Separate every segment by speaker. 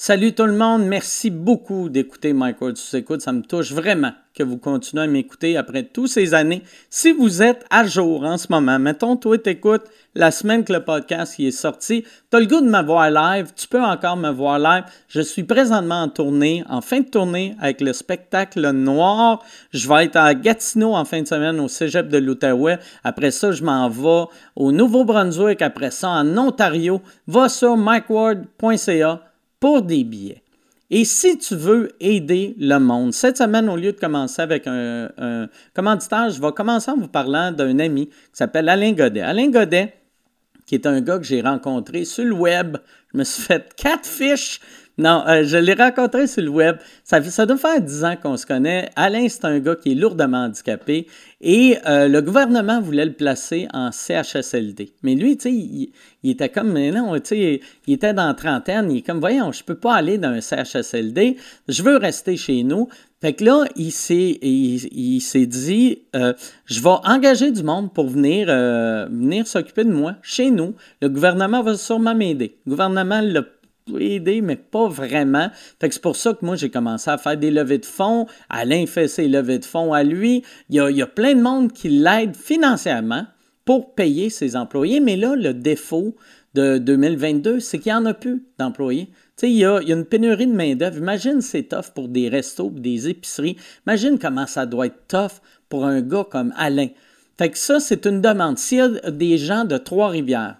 Speaker 1: Salut tout le monde, merci beaucoup d'écouter Mike Ward sous écoute. Ça me touche vraiment que vous continuez à m'écouter après toutes ces années. Si vous êtes à jour en ce moment, mettons, toi, t'écoutes la semaine que le podcast y est sorti, t'as le goût de me voir live, tu peux encore me voir live. Je suis présentement en tournée, en fin de tournée avec le spectacle Noir. Je vais être à Gatineau en fin de semaine au cégep de l'Outaouais. Après ça, je m'en vais au Nouveau-Brunswick. Après ça, en Ontario. Va sur mikeward.ca pour des billets. Et si tu veux aider le monde, cette semaine, au lieu de commencer avec un, un commanditaire, je vais commencer en vous parlant d'un ami qui s'appelle Alain Godet. Alain Godet, qui est un gars que j'ai rencontré sur le web. Je me suis fait quatre fiches. Non, euh, je l'ai rencontré sur le web. Ça, fait- ça doit faire 10 ans qu'on se connaît. Alain, c'est un gars qui est lourdement handicapé et euh, le gouvernement voulait le placer en CHSLD. Mais lui, tu sais, il, il était comme, mais non, tu sais, il était dans la trentaine. Il est comme, voyons, je peux pas aller dans un CHSLD. Je veux rester chez nous. Fait que là, il s'est, il, il s'est dit, euh, je vais engager du monde pour venir, euh, venir s'occuper de moi chez nous. Le gouvernement va sûrement m'aider. Le gouvernement l'a aidé, mais pas vraiment. Fait que c'est pour ça que moi, j'ai commencé à faire des levées de fonds. Alain fait ses levées de fonds à lui. Il y a, il y a plein de monde qui l'aide financièrement pour payer ses employés. Mais là, le défaut de 2022, c'est qu'il n'y en a plus d'employés. Tu sais, il y, a, il y a une pénurie de main-d'œuvre. Imagine c'est tough pour des restos, pour des épiceries. Imagine comment ça doit être tough pour un gars comme Alain. Fait que ça, c'est une demande. S'il y a des gens de Trois-Rivières,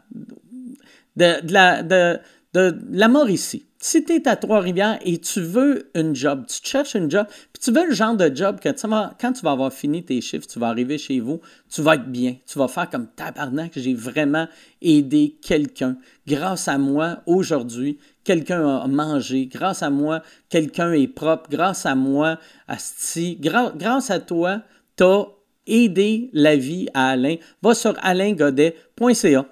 Speaker 1: de, de la, de, de- de la Mauricie. Si tu es à Trois-Rivières et tu veux une job, tu te cherches une job, puis tu veux le genre de job que tu vas- quand tu vas avoir fini tes chiffres, tu vas arriver chez vous, tu vas être bien. Tu vas faire comme tabarnak, j'ai vraiment aidé quelqu'un. Grâce à moi, aujourd'hui, quelqu'un a mangé. Grâce à moi, quelqu'un est propre. Grâce à moi, Asti. Gra- grâce à toi, tu as aidé la vie à Alain. Va sur alaingodet.ca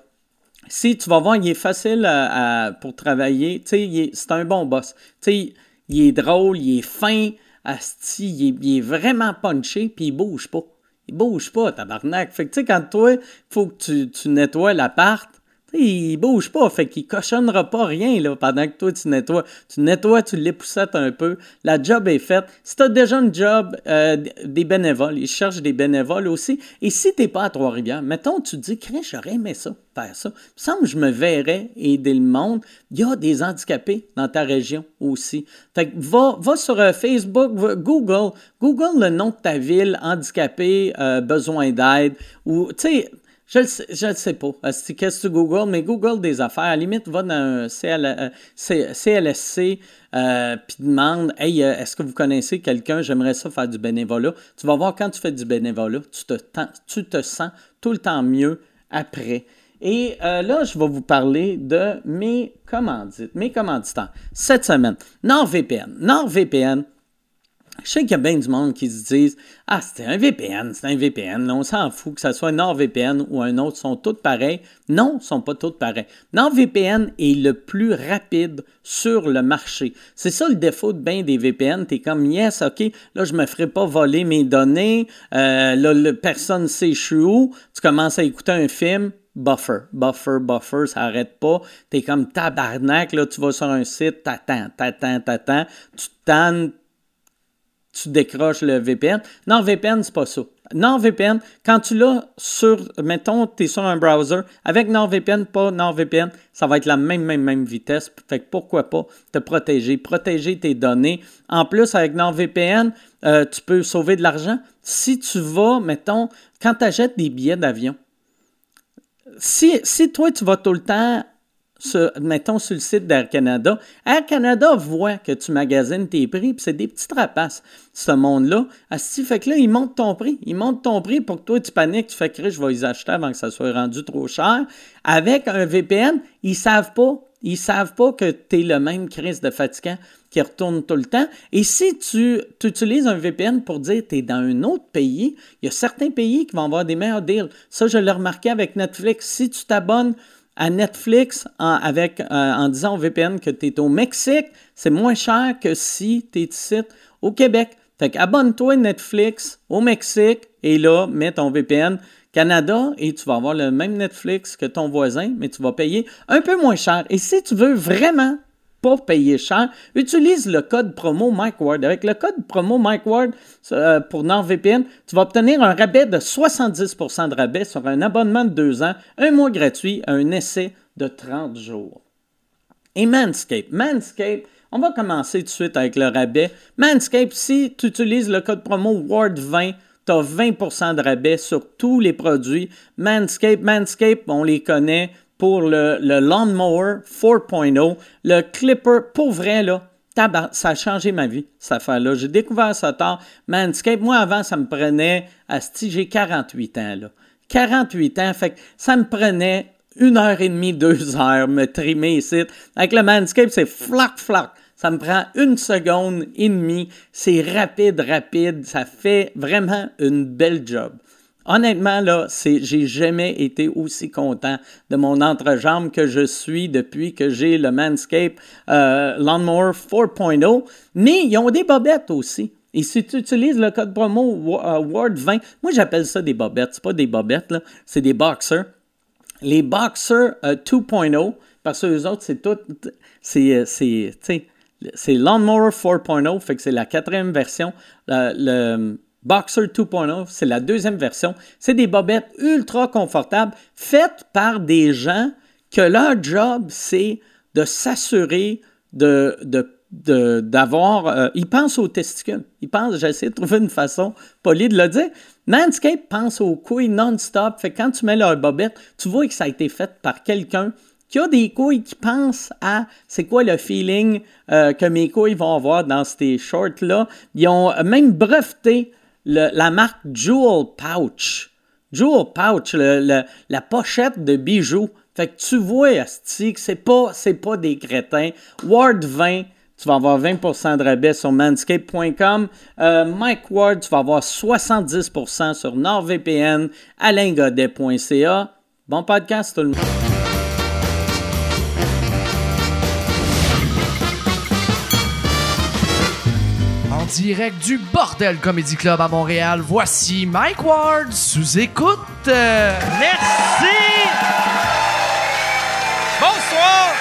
Speaker 1: si tu vas voir, il est facile à- à- pour travailler. Tu sais, il est- c'est un bon boss. Tu sais, il est drôle, il est fin, asti, il est, il est vraiment punché, puis il bouge pas. Il bouge pas, tabarnak. Fait que tu sais, quand toi, faut que tu, tu nettoies l'appart, tu sais, il bouge pas, fait qu'il cochonnera pas rien là, pendant que toi tu nettoies. Tu nettoies, tu l'époussettes un peu. La job est faite. Si tu as déjà une job, euh, d- des bénévoles, ils cherchent des bénévoles aussi. Et si tu pas à Trois-Rivières, mettons, tu te dis, crèche, j'aurais aimé ça, faire ça. Il me semble que je me verrais aider le monde. Il y a des handicapés dans ta région aussi. Fait que va, va sur euh, Facebook, va- Google, Google le nom de ta ville, handicapé, euh, besoin d'aide, ou, tu sais, je le sais, je le sais pas. Euh, c'est- Qu'est-ce que tu Google? Mais Google des affaires. À la limite, va dans un CL, euh, C- CLSC euh, puis demande Hey, euh, est-ce que vous connaissez quelqu'un? J'aimerais ça faire du bénévolat. Tu vas voir quand tu fais du bénévolat, tu te, ten- tu te sens tout le temps mieux après. Et euh, là, je vais vous parler de mes commandites, mes commanditants. Cette semaine, NordVPN. NordVPN, je sais qu'il y a bien du monde qui se disent Ah, c'était un VPN, c'est un VPN. Non, on s'en fout que ce soit NordVPN ou un autre, ils sont tous pareils. Non, ils ne sont pas tous pareils. NordVPN est le plus rapide sur le marché. C'est ça le défaut de bien des VPN. Tu es comme Yes, OK, là, je ne me ferai pas voler mes données. Euh, là, le- personne ne sait je suis où. Tu commences à écouter un film buffer, buffer, buffer, ça arrête pas. T'es comme tabarnak, là, tu vas sur un site, t'attends, t'attends, t'attends, tu te tannes, tu décroches le VPN. Non, VPN, c'est pas ça. NordVPN, quand tu l'as sur, mettons, tu es sur un browser, avec NordVPN, pas NordVPN, ça va être la même, même, même vitesse. Fait que pourquoi pas te protéger, protéger tes données. En plus, avec NordVPN, euh, tu peux sauver de l'argent. Si tu vas, mettons, quand tu achètes des billets d'avion, si, si toi, tu vas tout le temps, sur, mettons, sur le site d'Air Canada, Air Canada voit que tu magasines tes prix, puis c'est des petites rapaces, ce monde-là. Asti, fait que là, ils montent ton prix. Ils montent ton prix pour que toi, tu paniques, tu fais que je vais les acheter avant que ça soit rendu trop cher. Avec un VPN, ils savent pas. Ils savent pas que tu es le même crise de fatigant qui retourne tout le temps. Et si tu utilises un VPN pour dire que tu es dans un autre pays, il y a certains pays qui vont avoir des meilleurs deals. Ça, je l'ai remarqué avec Netflix. Si tu t'abonnes à Netflix en, avec, euh, en disant au VPN que tu es au Mexique, c'est moins cher que si tu es ici au Québec. Fait que abonne-toi à Netflix au Mexique et là, mets ton VPN Canada et tu vas avoir le même Netflix que ton voisin, mais tu vas payer un peu moins cher. Et si tu veux vraiment
Speaker 2: pas payer cher, utilise le code promo Mike Ward. Avec le code promo Mike Ward euh, pour NordVPN, tu vas obtenir un rabais de 70% de rabais sur un abonnement de 2 ans, un mois gratuit, un essai de 30 jours. Et Manscape. Manscape, on va commencer tout de suite avec le rabais. Manscape, si tu utilises le code promo WARD20, tu as 20 de rabais sur tous les produits. Manscape, Manscape, on les connaît pour le, le Lawnmower 4.0, le Clipper, pour vrai, là, tabac, ça a changé ma vie, cette affaire-là. J'ai découvert ça tard. Manscape, moi, avant, ça me prenait, à j'ai 48 ans, là. 48 ans, fait que ça me prenait une heure et demie, deux heures, me trimer ici. Avec le Manscape, c'est flac, flac. Ça me prend une seconde et demie. C'est rapide, rapide. Ça fait vraiment une belle job. Honnêtement, là, c'est, j'ai jamais été aussi content de mon entrejambe que je suis depuis que j'ai le Manscape euh, Lawnmower 4.0. Mais ils ont des bobettes aussi. Et si tu utilises le code promo WARD20, moi j'appelle ça des bobettes. C'est pas des bobettes, là. C'est des boxers les boxers euh, 2.0, parce que eux autres, c'est tout. C'est, euh, c'est, c'est Lawnmower 4.0, fait que c'est la quatrième version. Euh, le Boxer 2.0, c'est la deuxième version. C'est des bobettes ultra confortables, faites par des gens que leur job, c'est de s'assurer de, de de, d'avoir. Euh, il pense aux testicules. Il pense, j'essaie de trouver une façon polie de le dire. Manscape pense aux couilles non-stop. Fait que quand tu mets leur bobette, tu vois que ça a été fait par quelqu'un qui a des couilles qui pense à c'est quoi le feeling euh, que mes couilles vont avoir dans ces shorts-là. Ils ont même breveté le, la marque Jewel Pouch. Jewel Pouch, le, le, la pochette de bijoux. Fait que tu vois, Asti, que c'est pas, c'est pas des crétins. Ward 20, tu vas avoir 20% de rabais sur manscape.com. Euh, Mike Ward, tu vas avoir 70% sur NordVPN, alaingodet.ca. Bon podcast tout le monde.
Speaker 3: En direct du Bordel Comedy Club à Montréal, voici Mike Ward sous écoute. Euh,
Speaker 1: Merci! Bonsoir!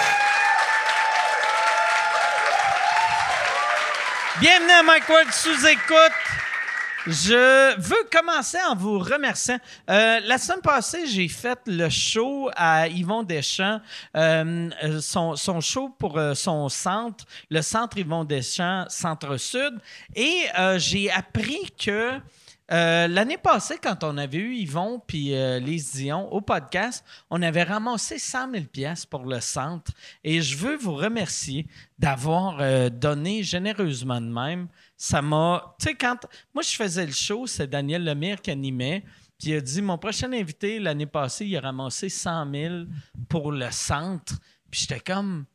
Speaker 1: Bienvenue à Mike Ward sous écoute. Je veux commencer en vous remerciant. Euh, la semaine passée, j'ai fait le show à Yvon Deschamps, euh, euh, son, son show pour euh, son centre, le centre Yvon Deschamps, Centre-Sud, et euh, j'ai appris que euh, l'année passée, quand on avait eu Yvon puis euh, Lise Dion au podcast, on avait ramassé 100 000 pièces pour le centre. Et je veux vous remercier d'avoir euh, donné généreusement de même. Ça m'a... Tu sais, quand... Moi, je faisais le show, c'est Daniel Lemire qui animait. Puis il a dit, mon prochain invité, l'année passée, il a ramassé 100 000 pour le centre. Puis j'étais comme,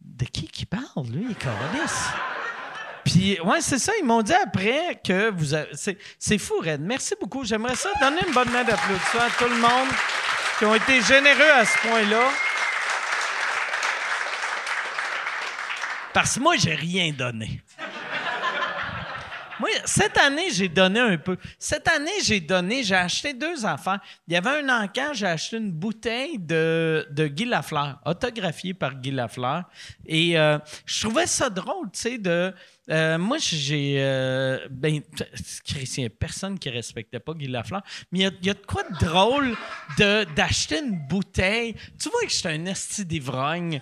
Speaker 1: de qui qui parle, lui, Carlis? Puis, ouais, c'est ça. Ils m'ont dit après que vous avez. C'est, c'est fou, Red. Merci beaucoup. J'aimerais ça donner une bonne main d'applaudissements à tout le monde qui ont été généreux à ce point-là. Parce que moi, j'ai rien donné. Moi, cette année, j'ai donné un peu. Cette année, j'ai donné, j'ai acheté deux affaires. Il y avait un encan, j'ai acheté une bouteille de, de Guy Lafleur, autographiée par Guy Lafleur. Et euh, je trouvais ça drôle, tu sais, de. euh, moi, j'ai. euh, ben, il n'y a personne qui respectait pas Guy Lafleur, mais il y a- il y, a de quoi de drôle de- d'acheter une bouteille. Tu vois que j'étais un esti d'ivrogne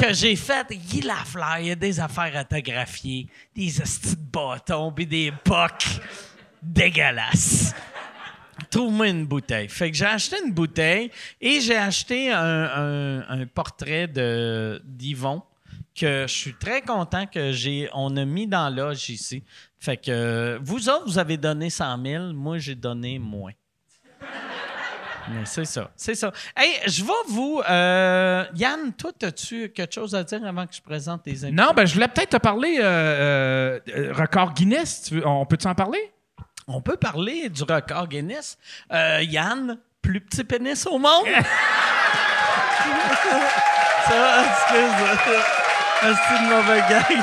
Speaker 1: que j'ai fait Guy Lafleur, il y a des affaires autographiées, des astis de bâtons pis des bocs dégueulasses. Trouve-moi une bouteille. Fait que j'ai acheté une bouteille et j'ai acheté un, un- un portrait de- d'Yvon que je suis très content que j'ai on a mis dans l'âge ici. Fait que euh, vous autres, vous avez donné 100 000, moi j'ai donné moins. Mais c'est ça, c'est ça. Hey, je vais vous... euh, Yann, toi, as-tu quelque chose à dire avant que je présente tes invités?
Speaker 4: Non, ben je voulais peut-être te parler euh, euh, euh, record Guinness. Tu veux- on peut t'en parler?
Speaker 1: On peut parler du record Guinness. Euh, Yann, plus petit pénis au monde. Ça, excuse. Ah, C'est une mauvaise gag.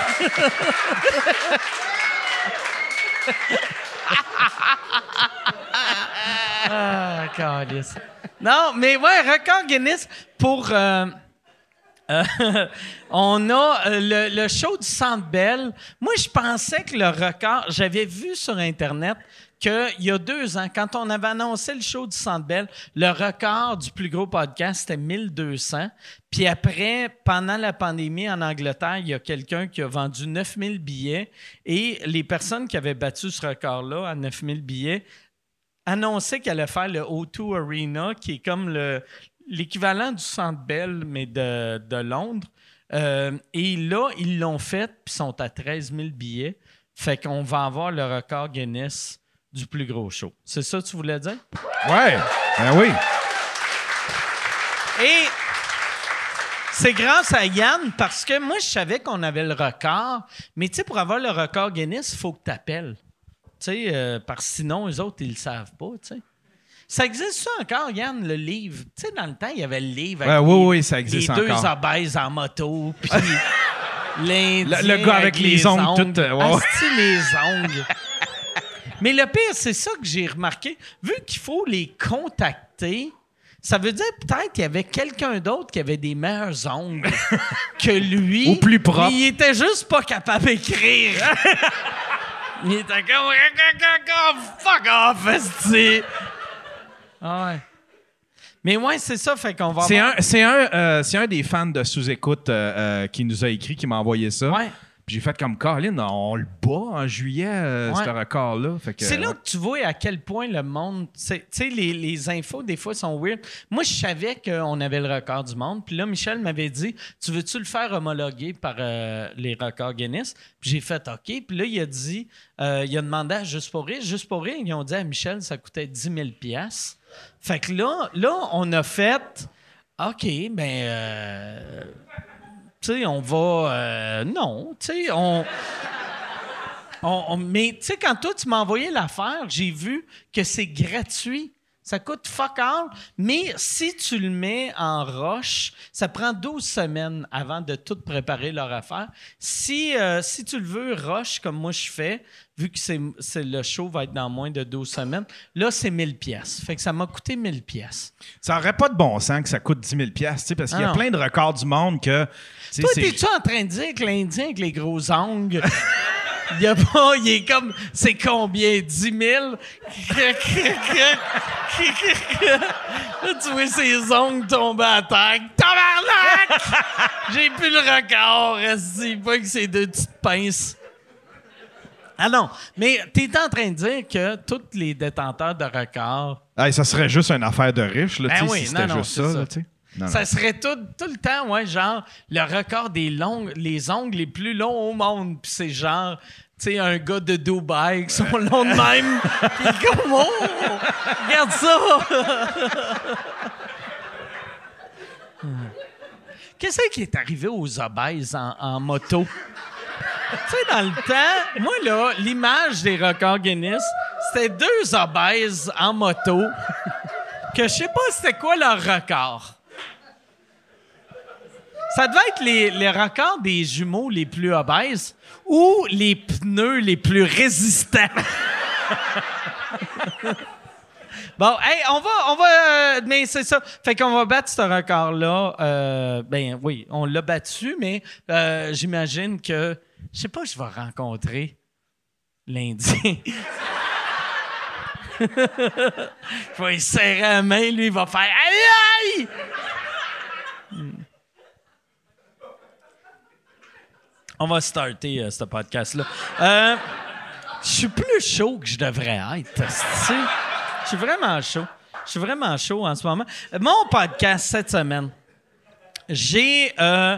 Speaker 1: ah, câlisse. Non, mais ouais, record Guinness pour... euh, Euh, on a euh, le, le show du Centre Bell. Moi, je pensais que le record, j'avais vu sur Internet qu'il y a deux ans, quand on avait annoncé le show du Centre Bell, le record du plus gros podcast, c'était 1200. Puis après, pendant la pandémie en Angleterre, il y a quelqu'un qui a vendu 9000 billets et les personnes qui avaient battu ce record-là à 9000 billets annonçaient qu'elle allait faire le O2 Arena, qui est comme le, l'équivalent du Centre Bell, mais de, de Londres. Euh, et là, ils l'ont fait, puis sont à 13 000 billets. Fait qu'on va avoir le record Guinness du plus gros show. C'est ça que tu voulais dire?
Speaker 4: Ouais, ben oui.
Speaker 1: Et c'est grâce à Yann, parce que moi, je savais qu'on avait le record, mais tu sais, pour avoir le record Guinness, il faut que tu appelles. Tu sais, euh, parce que sinon, eux autres, ils le savent pas, tu sais. Ça existe ça encore, Yann, le livre? Tu sais, dans le temps, il y avait le livre
Speaker 4: Ouais,
Speaker 1: avec
Speaker 4: oui,
Speaker 1: les-
Speaker 4: oui, ça existe
Speaker 1: les deux
Speaker 4: encore.
Speaker 1: obèses en moto, puis l'Indien
Speaker 4: Le- le gars avec les ongles, tout, euh, ouais, ouais.
Speaker 1: Asti, les ongles. Mais le pire, c'est ça que j'ai remarqué. Vu qu'il faut les contacter, ça veut dire peut-être qu'il y avait quelqu'un d'autre qui avait des meilleurs ongles que lui.
Speaker 4: Ou plus propre.
Speaker 1: mais Il était juste pas capable d'écrire. il était comme... Fuck off, esti. Ah ouais. Mais ouais, c'est ça, fait qu'on va...
Speaker 4: C'est
Speaker 1: avoir-
Speaker 4: un, c'est un, euh, c'est un des fans de sous-écoute euh, euh, qui nous a écrit, qui m'a envoyé ça.
Speaker 1: Ouais.
Speaker 4: Puis j'ai fait comme Colin, on le bat en juillet, euh,
Speaker 1: Ouais.
Speaker 4: ce record-là. Fait que-
Speaker 1: C'est là que tu vois à quel point le monde. c'est- Tu sais, les, les infos, des fois, sont weird. Moi, je savais qu'on avait le record du monde. Puis là, Michel m'avait dit Tu veux-tu le faire homologuer par euh, les records Guinness Puis j'ai fait OK. Puis là, il a dit euh, Il a demandé à Juste pour rire. Juste pour rire, ils ont dit à Michel ça coûtait 10 000 Fait que là, là, on a fait OK, ben. euh, tu sais, on va. euh, non, tu sais, on. On- on- mais tu sais, quand toi, tu m'as envoyé l'affaire, j'ai vu que c'est gratuit. Ça coûte fuck all, mais si tu le mets en roche, ça prend 12 semaines avant de tout préparer leur affaire. Si, euh, si tu le veux roche, comme moi je fais, vu que c'est, c'est- le show va être dans moins de 12 semaines, là, c'est 1000 pièces. Fait que ça m'a coûté 1000 pièces.
Speaker 4: Ça aurait pas de bon sens que ça coûte 10 000 piastres, tu sais, parce qu'il y
Speaker 1: Ah
Speaker 4: a
Speaker 1: non.
Speaker 4: plein de records du monde que... tu sais,
Speaker 1: Toi,
Speaker 4: c'est-
Speaker 1: t'es-tu en train de dire que l'Indien avec les gros ongles, il y a pas, il est comme, c'est combien? 10 000? Là, tu vois ses ongles tomber à terre. Tabarnak! J'ai plus le record, c'est pas que ces deux petites pinces. Ah non, mais t'es en train de dire que tous les détenteurs de records
Speaker 4: Hey, ça serait juste une affaire de riche, là,
Speaker 1: Ben
Speaker 4: tu sais,
Speaker 1: oui,
Speaker 4: si
Speaker 1: non,
Speaker 4: c'était
Speaker 1: non,
Speaker 4: juste
Speaker 1: c'est
Speaker 4: ça.
Speaker 1: ça.
Speaker 4: là, tu sais. Non, non.
Speaker 1: Ça serait tout, tout le temps, ouais, genre, le record des longues, les ongles les plus longs au monde. Puis c'est genre, tu sais, un gars de Dubaï qui sont longs de même. Puis il est comme, oh, regarde ça! Qu'est-ce qui est arrivé aux obèses en, en moto? tu sais, dans le temps, moi, là, l'image des records Guinness, c'était deux obèses en moto que je sais pas c'était quoi leur record. Ça devait être les, les records des jumeaux les plus obèses ou les pneus les plus résistants. bon, hey, on va, on va, euh, mais c'est ça. Fait qu'on va battre ce record-là. Euh, ben oui, on l'a battu, mais euh, j'imagine que, je sais pas, je vais rencontrer l'Indien. Je vais lui serrer la main, lui, il va faire Aïe aïe! Hmm. On va starter euh, ce podcast-là. Euh, je suis plus chaud que je devrais être. esti. Je suis vraiment chaud. Je suis vraiment chaud en ce moment. Euh, Mon podcast cette semaine, j'ai. euh,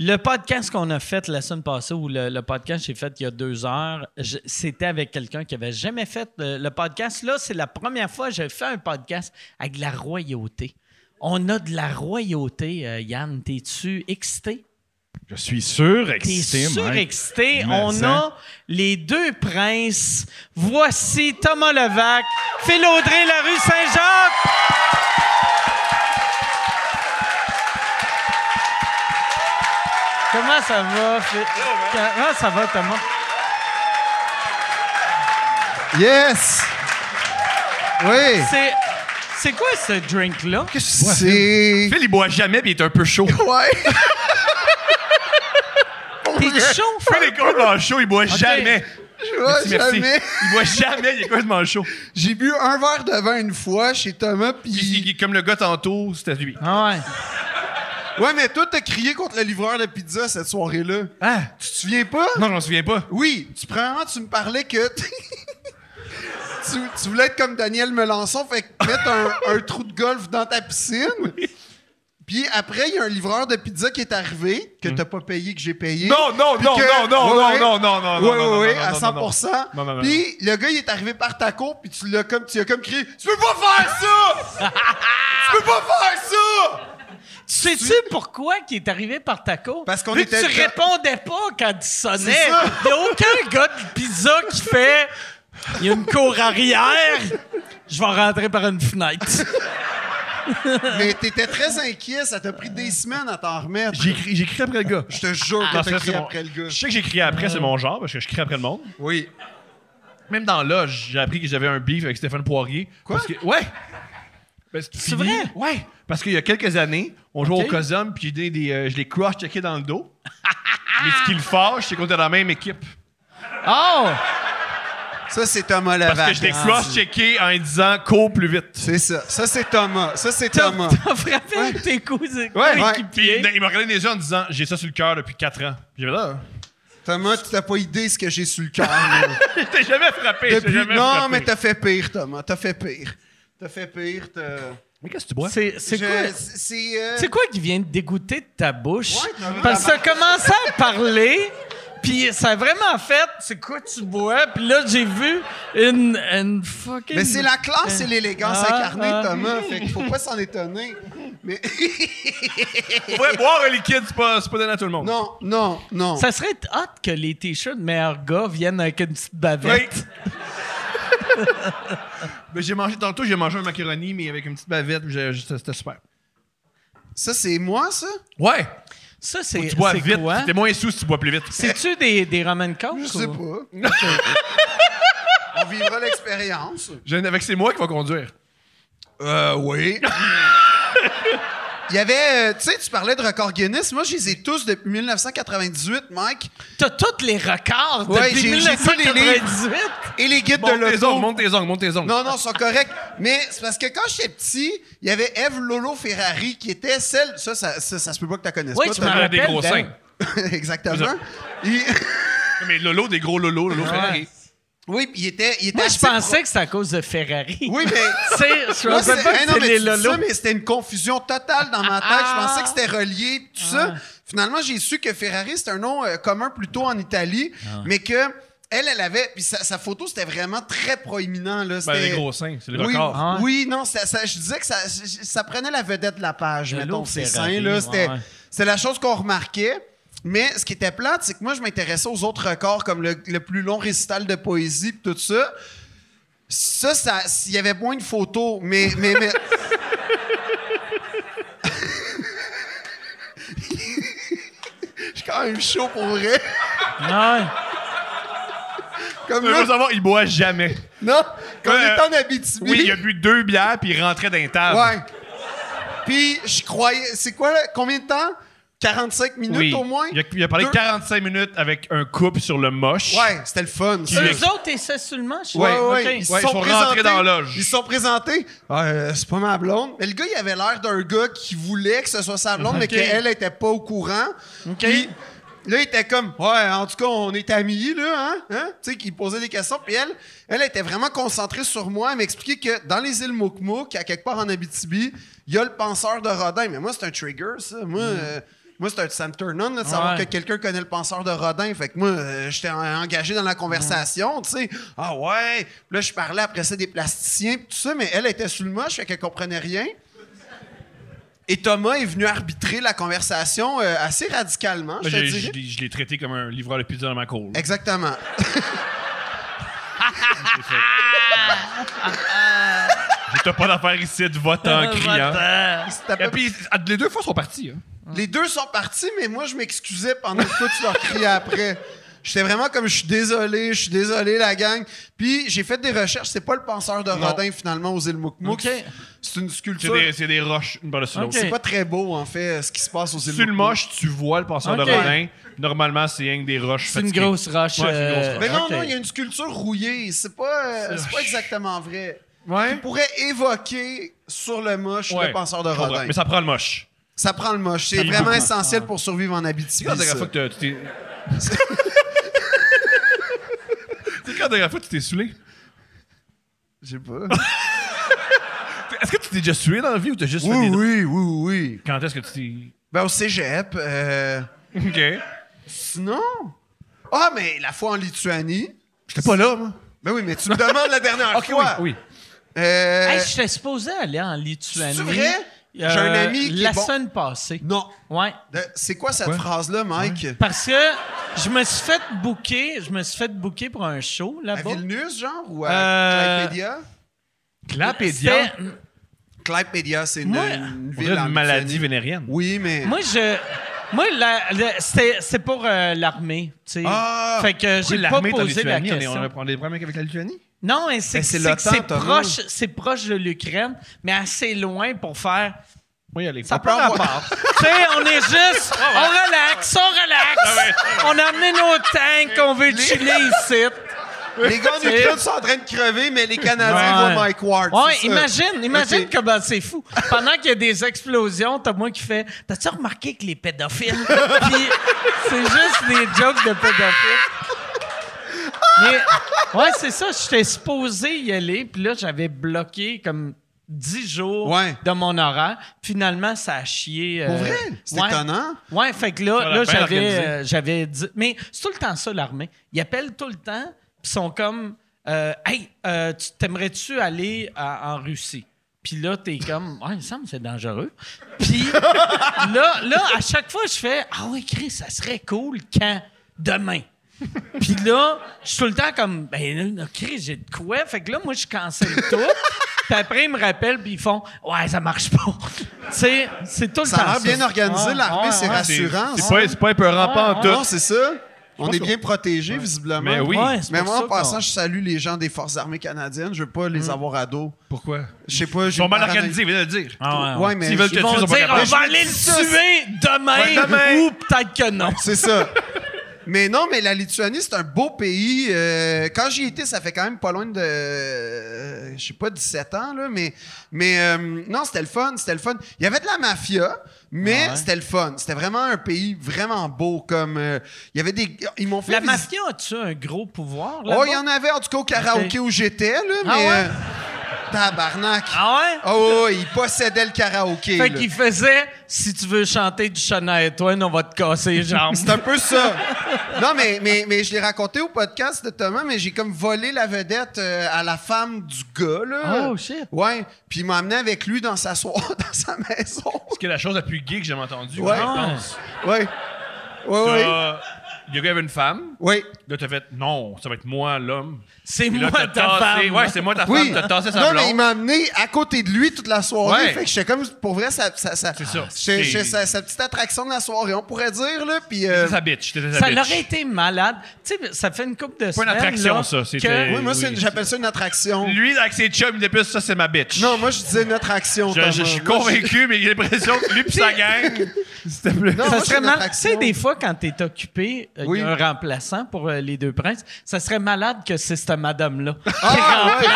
Speaker 1: le podcast qu'on a fait la semaine passée, ou le, le podcast que j'ai fait il y a deux heures, je- c'était avec quelqu'un qui avait jamais fait euh, le, le podcast. Là, c'est la première fois que j'ai fait un podcast avec de la royauté. On a de la royauté, euh, Yann. T'es-tu excité?
Speaker 4: Je suis sûr,
Speaker 1: T'es
Speaker 4: excité, Mike.
Speaker 1: surexcité.
Speaker 4: hein? Mais
Speaker 1: On
Speaker 4: ça.
Speaker 1: a les deux princes. Voici Thomas Levac, Phil Audrey, la rue Saint-Jacques. Comment ça va, Phil? Comment ça va, Thomas?
Speaker 5: Yes! Oui!
Speaker 1: C'est, C'est quoi ce drink-là?
Speaker 5: Qu'est-ce que c'est?
Speaker 6: Phil, il boit jamais, puis il est un peu chaud.
Speaker 5: Ouais.
Speaker 1: T'es chaud,
Speaker 6: Phil est complètement chaud, il boit jamais.
Speaker 5: Je vois
Speaker 6: Merci, merci.
Speaker 5: jamais.
Speaker 6: Il boit Ah, jamais, il est complètement chaud.
Speaker 5: J'ai bu un verre de vin une fois chez Thomas,
Speaker 6: Il- il-
Speaker 5: puis...
Speaker 6: il- comme le gars tantôt, c'était lui.
Speaker 1: Ah ouais.
Speaker 5: Ouais, mais toi, t'as crié contre le livreur de pizza cette soirée-là.
Speaker 1: Hein?
Speaker 5: Ah! Tu te souviens pas?
Speaker 6: Non, je m'en souviens pas.
Speaker 5: Oui, tu prends, tu me parlais que... t- tu, tu voulais être comme Daniel Melançon, fait que mettre un, un trou de golf dans ta piscine. Puis après, il y a un livreur de pizza qui est arrivé, que t'as pas payé, que j'ai payé.
Speaker 6: Hmm. Non, non,
Speaker 5: Puis
Speaker 6: non,
Speaker 5: que-
Speaker 6: non, non,
Speaker 5: Ouais, ouais.
Speaker 6: non, non, non, non, non,
Speaker 5: Oui,
Speaker 6: non, non,
Speaker 5: oui, oui,
Speaker 6: non,
Speaker 5: à
Speaker 6: non,
Speaker 5: 100
Speaker 6: non, non. Non, non, non,
Speaker 5: Puis le gars, il est arrivé par ta cour, puis tu l'as comme, tu as comme crié Tu peux pas faire ça Tu peux pas faire ça
Speaker 1: Sais-tu pourquoi qu'il est arrivé par taco?
Speaker 5: Parce qu'on
Speaker 1: Vu que
Speaker 5: était
Speaker 1: tu
Speaker 5: déjà-
Speaker 1: répondais pas quand il sonnait.
Speaker 5: C'est ça.
Speaker 1: Il n'y a aucun gars de pizza qui fait « Il y a une cour arrière, je vais rentrer par une fenêtre.
Speaker 5: Mais t'étais très inquiet, ça t'a pris des semaines à t'en remettre.
Speaker 6: J'ai cri- j'ai crié après le gars.
Speaker 5: Je te jure
Speaker 6: Non,
Speaker 5: que t'as
Speaker 6: c'est vrai,
Speaker 5: crié
Speaker 6: c'est mon-
Speaker 5: après le gars.
Speaker 6: Je sais que j'ai crié après, c'est mon genre, parce que je crie après le monde.
Speaker 5: Oui.
Speaker 6: Même dans Lodge, j'ai appris que j'avais un beef avec Stéphane Poirier.
Speaker 5: Quoi?
Speaker 6: Parce que- ouais! Ben,
Speaker 1: C'est
Speaker 6: fini.
Speaker 1: vrai?
Speaker 6: Ouais! Parce qu'il y a quelques années, on jouait
Speaker 1: Ok.
Speaker 6: au Cosum, puis j'ai donné des, euh, je l'ai cross-checké dans le dos. Mais ce qui le fâche, c'est qu'on était dans la même équipe.
Speaker 1: Oh!
Speaker 5: Ça, c'est Thomas Ah, Lavac.
Speaker 6: Parce que je l'ai cross-checké en lui disant cours plus vite.
Speaker 5: C'est ça. Ça, c'est Thomas. Ça, c'est
Speaker 1: T'as
Speaker 5: Thomas.
Speaker 1: t'as frappé avec tes cousins.
Speaker 5: Ouais, ouais.
Speaker 6: Puis il il m'a regardé des yeux en disant j'ai ça sur le cœur depuis 4 ans. Puis J'avais là.
Speaker 5: Thomas, tu t'as pas idée ce que j'ai sur le cœur. là.
Speaker 6: Je t'ai jamais frappé. je t'ai
Speaker 5: Depuis-
Speaker 6: jamais
Speaker 5: Non,
Speaker 6: frappé.
Speaker 5: mais t'as fait pire, Thomas. T'as fait pire. T'as fait pire. t'as-
Speaker 6: Mais qu'est-ce que tu bois?
Speaker 1: C'est c'est
Speaker 5: Je-
Speaker 1: quoi?
Speaker 5: C'est. euh,
Speaker 1: C'est quoi qui vient te dégoûter de ta bouche?
Speaker 5: Ouais, t'as vu
Speaker 1: Parce que
Speaker 5: la
Speaker 1: t'as commencé à parler, puis ça a vraiment fait « C'est quoi tu bois? » Puis là, j'ai vu une, une fucking...
Speaker 5: Mais ben, c'est la classe et l'élégance
Speaker 1: Ah,
Speaker 5: incarnée,
Speaker 1: ah.
Speaker 5: Thomas. Fait qu'il faut pas s'en étonner. Mais
Speaker 6: Pour vrai, boire un liquide, c'est pas, c'est pas donné à tout le monde.
Speaker 5: non, non, non.
Speaker 6: Oh.
Speaker 1: Ça serait hot que les t-shirts meilleurs gars viennent avec une petite
Speaker 6: Oui.
Speaker 1: bavette.
Speaker 6: Mais j'ai mangé tantôt, j'ai mangé un macaroni, mais avec une petite bavette, puis j'ai- c'était c'était super.
Speaker 5: Ça, c'est moi, ça?
Speaker 6: Ouais!
Speaker 1: Ça, c'est
Speaker 6: Tu bois
Speaker 1: c'est
Speaker 6: vite.
Speaker 1: quoi?
Speaker 6: T'es moins sous si tu bois plus vite.
Speaker 1: C'est-tu des, des Roman Coke?
Speaker 5: Je
Speaker 1: ou-
Speaker 5: sais pas. On vivra l'expérience.
Speaker 6: J'ai un avec c'est moi qui va conduire.
Speaker 5: Euh, oui. Il y avait, euh, tu sais, tu parlais de record Guinness. Moi, je les ai tous depuis 1998, Mike.
Speaker 1: T'as tous les records
Speaker 5: Ouais,
Speaker 1: depuis
Speaker 5: j'ai- j'ai tous les livres.
Speaker 1: 1998.
Speaker 5: Et les guides
Speaker 6: Monte
Speaker 5: de
Speaker 6: tes
Speaker 5: l'auto.
Speaker 6: ongles, monte tes ongles, monte tes ongles.
Speaker 5: Non, non, ils sont corrects. Mais c'est parce que quand j'étais petit, il y avait Eve Lolo Ferrari qui était celle. Ça, ça, ça, ça se peut pas que tu la connaisses
Speaker 1: Oui,
Speaker 5: pas.
Speaker 1: tu
Speaker 5: Thomas.
Speaker 1: m'en
Speaker 6: T'as des
Speaker 1: rappelles,
Speaker 6: gros
Speaker 1: Dan.
Speaker 6: seins.
Speaker 5: Exactement. Il-
Speaker 6: Mais Lolo, des gros Lolo, Lolo Ferrari.
Speaker 5: Oui, puis il était. Il était
Speaker 1: Moi, je
Speaker 5: assez
Speaker 1: pensais que c'est à cause de Ferrari.
Speaker 5: pro- Oui, mais.
Speaker 1: C'est- Je
Speaker 5: Moi,
Speaker 1: pensais
Speaker 5: c'est-
Speaker 1: pas
Speaker 5: Hey,
Speaker 1: que
Speaker 5: non,
Speaker 1: c'était
Speaker 5: mais
Speaker 1: les
Speaker 5: tu dis ça,
Speaker 1: lolos.
Speaker 5: mais c'était une confusion totale dans ma tête.
Speaker 1: Ah.
Speaker 5: Je pensais que c'était relié, tout ça. Finalement, j'ai su que Ferrari, c'est un nom euh, commun plutôt en Italie,
Speaker 1: Ah.
Speaker 5: mais que elle, elle avait. Puis sa, sa photo, c'était vraiment très proéminent. Là.
Speaker 6: Ben, des
Speaker 5: C'était-
Speaker 6: gros seins, c'est le
Speaker 5: Oui,
Speaker 6: record.
Speaker 1: Ah ouais.
Speaker 5: oui, non, ça, ça- je disais que ça, ça prenait la vedette de la page,
Speaker 1: Le
Speaker 5: mettons,
Speaker 1: lourd
Speaker 5: ces
Speaker 1: Ferrari,
Speaker 5: seins, là.
Speaker 1: ouais,
Speaker 5: C'était
Speaker 1: ouais.
Speaker 5: c'était la chose qu'on remarquait. Mais ce qui était plate, c'est que moi, je m'intéressais aux autres records, comme le, le plus long récital de poésie pis tout ça. Ça, ça, il y avait moins de photos, mais... mais, mais... je suis quand même chaud pour vrai.
Speaker 1: Ouais.
Speaker 5: Comme
Speaker 6: Mais faut
Speaker 5: là,
Speaker 6: savoir, il boit jamais.
Speaker 5: non, quand on
Speaker 6: Euh,
Speaker 5: est en Abitibi...
Speaker 6: Oui, il a bu deux bières, puis il rentrait dans les tables.
Speaker 5: Ouais. Puis je croyais. C'est quoi, là? Combien de temps? 45 minutes
Speaker 6: Oui.
Speaker 5: au moins?
Speaker 6: Il a, il a parlé
Speaker 5: Deux-
Speaker 6: 45 minutes avec un couple sur le moche.
Speaker 5: Ouais, c'était le fun. ça.
Speaker 6: Oui.
Speaker 1: Eux autres, ils ça sur le manche?
Speaker 5: Ouais, ouais,
Speaker 1: Ok.
Speaker 5: Ils se
Speaker 6: Ouais,
Speaker 5: sont
Speaker 6: ils sont
Speaker 5: présentés-
Speaker 6: rentrés dans la loge.
Speaker 5: Ils se sont présentés. Ah, euh, c'est pas ma blonde. Mais le gars, il avait l'air d'un gars qui voulait que ce soit sa blonde, mais qu'elle était pas au courant. Puis là, il était comme, ouais, en tout cas, on est amis, là, hein? hein? Tu sais, qu'il posait des questions. Puis elle, elle était vraiment concentrée sur moi. Elle m'expliquait que dans les îles Moukmouk, à quelque part en Abitibi, il y a le penseur de Rodin. Mais moi, c'est un trigger, ça. Moi, euh, moi, c'est un ça me turn on, là, de savoir
Speaker 1: Ouais.
Speaker 5: que quelqu'un connaît le penseur de Rodin. Fait que moi, euh, j'étais en- engagé dans la conversation, tu sais. Ah ouais. Puis là, je parlais après ça des plasticiens, puis tout ça, mais elle était sous le moche, fait qu'elle comprenait rien. Et Thomas est venu arbitrer la conversation euh, assez radicalement, je
Speaker 6: Ben,
Speaker 5: te
Speaker 6: j'ai-
Speaker 5: dirais.
Speaker 6: Je l'ai- je l'ai traité comme un livreur de pizza dans ma cour. là.
Speaker 5: Exactement.
Speaker 6: J'ai- T'as pas d'affaire ici de vote en criant.
Speaker 5: C'était à peu
Speaker 6: Et puis, les deux fois, ils sont partis. hein.
Speaker 5: Les deux sont partis, mais moi, je m'excusais pendant que toi, tu leur criais après. J'étais vraiment comme, je suis désolé, je suis désolé, la gang. Puis j'ai fait des recherches. C'est pas le penseur de
Speaker 6: Non.
Speaker 5: Rodin, finalement, aux îles Moukmouk.
Speaker 1: OK.
Speaker 5: C'est une
Speaker 6: C'est
Speaker 5: sculpture.
Speaker 6: des, c'est des roches une par dessus l'autre.
Speaker 1: Ok.
Speaker 5: C'est pas très beau, en fait, ce qui se passe aux îles
Speaker 6: Sur le
Speaker 5: Moukmouk.
Speaker 6: moche, tu vois le passeur
Speaker 1: Ok.
Speaker 6: de Rodin. Normalement, c'est rien que des roches.
Speaker 1: C'est une
Speaker 6: fatiguées.
Speaker 1: grosse roche.
Speaker 6: Ouais, c'est une grosse
Speaker 1: euh,
Speaker 6: roche.
Speaker 5: Mais non,
Speaker 1: ok.
Speaker 5: non, il y a une sculpture rouillée. C'est pas, euh, c'est pas exactement vrai.
Speaker 6: Ouais.
Speaker 5: Qui pourrait évoquer sur le moche
Speaker 6: Hein? Ouais.
Speaker 5: le penseur de
Speaker 6: Je comprends.
Speaker 5: Rodin.
Speaker 6: Mais ça prend le moche.
Speaker 5: Ça prend le moche. C'est vraiment essentiel pour survivre en Abitibi.
Speaker 6: C'est quand la dernière
Speaker 5: ça.
Speaker 6: fois que t'as- tu t'es. C'est quand la dernière fois que tu t'es saoulé?
Speaker 5: Je sais pas.
Speaker 6: Est-ce que tu t'es déjà saoulé dans la vie ou t'as juste fait
Speaker 5: Oui,
Speaker 6: des...
Speaker 5: oui, oui, oui.
Speaker 6: Quand est-ce que tu
Speaker 5: Ben, au cégep. euh,
Speaker 6: t'es... OK.
Speaker 5: Sinon. Ah, mais la fois en Lituanie. J'étais pas là, moi. Ben oui, mais tu me demandes la dernière fois.
Speaker 6: oui,
Speaker 5: Euh,
Speaker 1: Hey, j'étais supposé aller en Lituanie.
Speaker 5: C'est vrai? J'ai un
Speaker 1: euh,
Speaker 5: ami qui est
Speaker 1: La
Speaker 5: bon.
Speaker 1: semaine passée.
Speaker 5: Non.
Speaker 1: Ouais.
Speaker 5: De- C'est quoi cette phrase-là, Mike?
Speaker 1: Parce que je me suis fait booker, je me suis fait booker pour un show
Speaker 6: Ah
Speaker 5: À
Speaker 1: là-bas.
Speaker 5: Vilnius, genre? Ou à
Speaker 1: Euh,
Speaker 5: Clypedia?
Speaker 6: Clapédia.
Speaker 1: C'était-
Speaker 5: Clypedia, c'est une,
Speaker 1: Moi,
Speaker 5: une
Speaker 6: On
Speaker 5: ville
Speaker 6: dirait
Speaker 5: en
Speaker 6: une maladie
Speaker 5: Lituanie.
Speaker 6: vénérienne.
Speaker 5: Oui, mais.
Speaker 1: Moi, je. Moi, la- la- c'était- c'est pour euh, l'armée, tu sais.
Speaker 5: Ah!
Speaker 1: fait que j'ai pas
Speaker 6: L'armée est en
Speaker 1: posé la
Speaker 6: Lituanie, on est-
Speaker 1: question.
Speaker 6: on est- on a des problèmes avec la Lituanie?
Speaker 1: Non, mais c'est
Speaker 5: Ben,
Speaker 1: c'est
Speaker 5: c'est l'OTAN,
Speaker 1: que c'est
Speaker 5: t'as
Speaker 1: proche, c'est proche de l'Ukraine, mais assez loin pour faire.
Speaker 6: Oui, allez.
Speaker 1: Ça
Speaker 5: peut
Speaker 1: prend
Speaker 5: avoir-
Speaker 1: rapport. tu sais, on est juste,
Speaker 6: Oh,
Speaker 1: on relaxe, on
Speaker 6: Ah
Speaker 1: relaxe. on a amené nos tanks, on veut chiller ici.
Speaker 5: Les gars
Speaker 1: C'est-
Speaker 5: d'Ukraine sont en train de crever, mais les Canadiens
Speaker 1: Ouais.
Speaker 5: voient Mike Ward.
Speaker 1: Ouais,
Speaker 5: c'est ça.
Speaker 1: imagine, imagine
Speaker 5: Ok.
Speaker 1: comment c'est fou. Pendant qu'il y a des explosions, t'as moi qui fais. T'as-tu remarqué que les pédophiles? Puis c'est juste des jokes de pédophiles. Mais ouais, c'est ça. J'étais supposé y aller, puis là j'avais bloqué comme 10 jours
Speaker 5: Ouais.
Speaker 1: de mon horaire. Finalement, ça a chié.
Speaker 5: Pour
Speaker 1: euh,
Speaker 5: vrai? C'est
Speaker 1: ouais.
Speaker 5: étonnant.
Speaker 1: Ouais, fait que
Speaker 6: Ça
Speaker 1: là,
Speaker 6: l'a
Speaker 1: là
Speaker 6: bien
Speaker 1: j'avais,
Speaker 6: organisé.
Speaker 1: euh, j'avais dit. Mais c'est tout le temps ça, l'armée. Ils appellent tout le temps, puis sont comme euh, Hey, euh, tu- t'aimerais-tu aller à- en Russie? Puis là, t'es comme, ouais, il me semble que c'est dangereux. Puis là, là, à chaque fois, je fais, ah ouais, Chris, ça serait cool quand? Demain. Puis là, je suis tout le temps comme, ben là, Chris, j'ai de quoi? Fait que là, moi, je cancelle tout. Puis après, ils me rappellent, puis ils font, ouais, ça marche pas. tu sais, c'est tout le
Speaker 5: Ça
Speaker 1: temps.
Speaker 5: a l'air bien organisé,
Speaker 1: Ouais,
Speaker 5: l'armée,
Speaker 1: ouais,
Speaker 5: c'est
Speaker 1: ouais.
Speaker 6: C'est
Speaker 5: rassurant. hein.
Speaker 6: c'est pas, c'est pas épeurant
Speaker 1: Ah,
Speaker 6: pas en
Speaker 5: Non,
Speaker 6: tout.
Speaker 5: c'est ça. On est bien protégés, visiblement.
Speaker 6: Mais oui.
Speaker 1: Ben Ouais, c'est
Speaker 5: Mais
Speaker 1: pour
Speaker 5: moi,
Speaker 1: ça
Speaker 5: en
Speaker 1: qu'on-
Speaker 5: passant, je salue les gens des Forces armées canadiennes. Je veux pas les avoir à dos.
Speaker 4: Pourquoi?
Speaker 5: Je sais pas.
Speaker 6: Ils sont mal organisés, viens de le dire.
Speaker 1: Ah ouais,
Speaker 5: Ouais, mais.
Speaker 6: S'ils veulent
Speaker 1: Ils
Speaker 6: te tuer,
Speaker 1: vont
Speaker 6: ils sont pas
Speaker 1: dire, on
Speaker 6: capables.
Speaker 1: va aller le tuer demain,
Speaker 6: Ouais, demain.
Speaker 1: ou peut-être que non.
Speaker 5: C'est ça. Mais non, mais la Lituanie, c'est un beau pays. Euh, quand j'y étais, ça fait quand même pas loin de. euh, je sais pas, 17 ans, là. Mais, mais euh, non, c'était le fun. C'était le fun. Il y avait de la mafia, mais c'était le fun. C'était vraiment un pays vraiment beau. Comme. euh, il y avait des. Ils m'ont fait.
Speaker 1: La
Speaker 5: visiter-
Speaker 1: mafia a-tu un gros pouvoir?
Speaker 5: Oh,
Speaker 1: là-bas?
Speaker 5: il y en avait, en tout cas, au karaoké
Speaker 1: Ok.
Speaker 5: où j'étais, là. Mais.
Speaker 1: Ah ouais?
Speaker 5: euh, tabarnak.
Speaker 1: Ah ouais?
Speaker 5: Oh, ouais, il possédait le karaoké.
Speaker 1: Fait
Speaker 5: là.
Speaker 1: qu'il faisait, si tu veux chanter du Shania Twain, on va te casser les jambes.
Speaker 5: C'est un peu ça. Non, mais, mais, mais je l'ai raconté au podcast de Thomas, mais j'ai comme volé la vedette euh, à la femme du gars, là.
Speaker 1: Oh, shit.
Speaker 5: Ouais. Puis il m'a amené avec lui dans sa soirée, dans sa maison.
Speaker 6: C'est la chose la plus gay que j'ai entendue,
Speaker 5: Ouais. Ah.
Speaker 6: je pense.
Speaker 5: Ouais. Ouais, ouais.
Speaker 6: T'as- Le gars avait une femme.
Speaker 5: Ouais.
Speaker 6: Là, t'as fait non, ça va être moi, l'homme.
Speaker 1: C'est
Speaker 6: Puis là,
Speaker 1: moi
Speaker 6: t'as
Speaker 1: ta
Speaker 6: tassé-
Speaker 1: femme.
Speaker 6: Ouais, c'est moi ta femme,
Speaker 5: Oui.
Speaker 6: t'as tassé sa
Speaker 5: non,
Speaker 6: blonde.
Speaker 5: mais il m'a amené à côté de lui toute la soirée.
Speaker 6: Ouais.
Speaker 5: Fait que j'étais comme, pour vrai, ça, ça, ça,
Speaker 6: C'est ça.
Speaker 5: j'étais-
Speaker 6: C'est-
Speaker 5: j'étais sa, sa petite attraction de la soirée, on pourrait dire, là. Puis. euh,
Speaker 6: T'étais sa bitch, t'étais sa
Speaker 1: ça
Speaker 6: bitch.
Speaker 1: l'aurait été malade. Tu sais, ça fait une couple de
Speaker 6: pas
Speaker 1: semaines.
Speaker 6: une attraction,
Speaker 1: là,
Speaker 6: ça,
Speaker 1: que-
Speaker 6: c'était-
Speaker 5: oui, moi, c'est
Speaker 6: Oui.
Speaker 5: une- j'appelle ça une attraction.
Speaker 6: Lui, avec ses chums, il dit plus ça, c'est ma bitch.
Speaker 5: Non, moi, je disais une attraction.
Speaker 6: je,
Speaker 5: Thomas.
Speaker 6: je- je suis
Speaker 5: Moi,
Speaker 6: convaincu, mais j'ai l'impression que lui pis sa gang, c'était plus.
Speaker 5: Non, moi,
Speaker 1: Ça
Speaker 5: c'est
Speaker 1: serait
Speaker 5: une
Speaker 1: mal. Tu
Speaker 5: attraction.
Speaker 1: sais, des fois, quand t'es occupé, euh, il
Speaker 5: Oui.
Speaker 1: y a un remplaçant pour euh, les deux princes, ça serait malade que c'est cette madame-là.
Speaker 5: Ah, ouais.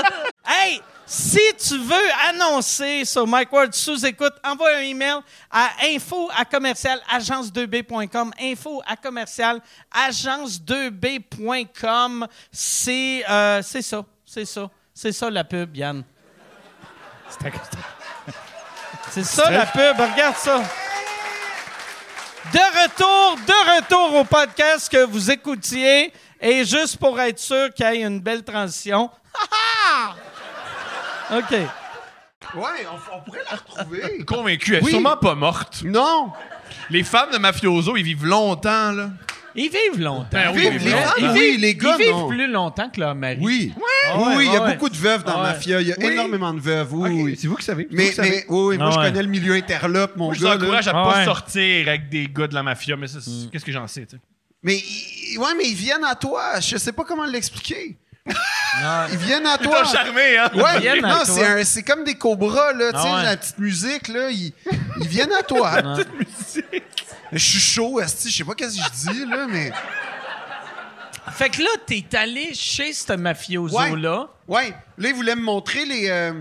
Speaker 7: Hey, si tu veux annoncer sur Mike Ward sous écoute, envoie un email à info à commercial agence2b.com. Info à commercial agence2b.com. C'est euh, c'est ça, c'est ça, c'est ça la pub, Yann. C'est ça la pub, regarde ça. De retour, de retour au podcast que vous écoutiez. Et juste pour être sûr qu'il y ait une belle transition. OK.
Speaker 5: Ouais, on, on pourrait la retrouver.
Speaker 6: Convaincu, elle est
Speaker 5: Oui.
Speaker 6: sûrement pas morte.
Speaker 5: non!
Speaker 6: Les femmes de mafioso, ils vivent longtemps, là.
Speaker 1: Ils vivent longtemps.
Speaker 6: Ben oui,
Speaker 5: Vivent les
Speaker 6: mais non.
Speaker 5: femmes,
Speaker 1: Ils
Speaker 5: oui,
Speaker 1: vivent-
Speaker 5: les gars,
Speaker 1: Ils vivent
Speaker 5: non.
Speaker 1: plus longtemps que leur mari.
Speaker 5: Oui.
Speaker 1: Ah ouais,
Speaker 5: oui, il y a
Speaker 1: ah ouais.
Speaker 5: beaucoup de veuves dans
Speaker 1: Ah
Speaker 5: la
Speaker 1: ouais.
Speaker 5: mafia. Il y a énormément de veuves. Oui, oui.
Speaker 6: C'est vous qui savez. c'est vous
Speaker 5: Mais,
Speaker 6: qui savez.
Speaker 5: mais oui, oui, moi,
Speaker 1: Ah
Speaker 5: je
Speaker 1: ouais.
Speaker 5: connais le milieu interlope, mon
Speaker 6: Moi, je vous
Speaker 5: gars. là. Mm.
Speaker 6: encourage à
Speaker 1: Ah
Speaker 6: pas
Speaker 1: ouais.
Speaker 6: sortir avec des gars de la mafia, mais ça, c'est- qu'est-ce que j'en sais, tu sais.
Speaker 5: Mais ils- ouais, mais ils viennent à toi. Je sais pas comment l'expliquer.
Speaker 1: Non.
Speaker 5: Ils viennent à
Speaker 6: Ils t'ont
Speaker 5: toi.
Speaker 6: charmé, hein?
Speaker 5: Ouais,
Speaker 1: viennent à
Speaker 5: non,
Speaker 1: toi.
Speaker 5: c'est un- c'est comme des cobras, là, tu sais,
Speaker 1: Ah ouais.
Speaker 5: la petite musique, là, ils, ils viennent à toi. Je suis chaud, esti, je sais pas qu'est-ce que je dis, là, mais...
Speaker 1: Fait que là, t'es allé chez ce mafioso-là.
Speaker 5: Ouais, là, ils voulaient me montrer les, euh,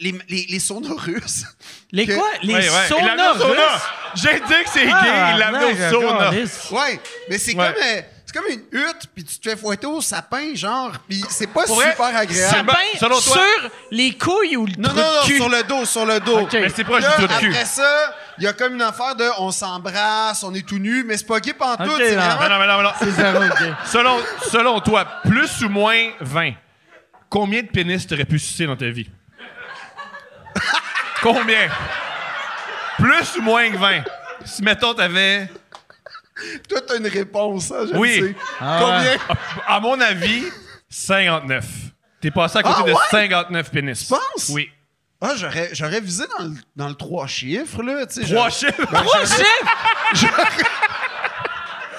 Speaker 5: les, les, les saunas russes.
Speaker 1: Les
Speaker 5: Que-
Speaker 1: quoi? Les
Speaker 6: Ouais, ouais. Il
Speaker 1: saunas
Speaker 6: l'a amené au sauna.
Speaker 1: russes?
Speaker 6: J'ai dit que c'est
Speaker 5: Ah,
Speaker 6: gay, il
Speaker 7: Ah,
Speaker 6: l'a amené au sauna.
Speaker 5: Ouais, mais c'est
Speaker 6: Ouais.
Speaker 5: comme... euh, c'est comme une hutte, puis tu te fais fouetter au sapin, genre, puis c'est pas
Speaker 6: Pour vrai,
Speaker 5: super agréable.
Speaker 1: Sapin
Speaker 6: Ben, selon toi-
Speaker 1: sur les couilles ou le
Speaker 5: Non,
Speaker 1: trou
Speaker 5: non,
Speaker 1: de
Speaker 5: non,
Speaker 1: cul?
Speaker 5: sur le dos, sur le dos.
Speaker 6: Mais c'est proche
Speaker 5: Là,
Speaker 6: du trou de cul.
Speaker 5: après ça, il y a comme une affaire de on s'embrasse, on est tout nu, mais c'est pas gay pantoute,
Speaker 7: Ok,
Speaker 5: c'est
Speaker 7: non.
Speaker 5: vraiment
Speaker 6: Non, non, mais non, mais non. selon, selon toi, plus ou moins 20, combien de pénis t'aurais pu sucer dans ta vie? combien? Plus ou moins que 20? Si, mettons, t'avais...
Speaker 5: toute une réponse, hein, je le
Speaker 6: Oui. Ah,
Speaker 5: sais. Combien?
Speaker 6: À mon avis, 59. T'es passé à côté
Speaker 5: Ah,
Speaker 6: de
Speaker 5: ouais?
Speaker 6: 59 pénis. Tu
Speaker 5: penses?
Speaker 6: Oui.
Speaker 5: Ah, j'aurais, j'aurais visé dans le, dans le trois chiffres, là, tu sais.
Speaker 6: Trois
Speaker 5: j'aurais-
Speaker 6: chiffres.
Speaker 1: Trois chiffres!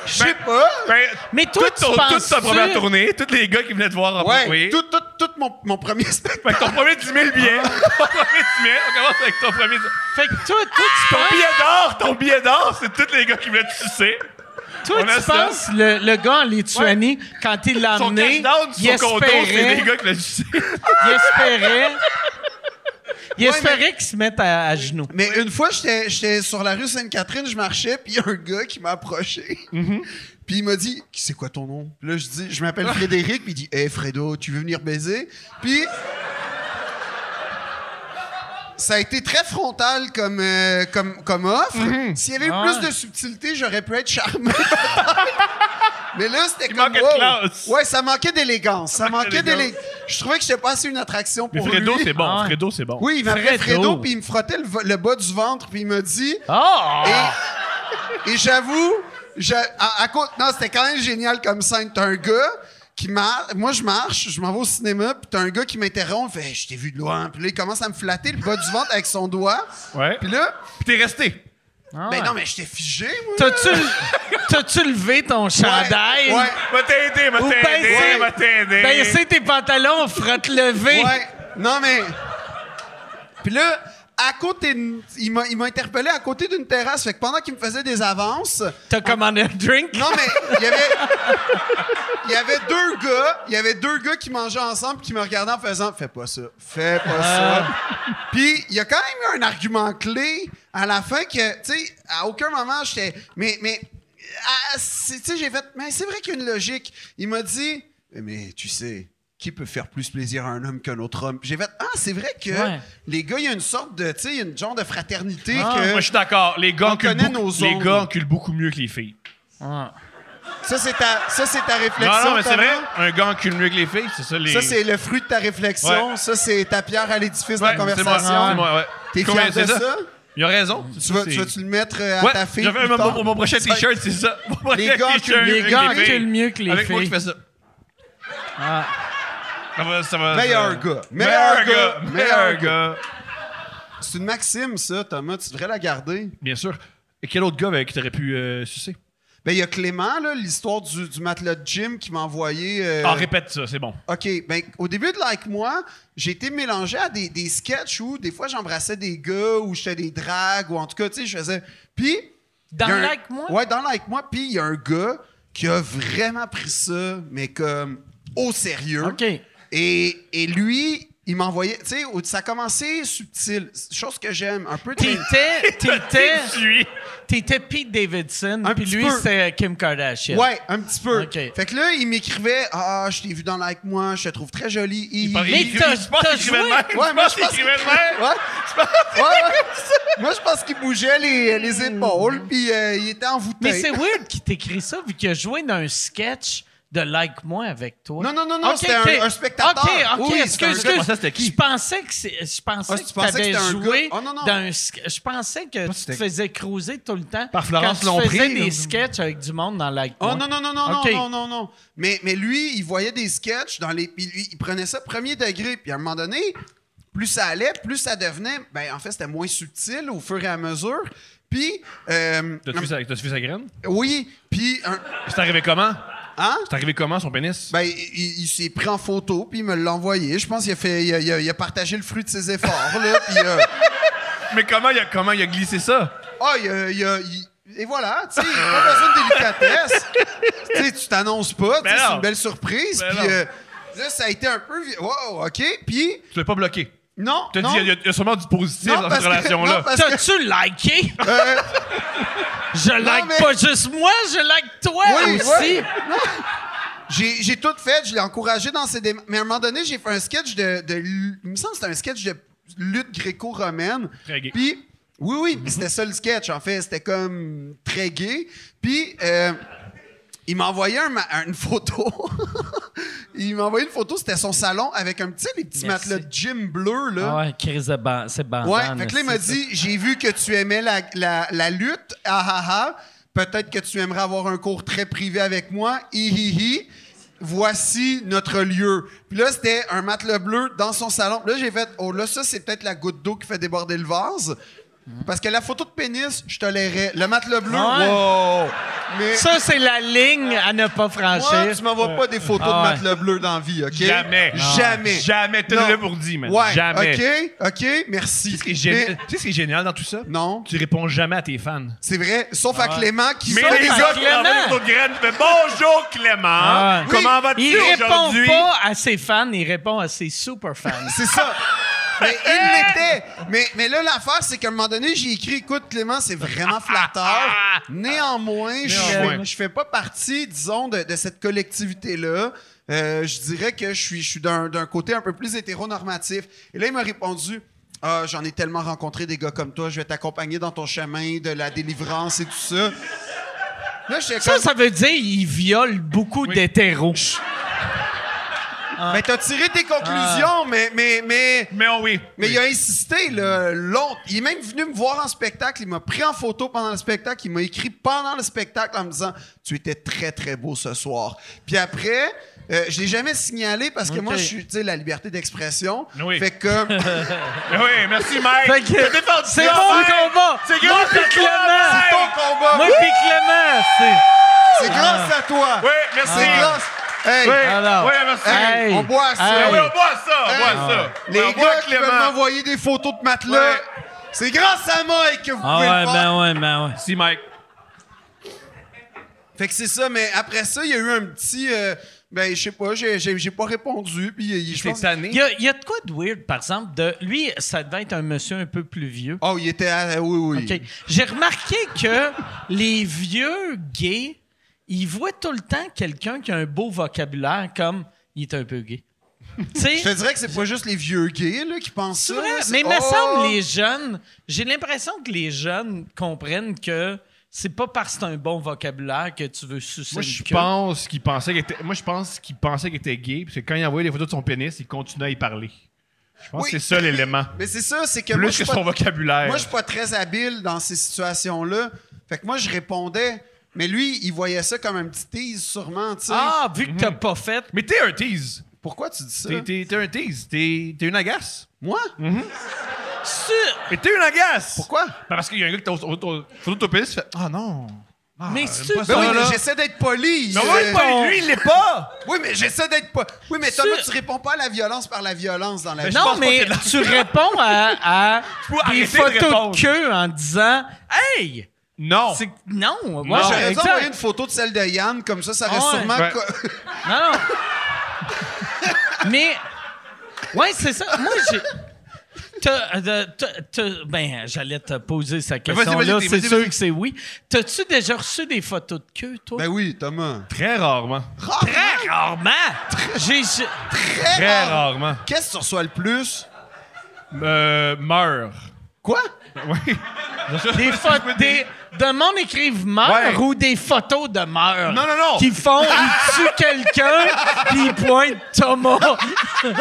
Speaker 5: Je sais pas.
Speaker 6: Ben,
Speaker 1: Mais toi,
Speaker 6: toute,
Speaker 1: tu
Speaker 6: ton- toute ta
Speaker 1: penses-tu-
Speaker 6: première tournée, tous les gars qui venaient te voir en
Speaker 5: Ouais,
Speaker 6: Ben, oui.
Speaker 5: tout, Ah. tout, tout mon, mon premier spectacle.
Speaker 6: Fait que ton premier 10 000 billets. ton premier 10 000, on commence avec ton premier 10 000.
Speaker 1: Fait que toi, toi, tu
Speaker 6: Ton
Speaker 1: penses-
Speaker 6: billet d'or, ton billet d'or, c'est tous les gars qui venaient te sucer.
Speaker 1: Toi,
Speaker 6: On a
Speaker 1: tu
Speaker 6: ça.
Speaker 1: penses, le, le gars en Lituanie, quand il l'a
Speaker 6: Son
Speaker 1: amené,
Speaker 6: cash-down,
Speaker 1: il
Speaker 6: son condo, c'est
Speaker 1: espérait,
Speaker 6: des gars qui l'ont sucé.
Speaker 1: il espérait, il
Speaker 5: Ouais,
Speaker 1: espérait qu'il se mette à, à genoux.
Speaker 5: Mais une fois, j'étais, j'étais sur la rue Sainte-Catherine, je marchais, puis il y a un gars qui m'a approché.
Speaker 6: Mm-hmm.
Speaker 5: Puis il m'a dit C'est quoi ton nom Puis Là, je dis Je m'appelle Frédéric. Puis il dit Hé, Fredo, tu veux venir baiser Puis. Ça a été très frontal comme, euh, comme, comme offre.
Speaker 6: Mm-hmm.
Speaker 5: S'il y avait eu
Speaker 6: Ah.
Speaker 5: plus de subtilité, j'aurais pu être charmant. Mais là, c'était
Speaker 6: Il
Speaker 5: comme.
Speaker 6: manquait de classe.
Speaker 5: Ouais, ça manquait d'élégance. Ça manquait
Speaker 6: d'élégance.
Speaker 5: d'élégance. Je trouvais que j'étais pas assez une attraction
Speaker 6: Mais
Speaker 5: pour
Speaker 6: Fredo,
Speaker 5: lui.
Speaker 6: c'est bon.
Speaker 1: Ah.
Speaker 6: Fredo, c'est bon.
Speaker 5: Oui, il m'appelait
Speaker 1: Fredo.
Speaker 5: Fredo, puis il me frottait le, vo- le bas du ventre, puis il me dit.
Speaker 6: Ah!
Speaker 1: Oh!
Speaker 5: Et, et j'avoue, je- à, à cause- non, c'était quand même génial comme scène. T'as un gars qui marche, moi je marche, je m'en vais au cinéma, puis t'as un gars qui m'interrompt, il fait, Hey, je t'ai vu de loin, puis là il commence à me flatter le bas du ventre avec son doigt,
Speaker 6: Ouais. Ah
Speaker 5: puis là,
Speaker 6: Puis t'es resté.
Speaker 5: ben non mais j'étais figé, moi.
Speaker 1: T'as-tu, t'as-tu levé ton chandail?
Speaker 5: Ouais, ouais.
Speaker 6: M'a t'aider, m'a
Speaker 1: Ou ben,
Speaker 6: t'aider,
Speaker 1: baisser-
Speaker 6: m'a t'aider.
Speaker 1: Baissez tes pantalons, frotte levé.
Speaker 5: Ouais. Non, mais. Puis là, à côté. de- Il m'a, il m'a interpellé à côté d'une terrasse. Fait que pendant qu'il me faisait des avances.
Speaker 1: T'as commandé un drink?
Speaker 5: Non, mais il y avait. Il y avait deux gars. Il y avait deux gars qui mangeaient ensemble qui me regardaient en faisant Fais pas ça. Fais pas ça. Puis il y a quand même eu un argument clé à la fin que, tu sais, à aucun moment j'étais. Mais, mais. ah, c'est- Tu sais, j'ai fait. Mais c'est vrai qu'il y a une logique. Il m'a dit Mais tu sais, qui peut faire plus plaisir à un homme qu'un autre homme? Puis J'ai fait Ah, c'est vrai que
Speaker 1: Ouais.
Speaker 5: les gars, il y a une sorte de. Tu sais, il y a une genre de fraternité que.
Speaker 6: Ah, Moi, je suis d'accord. Les gars
Speaker 5: On
Speaker 6: enculent
Speaker 5: connaît
Speaker 6: beaucoup-
Speaker 5: nos
Speaker 6: les
Speaker 5: ondes.
Speaker 6: gars enculent beaucoup mieux que les filles.
Speaker 5: Ça, c'est ta, ça, c'est ta réflexion.
Speaker 6: Non, non, mais c'est
Speaker 5: Thomas.
Speaker 6: vrai. Un gars encule mieux que les filles, c'est ça les.
Speaker 5: Ça, c'est le fruit de ta réflexion. Ça, c'est ta pierre à l'édifice de la
Speaker 6: Ouais, c'est moi, c'est
Speaker 5: conversation.
Speaker 6: moi, ouais.
Speaker 5: T'es
Speaker 6: Combien,
Speaker 5: fier de
Speaker 6: c'est
Speaker 5: ça?
Speaker 6: Il a raison.
Speaker 5: Tu vas-
Speaker 6: C'est-
Speaker 5: tu vas-tu le mettre euh, à
Speaker 6: Ouais,
Speaker 5: ta fille?
Speaker 6: j'avais un
Speaker 5: plus
Speaker 6: moment
Speaker 5: tard?
Speaker 6: pour mon prochain
Speaker 5: C'est-
Speaker 6: t-shirt, c'est ça. Mon prochain
Speaker 5: Les gars
Speaker 6: t-shirt,
Speaker 5: enculent-
Speaker 1: les
Speaker 6: avec
Speaker 1: gars
Speaker 6: filles.
Speaker 1: enculent mieux que les
Speaker 6: Avec moi qui
Speaker 1: filles.
Speaker 6: fais ça. Ça va, ça va. ça-
Speaker 5: Ah. Meilleur gars.
Speaker 6: Meilleur gars. Meilleur gars.
Speaker 5: C'est une maxime, ça, Thomas. Tu devrais la garder.
Speaker 6: Bien sûr. Et quel autre gars avec qui t'aurais pu euh, sucer?
Speaker 5: Ben, il y a Clément, là, l'histoire du, du matelas de gym qui m'a envoyé. euh,
Speaker 6: Ah, répète ça, c'est bon.
Speaker 5: OK. Ben, au début de Like Moi, j'ai été mélangé à des, des sketchs où des fois j'embrassais des gars ou j'étais des dragues ou en tout cas, tu sais, je faisais. Puis.
Speaker 1: Dans
Speaker 5: y a un-
Speaker 1: Like Moi?
Speaker 5: Ouais, dans Like Moi. Puis il y a un gars qui a vraiment pris ça, mais comme au sérieux.
Speaker 1: OK.
Speaker 5: Et, et lui, il m'envoyait. Tu sais, au- ça a commencé subtil. Chose que j'aime. Un peu de.
Speaker 1: T'étais, t'étais,
Speaker 6: Lui.
Speaker 1: t'étais Pete Davidson,
Speaker 5: Un
Speaker 1: puis
Speaker 5: petit
Speaker 1: lui,
Speaker 5: peu.
Speaker 1: c'était Kim Kardashian.
Speaker 5: Ouais, un petit peu.
Speaker 1: OK.
Speaker 5: Fait que là, il m'écrivait Ah, je t'ai vu dans Like Moi, je te trouve très jolie. Il-
Speaker 1: Mais
Speaker 6: Il-
Speaker 1: t'as-
Speaker 6: je pense
Speaker 1: t'as
Speaker 6: qu'il écrivait
Speaker 1: joué?
Speaker 6: de même. Je
Speaker 5: Ouais, moi,
Speaker 6: pense
Speaker 5: je
Speaker 6: qu'il
Speaker 5: pense
Speaker 6: écrivait de même.
Speaker 5: Ouais. Ouais, ouais. Moi, je pense qu'il bougeait les, les épaules, puis euh, il était envoûté.
Speaker 1: Mais c'est weird qu'il t'écrit ça, vu qu'il a joué dans un sketch de Like Moi avec toi.
Speaker 5: Non, non, non, non,
Speaker 1: Ok,
Speaker 5: c'était un-
Speaker 1: ok.
Speaker 5: un spectateur.
Speaker 1: OK, OK,
Speaker 5: Oui, c'était un
Speaker 1: excuse,
Speaker 5: gars.
Speaker 6: Je pensais que
Speaker 1: excuse.
Speaker 6: c'était qui?
Speaker 1: Je pensais que, c'est- je pensais
Speaker 5: Ah,
Speaker 1: que
Speaker 5: tu pensais que
Speaker 1: t'avais
Speaker 5: c'était un
Speaker 1: joué
Speaker 5: gars? Oh, non, non.
Speaker 1: dans un ske- Je pensais que tu te faisais cruiser tout le temps.
Speaker 6: Par Florence
Speaker 1: quand tu faisais
Speaker 6: Lompré, là.
Speaker 1: des sketchs avec du monde dans Like Moi.
Speaker 5: Oh non, non, non, non,
Speaker 1: Ok.
Speaker 5: non, non, non, non. Mais, mais lui, il voyait des sketchs dans les. puis lui, il prenait ça premier degré. Puis à un moment donné, plus ça allait, plus ça devenait. Ben, en fait, c'était moins subtil au fur et à mesure. Puis, euh,
Speaker 6: T'as-tu vu, sa- t'as-tu vu sa graine?
Speaker 5: oui, puis, un-
Speaker 6: C'est arrivé comment?
Speaker 5: hein?
Speaker 6: C'est arrivé comment, son pénis?
Speaker 5: Ben, il, il s'est pris en photo, puis il me l'a envoyé. Je pense qu'il a, fait, il a, il a- il a partagé le fruit de ses efforts, là, puis... euh,
Speaker 6: Ben, Mais comment il a, comment il a glissé ça?
Speaker 5: Ah, il y a- il y a- il- Et voilà, tu sais, pas besoin de délicatesse. tu sais, tu t'annonces pas, tu sais,
Speaker 6: Ben
Speaker 5: c'est
Speaker 6: non.
Speaker 5: une belle surprise.
Speaker 6: Ben
Speaker 5: Puis
Speaker 6: non.
Speaker 5: euh, là, ça a été un peu. vi- Wow, OK. Puis,
Speaker 6: Tu l'as pas bloqué.
Speaker 5: non.
Speaker 6: T'as dit,
Speaker 5: non,
Speaker 6: il y a- il y, a sûrement du positif
Speaker 5: non,
Speaker 6: dans
Speaker 5: parce
Speaker 6: cette
Speaker 5: que-
Speaker 6: relation-là.
Speaker 5: non, parce que-
Speaker 1: T'as-tu liké?
Speaker 5: euh,
Speaker 1: Je like
Speaker 5: mais-
Speaker 1: pas juste moi, je like toi
Speaker 5: Oui,
Speaker 1: aussi.
Speaker 5: oui. J'ai j'ai tout fait, je l'ai encouragé dans ses démarches. Mais à un moment donné, j'ai fait un sketch de. de l- il me semble que c'était un sketch de lutte gréco-romaine.
Speaker 6: Très gay.
Speaker 5: Puis, oui, oui, c'était ça le sketch, en fait. C'était comme très gay. Puis, euh, il m'a envoyé un ma- une photo. il m'a envoyé une photo, c'était son salon avec un petit, les petits
Speaker 1: Merci.
Speaker 5: matelas de gym bleu, là.
Speaker 1: Ah ouais, Chris, de ban- c'est bandant.
Speaker 5: Ouais, fait que là, il m'a dit J'ai vu que tu aimais la, la- la lutte, ah ah ah. Peut-être que tu aimerais avoir un cours très privé avec moi, hi hi hi. Voici notre lieu. Puis là, c'était un matelas bleu dans son salon. Là, j'ai fait Oh là, ça, c'est peut-être la goutte d'eau qui fait déborder le vase.
Speaker 6: Mhm.
Speaker 5: Parce que la photo de pénis, je tolérais. Le matelas bleu,
Speaker 1: Ouais.
Speaker 5: wow. Mais
Speaker 1: Ça, c'est la ligne à ne pas
Speaker 5: moi,
Speaker 1: franchir.
Speaker 5: tu m'envoies pas des photos
Speaker 1: Ah ouais.
Speaker 5: de matelas bleu dans la vie, OK?
Speaker 6: Jamais.
Speaker 5: Jamais.
Speaker 6: Jamais. T'es
Speaker 5: Non.
Speaker 6: là pour dire, man.
Speaker 5: Ouais,
Speaker 6: Jamais.
Speaker 5: OK, OK, merci.
Speaker 6: Tu sais ce qui est
Speaker 5: Mais-
Speaker 6: génial- tu sais ce qui est génial dans tout ça?
Speaker 5: Non.
Speaker 6: Tu réponds jamais à tes fans.
Speaker 5: C'est vrai, sauf à Clément qui
Speaker 6: Mais
Speaker 5: saute
Speaker 6: les
Speaker 5: à-
Speaker 6: gars qui
Speaker 1: Clément.
Speaker 6: envoient nos graines, tu fais bonjour Clément,
Speaker 1: Ah.
Speaker 6: comment vas-tu
Speaker 1: Il répond
Speaker 6: aujourd'hui?
Speaker 1: pas à ses fans, il répond à ses super fans.
Speaker 5: C'est ça. Mais il l'était. Mais, mais là, l'affaire, c'est qu'à un moment donné, j'ai écrit Écoute, Clément, c'est vraiment flatteur. Néanmoins, je
Speaker 6: Néanmoins.
Speaker 5: fais- je fais pas partie, disons, de, de cette collectivité-là. Euh, je dirais que je suis, je suis d'un, d'un côté un peu plus hétéronormatif. Et là, il m'a répondu Ah, J'en ai tellement rencontré des gars comme toi, je vais t'accompagner dans ton chemin de la délivrance et tout ça. Là, j'étais
Speaker 1: ça,
Speaker 5: comme
Speaker 1: ça veut dire il viole beaucoup d'hétéros.
Speaker 5: Mais t'as tiré tes conclusions, mais, mais, mais,
Speaker 6: Mais oh oui.
Speaker 5: Mais
Speaker 6: Oui.
Speaker 5: il a insisté, là, longtemps. Il est même venu me voir en spectacle. Il m'a pris en photo pendant le spectacle. Il m'a écrit pendant le spectacle en me disant Tu étais très, très beau ce soir. Puis après, euh, je l'ai jamais signalé parce que moi, je suis, tu sais, la liberté d'expression.
Speaker 6: Oui.
Speaker 5: Fait que.
Speaker 6: Mais oui, merci Mike.
Speaker 1: Fait que-
Speaker 6: T'as défendu
Speaker 1: C'est
Speaker 6: ta
Speaker 1: mon
Speaker 6: mère.
Speaker 1: combat!
Speaker 6: C'est
Speaker 1: Moi
Speaker 6: grâce
Speaker 1: pis
Speaker 6: à toi,
Speaker 1: Clément!
Speaker 5: c'est ton combat.
Speaker 1: Moi pis Clément! c'est-
Speaker 5: C'est grâce à toi.
Speaker 6: Ah. Oui, merci.
Speaker 5: C'est grâce. Hey,
Speaker 6: Oui,
Speaker 1: Alors.
Speaker 6: oui, merci.
Speaker 5: hey,
Speaker 1: Hey.
Speaker 5: on boit ça.
Speaker 6: Ah oui, on boit ça, on
Speaker 5: Hey.
Speaker 6: boit
Speaker 5: Ah.
Speaker 6: ça.
Speaker 5: Les
Speaker 6: Ouais, on boit
Speaker 5: gars qui veulent
Speaker 6: Clément.
Speaker 5: m'envoyer des photos de matelas,
Speaker 6: Ouais.
Speaker 5: c'est grâce à Mike que vous
Speaker 6: Ah
Speaker 5: pouvez le faire.
Speaker 1: Ah ouais, ben ouais.
Speaker 6: Si Mike.
Speaker 5: Fait que c'est ça, mais après ça, il y a eu un petit. euh, ben, je sais pas, j'ai, j'ai, j'ai pas répondu. Puis il- je
Speaker 6: T'es
Speaker 5: pense.
Speaker 6: tanné.
Speaker 1: Il y, a, il y a de quoi de weird, par exemple, de. Lui, ça devait être un monsieur un peu plus vieux.
Speaker 5: Oh, il était. à- oui, oui.
Speaker 1: OK. J'ai remarqué que les vieux gays, ils voient tout le temps quelqu'un qui a un beau vocabulaire comme il est un peu gay. tu sais,
Speaker 5: Je te dirais que c'est pas juste les vieux gays là, qui pensent
Speaker 1: c'est
Speaker 5: ça.
Speaker 1: vrai,
Speaker 5: là, c'est-
Speaker 1: mais il me
Speaker 5: Oh!
Speaker 1: semble les jeunes, j'ai l'impression que les jeunes comprennent que c'est pas parce que t'as un bon vocabulaire que tu veux sucer
Speaker 6: Moi,
Speaker 1: une
Speaker 6: je
Speaker 1: queue.
Speaker 6: pense qu'il pensait qu'il était... Moi, je pense qu'il pensait qu'il était gay, parce que quand il envoyait des photos de son pénis, il continuait à y parler. Je pense
Speaker 5: Oui.
Speaker 6: que c'est ça l'élément.
Speaker 5: Mais c'est ça, c'est que.
Speaker 6: Plus
Speaker 5: moi, je
Speaker 6: que
Speaker 5: suis
Speaker 6: son
Speaker 5: pas,
Speaker 6: vocabulaire.
Speaker 5: moi, je suis pas très habile dans ces situations-là. Fait que moi, je répondais. Mais lui, il voyait ça comme un petit tease, sûrement, tu sais.
Speaker 1: Ah, vu que t'as pas fait,
Speaker 6: Mais t'es un tease.
Speaker 5: Pourquoi tu dis ça?
Speaker 6: T'es- T'es t'es un tease. T'es t'es une agace.
Speaker 5: Moi?
Speaker 1: tu-
Speaker 6: Mais t'es une agace.
Speaker 5: Pourquoi?
Speaker 6: Ben, parce qu'il y a un gars qui t'a autour de ton pénis, fait Ah non.
Speaker 1: mais c'est
Speaker 5: Ben oui, mais j'essaie d'être poli.
Speaker 6: Non,
Speaker 5: Euh,
Speaker 6: oui, pas lui, il l'est pas.
Speaker 5: Oui, mais j'essaie d'être poli. Oui, mais
Speaker 1: Sur-
Speaker 5: Thomas, tu réponds pas à la violence par la violence dans la vie.
Speaker 1: Non, mais tu réponds à, à
Speaker 6: peux
Speaker 1: des
Speaker 6: arrêter de répondre.
Speaker 1: photos de queue en disant Hey!
Speaker 6: Non.
Speaker 1: C'est- Non,
Speaker 5: Moi,
Speaker 1: wow,
Speaker 5: j'aurais dû
Speaker 1: Ah, exact.
Speaker 5: envoyer une photo de celle de Yann, comme ça, ça aurait
Speaker 1: Ouais.
Speaker 5: sûrement.
Speaker 6: Ouais.
Speaker 5: co-
Speaker 1: Non, non. Ah Mais. Ouais, c'est ça. Moi, j'ai. T'as- euh, t'as- t'as- ben, j'allais te poser cette
Speaker 6: Ben, vas-y, vas-y,
Speaker 1: question-là.
Speaker 6: vas-y,
Speaker 1: C'est
Speaker 6: vas-y,
Speaker 1: sûr
Speaker 6: vas-y.
Speaker 1: que c'est oui. T'as-tu déjà reçu des photos de queue, toi?
Speaker 5: Ben oui, Thomas. Ah,
Speaker 6: Très rarement.
Speaker 1: Très rarement. J'ai. j'ai-
Speaker 5: Très,
Speaker 6: Très
Speaker 5: rare.
Speaker 6: rarement.
Speaker 5: Qu'est-ce que tu reçois le plus?
Speaker 6: Euh, meurt.
Speaker 5: Quoi?
Speaker 6: Oui.
Speaker 1: Des photos. Des, de monde écrive meurt
Speaker 6: Ouais.
Speaker 1: ou des photos de meurt.
Speaker 6: Non, non, non.
Speaker 1: Qui font, ils tuent quelqu'un, puis ils pointent Thomas. Puis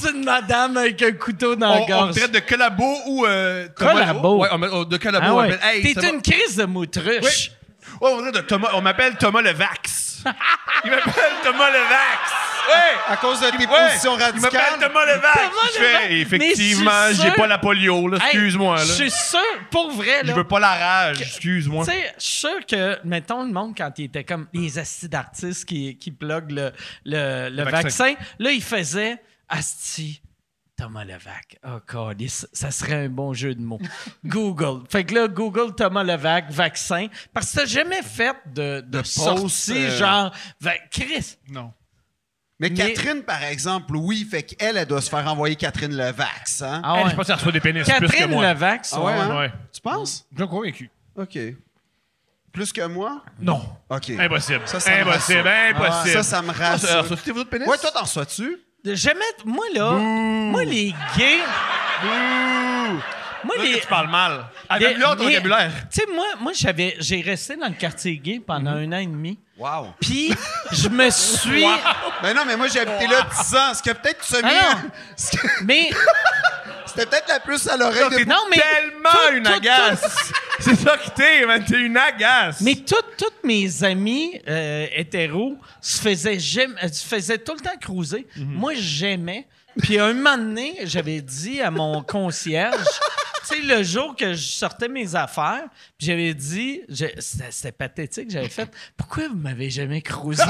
Speaker 1: c'est une madame avec un couteau dans
Speaker 6: On,
Speaker 1: la
Speaker 6: on
Speaker 1: gorge.
Speaker 6: me traite de collabo ou. Euh, Thomas-
Speaker 1: Collabo?
Speaker 6: Ouais, on me- oh, de collabo.
Speaker 1: Ah
Speaker 6: on
Speaker 1: ouais.
Speaker 6: m'appelle. Hey,
Speaker 1: T'es
Speaker 6: ça va-
Speaker 1: une crise de moutruche.
Speaker 6: Ouais, on me traite de Thomas. On m'appelle Thomas le Vax. Il m'appelle Thomas le Vax.
Speaker 5: à cause de tes
Speaker 6: Ouais,
Speaker 5: positions
Speaker 6: il m'appelle
Speaker 5: radicales.
Speaker 6: Thomas Levac.
Speaker 1: Thomas
Speaker 6: Je fais,
Speaker 1: Levac. Mais
Speaker 6: effectivement,
Speaker 1: je suis
Speaker 6: j'ai
Speaker 1: sûr-
Speaker 6: pas la polio, là,
Speaker 1: Hey,
Speaker 6: excuse-moi. là.
Speaker 1: Je suis sûr, pour vrai,
Speaker 6: Je
Speaker 1: là.
Speaker 6: veux pas la rage, excuse-moi.
Speaker 1: Tu sais, je suis sûr que, mettons, le monde, quand il était comme les astis d'artistes qui, qui pluguent le, le, le
Speaker 6: Vaccin.
Speaker 1: vaccin. là, il faisait Asti. Thomas Levac. Oh, calice, ça serait un bon jeu de mots. Google. Fait que là, Google Thomas Levac, vaccin. Parce que t'as jamais fait de, de, sortie,
Speaker 5: euh,
Speaker 1: genre, va- Chris.
Speaker 5: Mais
Speaker 1: Mais-
Speaker 5: Catherine, par exemple, oui, fait qu'elle, elle doit se faire envoyer Catherine Levax, hein?
Speaker 1: Ah
Speaker 6: Hey,
Speaker 1: ouais.
Speaker 6: Je pense qu'elle reçoit des pénis plus que
Speaker 1: Catherine
Speaker 6: moi.
Speaker 1: Levac, ça,
Speaker 5: Ah ouais, hein?
Speaker 6: Ouais.
Speaker 5: Tu penses?
Speaker 6: Je suis convaincu.
Speaker 5: OK. Plus que moi?
Speaker 6: Non.
Speaker 5: OK.
Speaker 6: Impossible.
Speaker 5: Ça, ça me
Speaker 6: impossible. Impossible.
Speaker 5: Ça, ça me rassure.
Speaker 6: Ah, ça, c'était votre pénis?
Speaker 5: Ouais, toi, t'en sois-tu?
Speaker 1: Jamais, moi, là, moi, les gays, moi,
Speaker 6: Là,
Speaker 1: les,
Speaker 6: que tu parles mal. Avec
Speaker 1: Les-
Speaker 6: l'autre
Speaker 1: les-
Speaker 6: vocabulaire.
Speaker 1: Tu sais, moi, moi j'avais, j'ai resté dans le quartier gay pendant un an et demi.
Speaker 5: Wow.
Speaker 1: Puis, je me suis.
Speaker 5: Ben non, mais moi, j'ai habité là 10 ans. Ce que peut-être tu as mis...
Speaker 1: Ah non.
Speaker 5: ce que-
Speaker 1: Mais,
Speaker 5: C'était peut-être la plus à l'oreille de...
Speaker 1: non, mais.
Speaker 6: Tellement
Speaker 1: tout-
Speaker 6: une
Speaker 1: tout-
Speaker 6: agace. C'est ça que t'es, man. T'es une agace.
Speaker 1: Mais toutes toutes mes amis euh, hétéros se faisaient, jamais- euh, se faisaient tout le temps cruiser. Moi, j'aimais. Puis un moment donné, j'avais dit à mon concierge, tu sais, le jour que je sortais mes affaires, puis j'avais dit, j'ai- c'était c'était pathétique, j'avais fait, pourquoi vous m'avez jamais cruisé?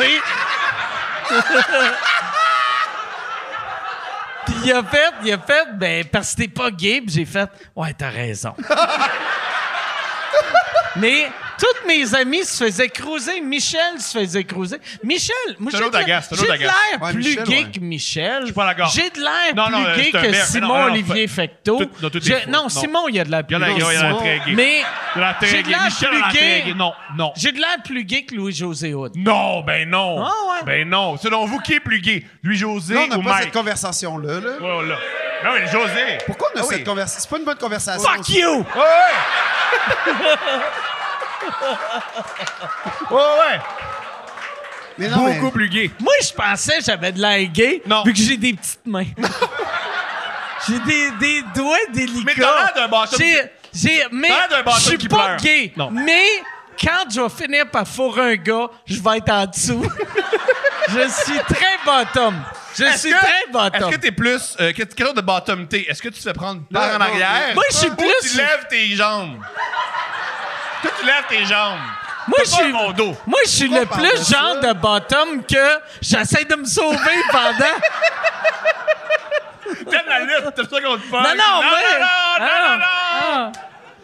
Speaker 1: Puis il a fait, il a fait, ben, parce que t'es pas gay, Puis j'ai fait, ouais, t'as raison. Mais toutes mes amies se faisaient cruiser. Michel se faisait cruiser. Michel, moi,
Speaker 6: C'est
Speaker 1: j'ai
Speaker 6: un autre
Speaker 1: de la-
Speaker 6: agace, c'est un
Speaker 1: j'ai de
Speaker 6: autre agace.
Speaker 1: l'air
Speaker 5: Ouais,
Speaker 1: plus
Speaker 5: Michel,
Speaker 1: gay
Speaker 5: ouais.
Speaker 1: que Michel. Je suis
Speaker 6: pas d'accord.
Speaker 1: J'ai de l'air
Speaker 6: Non,
Speaker 1: plus
Speaker 6: non,
Speaker 1: gay
Speaker 6: c'est un
Speaker 1: que
Speaker 6: merde. Non,
Speaker 1: Simon
Speaker 6: non,
Speaker 1: Olivier Fecteau.
Speaker 6: tout- non, tout est
Speaker 1: Je-
Speaker 6: faux.
Speaker 1: non,
Speaker 6: Non.
Speaker 1: Simon, il y a de l'air
Speaker 6: Il y
Speaker 1: plus
Speaker 6: en a, il y en a, il y en a très gay.
Speaker 1: Mais
Speaker 6: Il y en a très
Speaker 1: j'ai de
Speaker 6: gay.
Speaker 1: l'air
Speaker 6: Michel,
Speaker 1: plus
Speaker 6: il y en a très
Speaker 1: gay.
Speaker 6: gay. Non, non.
Speaker 1: j'ai de l'air plus gay que Louis-José Hood.
Speaker 6: Non, ben non.
Speaker 1: Ah ouais?
Speaker 6: Ben non. Selon vous, qui est plus gay? Lui, José
Speaker 5: Non, on n'a
Speaker 6: ou
Speaker 5: pas
Speaker 6: Mike? Oh,
Speaker 5: cette conversation-là, là.
Speaker 6: Ouais, on l'a. Non, mais José.
Speaker 5: Pourquoi on a
Speaker 6: Ah oui.
Speaker 5: cette conversation? C'est pas une bonne conversation.
Speaker 1: Fuck you!
Speaker 6: Ouais, ouais. ouais, ouais.
Speaker 5: Mais non, mais-
Speaker 6: Beaucoup plus gay.
Speaker 1: Moi, je pensais que j'avais de l'air gay,
Speaker 6: Non.
Speaker 1: vu que j'ai des petites mains. j'ai des, des doigts délicats.
Speaker 6: Mais t'as l'air d'un bâton
Speaker 1: J'ai-
Speaker 6: qui-
Speaker 1: j'ai- mais
Speaker 6: T'as l'air d'un bâton
Speaker 1: je suis
Speaker 6: qui
Speaker 1: pas
Speaker 6: pleure.
Speaker 1: gay.
Speaker 6: Non.
Speaker 1: Mais quand je vais finir par fourrer un gars, je vais être en dessous. je suis très bottom. Je
Speaker 6: Est-ce
Speaker 1: suis
Speaker 6: que-
Speaker 1: très bottom.
Speaker 6: Est-ce que t'es plus. Euh, que- quel genre de bottom t'es? Est-ce que tu te fais prendre
Speaker 5: Non,
Speaker 6: par en
Speaker 5: non,
Speaker 6: arrière?
Speaker 1: Moi, je suis
Speaker 6: Ou
Speaker 1: plus-
Speaker 6: Tu lèves tes jambes. Toi, tu lèves tes jambes.
Speaker 1: Moi,
Speaker 6: T'as
Speaker 1: je
Speaker 6: pas
Speaker 1: suis-
Speaker 6: mon dos.
Speaker 1: Moi, je suis le
Speaker 5: parle
Speaker 1: plus
Speaker 5: de
Speaker 1: genre de bottom que j'essaie de me sauver pendant.
Speaker 6: T'aimes la lutte, t'aimes ça qu'on te parle.
Speaker 1: non, non,
Speaker 6: non,
Speaker 1: mais-
Speaker 6: non, non, non, non.
Speaker 1: Ah.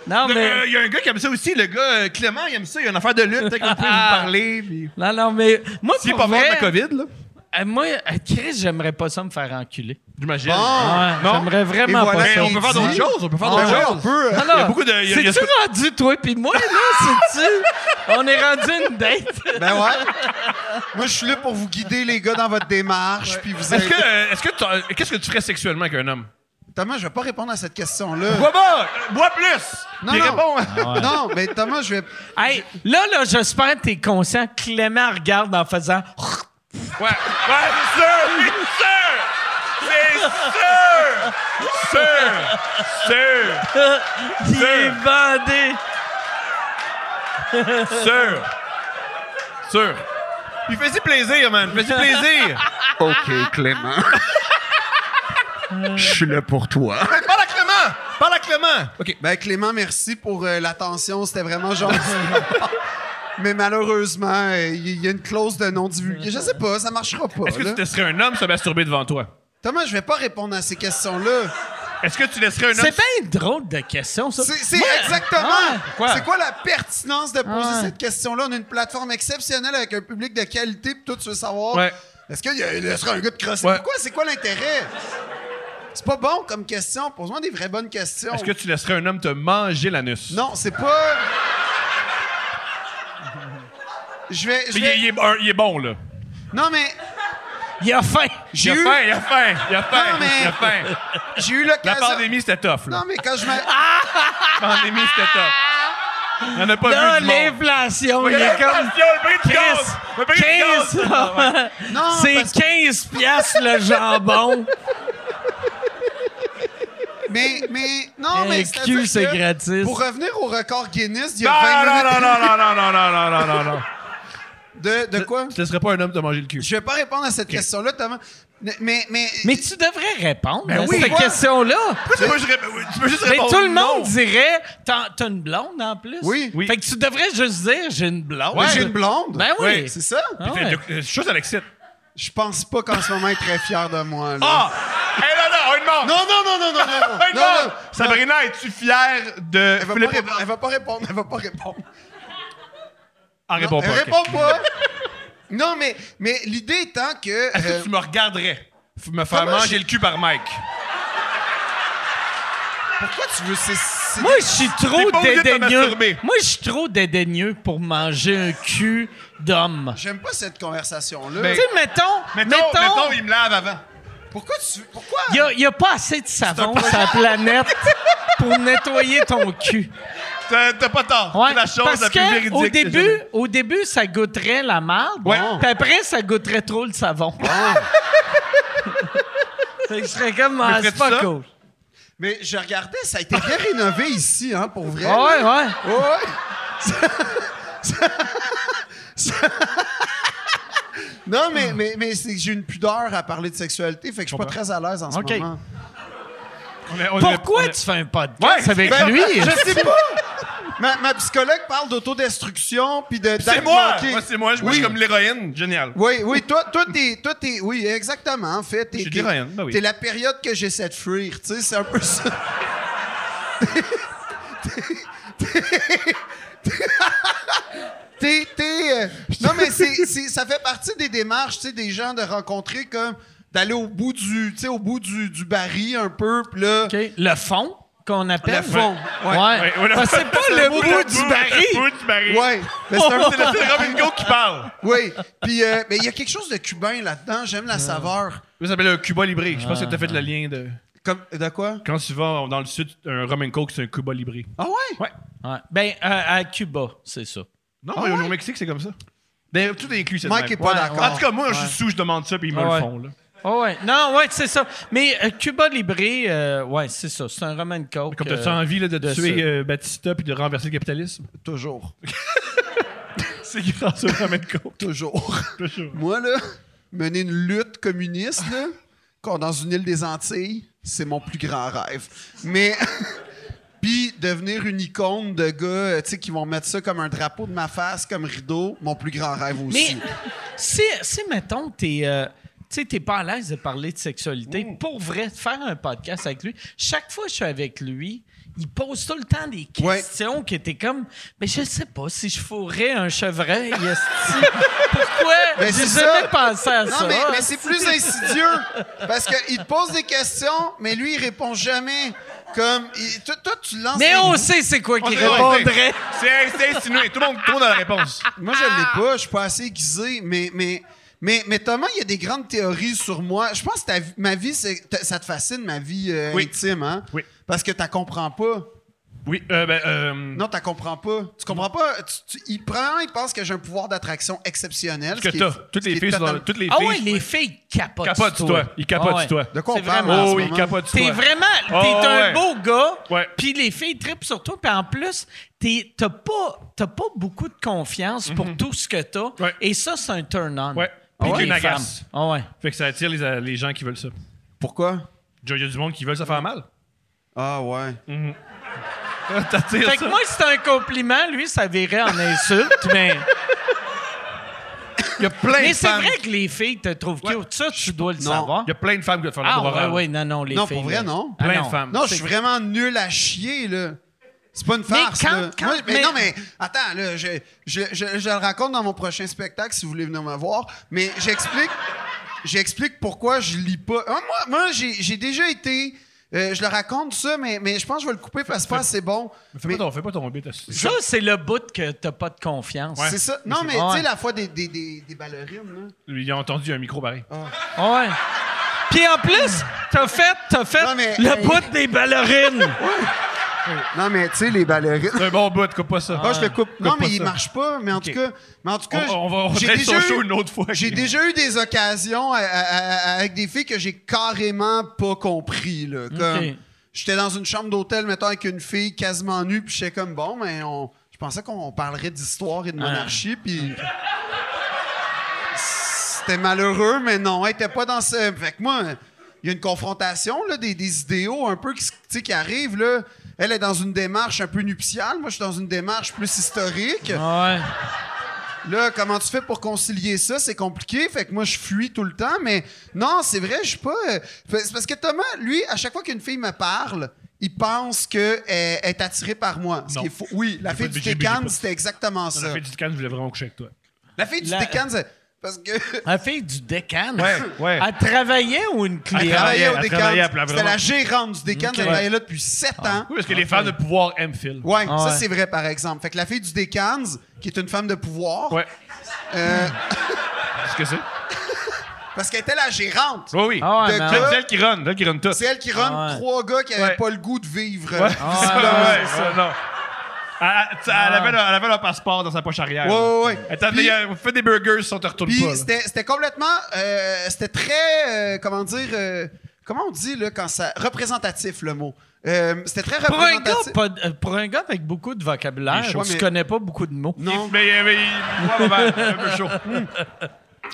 Speaker 1: Non,
Speaker 6: Il
Speaker 1: mais.
Speaker 6: euh, y a un gars qui aime ça aussi, le gars euh, Clément, il aime ça, il y a une affaire de lutte, peut-être qu'on peut vous parler. Puis...
Speaker 1: Non, non, mais. Moi,
Speaker 6: S'il est
Speaker 1: pour
Speaker 6: pas mort de
Speaker 1: vrai,
Speaker 6: la COVID, là,
Speaker 1: Euh, moi, euh, Chris, j'aimerais pas ça me faire enculer.
Speaker 6: j'imagine.
Speaker 5: Ah,
Speaker 6: non.
Speaker 1: J'aimerais vraiment
Speaker 5: Et voilà,
Speaker 1: pas ça.
Speaker 6: Mais on peut faire d'autres
Speaker 5: dit-
Speaker 6: choses, on peut faire
Speaker 5: Ben
Speaker 6: d'autres
Speaker 5: ouais, on
Speaker 6: choses.
Speaker 5: peut. euh,
Speaker 1: Non, non.
Speaker 6: il y a beaucoup de- il y a- il y a
Speaker 1: C'est-tu rendu, toi puis moi, là? C'est-tu? On est rendu une date.
Speaker 5: Ben ouais. Moi, je suis là pour vous guider, les gars, dans votre démarche, puis vous
Speaker 6: Est-ce
Speaker 5: aider.
Speaker 6: que, euh, est-ce que t'as- qu'est-ce que tu ferais sexuellement avec un homme?
Speaker 5: Thomas, je vais pas répondre à cette question-là.
Speaker 6: Bois pas! Bois plus!
Speaker 5: Non,
Speaker 6: Il
Speaker 5: non.
Speaker 6: répond. hein?
Speaker 1: Ah
Speaker 5: Non, mais Thomas, je vais...
Speaker 1: Hey, là, là, j'espère que t'es conscient. Clément regarde en faisant...
Speaker 6: Ouais, ouais, c'est sûr! C'est sûr! C'est sûr! Sûr!
Speaker 1: Il est bandé.
Speaker 6: Sûr! Sûr! Sûr! Il fait-y plaisir, man! Il fait-y plaisir!
Speaker 5: OK, Clément. Je suis là pour toi.
Speaker 6: Parle à Clément! Parle à Clément! OK.
Speaker 5: Ben, Clément, merci pour euh, l'attention. C'était vraiment gentil. Mais malheureusement, euh, il y a une clause de non-divulgué. Je sais pas, ça marchera pas.
Speaker 6: Est-ce que
Speaker 5: là.
Speaker 6: tu laisserais un homme se masturber devant toi?
Speaker 5: Thomas, je vais pas répondre à ces questions-là.
Speaker 6: Est-ce que tu laisserais un homme...
Speaker 1: C'est bien drôle de question, ça.
Speaker 5: C'est c'est
Speaker 1: Moi,
Speaker 6: Ah
Speaker 1: hein?
Speaker 5: exactement.
Speaker 1: quoi?
Speaker 5: c'est quoi la pertinence de poser
Speaker 1: Ah.
Speaker 5: cette question-là? On a une plateforme exceptionnelle avec un public de qualité, puis toi, tu veux savoir.
Speaker 6: Ouais.
Speaker 5: Est-ce qu'il y a- il laissera un gars de crosser?
Speaker 6: Ouais.
Speaker 5: Pourquoi? C'est quoi l'intérêt? C'est pas bon comme question. Pose-moi des vraies bonnes questions.
Speaker 6: Est-ce que tu laisserais un homme te manger l'anus?
Speaker 5: Non, c'est pas. Je vais. je
Speaker 6: Mais il,
Speaker 5: vais-
Speaker 6: est- il est, un- il est bon, là.
Speaker 5: Non, mais
Speaker 1: Il a faim.
Speaker 5: j'ai
Speaker 6: Il a
Speaker 5: eu,
Speaker 6: faim, il a faim, il a faim,
Speaker 5: Non, mais-
Speaker 6: il a faim.
Speaker 5: j'ai eu
Speaker 6: La
Speaker 5: l'occasion.
Speaker 6: pandémie, Ah! c'était tough, là.
Speaker 5: Non, mais quand je m'a-
Speaker 6: La pandémie, c'était tough. Il y en a pas
Speaker 1: Là,
Speaker 6: vu du monde.
Speaker 1: l'inflation,
Speaker 6: Oui,
Speaker 1: il est comme...
Speaker 6: l'inflation, le prix du gaz, le prix du gaz.
Speaker 1: 15,
Speaker 5: Non, parce
Speaker 1: c'est 15 piastres le jambon.
Speaker 5: Mais, mais, non, mais.
Speaker 1: Le
Speaker 5: c'est-à-dire
Speaker 1: cul, c'est
Speaker 5: que
Speaker 1: gratis.
Speaker 5: Pour revenir au record Guinness, il y a 20
Speaker 6: Non, non,
Speaker 5: minutes.
Speaker 6: non, non, non, non, non, non, non, non, non, non.
Speaker 5: De, de quoi?
Speaker 6: Tu te laisserais pas un homme te manger le cul.
Speaker 5: Je vais pas répondre à cette question-là, Thomas. Mais, mais, mais-
Speaker 1: Mais tu devrais répondre à
Speaker 5: oui,
Speaker 1: cette
Speaker 5: moi-
Speaker 1: question-là.
Speaker 6: Ben Pourquoi tu veux- je rép- oui, tu peux juste
Speaker 1: Mais
Speaker 6: répondre
Speaker 1: tout le monde
Speaker 6: non.
Speaker 1: dirait T'as t'as une blonde en plus?
Speaker 5: Oui.
Speaker 6: Oui.
Speaker 1: Fait que tu devrais juste dire J'ai une blonde.
Speaker 5: Mais j'ai une blonde.
Speaker 1: Ben oui.
Speaker 5: C'est ça?
Speaker 1: Ah
Speaker 6: Fait-
Speaker 1: ouais.
Speaker 6: le- euh, Chose à l'excite.
Speaker 5: Je pense pas qu'en ce moment, elle est très fière de moi. là.
Speaker 6: Ah! Hey, non, non, on lui demande!
Speaker 5: Non, non, non, non, non, non, non.
Speaker 6: Hey,
Speaker 5: non,
Speaker 6: non!
Speaker 5: non.
Speaker 6: Sabrina, es-tu fière de
Speaker 5: Elle va,
Speaker 6: Philippe
Speaker 5: pas répondre, elle va pas répondre, elle va pas répondre.
Speaker 6: Ah, réponds
Speaker 5: elle
Speaker 6: pas. ok.
Speaker 5: répond pas. non, mais, mais l'idée étant que...
Speaker 6: Est-ce
Speaker 5: euh,
Speaker 6: que tu me regarderais f- me faire
Speaker 5: Comment
Speaker 6: manger
Speaker 5: j'ai-
Speaker 6: le cul par Mike?
Speaker 5: pourquoi tu veux... C'est, c'est-
Speaker 1: Moi, je suis trop
Speaker 6: T'es pas obligé de te
Speaker 1: dédaigneux.
Speaker 6: masturber.
Speaker 1: Moi, je suis trop dédaigneux pour manger un cul d'homme.
Speaker 5: J'aime pas cette conversation-là.
Speaker 1: Tu sais, mettons,
Speaker 6: Ben, Mettons,
Speaker 1: mettons,
Speaker 6: mettons, il me lave avant.
Speaker 5: Pourquoi tu... Pourquoi?
Speaker 1: il n'y a, pas assez de savon sur la planète pour nettoyer ton cul.
Speaker 6: T'as t'as pas tort.
Speaker 1: Ouais,
Speaker 6: C'est la chose
Speaker 1: parce
Speaker 6: la plus
Speaker 1: que
Speaker 6: véridique.
Speaker 1: au
Speaker 6: que j'ai
Speaker 1: début,
Speaker 6: jamais-
Speaker 1: au début, ça goûterait la marde.
Speaker 6: Ouais. Ah.
Speaker 1: Puis après, ça goûterait trop le savon. Fait que je serais comme, ah, c'est
Speaker 6: ferais-tu
Speaker 1: pas
Speaker 6: ça?
Speaker 1: cool.
Speaker 5: Mais je regardais, ça a été bien rénové ici, hein, pour vrai.
Speaker 1: Ah ouais, ouais.
Speaker 5: Ouais, ouais. Ça- ça- non, mais, mais, mais c'est que j'ai une pudeur à parler de sexualité, fait que je suis pas très à l'aise en ce
Speaker 1: Ok.
Speaker 5: moment.
Speaker 6: On est- on est- on
Speaker 1: Pourquoi
Speaker 6: est-
Speaker 1: tu fais un podcast
Speaker 6: Ouais,
Speaker 1: avec
Speaker 5: Ben,
Speaker 1: lui?
Speaker 5: Je sais pas! Ma, ma psychologue parle d'autodestruction puis de.
Speaker 6: C'est
Speaker 5: d'actes
Speaker 6: moi!
Speaker 5: manqués.
Speaker 6: Moi, c'est moi. Je moi,
Speaker 5: oui.
Speaker 6: je suis comme l'héroïne. Génial.
Speaker 5: Oui, oui, toi, toi, t'es, toi, t'es, oui, exactement, en fait. T'es,
Speaker 6: Je suis
Speaker 5: t'es-
Speaker 6: l'héroïne, ben oui.
Speaker 5: t'es la période que j'essaie de fuir, tu sais, c'est un peu ça. T'es, t'es, euh, non, mais c'est, c'est- ça fait partie des démarches, tu sais, des gens de rencontrer comme, d'aller au bout du, tu sais, au bout du, du baril un peu, puis là,
Speaker 1: OK. Le fond qu'on appelle.
Speaker 5: Le fond, ouais.
Speaker 6: Ouais, ouais,
Speaker 1: Parce que c'est pas le bout, du
Speaker 6: Le
Speaker 1: baril.
Speaker 6: bout du baril.
Speaker 5: ouais, mais c'est un peu-
Speaker 6: C'est le- c'est Robin Go qui parle.
Speaker 5: oui, puis, euh, mais il y a quelque chose de cubain là-dedans, j'aime la saveur.
Speaker 6: Ça s'appelle le Cuba Libre. Je pense que t'as fait le lien de.
Speaker 5: Comme, de quoi?
Speaker 6: Quand tu vas dans le sud, un Roman Coke, c'est un Cuba Libre.
Speaker 5: Ah ouais?
Speaker 1: Ouais. Ben, euh, à Cuba, c'est ça.
Speaker 6: Non, mais au Mexique, c'est comme ça. Ah Ben, tout est inclus, c'est le
Speaker 5: Mike
Speaker 6: même.
Speaker 5: est pas
Speaker 6: Ouais. Ah
Speaker 5: d'accord.
Speaker 6: En tout cas, moi, je suis sous, je demande ça, puis ils me
Speaker 1: Ouais.
Speaker 6: le font. Là.
Speaker 1: Oh ouais. Non, ouais, c'est ça. Mais euh, Cuba Libre, euh, ouais, c'est ça. C'est un Roman Coke.
Speaker 6: Comme
Speaker 1: euh,
Speaker 6: t'as-tu envie là, de,
Speaker 1: de
Speaker 6: tuer
Speaker 1: ça.
Speaker 6: euh, Batista puis de renverser le capitalisme?
Speaker 5: Toujours.
Speaker 6: C'est grâce au Roman Coke.
Speaker 5: Toujours.
Speaker 6: Toujours.
Speaker 5: Moi, là, mener une lutte communiste, là, quand dans une île des Antilles, c'est mon plus grand rêve. Mais. Puis devenir une icône de gars, euh, tu sais, qui vont mettre ça comme un drapeau de ma face, comme rideau, mon plus grand rêve aussi.
Speaker 1: Mais si, si mettons, t'es. euh, tu sais, t'es pas à l'aise de parler de sexualité. Pour vrai, faire un podcast avec lui, chaque fois que je suis avec lui, il pose tout le temps des
Speaker 5: Ouais.
Speaker 1: questions qui étaient comme Mais je sais pas si je fourrais un chevreuil. esti. Pourquoi?
Speaker 5: Mais
Speaker 1: J'ai
Speaker 5: c'est
Speaker 1: jamais
Speaker 5: ça.
Speaker 1: pensé à ça.
Speaker 5: Non, mais, mais c'est plus insidieux. Parce qu'il te pose des questions, mais lui, il répond jamais. Comme. il- toi, toi, tu lances.
Speaker 1: Mais
Speaker 5: un-
Speaker 1: on sait c'est quoi
Speaker 6: On
Speaker 1: qu'il
Speaker 6: dirait-
Speaker 1: répondrait.
Speaker 6: C'est c'est insinué. Tout le monde tourne à la réponse.
Speaker 5: Moi, je l'ai pas. Je suis pas assez aiguisé. Mais, mais, mais, mais Thomas, il y a des grandes théories sur moi. Je pense que ta vie- ma vie, c'est- ta- ça te fascine, ma vie euh,
Speaker 6: Oui.
Speaker 5: intime, hein?
Speaker 6: Oui.
Speaker 5: Parce que tu comprends pas.
Speaker 6: Oui, euh, ben, euh,
Speaker 5: Non, tu comprends pas. Tu comprends pas. Tu- tu- il prend, il pense que j'ai un pouvoir d'attraction exceptionnel.
Speaker 6: parce
Speaker 5: ce
Speaker 6: que
Speaker 5: qui est-
Speaker 6: t'as.
Speaker 5: ce
Speaker 6: Toutes
Speaker 5: qui
Speaker 6: les
Speaker 5: est
Speaker 6: filles, sont dans-
Speaker 5: totalement-
Speaker 6: toutes les
Speaker 1: Ah
Speaker 6: filles.
Speaker 1: ouais, les filles capotent.
Speaker 6: Capotent
Speaker 1: sur
Speaker 6: toi. Ils capotent
Speaker 1: Ah ouais.
Speaker 6: sur toi.
Speaker 5: De quoi on
Speaker 1: C'est
Speaker 5: parle?
Speaker 1: vraiment-
Speaker 5: en ce
Speaker 6: Oh oui, ils
Speaker 5: moment?
Speaker 6: capotent sur
Speaker 1: T'es
Speaker 6: toi.
Speaker 1: vraiment, t'es
Speaker 6: Oh,
Speaker 1: un
Speaker 6: ouais.
Speaker 1: beau gars.
Speaker 6: Ouais.
Speaker 1: Puis les filles tripent sur toi. Puis en plus, t'es- t'as pas, t'as pas beaucoup de confiance pour tout ce que t'as.
Speaker 6: Mhm. Ouais.
Speaker 1: Et ça, c'est un turn on.
Speaker 6: Ouais.
Speaker 1: Pour
Speaker 6: Puis tu
Speaker 1: les
Speaker 6: n'agaces.
Speaker 1: femmes. Ah ouais.
Speaker 6: Fait que ça attire les, les gens qui veulent ça.
Speaker 5: Pourquoi?
Speaker 6: Il y a du monde qui veulent se faire mal.
Speaker 5: Ah ouais.
Speaker 6: T'attires
Speaker 1: Fait que
Speaker 6: ça.
Speaker 1: moi, c'est un compliment. Lui, ça virait en insulte, mais.
Speaker 6: Il y a plein
Speaker 1: Mais
Speaker 6: de
Speaker 1: c'est
Speaker 6: femmes.
Speaker 1: vrai que les filles te trouvent cute. Ça, tu dois le
Speaker 5: Non.
Speaker 1: savoir.
Speaker 6: Il y a plein de femmes qui veulent faire la
Speaker 1: Ah ouais,
Speaker 6: morale.
Speaker 1: ouais, non, non, les
Speaker 5: Non,
Speaker 1: filles.
Speaker 5: pour vrai,
Speaker 1: là.
Speaker 5: non.
Speaker 1: Ah,
Speaker 6: Plein
Speaker 1: non.
Speaker 6: de femmes.
Speaker 5: Non, je suis vraiment nul à chier, là. C'est pas une farce.
Speaker 1: quand-
Speaker 5: là.
Speaker 1: quand-
Speaker 5: Moi, mais,
Speaker 1: mais-
Speaker 5: non, mais attends, là, je, je, je- je le raconte dans mon prochain spectacle si vous voulez venir me voir. Mais j'explique j'explique pourquoi je lis pas. Ah, moi, moi j'ai j'ai déjà été. euh, je le raconte ça, mais, mais je pense que je vais le couper parce que c'est pas assez bon.
Speaker 6: Mais Fais,
Speaker 5: Mais-
Speaker 6: pas ton, fais pas ton bit. à-
Speaker 1: Ça, c'est le bout que t'as pas de confiance.
Speaker 5: C'est ça. Non, mais
Speaker 1: Ouais.
Speaker 5: tu sais, la fois des, des, des, des ballerines, là.
Speaker 6: Ils ont entendu un micro barré.
Speaker 5: Ah.
Speaker 1: Ah Ouais. Puis en plus, t'as fait, t'as fait
Speaker 5: Non, mais-
Speaker 1: le
Speaker 5: hey.
Speaker 1: bout des ballerines.
Speaker 5: Non, mais tu sais, les ballerines.
Speaker 6: C'est un bon bout, coupe pas ça.
Speaker 5: Ah, je le coupe. Non,
Speaker 6: pas
Speaker 5: mais il
Speaker 6: ça.
Speaker 5: marche pas. Mais en tout cas, mais en tout cas,
Speaker 6: On- on va- on
Speaker 5: j'ai
Speaker 6: va être
Speaker 5: déjà
Speaker 6: sur show
Speaker 5: eu-
Speaker 6: une autre fois.
Speaker 5: J'ai déjà eu des occasions à- à- à- avec des filles que j'ai carrément pas compris. Là. Comme,
Speaker 1: Ok.
Speaker 5: J'étais dans une chambre d'hôtel, mettons, avec une fille quasiment nue,
Speaker 6: Ah.
Speaker 5: puis j'étais comme, bon, mais on... je pensais qu'on parlerait d'histoire et de monarchie, puis... C'était malheureux, mais non, elle était pas dans ce. Fait que moi, il y a une confrontation, là, des, des idéaux un peu qui, s- tu sais, qui arrivent, là. Elle est dans une démarche un peu nuptiale. Moi, je suis dans une démarche plus
Speaker 6: Ah.
Speaker 5: historique.
Speaker 1: Ah
Speaker 7: Ouais.
Speaker 5: Là, comment tu fais pour concilier ça? C'est compliqué. Fait que moi, je fuis tout le temps. Mais non, c'est vrai, je suis pas. euh, fait- C'est parce que Thomas, lui, à chaque fois qu'une fille me parle, il pense qu'elle est attirée par moi. Ce
Speaker 6: Non.
Speaker 5: qui est faux. Oui, la
Speaker 6: J'ai
Speaker 5: fille
Speaker 6: pas-
Speaker 5: du
Speaker 6: j'ai- j'ai
Speaker 5: Técan,
Speaker 6: pas-
Speaker 5: c'était exactement
Speaker 6: La
Speaker 5: ça.
Speaker 6: fille du Cannes, je voulais vraiment coucher avec toi.
Speaker 5: La fille du
Speaker 1: La-
Speaker 5: Técan, c'est. Parce que.
Speaker 1: La fille du décan.
Speaker 6: Ouais, ouais.
Speaker 1: Elle travaillait ou une
Speaker 5: Elle
Speaker 1: cliente?
Speaker 5: travaillait au
Speaker 6: elle
Speaker 5: Décan.
Speaker 6: travaillait, elle a
Speaker 5: C'était
Speaker 6: vraiment-
Speaker 5: la gérante du Décan. Elle travaillait là depuis sept ans.
Speaker 6: Oui, parce que les fans de pouvoir aiment Phil.
Speaker 5: Ah, Ouais, ça
Speaker 1: Ah. ouais.
Speaker 5: c'est vrai par exemple. Fait que la fille du Décans, qui est une femme de pouvoir,
Speaker 6: Ouais.
Speaker 5: euh,
Speaker 6: Qu'est-ce que c'est?
Speaker 5: parce qu'elle était la gérante.
Speaker 6: Oui, oui.
Speaker 1: Ah ouais,
Speaker 5: De
Speaker 1: mais-
Speaker 5: gars-
Speaker 6: C'est elle qui run, c'est elle qui run tout.
Speaker 5: C'est elle qui
Speaker 1: Ah
Speaker 5: run
Speaker 1: ouais. Ah
Speaker 5: trois gars qui n'avaient
Speaker 6: Ouais.
Speaker 5: pas le goût de vivre.
Speaker 6: Ah,
Speaker 1: ouais,
Speaker 6: Ouais. Ouais, ouais, non. Elle, elle- tu- elle avait leur, elle avait leur passeport dans sa poche arrière.
Speaker 5: Ouais,
Speaker 6: là.
Speaker 5: ouais, ouais.
Speaker 6: Elle t'a
Speaker 5: Puis-
Speaker 6: dit, on fait des burgers si on te retourne
Speaker 5: Puis
Speaker 6: pas. là.
Speaker 5: c'était c'était complètement. euh, c'était très. euh, comment dire. euh, comment on dit, là, quand ça. Représentatif, le mot. Euh, c'était très
Speaker 1: Pour un, gars,
Speaker 5: représentatif.
Speaker 1: pas de- euh, pour un gars avec beaucoup de vocabulaire,
Speaker 5: Il est
Speaker 1: tu
Speaker 5: chaud, mais-
Speaker 1: connais pas beaucoup de mots.
Speaker 5: non,
Speaker 6: Mais, euh, mais il ouais, ouais, ouais, un peu chaud.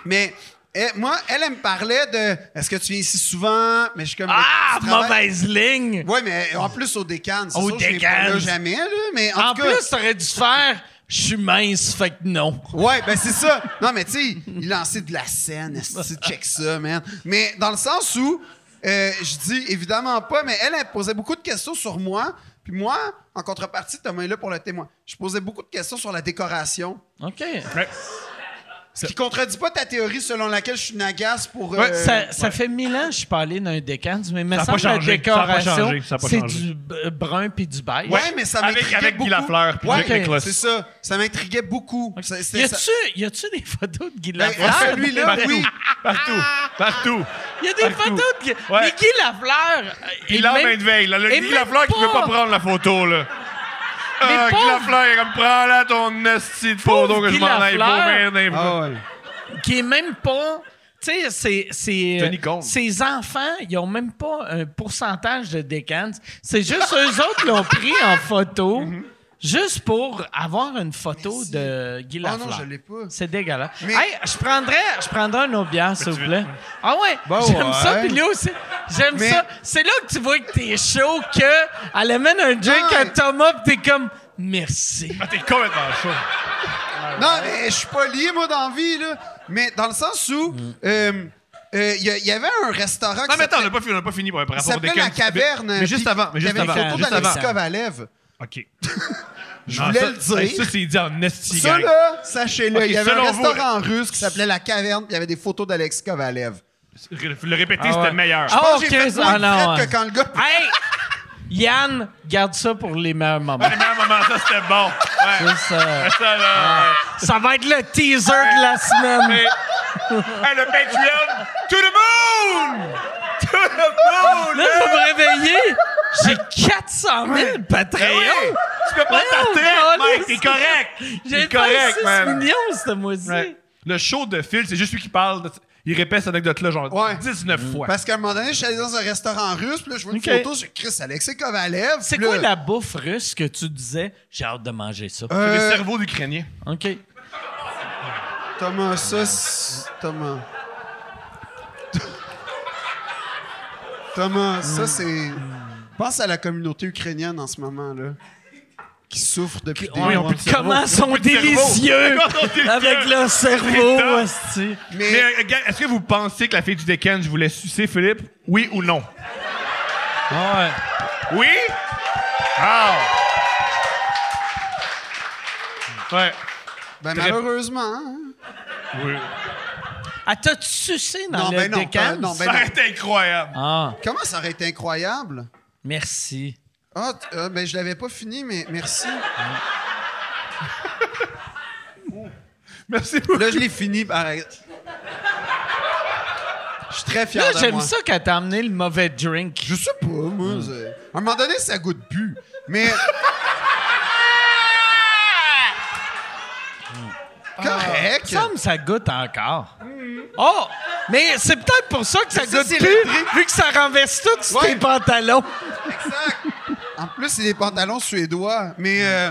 Speaker 5: mais. elle- moi, elle, elle me parlait de. Est-ce que tu viens ici souvent? Mais je suis comme.
Speaker 1: Ah,
Speaker 5: tu travailles-
Speaker 1: mauvaise ligne!
Speaker 5: Ouais, mais en plus au Décan, c'est
Speaker 1: Au
Speaker 5: sûr, je viens
Speaker 1: Décan.
Speaker 5: pas là jamais, là. Mais en,
Speaker 1: En,
Speaker 5: tout cas,
Speaker 1: plus, t'aurais dû faire « Je suis mince, fait que non
Speaker 5: Ouais, ben c'est ça. Non, mais tu sais, il lançait de la scène. esti, check ça, man. Mais dans le sens où, euh, je dis évidemment pas, mais elle, elle posait beaucoup de questions sur moi. Puis moi, en contrepartie, Thomas est là pour le témoin. Je posais beaucoup de questions sur la décoration. ».
Speaker 1: OK.
Speaker 6: Euh,
Speaker 5: Ce qui contredit pas ta théorie selon laquelle je suis nagasse pour. euh,
Speaker 1: Ouais, ça ça fait mille ans que je suis pas allé dans un décan, mais il me
Speaker 6: Ça a
Speaker 1: semble
Speaker 6: pas
Speaker 1: que la
Speaker 6: changé, ça a pas
Speaker 1: décoration,
Speaker 6: changé, ça a pas
Speaker 1: c'est
Speaker 6: changé.
Speaker 1: du b- euh, brun puis du beige.
Speaker 5: Ouais, mais ça
Speaker 6: Avec-
Speaker 5: m'intriguait
Speaker 6: avec Guy
Speaker 5: beaucoup.
Speaker 6: Lafleur, puis
Speaker 5: ouais,
Speaker 6: Jack Nicklaus.
Speaker 5: c'est ça. Ça m'intriguait beaucoup. Ça-
Speaker 1: Y
Speaker 5: c'était-
Speaker 1: a-tu
Speaker 5: ça-
Speaker 1: y a-tu des photos de Guy
Speaker 5: Ben,
Speaker 1: Lafleur?
Speaker 5: Celui-là, oui.
Speaker 6: Ah,
Speaker 5: Ah.
Speaker 6: Partout, partout.
Speaker 1: Il y a des photos de Guy...
Speaker 6: Ouais.
Speaker 1: Mais Guy Lafleur... euh, est
Speaker 6: Il l'a
Speaker 1: même-
Speaker 6: main de veille. Là, le
Speaker 1: et
Speaker 6: Guy
Speaker 1: même
Speaker 6: Lafleur qui
Speaker 1: pas-
Speaker 6: veut pas prendre la photo, là. Ah, Guy
Speaker 1: pauvre-
Speaker 6: Lafleur, il est comme, prends-la ton esti de photo
Speaker 1: Pauvre
Speaker 6: que je
Speaker 1: Guy
Speaker 6: m'en aille pour
Speaker 1: Lafleur.
Speaker 6: rien d'un
Speaker 5: Ah ouais.
Speaker 1: qui est même pas. Tu sais, c'est- c'est. euh,
Speaker 6: Tony Cohn.
Speaker 1: Ses enfants, ils ont même pas un pourcentage de décans. C'est juste eux autres qui l'ont pris en photo.
Speaker 5: Mhm.
Speaker 1: Juste pour avoir une photo de Guy
Speaker 5: Ah
Speaker 1: Lafleur.
Speaker 5: non, je l'ai pas.
Speaker 1: C'est dégueulasse.
Speaker 5: Mais-
Speaker 1: Hey, je prendrais, je prendrais un autre bière, s'il vous plaît. Ah ouais,
Speaker 5: Bah
Speaker 1: j'aime
Speaker 5: ouais.
Speaker 1: ça, puis lui aussi. J'aime
Speaker 5: Mais-
Speaker 1: ça. C'est là que tu vois que t'es chaud, que elle amène un drink
Speaker 5: Non,
Speaker 1: à
Speaker 5: mais-
Speaker 1: Thomas, puis t'es comme, merci.
Speaker 6: Ah, t'es complètement chaud.
Speaker 5: Non, mais je suis pas lié, moi, dans la vie, là. Mais dans le sens où, euh, euh, il y, a- il y avait un restaurant
Speaker 6: Non,
Speaker 5: qui
Speaker 6: mais attends, on
Speaker 5: s'appelait-
Speaker 6: n'a pas fini, on n'a pas fini par par
Speaker 5: qui
Speaker 6: rapport au
Speaker 5: s'appelait
Speaker 6: décan.
Speaker 5: La Caverne.
Speaker 6: Mais, mais juste
Speaker 5: puis
Speaker 6: avant, mais
Speaker 5: il y
Speaker 6: juste
Speaker 5: avait
Speaker 6: avant.
Speaker 5: une photo
Speaker 6: Juste avant.
Speaker 5: d'Alexis Kovalev.
Speaker 6: OK.
Speaker 5: Je
Speaker 6: Non,
Speaker 5: voulais
Speaker 6: ça-
Speaker 5: le dire.
Speaker 6: hey, Ça, c'est dit en esti,
Speaker 5: Ça,
Speaker 6: gang.
Speaker 5: là, sachez-le,
Speaker 6: Ok,
Speaker 5: il y avait un
Speaker 6: selon vous- euh,
Speaker 5: restaurant russe qui s'appelait La Caverne, puis il y avait des photos d'Alexis Kovalev.
Speaker 6: Le le répéter,
Speaker 1: Ah ouais.
Speaker 6: c'était meilleur.
Speaker 1: Ah,
Speaker 5: Moi, j'ai
Speaker 1: ok,
Speaker 5: fait
Speaker 1: ça-
Speaker 5: moins de
Speaker 1: ah, non,
Speaker 5: fret
Speaker 1: ouais.
Speaker 5: que quand le gars...
Speaker 1: Hey! Yann, garde ça pour les meilleurs moments.
Speaker 6: Le meilleur moment, ça, c'était bon. Ouais.
Speaker 1: Juste, euh,
Speaker 6: Ça,
Speaker 5: Ah.
Speaker 6: là.
Speaker 1: Ça va être le teaser de la semaine.
Speaker 6: Mais- Hey, le Patreon, to the moon! To the moon!
Speaker 1: Là, vous me réveillez. J'ai 400 000 Patreon.
Speaker 6: Hey, hey, Ben tu peux Eh pas
Speaker 1: Voyons,
Speaker 6: t'arrêter, Mike,
Speaker 1: Carlis.
Speaker 6: t'es correct!
Speaker 1: J'ai
Speaker 6: T'es
Speaker 1: pas
Speaker 6: correct,
Speaker 1: 6
Speaker 6: man.
Speaker 1: millions, cette mois-ci.
Speaker 6: Ouais. Le show de Phil, c'est juste lui qui parle. de- Il répète cette anecdote-là, genre
Speaker 5: Ouais.
Speaker 6: 19 fois.
Speaker 5: Parce qu'à un moment donné, je suis allé dans un restaurant russe, puis là, je vois une
Speaker 1: Ok.
Speaker 5: photo, je Chris, Alexis Kovalev.
Speaker 1: C'est
Speaker 5: puis
Speaker 1: quoi
Speaker 5: là-
Speaker 1: la bouffe russe que tu disais? J'ai hâte de manger ça.
Speaker 6: C'est le
Speaker 5: Euh,
Speaker 6: cerveau d'Ukrainien.
Speaker 1: OK.
Speaker 5: Thomas, ça, c'est- Thomas... Thomas, ça, c'est... Pense à la communauté ukrainienne en ce moment, là, qui souffre depuis des
Speaker 6: ils ont
Speaker 5: mois.
Speaker 6: plus de cerveau.
Speaker 1: Comment
Speaker 6: Ils ont
Speaker 1: sont
Speaker 6: plus de cerveau.
Speaker 1: délicieux
Speaker 6: Comment sont délicieux.
Speaker 1: avec leur cerveau,
Speaker 6: Putain.
Speaker 1: hostie.
Speaker 5: Mais,
Speaker 6: Mais euh, gars, est-ce que vous pensez que la fille du Decan, je voulais sucer Philippe? Oui ou non? Oui? Ah! Ouais.
Speaker 5: ben,
Speaker 6: très-
Speaker 5: malheureusement... hein.
Speaker 6: Oui.
Speaker 1: Ah, t'as-tu sucé dans
Speaker 5: Non,
Speaker 1: le
Speaker 5: ben non,
Speaker 1: décan?
Speaker 5: ben non, ben
Speaker 6: Ça
Speaker 5: non.
Speaker 6: aurait été incroyable.
Speaker 1: Ah,
Speaker 5: Comment ça aurait été incroyable?
Speaker 1: merci.
Speaker 5: Ah, t- euh, ben je l'avais pas fini, mais merci.
Speaker 6: Merci beaucoup.
Speaker 5: Là, je l'ai fini, pareil. Je suis très fier
Speaker 1: Là,
Speaker 5: de
Speaker 1: j'aime
Speaker 5: moi.
Speaker 1: ça quand t'as amené le mauvais drink.
Speaker 5: Je sais pas, moi. c'est- À un moment donné, ça goûte plus. Mais... Ah, Correct.
Speaker 1: Ça me ça goûte encore. Oh! Mais c'est peut-être pour ça que ça
Speaker 5: sais,
Speaker 1: goûte
Speaker 5: c'est
Speaker 1: plus,
Speaker 5: le truc.
Speaker 1: vu que ça renverse tout sur
Speaker 5: Ouais.
Speaker 1: tes pantalons.
Speaker 5: Exact. En plus, c'est des pantalons suédois. Mais, euh,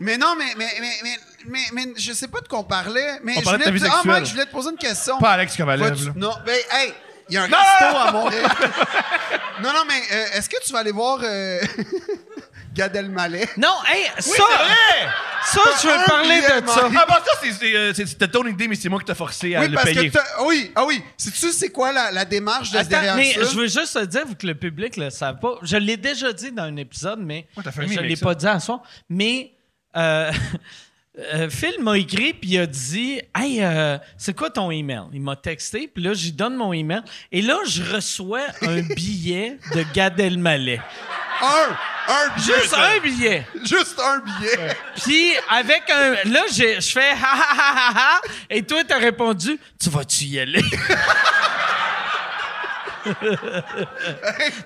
Speaker 5: mais non, mais, mais, mais, mais, mais, mais je sais pas de quoi on parlait, mais
Speaker 6: On
Speaker 5: je
Speaker 6: parlait de
Speaker 5: voulais,
Speaker 6: ta vie
Speaker 5: te dire- ah,
Speaker 6: sexuelle.
Speaker 5: Mike, je voulais te poser une question.
Speaker 6: Pas Alex Kovalev.
Speaker 5: Vas-tu-
Speaker 6: là.
Speaker 5: Non, ben, hey, il y a un resto à Montréal. non, non, mais euh, est-ce que tu vas aller voir euh, Gad Elmaleh?
Speaker 7: Non, hey, ça,
Speaker 6: C'est vrai!
Speaker 7: ça, je veux
Speaker 5: Un
Speaker 7: parler
Speaker 5: billet
Speaker 7: de ça.
Speaker 5: manqué.
Speaker 6: Ah, bah ça, c'est- c'est, euh, c'est- c'était ton idée, mais c'est moi qui t'ai forcé à
Speaker 5: Oui,
Speaker 6: le
Speaker 5: parce
Speaker 6: payer.
Speaker 5: que t'as- oui, ah oui. Sais-tu c'est quoi la, la démarche de
Speaker 1: Attends,
Speaker 5: derrière
Speaker 1: mais
Speaker 5: ça?
Speaker 1: je veux juste te dire, vu que le public le savent pas, je l'ai déjà dit dans un épisode, mais
Speaker 6: Ouais, t'as fait
Speaker 1: je
Speaker 6: le mime
Speaker 1: ne l'ai
Speaker 6: avec
Speaker 1: pas dit à soi. Mais euh, euh, Phil m'a écrit, puis il a dit Hey, euh, c'est quoi ton email Il m'a texté, puis là, j'y donne mon email. Et là, je reçois un billet de Gad Elmaleh.
Speaker 5: Un, un billet.
Speaker 1: Juste un billet.
Speaker 5: Juste un billet.
Speaker 1: Puis avec un. Là, j'ai- je fais ha ha ha ha ha. Et toi, t'as répondu Tu vas-tu y aller?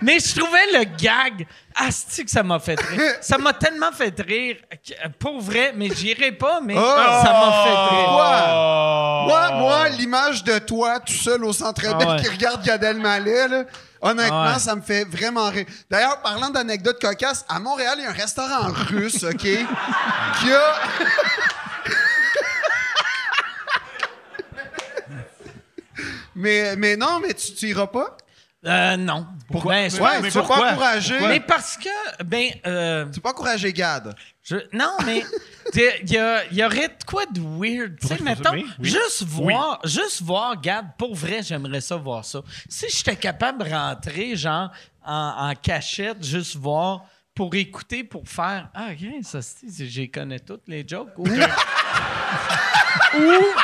Speaker 1: Mais je trouvais le gag. Asti que ça m'a fait rire. Ça m'a tellement fait rire. que- Pour vrai, mais j'irai pas, mais ça m'a fait rire.
Speaker 6: Oh!
Speaker 5: Moi, moi, moi, l'image de toi tout seul au centre belle
Speaker 1: Oh. Ah ouais.
Speaker 5: qui regarde Gad Elmaleh, là, honnêtement,
Speaker 1: Ah ouais.
Speaker 5: ça me fait vraiment rire. D'ailleurs, parlant d'anecdotes cocasses, à Montréal, il y a un restaurant russe, OK, qui a... mais, mais non, mais tu, tu iras pas?
Speaker 1: Euh, non. Pourquoi? Ben, c'est-
Speaker 5: Ouais, tu vas pas encourager...
Speaker 1: mais parce que, ben, euh,
Speaker 5: Tu vas pas encourager Gad.
Speaker 1: Je- non, mais il y, a- y aurait de quoi de weird. Tu sais, mettons,
Speaker 6: oui, oui.
Speaker 1: juste voir, juste voir, regarde, pour vrai, j'aimerais ça voir ça. Si j'étais capable de rentrer, genre, en, en cachette, juste voir, pour écouter, pour faire Ah, ok, ça, c'est- c'est- j'y connais toutes les jokes. Ou. ou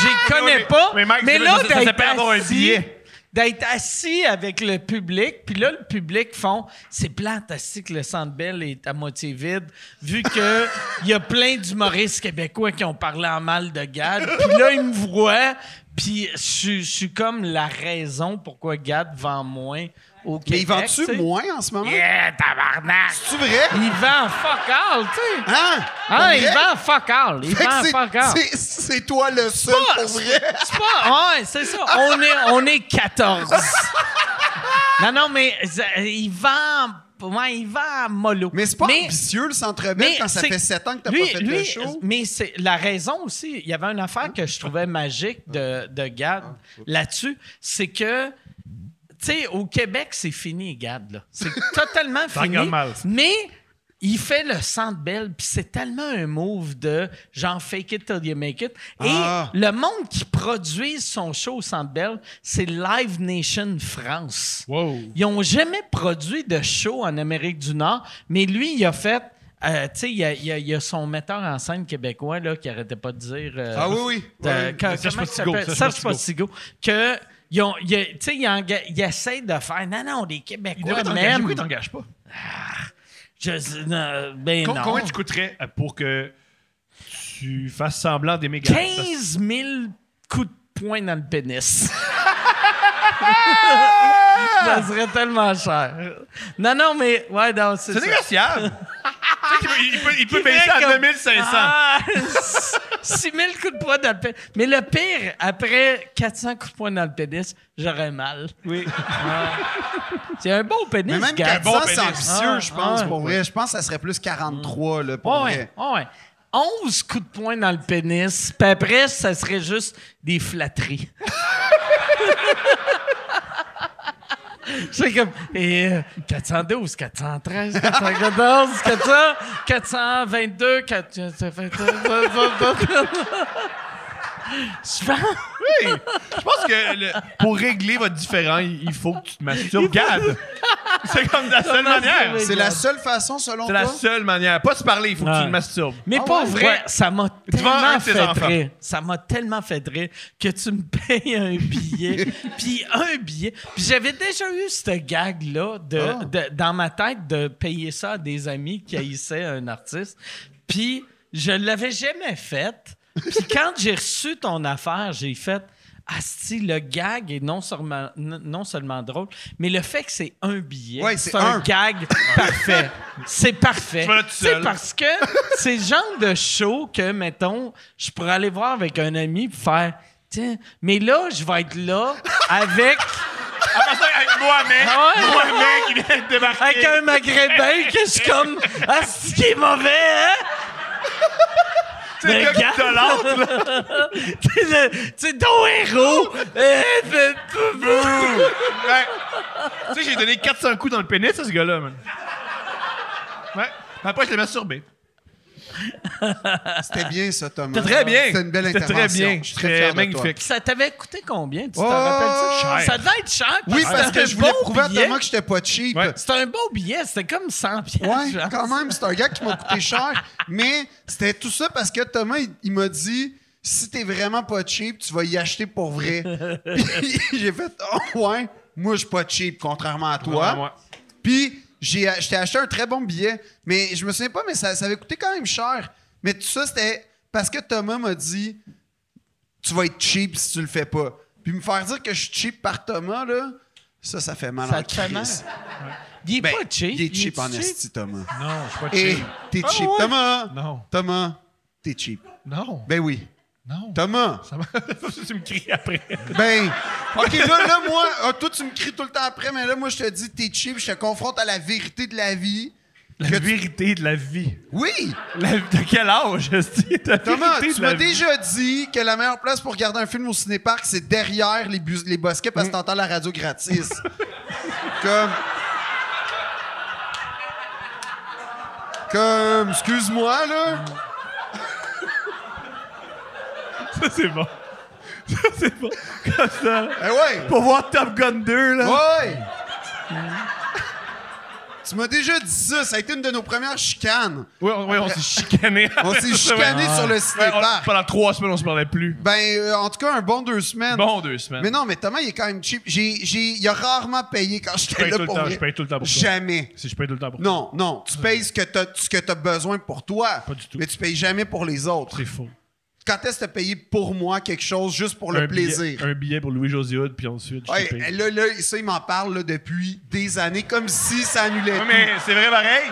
Speaker 1: J'y connais
Speaker 6: mais-
Speaker 1: pas. Mais,
Speaker 6: mais Mike, c'est-
Speaker 1: là,
Speaker 6: ça- ça
Speaker 1: d'être
Speaker 6: s'appelle avoir un
Speaker 1: assis-
Speaker 6: billet.
Speaker 1: d'être assis avec le public, puis là, le public font c'est plate, assis que le centre Bell est à moitié vide, vu que il y a plein d'humoristes québécois qui ont parlé en mal de Gad, puis là, ils me voient, puis je suis- je suis comme la raison pourquoi Gad vend moins au Québec.
Speaker 5: Mais il vend-tu
Speaker 1: tu sais.
Speaker 5: moins en ce moment?
Speaker 1: Yeah, tabarnak!
Speaker 5: C'est vrai?
Speaker 1: Il vend fuck all, tu sais!
Speaker 5: Hein?
Speaker 1: Ah,
Speaker 5: Pour
Speaker 1: il
Speaker 5: vrai?
Speaker 1: vend fuck all! Il
Speaker 5: Fait que
Speaker 1: vend
Speaker 5: c'est-
Speaker 1: fuck all!
Speaker 5: c'est- C'est toi le seul pour vrai.
Speaker 1: C'est pas. Ouais, c'est ça. On est, on est 14. non, non, mais ça- il vend. Ouais, il vend mollo.
Speaker 5: Mais c'est pas ambitieux, le centre belle
Speaker 1: mais
Speaker 5: quand ça
Speaker 1: c'est-
Speaker 5: fait sept ans que t'as
Speaker 1: lui-
Speaker 5: pas fait de
Speaker 1: lui,
Speaker 5: show.
Speaker 1: Mais c'est la raison aussi. Il y avait une affaire que je trouvais magique de, de Gad
Speaker 6: Ah,
Speaker 1: là-dessus. C'est que, tu sais, au Québec, c'est fini, Gad. là. C'est totalement fini.
Speaker 6: regarde mal.
Speaker 1: Mais il fait le centre belle, puis c'est tellement un move de genre fake it till you make it. Et
Speaker 5: Ah.
Speaker 1: le monde qui produit son show au centre belle, c'est Live Nation France.
Speaker 6: Wow.
Speaker 1: Ils ont jamais produit de show en Amérique du Nord, mais lui, il a fait. euh, tu sais, il y a, il y a- il y a son metteur en scène québécois là, qui arrêtait pas de dire. euh,
Speaker 5: Ah oui, oui.
Speaker 1: euh,
Speaker 6: Ouais,
Speaker 1: quand-
Speaker 6: mais Serge
Speaker 1: comment il
Speaker 6: Postigo,
Speaker 1: s'appelle?
Speaker 6: Serge
Speaker 1: Serge
Speaker 6: Postigo.
Speaker 1: Postigo. Que. Ils ont, ils, tu sais, ils enga- ils essaient de faire. Non, non, les
Speaker 6: Il
Speaker 1: Québécois,
Speaker 6: devrait t'engager.
Speaker 1: même.
Speaker 6: Pourquoi il t'engage pas?
Speaker 1: Je, non, ben
Speaker 6: Com-
Speaker 1: non.
Speaker 6: Combien tu coûterais euh, pour que tu fasses semblant d'aimer Gad? Parce-
Speaker 1: 15 000 coups de poing dans le pénis. ça serait tellement cher. Non, non, mais. Ouais, non, c'est
Speaker 6: C'est
Speaker 1: ça.
Speaker 6: négociable. Tu sais qu'il peut- il peut, il peut
Speaker 1: Qui
Speaker 6: baisser
Speaker 1: fait
Speaker 6: à
Speaker 1: comme-
Speaker 6: 2500.
Speaker 1: Ah, 6 000 coups de poing dans le pénis. Mais le pire, après 400 coups de poing dans le pénis, j'aurais mal. Oui. C'est un beau pénis,
Speaker 5: Mais même
Speaker 1: gars.
Speaker 5: 400,
Speaker 6: bon
Speaker 5: c'est
Speaker 6: pénis.
Speaker 5: ambitieux,
Speaker 1: Ah,
Speaker 5: je pense,
Speaker 1: ah,
Speaker 5: pour vrai. Je pense que ça serait plus 43, là,
Speaker 1: Ouais,
Speaker 5: pour
Speaker 1: ouais,
Speaker 5: vrai.
Speaker 1: ouais. 11 coups de poing dans le pénis, puis après, ça serait juste des flatteries. C'est comme et, euh, 412, 413, 414, 400, 422, 422. Je pense-
Speaker 6: Je pense que le- pour régler votre différend, il il faut que tu te masturbes. Gad! C'est comme la seule manière.
Speaker 5: C'est la seule façon, selon
Speaker 6: C'est
Speaker 5: toi?
Speaker 6: la seule manière. Pas se parler, il faut que tu
Speaker 1: Ouais.
Speaker 6: te masturbes.
Speaker 1: Mais
Speaker 5: Ah
Speaker 1: pour
Speaker 5: ouais?
Speaker 1: vrai,
Speaker 6: Ouais.
Speaker 1: ça m'a
Speaker 6: vends
Speaker 1: tellement
Speaker 6: un de tes
Speaker 1: fait
Speaker 6: enfants.
Speaker 1: rire. Ça m'a tellement fait rire que tu me payes un billet, puis un billet. Puis j'avais déjà eu ce gag-là de,
Speaker 5: Ah.
Speaker 1: de- dans ma tête de payer ça à des amis qui haïssaient un artiste. Puis je l'avais jamais fait. Puis quand j'ai reçu ton affaire, j'ai fait... Asti, le gag est non seulement, n- non seulement drôle, mais le fait que c'est un billet,
Speaker 5: Ouais, c'est
Speaker 1: c'est un
Speaker 5: un.
Speaker 1: gag parfait. C'est parfait.
Speaker 6: Tu vas là tout
Speaker 1: Tu sais,
Speaker 6: seul.
Speaker 1: parce que c'est le genre de show que, mettons, je pourrais aller voir avec un ami pour faire. Tiens, mais là, je vais être là avec,
Speaker 6: Après ça, avec Mohamed,
Speaker 1: Ah ouais?
Speaker 6: Mohamed qui vient de débarquer.
Speaker 1: avec un maghrébin que je suis comme. Ah, c'est qui est mauvais, hein?
Speaker 6: C'est comme
Speaker 1: Regarde.
Speaker 6: de l'autre, là.
Speaker 1: C'est le- c'est ton héros. Euh, euh, euh, euh.
Speaker 6: Ouais. Tu sais, j'ai donné 400 coups dans le pénis à ce gars-là, man. Ouais. Mais Après, je l'ai masturbé.
Speaker 5: C'était bien, ça, Thomas.
Speaker 6: Ah, C'était très bien.
Speaker 5: C'était une belle
Speaker 6: C'était
Speaker 5: intervention.
Speaker 6: très bien.
Speaker 5: Je suis très fier de toi.
Speaker 6: magnifique.
Speaker 1: ça t'avait coûté combien? Tu t'en
Speaker 5: Oh,
Speaker 1: rappelles ça?
Speaker 5: cher.
Speaker 1: Ça devait être cher.
Speaker 5: Oui, parce
Speaker 1: c'était
Speaker 5: que
Speaker 1: un
Speaker 5: je voulais
Speaker 1: beau
Speaker 5: prouver à
Speaker 1: billet.
Speaker 5: Thomas que j'étais pas cheap.
Speaker 6: Ouais.
Speaker 1: C'était un beau billet. C'était comme 100 pièces.
Speaker 5: Ouais, quand même, c'est un gars qui m'a coûté cher. mais c'était tout ça parce que Thomas, il, il m'a dit si t'es vraiment pas cheap, tu vas y acheter pour vrai. Puis j'ai fait oh, ouais, moi, je suis pas cheap, contrairement à
Speaker 6: Ouais,
Speaker 5: toi.
Speaker 6: moi.
Speaker 5: Puis j'ai ach- je t'ai acheté un très bon billet, mais je me souviens pas, mais ça, ça avait coûté quand même cher. Mais tout ça, c'était parce que Thomas m'a dit tu vas être cheap si tu le fais pas. Puis me faire dire que je suis cheap par Thomas, là, ça, ça fait mal en
Speaker 1: Ça te fait mal.
Speaker 5: crise.
Speaker 1: Il est
Speaker 5: Ben,
Speaker 1: pas cheap.
Speaker 5: Il est cheap
Speaker 1: est-tu
Speaker 5: en esti, Thomas.
Speaker 6: Non, je suis pas
Speaker 5: Et
Speaker 6: cheap.
Speaker 5: t'es cheap. Thomas,
Speaker 6: Ah Non.
Speaker 5: Thomas, t'es cheap.
Speaker 6: Non.
Speaker 5: Ben oui.
Speaker 6: Non.
Speaker 5: Thomas,
Speaker 6: Ça va- tu me cries après.
Speaker 5: ben. OK, là, là, moi, ah, toi, tu me cries tout le temps après, mais là, moi, je te dis, t'es cheap, je te confronte à la vérité de la vie.
Speaker 6: La
Speaker 5: Que tu-
Speaker 6: vérité de la vie.
Speaker 5: Oui!
Speaker 6: La- De quel âge, Esti? La
Speaker 5: Thomas,
Speaker 6: vérité
Speaker 5: tu
Speaker 6: de la
Speaker 5: m'as
Speaker 6: vie.
Speaker 5: déjà dit que la meilleure place pour regarder un film au cinépark, c'est derrière les, bus- les bosquets parce
Speaker 6: Mm.
Speaker 5: que t'entends la radio gratis. Comme. Comme. Excuse-moi,
Speaker 6: Mm.
Speaker 5: là.
Speaker 6: Ça, c'est bon. Ça, c'est bon. Comme ça.
Speaker 5: Eh ouais!
Speaker 6: Pour voir Top Gun 2, là.
Speaker 5: Ouais! tu m'as déjà dit ça, ça a été une de nos premières chicanes.
Speaker 6: Oui, on, oui, on s'est chicané.
Speaker 5: On s'est chicané sur le
Speaker 6: Ouais, on-
Speaker 5: cinépark.
Speaker 6: pendant trois semaines, on se parlait plus.
Speaker 5: Ben, euh, en tout cas, un bon deux semaines.
Speaker 6: Bon, deux semaines.
Speaker 5: Mais non, mais Thomas, il est quand même cheap. J'ai, j'ai, il a rarement payé quand j'étais
Speaker 6: paye
Speaker 5: là
Speaker 6: tout le
Speaker 5: pour
Speaker 6: temps,
Speaker 5: vrai.
Speaker 6: je paye tout le temps pour ça.
Speaker 5: Jamais.
Speaker 6: Si je paye tout le temps pour
Speaker 5: Non, non. Tu payes ce que t'as, ce que t'as besoin pour toi.
Speaker 6: Pas du tout.
Speaker 5: Mais tu payes jamais pour les autres.
Speaker 6: C'est faux.
Speaker 5: Quand est-ce que t'as payé pour moi quelque chose juste pour le
Speaker 6: Un billet-
Speaker 5: plaisir?
Speaker 6: un billet pour Louis José Hood, puis ensuite, je
Speaker 5: Ouais,
Speaker 6: te paye.
Speaker 5: là, là, ça, il m'en parle là, depuis des années, comme si ça annulait
Speaker 6: Ouais, mais c'est vrai pareil.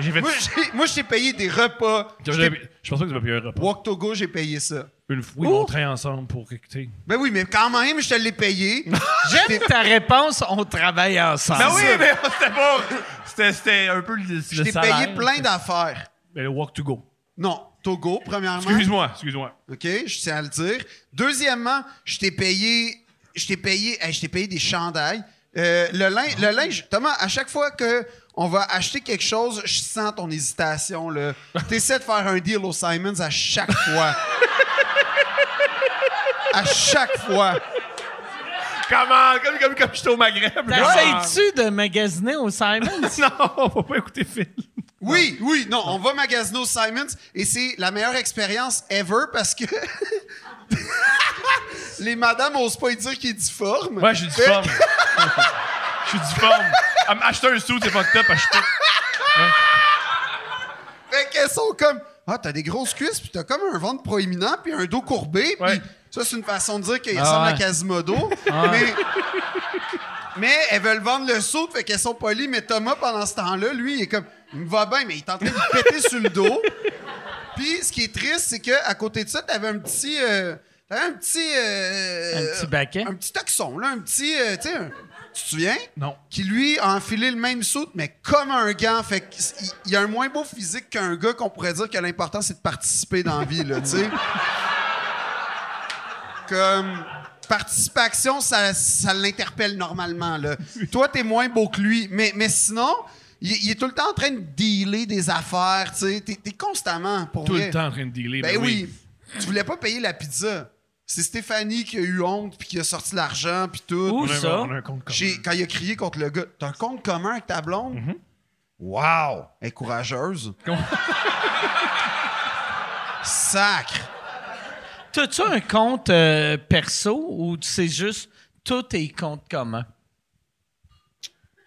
Speaker 6: J'ai
Speaker 5: tout.
Speaker 6: fait.
Speaker 5: Moi, j'ai, moi, je t'ai payé des repas.
Speaker 6: Je,
Speaker 5: Je t'ai-
Speaker 6: je pense pas que tu vas payer un repas.
Speaker 5: Walk Togo, j'ai payé ça.
Speaker 6: Une fois, on traîne ensemble pour que tu sais.
Speaker 5: Ben oui, mais quand même, je te l'ai payé.
Speaker 1: J'aime ta réponse. On travaille ensemble.
Speaker 6: Ben oui, mais c'était pas. C'était, c'était un peu le, le
Speaker 5: Je t'ai
Speaker 6: salaire.
Speaker 5: payé plein d'affaires.
Speaker 6: Mais le walk to go.
Speaker 5: Non, Togo, premièrement.
Speaker 6: Excuse-moi, excuse-moi.
Speaker 5: OK, je tiens à le dire. Deuxièmement, je t'ai payé. Je t'ai payé. hey, je t'ai payé des chandails. Euh, le, lin-
Speaker 6: Ah
Speaker 5: le linge. Thomas, à chaque fois que on va acheter quelque chose, je sens ton hésitation. Là. T'essaies de faire un deal au Simons à chaque fois. à chaque fois.
Speaker 6: Comment? Comme, comme, comme j'étais au Maghreb. là. Ah.
Speaker 1: T'essayes-tu de magasiner au Simon?
Speaker 6: Non, faut pas écouter Phil.
Speaker 5: Oui, oui, non, on va magasiner au Simons et c'est la meilleure expérience ever parce que les madames osent pas y dire qu'ils est difforme.
Speaker 6: Ouais, je suis
Speaker 5: Fait-
Speaker 6: difforme. Je suis difforme. Ah, mais Acheter un sou, c'est fucked up. Acheter.
Speaker 5: Fait qu'elles sont comme Ah, t'as des grosses cuisses, puis t'as comme un ventre proéminent, puis un dos courbé.
Speaker 6: Ouais.
Speaker 5: Puis ça, c'est une façon de dire qu'il
Speaker 1: Ah
Speaker 5: ressemble à
Speaker 1: ouais.
Speaker 5: Quasimodo. mais, mais elles veulent vendre le saut, fait qu'elles sont polies. Mais Thomas, pendant ce temps-là, lui, il est comme Il me va bien, mais il est en train de me péter sur le dos. Puis ce qui est triste, c'est qu'à côté de ça, t'avais un petit. euh, t'avais un petit. euh,
Speaker 1: Un petit baquet.
Speaker 5: Un petit toxon, là. Un petit. euh, tu sais, un- tu te souviens?
Speaker 6: Non.
Speaker 5: qui lui a enfilé le même saut, mais comme un gant. Fait que c- il- il a un moins beau physique qu'un gars qu'on pourrait dire que l'important c'est de participer dans la vie, là, tu sais. Comme participation, ça, ça l'interpelle normalement, là. Toi, t'es moins beau que lui, mais, mais sinon, il, il est tout le temps en train de dealer des affaires, tu sais. T'es, t'es constamment, pour
Speaker 6: Tout
Speaker 5: vrai.
Speaker 6: le temps en train de dealer.
Speaker 5: Ben oui. Tu voulais pas payer la pizza. C'est Stéphanie qui a eu honte puis qui a sorti l'argent puis tout.
Speaker 1: Où
Speaker 6: On a,
Speaker 1: ça?
Speaker 6: on a un compte commun.
Speaker 5: J'ai- quand il a crié contre le gars, t'as un compte commun avec ta blonde?
Speaker 6: Mm-hmm.
Speaker 5: Wow! Elle est courageuse. Sacre!
Speaker 1: T'as-tu un compte euh, perso ou c'est juste tous tes comptes communs?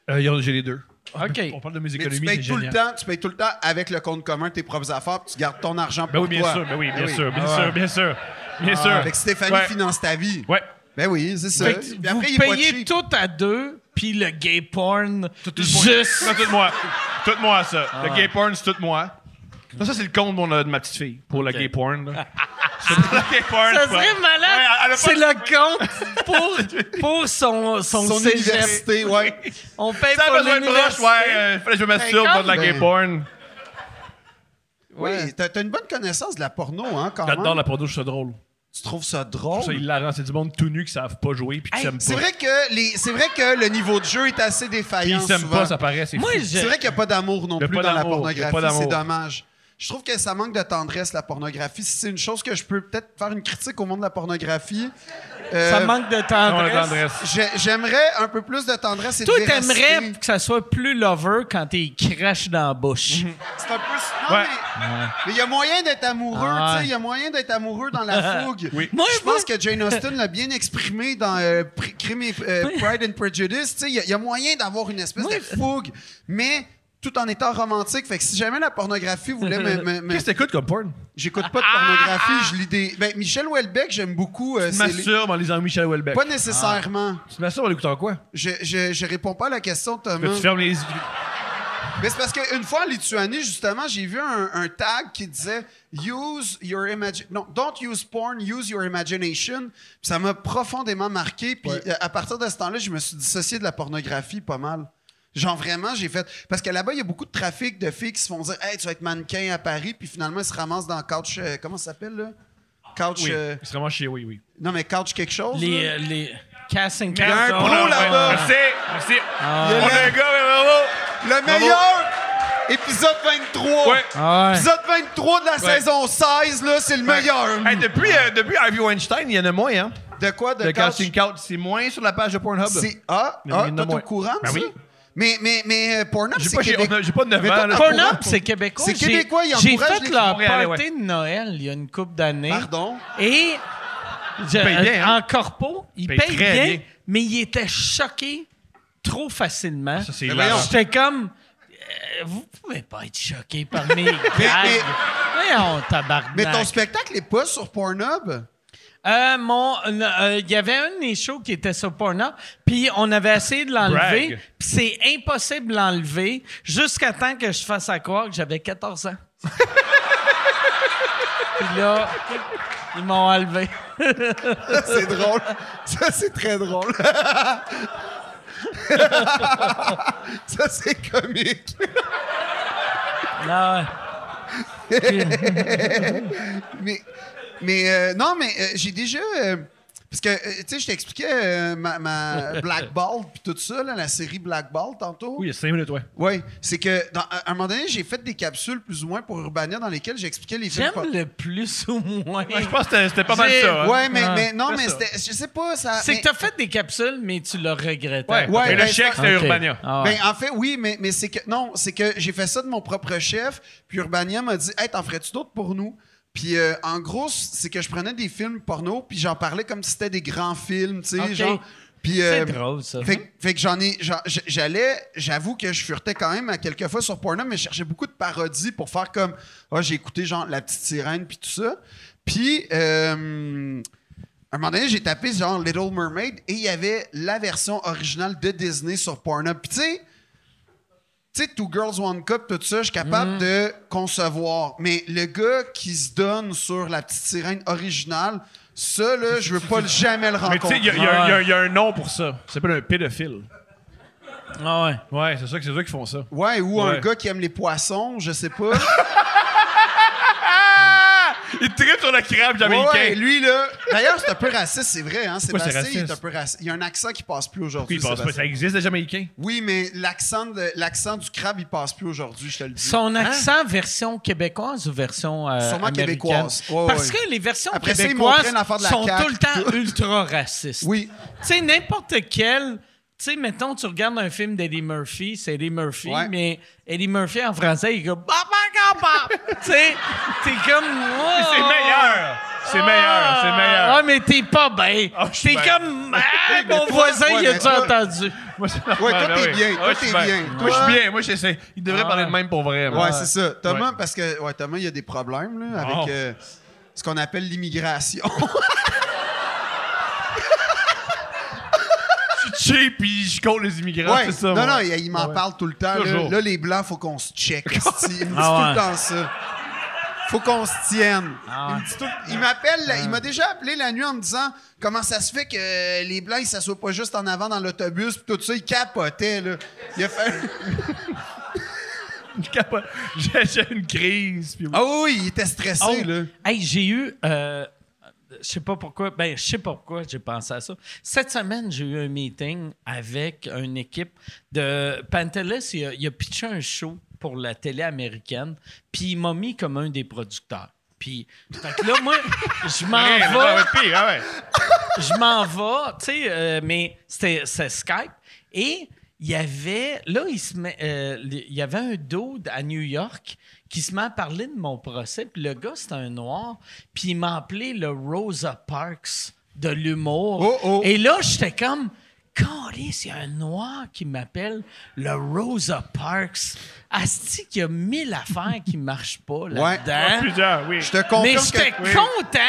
Speaker 6: Euh, y a- j'ai les deux.
Speaker 1: OK.
Speaker 6: On parle de mes
Speaker 5: Mais tu
Speaker 6: économies.
Speaker 5: payes
Speaker 6: c'est
Speaker 5: tout le
Speaker 6: génial.
Speaker 5: temps, tu payes tout le temps avec le compte commun tes propres affaires, puis tu gardes ton argent pour
Speaker 6: Ben oui, bien
Speaker 5: toi.
Speaker 6: sûr. Ben oui, bien
Speaker 5: oui.
Speaker 6: sûr. Bien
Speaker 5: Ah ouais.
Speaker 6: sûr, bien sûr. Bien sûr.
Speaker 5: Fait que Stéphanie
Speaker 6: Ouais.
Speaker 5: finance ta vie.
Speaker 6: Ouais.
Speaker 5: Ben oui,
Speaker 6: Euh,
Speaker 5: c'est ça.
Speaker 1: Fait que
Speaker 5: Puis après, il
Speaker 1: vous
Speaker 5: est pas
Speaker 1: payez
Speaker 5: cheap.
Speaker 1: tout à deux, puis le gay porn,
Speaker 6: tout le point.
Speaker 1: juste...
Speaker 6: Non, tout moi. Tout moi, ça. Le gay porn, c'est tout moi. Non, ça, c'est le compte de mon- de ma petite fille pour le gay porn. là. c'est pour le gay porn.
Speaker 1: Ça
Speaker 6: quoi.
Speaker 1: serait
Speaker 6: Ouais, elle
Speaker 1: malade.
Speaker 6: a pas-
Speaker 1: c'est le compte pour, pour son, son,
Speaker 5: Son
Speaker 1: cégep.
Speaker 5: université, ouais.
Speaker 1: On paye
Speaker 6: Ça euh, a
Speaker 1: pour
Speaker 6: besoin de broche,
Speaker 1: l'université. Ben,
Speaker 6: ouais. euh, fallait que je me masturbe pour de la
Speaker 5: Ben,
Speaker 6: gay porn.
Speaker 5: Oui, t'as t'as une bonne connaissance de la porno, hein, quand même.
Speaker 6: J'adore la porno, je trouve ça drôle.
Speaker 5: Tu trouves ça
Speaker 6: Je trouve Ça,
Speaker 5: drôle?
Speaker 6: il la C'est du monde tout nu qui savent pas jouer puis qui
Speaker 5: Hey,
Speaker 6: s'aiment pas.
Speaker 5: c'est vrai, que les- c'est vrai que le niveau de jeu est assez
Speaker 6: Puis
Speaker 5: défaillant
Speaker 6: ils s'aiment
Speaker 5: souvent.
Speaker 6: pas, ça paraît. C'est
Speaker 1: Moi,
Speaker 6: fou.
Speaker 1: je-
Speaker 5: C'est vrai qu'il n'y a pas d'amour non
Speaker 6: Il y a
Speaker 5: plus
Speaker 6: pas
Speaker 5: dans la
Speaker 6: d'amour, il y a pas
Speaker 5: pornographie,
Speaker 6: d'amour.
Speaker 5: c'est dommage. Je trouve que ça manque de tendresse, la pornographie. Si c'est une chose que je peux peut-être faire une critique au monde de la pornographie, euh,
Speaker 7: Ça manque de
Speaker 6: Non, la
Speaker 7: tendresse.
Speaker 6: tendresse.
Speaker 5: j'ai- j'aimerais un peu plus de tendresse et
Speaker 1: Toi,
Speaker 5: de véracité.
Speaker 1: t'aimerais que ça soit plus lover quand t'es crache dans la bouche.
Speaker 6: Mhm.
Speaker 5: C'est un peu... Non,
Speaker 6: Ouais.
Speaker 5: mais- mais il y a moyen d'être amoureux,
Speaker 1: Ah
Speaker 5: tu
Speaker 1: ouais.
Speaker 5: sais, il y a moyen d'être amoureux dans la fougue.
Speaker 1: Moi,
Speaker 5: je pense que Jane Austen l'a bien exprimé dans euh, Pri- Crime et, euh, Pride and Prejudice. Tu sais, Il y, a- il y a moyen d'avoir une espèce de fougue, mais tout en étant romantique. Fait que si jamais la pornographie voulait me- me- me-
Speaker 6: Qu'est-ce que t'écoutes comme porn?
Speaker 5: J'écoute pas de pornographie, je lis des. Ben, Michel Houellebecq, j'aime beaucoup. euh,
Speaker 6: Tu te
Speaker 5: ses li-
Speaker 6: masturbes en lisant Michel Houellebecq.
Speaker 5: Pas nécessairement.
Speaker 6: Tu te masturbes en écoutant quoi?
Speaker 5: Je, je, je réponds pas à la question, Thomas.
Speaker 6: Que tu fermes les yeux.
Speaker 5: Mais c'est parce qu'une fois en Lituanie, justement, j'ai vu un, un tag qui disait Use your imagination. Non, don't use porn, use your imagination. Puis ça m'a profondément marqué. Puis euh, à partir de ce temps-là, je me suis dissocié de la pornographie pas mal. Genre vraiment, j'ai fait. Parce que là-bas, il y a beaucoup de trafic de filles qui se font dire Hey, tu vas être mannequin à Paris. Puis finalement, ils se ramassent dans couch. euh, comment ça s'appelle, là Couch.
Speaker 6: Oui,
Speaker 5: euh,
Speaker 6: c'est vraiment chier, oui, oui.
Speaker 5: Non, mais couch quelque chose.
Speaker 1: Les,
Speaker 5: là.
Speaker 1: euh, les casting
Speaker 5: Il y a un
Speaker 1: couch.
Speaker 5: pro là-bas.
Speaker 6: Merci, merci.
Speaker 5: Il y a
Speaker 6: On a un
Speaker 5: le,
Speaker 6: gars, mais bravo!
Speaker 5: le meilleur épisode 23.
Speaker 6: Ouais.
Speaker 1: Ah ouais.
Speaker 5: Épisode 23 de la saison 16, là, c'est le meilleur.
Speaker 6: Hey, depuis, euh, depuis Harvey Weinstein, il y en a moins, hein?
Speaker 5: De quoi, de
Speaker 6: Le
Speaker 5: couch?
Speaker 6: casting couch, c'est moins sur la page de Pornhub.
Speaker 5: C'est... Ah,
Speaker 6: Mais
Speaker 5: ah,
Speaker 6: il y en a
Speaker 5: t'es
Speaker 6: moins.
Speaker 5: au courant, de
Speaker 6: Ben
Speaker 5: ça?
Speaker 6: oui.
Speaker 5: Mais, mais, mais euh, Pornhub,
Speaker 6: J'ai
Speaker 5: c'est
Speaker 6: pas, j'ai-
Speaker 5: Québec.
Speaker 6: on a- j'ai pas 9
Speaker 5: Mais
Speaker 6: ans,
Speaker 5: t'as-
Speaker 6: là.
Speaker 5: Pornhub,
Speaker 1: Pornhub, c'est québécois.
Speaker 5: C'est
Speaker 1: J'ai-
Speaker 5: québécois, ils
Speaker 1: J'ai
Speaker 5: encouragent
Speaker 1: fait
Speaker 5: les-
Speaker 1: leur
Speaker 6: Montréalais,
Speaker 1: party de Noël il y a une couple d'années.
Speaker 5: Pardon?
Speaker 1: Et je-
Speaker 6: payent bien, hein?
Speaker 1: en corpo, ils
Speaker 6: Payent
Speaker 1: payent
Speaker 6: très
Speaker 1: bien,
Speaker 6: bien.
Speaker 1: mais ils étaient choqués trop facilement.
Speaker 6: Ça, c'est
Speaker 5: Mais
Speaker 6: hilarant.
Speaker 5: voyons.
Speaker 1: J'étais comme... euh, Vous pouvez pas être choqué par mes gags.
Speaker 5: mais-
Speaker 1: Mais on tabarnak.
Speaker 5: Mais ton spectacle est pas sur Pornhub?
Speaker 1: Euh, mon, euh, euh, il y avait un des shows qui était sur Pornhub, puis on avait essayé de l'enlever,
Speaker 6: Brag.
Speaker 1: puis c'est impossible de l'enlever jusqu'à temps que je fasse à croire que j'avais 14 ans. puis là, ils m'ont enlevé.
Speaker 5: c'est drôle. Ça, c'est très drôle. ça, c'est comique.
Speaker 1: Là,
Speaker 5: Mais, mais euh, non, mais euh, j'ai déjà. euh, parce que, euh, tu sais, je t'expliquais euh, ma, ma Black Ball, puis tout ça, là, la série Black Ball, tantôt.
Speaker 6: Oui, il y a 5 minutes, ouais.
Speaker 5: Oui, c'est que, dans- à un moment donné, j'ai fait des capsules plus ou moins pour Urbania dans lesquelles j'expliquais les films.
Speaker 1: j'aime le plus ou moins.
Speaker 6: Ouais, je pense que c'était- c'était pas mal
Speaker 1: J'ai-
Speaker 6: ça. hein.
Speaker 5: Ouais, mais,
Speaker 1: Ouais.
Speaker 5: mais non,
Speaker 6: C'est
Speaker 5: mais
Speaker 6: ça.
Speaker 5: c'était- je sais pas, ça.
Speaker 1: C'est
Speaker 5: mais-
Speaker 1: que t'as fait des capsules, mais tu l'as regretté.
Speaker 6: Ouais,
Speaker 5: Ouais,
Speaker 6: mais
Speaker 5: ben,
Speaker 6: le chèque,
Speaker 5: c'est-
Speaker 6: c'était
Speaker 1: Ok.
Speaker 6: Urbania.
Speaker 1: Ah ouais.
Speaker 5: Ben, en fait, oui, mais, mais c'est que. Non, c'est que j'ai fait ça de mon propre chef, puis Urbania m'a dit Hey, t'en ferais-tu d'autres pour nous Puis euh, en gros, c'est que je prenais des films porno, puis j'en parlais comme si c'était des grands films, tu sais,
Speaker 1: Ok.
Speaker 5: genre. Puis,
Speaker 1: c'est
Speaker 5: euh,
Speaker 1: drôle, ça.
Speaker 5: Fait, que- fait que j'en ai. j'en- j- J'allais, j'avoue que je furetais quand même à quelques fois sur Pornhub, mais je cherchais beaucoup de parodies pour faire comme. Ah, j'ai écouté genre La petite sirène puis tout ça. Puis, euh, à un moment donné, j'ai tapé genre Little Mermaid et il y avait la version originale de Disney sur Pornhub. Puis, tu sais, tu sais, Two Girls One Cup, tout ça, je suis capable
Speaker 6: Mm.
Speaker 5: de concevoir. Mais le gars qui se donne sur La petite sirène originale, ça, là, je veux pas jamais le
Speaker 6: Mais tu sais,
Speaker 5: rencontrer.
Speaker 6: il y, a- il y a- il y a- il y a un nom pour ça. Ça s'appelle un pédophile.
Speaker 1: Ah ouais.
Speaker 6: Ouais, c'est ça que c'est eux qui font ça.
Speaker 5: Ouais, ou un
Speaker 6: Ouais.
Speaker 5: gars qui aime les poissons, je sais pas.
Speaker 6: Il tripe sur le crabe
Speaker 5: ouais,
Speaker 6: jamaïcain.
Speaker 5: ouais, lui, là. D'ailleurs, c'est un peu raciste, c'est vrai, hein.
Speaker 6: Pourquoi c'est
Speaker 5: Sébastien, il est un
Speaker 6: raciste?
Speaker 5: peu raciste. Il y a un accent qui passe plus
Speaker 6: Pourquoi
Speaker 5: aujourd'hui.
Speaker 6: il pense pas?
Speaker 5: Sébastien.
Speaker 6: Ça existe, les Jamaïcains?
Speaker 5: Oui, mais l'accent de- l'accent du crabe, il passe plus aujourd'hui, je te le dis.
Speaker 1: Son accent version québécoise ou version euh,
Speaker 5: Hein? Sûrement
Speaker 1: américaine?
Speaker 5: québécoise. Ouais,
Speaker 1: Parce
Speaker 5: ouais.
Speaker 1: que les versions
Speaker 5: Après ça, ils
Speaker 1: québécoises
Speaker 5: m'entraînent à faire de la
Speaker 1: sont
Speaker 5: CAQ,
Speaker 1: tout le temps
Speaker 5: puis
Speaker 1: ultra racistes.
Speaker 5: Oui.
Speaker 1: Tu sais, n'importe quel... Tu sais, mettons, tu regardes un film d'Eddie Murphy, c'est Eddie Murphy,
Speaker 5: Ouais.
Speaker 1: mais Eddie Murphy en français, il est comme... Bah, bah, bah, bah. tu sais, t'es comme... wow.
Speaker 6: C'est meilleur! C'est meilleur, c'est meilleur.
Speaker 1: Ah, mais t'es pas bien.
Speaker 6: Ah, je suis
Speaker 1: t'es
Speaker 6: bien.
Speaker 1: comme... Ah, mon voisin,
Speaker 5: ouais,
Speaker 1: il a
Speaker 5: mais
Speaker 1: dû
Speaker 5: toi-
Speaker 1: entendu.
Speaker 6: Moi, c'est normal,
Speaker 5: Ouais, toi, t'es
Speaker 6: oui.
Speaker 5: bien, toi,
Speaker 6: Ouais, je suis
Speaker 5: t'es bien.
Speaker 6: Moi, je suis
Speaker 5: Toi-
Speaker 6: bien. Moi, j'essaie. Il devrait
Speaker 1: Ah.
Speaker 6: parler de même pour vrai.
Speaker 5: Ouais,
Speaker 6: moi.
Speaker 5: c'est ça. Thomas,
Speaker 6: Ouais.
Speaker 5: parce que ouais, Thomas, il y a des problèmes là,
Speaker 6: Oh.
Speaker 5: avec euh, ce qu'on appelle l'immigration.
Speaker 6: Je suis cheap puis je compte les immigrants,
Speaker 5: ouais.
Speaker 6: Ah, c'est ça.
Speaker 5: non,
Speaker 6: moi.
Speaker 5: non, il, il m'en parle tout le temps. Là.
Speaker 6: Toujours.
Speaker 5: Là, les blancs, faut qu'on se check. esti. il me dit
Speaker 1: Ah
Speaker 5: tout le temps ça. Faut qu'on se tienne.
Speaker 1: Ah ouais.
Speaker 5: Il me dit tout- Il m'appelle, il m'a déjà appelé la nuit en me disant comment ça se fait que euh, les blancs ils s'assoient pas juste en avant dans l'autobus puis tout ça, il capotait là. Il a fait
Speaker 6: J'ai j'ai une crise. Puis...
Speaker 5: Ah oui, oui, il était stressé,
Speaker 1: Oh,
Speaker 5: là.
Speaker 1: Hey, j'ai eu. euh, je sais pas pourquoi. Ben, je sais pas pourquoi j'ai pensé à ça. Cette semaine, j'ai eu un meeting avec une équipe de. Pantelis, il a, il a pitché un show pour la télé américaine, puis il m'a mis comme un des producteurs. Puis, fait que là, moi, je m'en
Speaker 6: Ouais,
Speaker 5: ah,
Speaker 1: vais
Speaker 6: Ah, ouais, ouais, pire, ouais.
Speaker 1: je m'en vais, tu sais, euh, mais c'était c'est Skype. Et il y avait, là, il, se met- euh, il y avait un dude à New York qui se met à parler de mon procès. Puis le gars, c'était un noir. Puis il m'a appelé le Rosa Parks de l'humour.
Speaker 5: Oh, oh.
Speaker 1: Et là, j'étais comme, Calice, il y a un noir qui m'appelle le Rosa Parks. Asti, qu'il y a mille affaires qui marchent pas là-dedans.
Speaker 6: Ah, Plusieurs, oui.
Speaker 5: Hein? Je te confirme
Speaker 1: mais
Speaker 5: que-
Speaker 1: j'étais
Speaker 5: oui.
Speaker 1: content.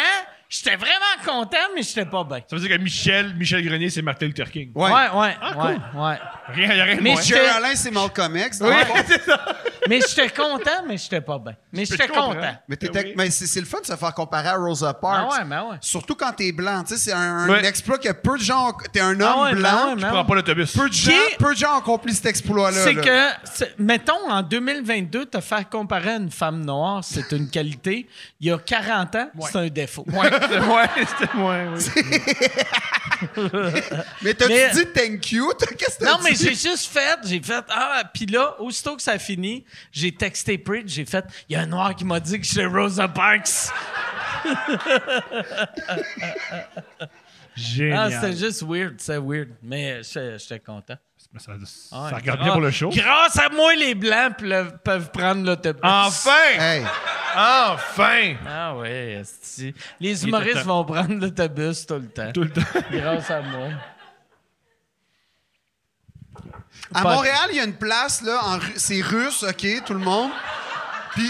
Speaker 1: J'étais vraiment content, mais j'étais pas bien.
Speaker 6: Ça veut dire que Michel, Michel Grenier, c'est Martin Luther King.
Speaker 5: Ouais.
Speaker 1: Ouais, ouais, ouais, ouais.
Speaker 6: Rien, y a rien de
Speaker 1: Mais
Speaker 6: moins.
Speaker 1: je-
Speaker 5: Jerry Alain, c'est Malcolm X. Ah, bon.
Speaker 1: Mais j'étais content, mais j'étais pas bien. Mais j'étais
Speaker 6: te comprendre.
Speaker 1: content.
Speaker 5: Mais, t'étais- mais c'est c'est le fun de se faire comparer à Rosa
Speaker 1: Ben
Speaker 5: Parks.
Speaker 1: Ah ouais, ben ouais.
Speaker 5: Surtout quand t'es blanc. Tu sais, c'est un, un
Speaker 6: Ouais.
Speaker 5: exploit que peu de gens... ont- T'es un homme
Speaker 1: Ah ouais, ben
Speaker 5: blanc.
Speaker 1: ouais,
Speaker 6: Je
Speaker 1: ben
Speaker 6: prends pas l'autobus.
Speaker 5: Peu
Speaker 6: Peu de
Speaker 5: de gens- Peu de gens ont accompli cet exploit-là.
Speaker 1: C'est
Speaker 5: là.
Speaker 1: que, c'est- mettons, en 2022, te faire comparer à une femme noire, c'est une qualité. Il y a 40 ans, c'est un défaut.
Speaker 6: c'était moins, c'était moins, oui.
Speaker 5: Mais t'as-tu
Speaker 1: Mais-
Speaker 5: dit thank you? T'as- Qu'est-ce que t'as
Speaker 1: Non, mais
Speaker 5: dit?
Speaker 1: j'ai juste fait, j'ai fait, ah, puis là, aussitôt que ça a fini, j'ai texté Pritch, j'ai fait, il y a un noir qui m'a dit que j'étais Rosa Parks. Ah,
Speaker 6: Génial.
Speaker 1: c'était juste weird, Ah, c'est weird, mais j'étais j'étais content.
Speaker 6: ça, ça
Speaker 1: Ouais.
Speaker 6: regarde bien pour le show.
Speaker 1: Grâce à moi, les Blancs ple- peuvent prendre l'autobus.
Speaker 6: Enfin!
Speaker 5: Hey.
Speaker 6: Enfin!
Speaker 1: Ah ouais, esti. les
Speaker 6: Il
Speaker 1: humoristes
Speaker 6: était temps.
Speaker 1: vont prendre l'autobus tout le temps.
Speaker 6: Tout le temps.
Speaker 1: Grâce à moi.
Speaker 5: À
Speaker 1: Pas-
Speaker 5: Montréal, il y a une place, là, en ru- c'est russe, OK, tout le monde. Puis...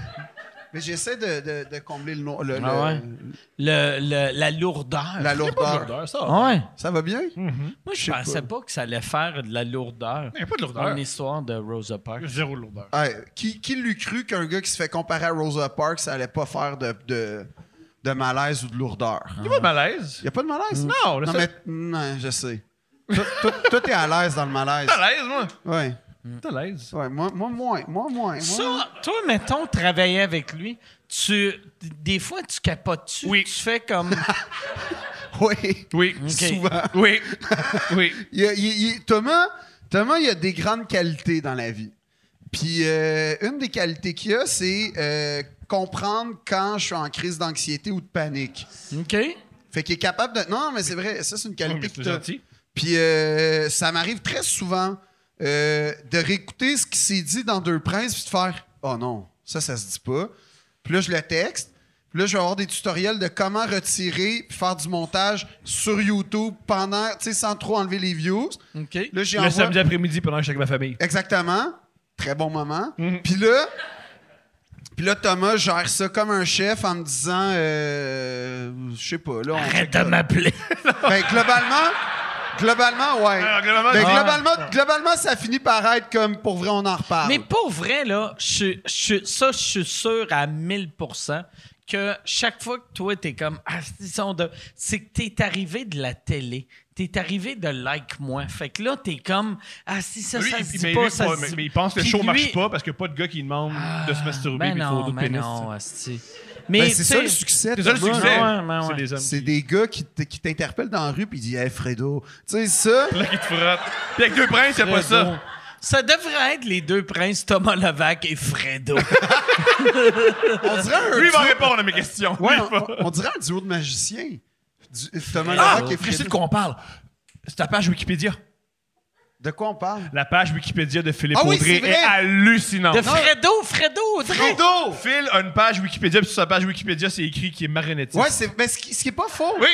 Speaker 5: mais j'essaie de, de- de combler le, no- le- le-
Speaker 1: Ah ouais. Le, le- la lourdeur.
Speaker 5: la lourdeur.
Speaker 1: Ah ouais.
Speaker 5: Ça va bien?
Speaker 1: Moi, je pensais pas. que ça allait faire de la lourdeur.
Speaker 6: Il n'y a pas de
Speaker 1: Dans
Speaker 6: lourdeur.
Speaker 1: l'histoire de Rosa Parks.
Speaker 6: Zéro lourdeur.
Speaker 5: Hey, Ah, qui qui l'eût cru qu'un gars qui se fait comparer à Rosa Parks, ça allait pas faire de, de, de malaise ou de lourdeur?
Speaker 6: Il n'y a pas de malaise.
Speaker 5: Il a pas de malaise?
Speaker 6: Non, le
Speaker 5: non,
Speaker 6: seul-
Speaker 5: mais non, je sais. Toi, toi- toi, t'es à l'aise dans le malaise.
Speaker 6: T'es à l'aise, moi.
Speaker 5: Ouais.
Speaker 6: T'es à l'aise.
Speaker 5: ouais. Moi, moi, moins. Moi, moins. moi, moins.
Speaker 1: Ça, toi, mettons, travailler avec lui, tu. Des fois, tu capotes-tu.
Speaker 6: Oui.
Speaker 1: Tu fais comme.
Speaker 5: Oui.
Speaker 6: Oui.
Speaker 5: Souvent.
Speaker 6: Oui. Oui.
Speaker 5: Il y a- il y- il- Thomas, Thomas, il a des grandes qualités dans la vie. Puis euh, une des qualités qu'il a, c'est euh, comprendre quand je suis en crise d'anxiété ou de panique.
Speaker 1: OK.
Speaker 5: Fait qu'il est capable de. Non, mais c'est vrai, ça, c'est une
Speaker 6: Oui, Oh, mais
Speaker 5: qualité que
Speaker 6: C'est
Speaker 5: t'as.
Speaker 6: gentil.
Speaker 5: Puis euh, ça m'arrive très souvent euh, de réécouter ce qui s'est dit dans Deux Princes puis de faire Oh non, ça, ça se dit pas. Puis là, je le texte. Puis là, je vais avoir des tutoriels de comment retirer puis faire du montage sur YouTube pendant, tu sais, sans trop enlever les views.
Speaker 1: OK.
Speaker 5: Là, j'y
Speaker 6: Le
Speaker 5: envoie-
Speaker 6: samedi après-midi pendant que j'étais avec ma famille.
Speaker 5: Exactement. Très bon moment. Puis là, puis là, Thomas gère ça comme un chef en me disant, euh, je sais pas, là, on
Speaker 1: Arrête de m'appeler.
Speaker 5: ben, globalement, globalement, ouais.
Speaker 6: Alors, Ah, globalement, Ah.
Speaker 5: Ben,
Speaker 6: ouais.
Speaker 5: globalement, globalement, ça finit par être comme pour vrai, on en reparle.
Speaker 1: Mais pour vrai, là, je, suis- je, suis- ça, je suis sûr à 1000% que chaque fois que toi, t'es comme, ah, ils sont de- c'est que t'es arrivé de la télé. T'es arrivé de like moi. Fait que là, t'es comme, ah, si ça,
Speaker 6: Lui,
Speaker 1: ça
Speaker 6: il-
Speaker 1: se dit
Speaker 6: mais,
Speaker 1: pas,
Speaker 6: lui,
Speaker 1: ça
Speaker 6: ouais,
Speaker 1: se
Speaker 6: mais,
Speaker 1: dit-
Speaker 6: mais il pense que le
Speaker 1: Puis
Speaker 6: show
Speaker 1: lui-
Speaker 6: marche pas parce qu'il n'y a pas de gars qui demande de se masturber et
Speaker 1: Ben
Speaker 6: puis de
Speaker 1: non,
Speaker 6: photos de
Speaker 1: ben
Speaker 6: pénis.
Speaker 1: non, asti.
Speaker 5: Ben,
Speaker 1: Mais
Speaker 5: c'est
Speaker 1: tu
Speaker 5: ça
Speaker 1: sais-
Speaker 5: le succès.
Speaker 6: C'est ça le
Speaker 5: Thomas.
Speaker 6: succès.
Speaker 1: ouais, ben ouais,
Speaker 6: C'est
Speaker 1: ouais.
Speaker 6: des hommes.
Speaker 5: C'est des gars qui t- qui t'interpellent dans la rue puis ils disent, hey, Fredo. Tu sais, ça.
Speaker 6: Là, qui te frottent. Puis avec deux princes, c'est pas ça.
Speaker 1: Ça devrait être les deux princes Thomas Lavac et Fredo.
Speaker 5: On dirait un
Speaker 6: Lui, il va
Speaker 5: duo-
Speaker 6: répondre à mes questions.
Speaker 5: Ouais,
Speaker 6: Lui, il va-
Speaker 5: on, on dirait un duo de magiciens. Du- Thomas
Speaker 6: Ah,
Speaker 5: Lavac et Fredo.
Speaker 6: Christine, qu'on parle. C'est ta page Wikipédia.
Speaker 5: De quoi on parle?
Speaker 6: La page Wikipédia de Philippe
Speaker 5: Ah oui,
Speaker 6: Audrey
Speaker 5: c'est vrai.
Speaker 6: est hallucinante.
Speaker 1: De Fredo, Fredo, Audrey.
Speaker 5: Fredo!
Speaker 6: Phil a une page Wikipédia, puis sur sa page Wikipédia, c'est écrit qu'il est marionnettiste.
Speaker 5: Ouais, c'est, mais ce qui, ce qui est pas faux.
Speaker 6: Oui,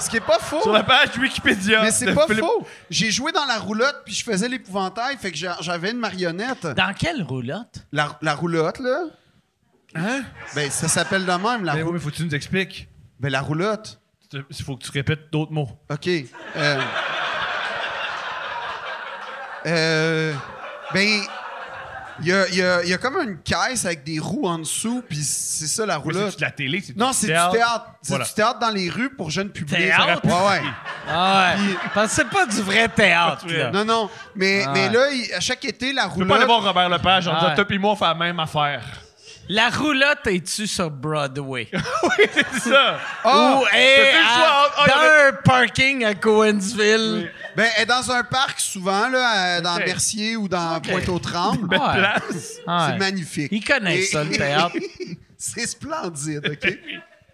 Speaker 5: Ce qui est pas faux.
Speaker 6: sur la page Wikipédia.
Speaker 5: Mais
Speaker 6: de
Speaker 5: c'est pas
Speaker 6: Philippe-
Speaker 5: faux. J'ai joué dans la roulotte puis je faisais l'épouvantail, fait que j'a- j'avais une marionnette.
Speaker 1: Dans quelle roulotte?
Speaker 5: La, la roulotte, là.
Speaker 6: Hein?
Speaker 5: Ben, ça s'appelle de même, la,
Speaker 6: Mais
Speaker 5: rou-
Speaker 6: oui, mais faut que tu nous expliques.
Speaker 5: ben, la roulotte.
Speaker 6: Il faut que tu répètes d'autres mots.
Speaker 5: OK. Euh... Euh... Ben, il y a, il y a- il y a comme une caisse avec des roues en dessous, puis c'est ça, la
Speaker 6: Mais
Speaker 5: roulotte.
Speaker 6: C'est de la télé, c'est
Speaker 5: Non, c'est du théâtre. C'est
Speaker 6: Voilà.
Speaker 5: du théâtre dans les rues pour jeunes publics.
Speaker 1: Théâtre?
Speaker 5: Ouais, ouais.
Speaker 1: Ah ouais. Parce que c'est pas du vrai théâtre, là.
Speaker 5: Non, non. Mais, mais là, il- à chaque été, la
Speaker 6: Ah. Tu peux pas aller
Speaker 5: roulotte.
Speaker 6: voir Robert Lepage en
Speaker 1: Ah ouais.
Speaker 6: disant, toi pis moi, on fait la même affaire.
Speaker 1: La roulotte est-tu sur Broadway?
Speaker 6: C'est ça.
Speaker 5: Ah!
Speaker 1: Ou est
Speaker 6: t'as fait le choix entre- ah,
Speaker 1: dans
Speaker 6: il y
Speaker 1: un parking à Cowansville?
Speaker 5: Ben, elle est dans un parc souvent, là, à- dans
Speaker 6: Ok. Ben,
Speaker 5: Mercier ou dans Pointe-aux-Trembles.
Speaker 6: Belle
Speaker 1: Ouais.
Speaker 6: place.
Speaker 1: Ah ouais.
Speaker 5: C'est magnifique.
Speaker 1: Ils connaissent ça, le théâtre.
Speaker 5: c'est splendide, OK?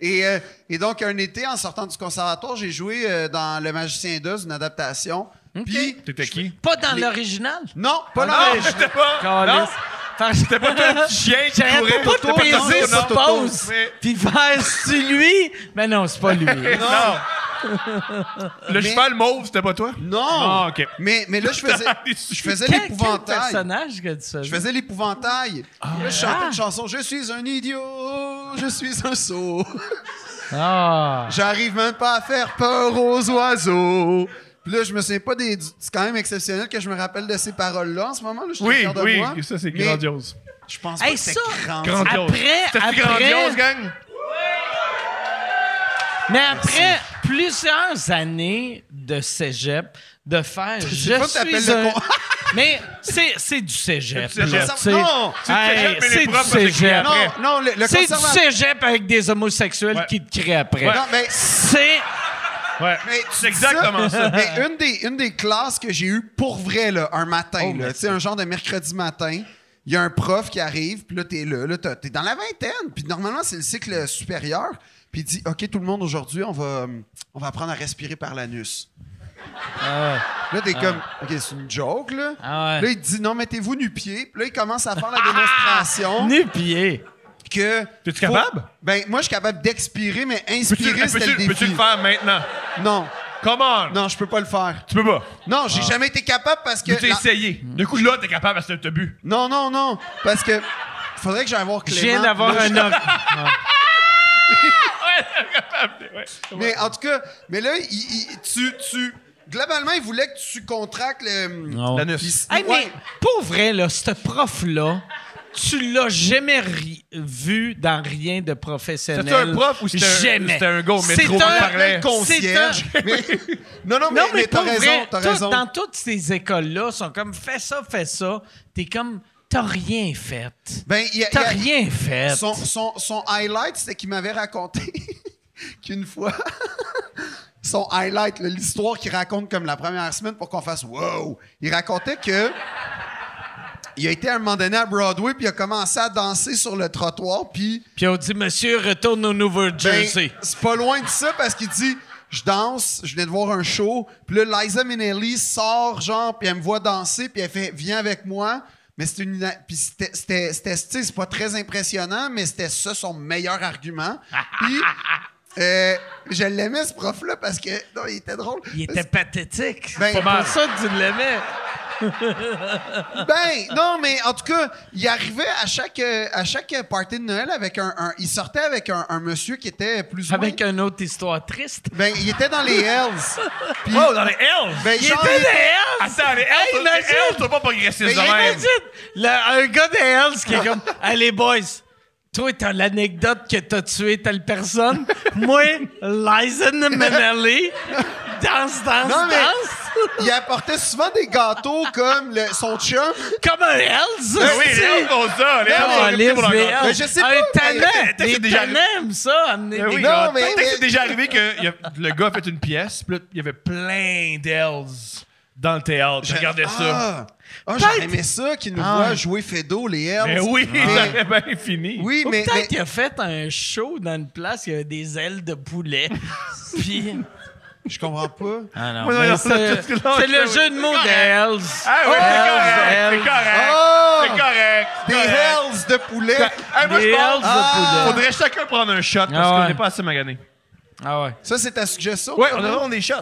Speaker 5: Et, euh, et donc, un été, en sortant du conservatoire, j'ai joué euh, dans Le Magicien 2, une adaptation. Puis,
Speaker 6: T'étais qui?
Speaker 1: Pas dans l'original?
Speaker 5: non, pas
Speaker 1: Ah
Speaker 6: Non,
Speaker 5: l'original.
Speaker 6: j'étais pas. Non,
Speaker 1: J'étais
Speaker 6: t'étais pas toi, le chien qui courait
Speaker 1: pas de
Speaker 6: autour de
Speaker 1: peser
Speaker 6: ton
Speaker 1: sur
Speaker 6: auto.
Speaker 1: pause.
Speaker 6: Mais-
Speaker 1: Puis faire, c'est lui? Mais non, c'est pas lui.
Speaker 6: Non. Le cheval mauve, c'était pas toi?
Speaker 5: Non!
Speaker 6: Ah, OK.
Speaker 5: Mais, mais là, je faisais, je faisais
Speaker 1: Quel- Quel
Speaker 5: l'épouvantail.
Speaker 1: personnage que tu
Speaker 5: Je
Speaker 1: faisais?
Speaker 5: faisais l'épouvantail.
Speaker 6: Ah.
Speaker 5: Là, je chantais une chanson. Je suis un idiot, je suis un sot.
Speaker 1: Ah.
Speaker 5: J'arrive même pas à faire peur aux oiseaux. Puis là, je me souviens pas des. du- C'est quand même exceptionnel que je me rappelle de ces paroles-là en ce moment. Là, je suis
Speaker 6: Oui,
Speaker 5: fier de
Speaker 6: oui,
Speaker 5: moi.
Speaker 6: ça, c'est
Speaker 5: Mais
Speaker 6: grandiose.
Speaker 5: Je pense
Speaker 1: Hey,
Speaker 5: pas que c'est
Speaker 1: ça-
Speaker 5: grandiose.
Speaker 6: Grandiose.
Speaker 1: Après-
Speaker 6: C'était
Speaker 1: après-
Speaker 6: grandiose, gang.
Speaker 1: Mais après plusieurs années de cégep, de faire je
Speaker 5: pas que t'appelles
Speaker 1: suis
Speaker 5: le
Speaker 1: un...
Speaker 5: con-
Speaker 1: Mais c'est c'est du cégep.
Speaker 6: C'est du cégep.
Speaker 1: là, tu sais.
Speaker 5: Non!
Speaker 6: C'est du cégep,
Speaker 1: Hey,
Speaker 6: mais les
Speaker 1: c'est
Speaker 6: profs,
Speaker 1: du
Speaker 6: c'est
Speaker 1: cégep.
Speaker 5: Non,
Speaker 6: après.
Speaker 5: non, le, le
Speaker 1: C'est du
Speaker 5: conservateur-
Speaker 1: cégep avec des homosexuels
Speaker 6: Ouais.
Speaker 1: qui te crient après.
Speaker 5: Non, mais,
Speaker 1: C'est
Speaker 6: Ouais.
Speaker 5: mais tu dis
Speaker 6: C'est exactement ça.
Speaker 5: Mais une des, une des classes que j'ai eues pour vrai, là, un matin,
Speaker 6: Oh,
Speaker 5: là, tu sais, un genre de mercredi matin, il y a un prof qui arrive, puis là, t'es là, là, t'as- t'es dans la vingtaine, puis normalement, c'est le cycle supérieur, puis il dit OK, tout le monde, aujourd'hui, on va, on va apprendre à respirer par l'anus. Là, t'es comme, OK, c'est une joke, là.
Speaker 1: Ah ouais.
Speaker 5: Là, il te dit, non, mettez-vous nu-pieds. Puis là, il commence à faire la démonstration
Speaker 1: nu-pied.
Speaker 5: que...
Speaker 6: T'es-tu
Speaker 5: faut-
Speaker 6: capable?
Speaker 5: Ben, moi, je suis capable d'expirer, mais
Speaker 6: Peux-tu
Speaker 5: inspirer, c'était le
Speaker 6: peux-tu-
Speaker 5: défi.
Speaker 6: peux-tu le faire maintenant?
Speaker 5: Non,
Speaker 6: Come on.
Speaker 5: non, je peux pas le faire.
Speaker 6: Tu peux pas.
Speaker 5: Non, j'ai
Speaker 1: Ah.
Speaker 5: jamais été capable parce que...
Speaker 6: Tu t'es
Speaker 5: la-
Speaker 6: essayé. Du coup, là, t'es capable parce que t'as bu.
Speaker 5: Non, non, non, parce que... Faudrait que j'aille voir
Speaker 1: Je
Speaker 5: Clément.
Speaker 1: viens d'avoir
Speaker 5: Là,
Speaker 1: un or-
Speaker 5: je- Mais en tout cas, mais là, il- il- tu, tu... Globalement, il voulait que tu contractes le...
Speaker 6: L'anus.
Speaker 1: Hey, mais
Speaker 5: Ouais.
Speaker 1: pour vrai, là, ce prof-là, tu l'as jamais ri- vu dans rien de professionnel.
Speaker 6: C'était un prof ou c'était un-
Speaker 1: Jamais.
Speaker 6: c'était un gars au métro
Speaker 1: C'est
Speaker 6: qui
Speaker 1: un-
Speaker 6: parlait?
Speaker 1: c'est
Speaker 5: concierge.
Speaker 1: un-
Speaker 5: Mais- Non, non, mais,
Speaker 1: Non, mais,
Speaker 5: mais t'as
Speaker 1: pour
Speaker 5: raison,
Speaker 1: vrai,
Speaker 5: t'as
Speaker 1: tout-
Speaker 5: raison.
Speaker 1: dans toutes ces écoles-là, sont comme fais ça, fais ça. T'es comme t'as rien fait.
Speaker 5: Ben, il y a- il y
Speaker 1: T'as
Speaker 5: a-
Speaker 1: rien fait.
Speaker 5: Son, son- son highlight, c'était qu'il m'avait raconté qu'une fois, son highlight, là, l'histoire qu'il raconte comme la première semaine pour qu'on fasse wow, il racontait que il a été à un moment donné à Broadway, puis il a commencé à danser sur le trottoir, puis
Speaker 1: Puis on dit, monsieur, retourne au
Speaker 5: ben,
Speaker 1: Nouveau-Jersey.
Speaker 5: c'est pas loin de ça parce qu'il dit. Je danse, je venais de voir un show, puis là, Liza Minnelli sort, genre, puis elle me voit danser, puis elle fait « Viens avec moi », mais c'est une... ina- Puis c'était, c'était, c'était- tu sais, c'est pas très impressionnant, mais c'était ça son meilleur argument. Puis euh, je l'aimais, ce prof-là, parce que... Non, il était drôle.
Speaker 1: Il était pathétique.
Speaker 5: Ben,
Speaker 1: c'est pour ça que tu l'aimais.
Speaker 5: Ben, non, mais en tout cas, il arrivait à chaque, euh, à chaque party de Noël avec un... un- il sortait avec un, un monsieur qui était plus ou moins...
Speaker 1: Avec une autre histoire triste.
Speaker 5: Ben, il était dans les Hells. Puis-
Speaker 6: Oh, dans les Hells!
Speaker 5: Ben,
Speaker 1: Il
Speaker 5: genre,
Speaker 1: était
Speaker 5: il-
Speaker 1: des Hells!
Speaker 6: Attends, les Hells,
Speaker 1: Hey,
Speaker 6: les
Speaker 1: imagine!
Speaker 6: Hells, t'as pas progressé de
Speaker 5: Mais
Speaker 6: même.
Speaker 1: Imagine, le- un gars des Hells qui est comme Allez, boys, toi, t'as l'anecdote que t'as tué telle personne. Moi, Liza Minnelli, danse, danse,
Speaker 5: Non, mais-
Speaker 1: danse.
Speaker 5: il apportait souvent des gâteaux comme le- son chum.
Speaker 1: Comme un Hells.
Speaker 6: Ben oui, les
Speaker 1: c'est-
Speaker 6: Hells font ça, les Hells
Speaker 1: Ah,
Speaker 6: ont
Speaker 1: les
Speaker 6: réputé pour leur
Speaker 1: Hells.
Speaker 6: gâteau.
Speaker 5: Mais je sais
Speaker 1: un
Speaker 5: pas, mais-
Speaker 1: tannant.
Speaker 6: T'as-
Speaker 1: Des
Speaker 6: c'est déjà-
Speaker 1: tannants, ça, amener
Speaker 6: Ben
Speaker 1: des
Speaker 6: oui,
Speaker 5: Non,
Speaker 6: gars,
Speaker 5: mais-
Speaker 6: peut-être que
Speaker 5: mais-
Speaker 6: c'est déjà arrivé que y a- le gars a fait une pièce, puis là, il y avait plein d'Hells dans le théâtre. Je regardais ça.
Speaker 5: Ah, Ah, j'aurais aimé ça qu'il
Speaker 1: Ah,
Speaker 5: nous voit jouer Fedo, les Hells.
Speaker 6: Mais Ben oui,
Speaker 5: Mais-
Speaker 6: ça avait bien fini.
Speaker 5: Ah! oui,
Speaker 1: Ou
Speaker 5: mais,
Speaker 1: peut-être
Speaker 5: mais-
Speaker 1: qu'il a fait un show dans une place, il y avait des ailes de poulet. Puis.
Speaker 5: je comprends pas.
Speaker 1: Ah non,
Speaker 6: Ouais,
Speaker 1: mais
Speaker 6: ouais,
Speaker 1: c'est
Speaker 6: tout ce que-
Speaker 1: c'est le
Speaker 6: oui.
Speaker 1: jeu de mots
Speaker 6: Correct.
Speaker 1: d'Hells.
Speaker 6: Ah oui, c'est correct, c'est
Speaker 5: Ah!
Speaker 6: correct, c'est correct.
Speaker 5: Des
Speaker 6: correct.
Speaker 5: Hells de poulet.
Speaker 6: Hey, moi, je
Speaker 1: Des Hells
Speaker 6: pense
Speaker 1: de
Speaker 5: Ah!
Speaker 1: poulet.
Speaker 6: faudrait chacun prendre un shot, parce
Speaker 1: Ah ouais.
Speaker 6: qu'on n'est pas assez magané.
Speaker 1: Ah ouais.
Speaker 5: Ça, c'est ta suggestion?
Speaker 6: Ah Ouais, on
Speaker 5: toi,
Speaker 6: devrait
Speaker 5: non?
Speaker 6: prendre des shots.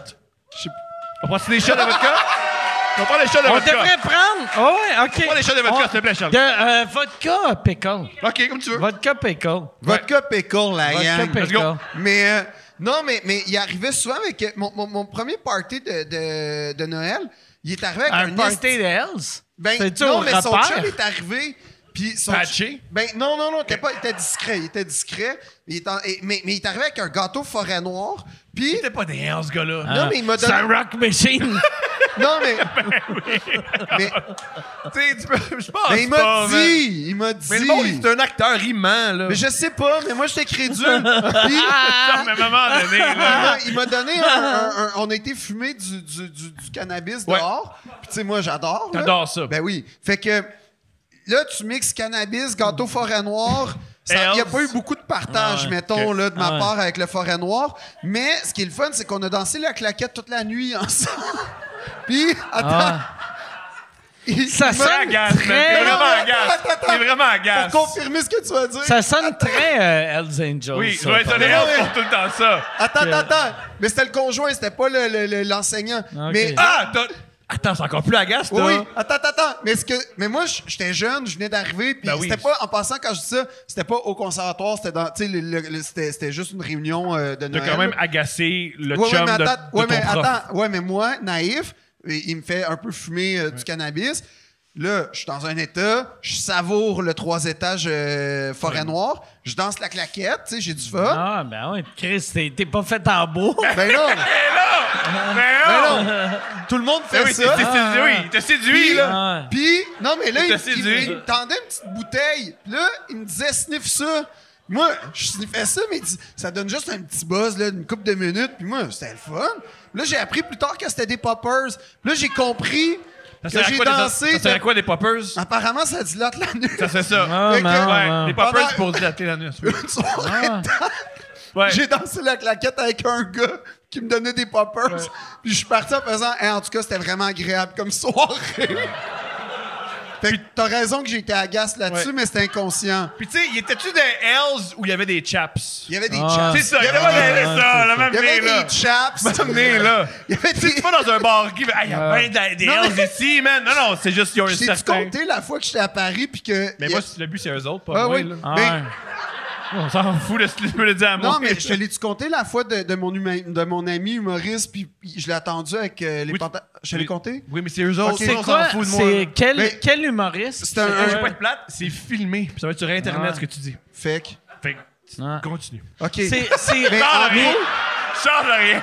Speaker 6: On prend des shots de vodka? On prend des shots de
Speaker 1: On
Speaker 6: vodka.
Speaker 1: devrait prendre. Ah ouais, OK.
Speaker 6: Prends des shots de vodka, s'il te plaît,
Speaker 1: De,
Speaker 6: Charles.
Speaker 1: euh, vodka pickle.
Speaker 6: OK, comme tu veux.
Speaker 1: Vodka pickle.
Speaker 5: Vodka pickle, la
Speaker 1: Vodka
Speaker 5: gang.
Speaker 1: pickle.
Speaker 6: go.
Speaker 5: Mais euh, non, mais, mais il arrivait souvent avec... euh, Mon, mon- mon premier party de, de- de Noël, il est arrivé avec un,
Speaker 1: Un party
Speaker 5: esti-
Speaker 1: de Hells.
Speaker 5: Ben,
Speaker 1: C'est-tu
Speaker 5: non,
Speaker 1: au
Speaker 5: mais son
Speaker 1: repère?
Speaker 5: chum est arrivé. Puis son-
Speaker 6: Patché?
Speaker 5: Ben non, non, non, t'es pas, il était discret, il était discret. Il est en- et- mais, mais il est arrivé avec un gâteau forêt noire. Puis
Speaker 6: C'était pas des ce gars-là.
Speaker 5: non, mais il m'a
Speaker 1: C'est
Speaker 5: donné.
Speaker 1: un rock machine.
Speaker 5: Non, mais, mais,
Speaker 6: Tu sais, tu peux. Je pense.
Speaker 5: mais il
Speaker 6: pas,
Speaker 5: m'a
Speaker 6: man.
Speaker 5: dit, il m'a dit.
Speaker 6: Mais le monde, c'est un acteur immense, là.
Speaker 5: Mais je sais pas, mais moi j'étais crédule. Puis
Speaker 6: Non, mais à un moment donné,
Speaker 5: il
Speaker 6: là.
Speaker 5: m'a- il m'a donné un, un- un- On a été fumé du, du- du- du cannabis
Speaker 6: Ouais.
Speaker 5: dehors. Puis tu sais, moi j'adore. là.
Speaker 6: T'adores ça.
Speaker 5: Ben oui. Fait que là, tu mixes cannabis, gâteau forêt noire. Il n'y a
Speaker 6: Elves.
Speaker 5: pas eu beaucoup de partage, mettons, là, de ma part avec le forêt noire. Mais ce qui est le fun, c'est qu'on a dansé la claquette toute la nuit ensemble. Puis, attends.
Speaker 6: Ah.
Speaker 1: Ah.
Speaker 5: Il-
Speaker 7: Ça
Speaker 5: il
Speaker 7: sent
Speaker 5: m'a-
Speaker 6: T'es agace, man. T'es vraiment agace. T'es vraiment agace.
Speaker 5: Pour confirmer ce que tu vas dire.
Speaker 7: Ça sonne très euh, Hells Angels.
Speaker 6: Oui,
Speaker 7: ça,
Speaker 6: ouais,
Speaker 7: par-
Speaker 6: ça, les
Speaker 5: Non,
Speaker 6: elfes
Speaker 5: mais-
Speaker 6: font tout le temps ça.
Speaker 5: Attends, attends, attends. Mais c'était le conjoint, c'était pas le- le- le- l'enseignant. Mais
Speaker 6: Ah, t'as- Attends, c'est encore plus agace,
Speaker 5: Oui,
Speaker 6: toi.
Speaker 5: oui. attends, attends, attends. Mais, ce que... mais moi, je- j'étais jeune, je venais d'arriver, puis
Speaker 6: Ben oui.
Speaker 5: c'était pas, en passant, quand je dis ça, c'était pas au conservatoire, c'était dans, tu sais, le- le- le- c'était c'était juste une réunion euh, de
Speaker 6: T'as
Speaker 5: Noël.
Speaker 6: quand même agacé le
Speaker 5: ouais, ouais,
Speaker 6: chum
Speaker 5: mais
Speaker 6: de,
Speaker 5: attends,
Speaker 6: de
Speaker 5: ouais,
Speaker 6: ton
Speaker 5: mais
Speaker 6: prof.
Speaker 5: attends, ouais, mais moi, naïf, et il me fait un peu fumer euh, du cannabis. Là, je suis dans un état, je savoure le trois étages euh, forêt noire, je danse la claquette, tu sais, j'ai du fun.
Speaker 7: Ah, ben oui, Chris, t'es t'es pas fait en beau.
Speaker 5: Ben non,
Speaker 6: Mais
Speaker 5: ben
Speaker 6: non!
Speaker 5: non. Tout le monde fait
Speaker 6: Mais oui, t'es-
Speaker 5: ça. Ah.
Speaker 6: t'es séduit, oui, t'es séduit,
Speaker 5: Puis,
Speaker 6: là.
Speaker 5: puis, non, mais là,
Speaker 6: Il
Speaker 5: il,
Speaker 6: t'a
Speaker 5: il-
Speaker 6: séduit.
Speaker 5: il me tendait une petite bouteille. Puis là, il me disait, sniff ça. Moi, je sniffais ça, mais il dit, ça donne juste un petit buzz, là, une couple de minutes. Puis moi, c'était le fun. Puis là, j'ai appris plus tard que c'était des poppers. Puis là, j'ai compris
Speaker 6: Ça
Speaker 5: que
Speaker 6: sert à
Speaker 5: j'ai
Speaker 6: quoi, des-
Speaker 5: dansé.
Speaker 6: Ça sert à
Speaker 5: de-
Speaker 6: quoi, des poppers?
Speaker 5: Apparemment, ça dilate la nuit.
Speaker 6: Ça, c'est ça. Ah,
Speaker 5: Fait que,
Speaker 6: Ouais, les poppers,
Speaker 5: Pendant-
Speaker 6: c'est pour dilater l'anus. oui.
Speaker 5: une soirée de temps,
Speaker 6: Ah. Ouais.
Speaker 5: j'ai dansé la claquette avec un gars qui me donnait des poppers. Puis je suis parti en faisant, Hey, en tout cas, c'était vraiment agréable comme soirée. fait que t'as raison que j'ai été agace là-dessus,
Speaker 6: Ouais.
Speaker 5: mais c'était inconscient.
Speaker 6: Puis, tu sais, y était-tu des Hells où il y avait des chaps?
Speaker 5: Il y avait des
Speaker 6: C'est
Speaker 5: chaps.
Speaker 6: ça, il y avait pas des ça, la même
Speaker 5: Il y avait
Speaker 6: nez, Ah. là.
Speaker 5: des chaps.
Speaker 6: Même nez, là.
Speaker 5: Il y avait
Speaker 6: Tu sais,
Speaker 5: des.
Speaker 6: tu vas dans un bar, qui hey, y a bien des- des
Speaker 5: Non,
Speaker 6: Hells
Speaker 5: mais-
Speaker 6: ici, man. Non, non, c'est juste, y a un
Speaker 5: J'ai-tu
Speaker 6: certain.
Speaker 5: compté la fois que j'étais à Paris puis que.
Speaker 6: Mais
Speaker 5: il y a-
Speaker 6: moi, le but, c'est eux autres, pas
Speaker 5: Ah
Speaker 6: moi,
Speaker 5: oui.
Speaker 6: là. hein.
Speaker 5: Mais-
Speaker 1: Ben,
Speaker 6: On s'en fout de ce que tu peux le dire à moi.
Speaker 5: Non, mais je te l'ai-tu compté la fois de, de mon, huma- de mon ami humoriste, puis je l'ai attendu avec euh, les
Speaker 6: Oui, tu-
Speaker 5: pantalons. Je te l'ai
Speaker 6: oui.
Speaker 5: compté?
Speaker 6: Oui, mais c'est eux autres,
Speaker 5: Ok.
Speaker 6: ça, on s'en fout de moi. là.
Speaker 7: C'est quel,
Speaker 1: Ben,
Speaker 5: Mais-
Speaker 7: quel humoriste?
Speaker 5: C'était un.
Speaker 6: Je
Speaker 5: un-
Speaker 6: vais pas être plate, c'est filmé. Puis ça va être sur Internet, ce que tu dis.
Speaker 5: Fake.
Speaker 6: Fait que,
Speaker 7: Ah.
Speaker 6: continue.
Speaker 5: OK.
Speaker 7: C'est- c'est-
Speaker 5: Mais en
Speaker 6: Change rien!
Speaker 5: gros-
Speaker 6: Change rien!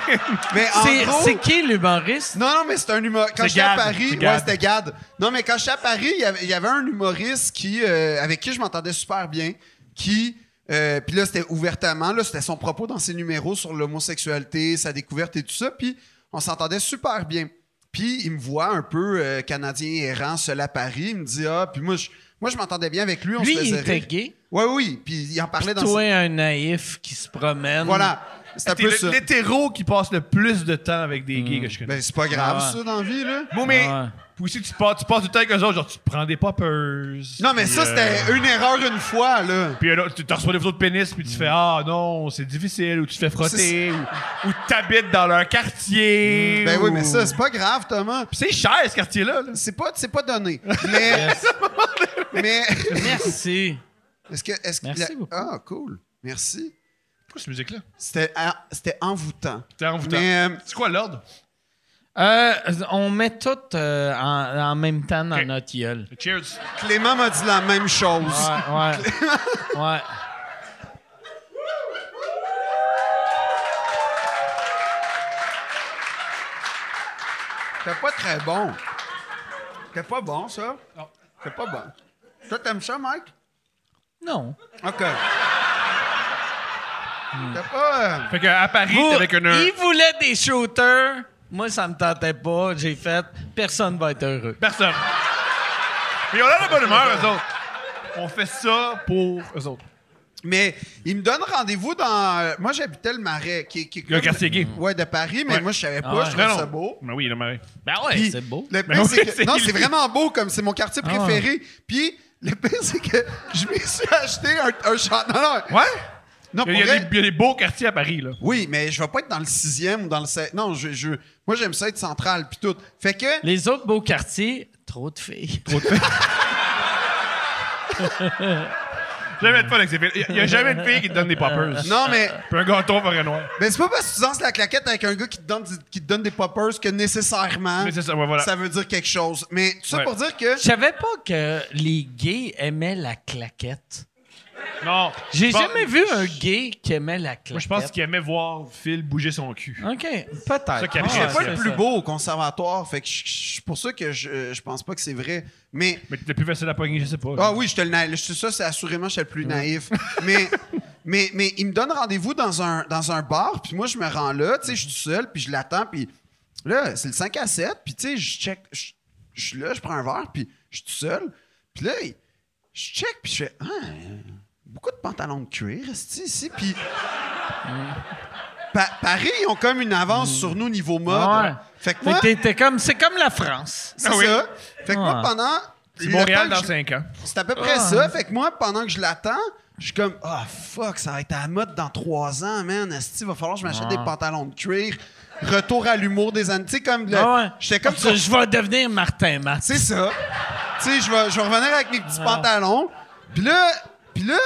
Speaker 5: Mais en
Speaker 7: C'est
Speaker 5: gros-
Speaker 7: c'est qui l'humoriste?
Speaker 5: Non, non, mais c'est un humoriste. Quand
Speaker 6: C'est
Speaker 5: j'étais à
Speaker 6: Gad,
Speaker 5: Paris,
Speaker 6: c'est
Speaker 5: ouais,
Speaker 6: Gad.
Speaker 5: c'était Gad. Non, mais quand j'étais à Paris, il y avait- il y avait un humoriste qui, euh, avec qui je m'entendais super bien, qui. euh, puis là, c'était ouvertement, là, c'était son propos dans ses numéros sur l'homosexualité, sa découverte et tout ça. Puis on s'entendait super bien. Puis il me voit un peu euh, canadien errant, seul à Paris. Il me dit Ah, puis moi, je, moi, je m'entendais bien avec lui. On
Speaker 7: Lui,
Speaker 5: se
Speaker 7: il
Speaker 5: faisait
Speaker 7: était
Speaker 5: rire.
Speaker 7: gay.
Speaker 5: Ouais, oui. Puis il en parlait dans
Speaker 7: Toi,
Speaker 5: ses...
Speaker 7: un naïf qui se promène.
Speaker 5: Voilà. C'était un
Speaker 6: T'es
Speaker 5: peu
Speaker 6: Ah, le-
Speaker 5: ça.
Speaker 6: l'hétéro qui passe le plus de temps avec des gays que je connais.
Speaker 5: Ben, c'est pas grave,
Speaker 7: Ah ouais.
Speaker 5: ça, dans la vie, là.
Speaker 6: Moi, mais.
Speaker 7: Ah ouais.
Speaker 6: Puis aussi, tu passes, tu passes du temps avec eux autres, genre, tu te prends des poppers.
Speaker 5: Non, mais
Speaker 6: puis,
Speaker 5: ça,
Speaker 6: euh,
Speaker 5: c'était une erreur une fois, là.
Speaker 6: Puis euh, là, tu te reçois des photos de pénis, puis tu fais Ah non, c'est difficile, ou tu te fais frotter,
Speaker 5: Hmm. C'est-
Speaker 6: ou, ou t'habites dans leur quartier.
Speaker 5: Ben oui,
Speaker 6: ou-
Speaker 5: mais ça, c'est pas grave, Thomas.
Speaker 6: Puis c'est cher, ce quartier-là. là.
Speaker 5: C'est pas, c'est pas donné. Mais. mais.
Speaker 7: Merci.
Speaker 5: Est-ce que. Est-ce que
Speaker 7: Merci
Speaker 5: la-
Speaker 7: beaucoup.
Speaker 5: Ah, cool. Merci.
Speaker 6: Pourquoi cette musique-là
Speaker 5: C'était, ah, c'était envoûtant.
Speaker 6: C'était envoûtant.
Speaker 5: Mais, euh,
Speaker 6: C'est quoi l'ordre
Speaker 7: Euh, on met tout euh, en, en même temps dans
Speaker 6: Ok.
Speaker 7: notre gueule.
Speaker 6: Cheers.
Speaker 5: Clément m'a dit la même chose.
Speaker 7: Ouais, ouais. ouais.
Speaker 5: C'était pas très bon. C'était pas bon, ça? Non. C'était pas bon. Toi, t'aimes ça, Mike?
Speaker 7: Non.
Speaker 5: OK.
Speaker 7: Hmm.
Speaker 5: C'était pas. euh,
Speaker 6: Fait qu'à Paris, t'es avec un.
Speaker 7: Ils voulaient des shooters. Moi, ça me tentait pas. J'ai fait. Personne va être heureux.
Speaker 6: Personne. Mais on a la bonne humeur, eux autres. On fait ça pour eux autres.
Speaker 5: Mais il me donne rendez-vous dans. euh, Moi, j'habitais le Marais, qui, qui est
Speaker 6: Le
Speaker 5: comme-
Speaker 6: quartier gay.
Speaker 5: Ouais, de Paris, mais
Speaker 6: Ouais.
Speaker 5: moi, je savais pas.
Speaker 7: ouais.
Speaker 5: je
Speaker 6: Non,
Speaker 5: trouvais
Speaker 6: non.
Speaker 5: ça beau.
Speaker 6: Ben oui, le marais.
Speaker 7: Ben ouais,
Speaker 5: Puis
Speaker 7: c'est beau.
Speaker 5: Le
Speaker 6: Ben
Speaker 5: pire, c'est
Speaker 6: oui,
Speaker 5: que-
Speaker 6: c'est Ah.
Speaker 5: Non,
Speaker 6: lui.
Speaker 5: c'est vraiment beau comme c'est mon quartier préféré. Puis le pire, c'est que je m'y suis acheté un, un chan- Non, non,
Speaker 6: Ouais?
Speaker 5: non, pour
Speaker 6: Il y, a- il y a
Speaker 5: vrai-
Speaker 6: des, il y a des beaux quartiers à Paris, là.
Speaker 5: Oui, mais je vais pas être dans le sixième ou dans le sept. Non, je, je- moi, j'aime ça être central puis tout. Fait que.
Speaker 7: Les autres beaux quartiers, trop de filles.
Speaker 6: Jamais de fun avec ces filles. Il n'y a jamais de filles qui te donnent des poppers.
Speaker 5: Non, mais,
Speaker 6: Puis un gâteau forêt noire.
Speaker 5: mais c'est pas parce que tu danses la claquette avec un gars qui te donne, qui te donne des poppers que nécessairement
Speaker 6: Mais c'est ça, ouais, voilà.
Speaker 5: ça veut dire quelque chose. Mais tout ça
Speaker 6: Ouais.
Speaker 5: pour dire que.
Speaker 1: Je savais pas que les gays aimaient la claquette.
Speaker 6: Non.
Speaker 1: J'ai
Speaker 6: Je pense-
Speaker 1: jamais vu un gay qui aimait la claquette.
Speaker 6: Moi, je pense qu'il aimait voir Phil bouger son cul.
Speaker 1: OK, peut-être.
Speaker 6: Ça qu'il
Speaker 1: Ah,
Speaker 6: apprécie.
Speaker 1: ouais,
Speaker 5: J'étais pas
Speaker 1: c'est
Speaker 5: le plus
Speaker 1: ça.
Speaker 5: beau au conservatoire, fait que je- je- pour ça que je, je pense pas que c'est vrai. Mais
Speaker 6: Mais t'es plus facile à pogner, je sais pas.
Speaker 5: Ah oui, j'étais le naïf. Je- Ça, c'est assurément, j'étais le plus naïf. Mais, mais, mais il me donne rendez-vous dans un, dans un bar, puis moi, je me rends là, tu sais, je suis tout seul, puis je l'attends, puis là, c'est le 5 à 7, puis tu sais, je check, je je suis là, je prends un verre, puis je suis tout seul, puis là, il- je check, puis je fais, ah, euh, beaucoup de pantalons de cuir, esti, ici, puis. Pa- Paris, ils ont comme une avance
Speaker 6: Mm.
Speaker 5: sur nous niveau mode.
Speaker 1: Ouais.
Speaker 5: Fait que
Speaker 1: Fait
Speaker 5: moi,
Speaker 1: que t'es- t'es comme, c'est comme la France.
Speaker 5: c'est
Speaker 6: Ah oui.
Speaker 5: ça. Fait que moi,
Speaker 1: Ouais.
Speaker 5: pendant.
Speaker 6: C'est
Speaker 5: le temps
Speaker 6: Montréal
Speaker 5: que
Speaker 6: dans
Speaker 5: je-
Speaker 6: 5 ans.
Speaker 5: c'est à peu
Speaker 1: Ah.
Speaker 5: près ça. Fait que moi, pendant que je l'attends, je suis comme, ah fuck, ça va être à la mode dans trois ans, man. Esti, va falloir que je m'achète des pantalons de cuir. Retour à l'humour des années. Tu sais, comme. le-
Speaker 1: Ah ouais.
Speaker 5: J'étais comme.
Speaker 1: Je, je vais devenir Martin Matt.
Speaker 5: C'est ça. tu sais, je vais, je vais revenir avec mes petits pantalons. Puis là, puis là,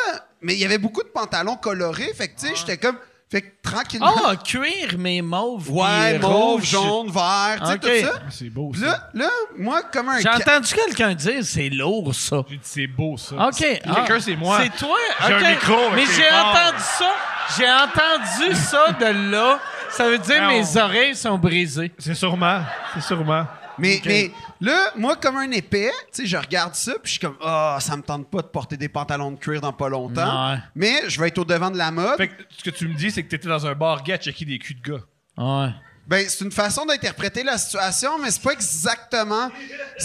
Speaker 5: mais il y avait beaucoup de pantalons colorés. Fait que, tu sais, j'étais comme. Fait que tranquillement.
Speaker 1: Ah, cuir, mais mauve.
Speaker 5: ouais,
Speaker 1: puis
Speaker 5: mauve,
Speaker 1: rouge.
Speaker 5: jaune, vert, tu sais,
Speaker 1: Ok.
Speaker 5: tout ça.
Speaker 6: C'est beau,
Speaker 5: Puis là, là, moi, comme un.
Speaker 1: J'ai
Speaker 5: ca-
Speaker 1: entendu quelqu'un dire c'est lourd ça.
Speaker 6: J'ai dit, c'est beau, ça.
Speaker 1: OK. ah.
Speaker 6: Quelqu'un, c'est moi.
Speaker 1: C'est toi.
Speaker 6: J'ai
Speaker 1: OK.
Speaker 6: un micro avec
Speaker 1: Mais
Speaker 6: les
Speaker 1: j'ai
Speaker 6: cordes.
Speaker 1: entendu ça. J'ai entendu ça de là. Ça veut dire
Speaker 6: Non.
Speaker 1: mes oreilles sont brisées.
Speaker 6: C'est sûrement. C'est sûrement.
Speaker 5: Mais, mais là, moi, comme un épais, tu sais, je regarde ça, puis je suis comme, ah, ça me tente pas de porter des pantalons de cuir dans pas longtemps.
Speaker 1: Ouais.
Speaker 5: Mais je vais être au devant de la mode.
Speaker 6: Fait que ce que tu me dis, c'est que t'étais dans un bar gay à checker des culs de gars.
Speaker 1: Ouais.
Speaker 5: Ben, c'est une façon d'interpréter la situation, mais c'est pas exactement.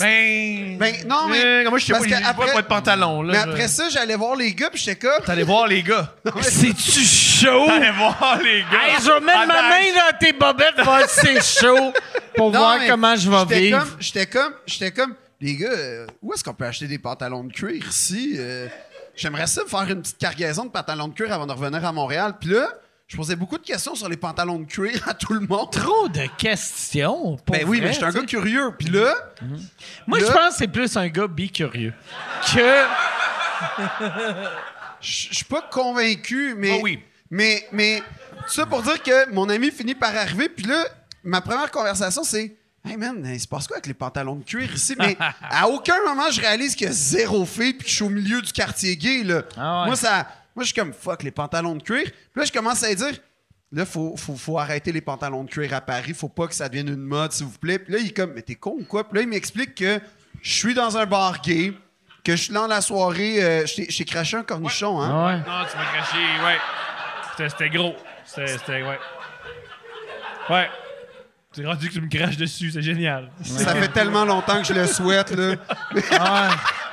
Speaker 6: Ben.
Speaker 5: Ben, non, mais-
Speaker 6: Euh, moi, je sais pas,
Speaker 5: parce
Speaker 6: j'ai
Speaker 5: que
Speaker 6: pas,
Speaker 5: après-
Speaker 6: pas de pantalon, là.
Speaker 5: mais
Speaker 6: Je-
Speaker 5: après ça, j'allais voir les gars, puis j'étais comme,
Speaker 6: T'allais voir les gars.
Speaker 1: C'est-tu chaud?
Speaker 6: T'allais voir les gars.
Speaker 1: Hey, je vais mettre ma
Speaker 6: Attends,
Speaker 1: main dans tes bobettes voir si c'est chaud pour
Speaker 5: Non,
Speaker 1: voir
Speaker 5: mais
Speaker 1: comment je vais
Speaker 5: j'étais
Speaker 1: vivre.
Speaker 5: comme- J'étais comme, j'étais comme, les gars, euh, où est-ce qu'on peut acheter des pantalons de cuir ici? Euh, J'aimerais ça me faire une petite cargaison de pantalons de cuir avant de revenir à Montréal. Puis là, je posais beaucoup de questions sur les pantalons de cuir à tout le monde.
Speaker 1: Trop de questions. pour
Speaker 5: Ben oui,
Speaker 1: vrai,
Speaker 5: mais j'étais un
Speaker 1: tu sais.
Speaker 5: gars curieux. Puis là,
Speaker 1: Moi, je
Speaker 5: là-
Speaker 1: pense que c'est plus un gars bicurieux que.
Speaker 5: Je je suis pas convaincu, mais.
Speaker 6: Ah oui.
Speaker 5: Mais, mais, ça pour dire que mon ami finit par arriver, puis là, ma première conversation, c'est. Hey man, il se passe quoi avec les pantalons de cuir ici? Mais à aucun moment, je réalise qu'il y a zéro fille puis que je suis au milieu du quartier gay, là.
Speaker 1: Ah ouais.
Speaker 5: Moi, ça. Moi, je suis comme fuck les pantalons de cuir. Puis là, je commence à lui dire. Là, faut, faut, faut arrêter les pantalons de cuir à Paris. Faut pas que ça devienne une mode, s'il vous plaît. Puis là, il est comme, mais t'es con ou quoi? Puis là, il m'explique que je suis dans un bar gay, que je suis dans la soirée. euh, je t'ai- je t'ai craché un cornichon, hein?
Speaker 1: Ouais.
Speaker 6: Non, tu m'as craché, ouais. C'était- C'était gros. C'était, c'était- ouais. Ouais. T'es rendu que tu me craches dessus, c'est génial.
Speaker 5: Ça fait tellement longtemps que je le souhaite, là.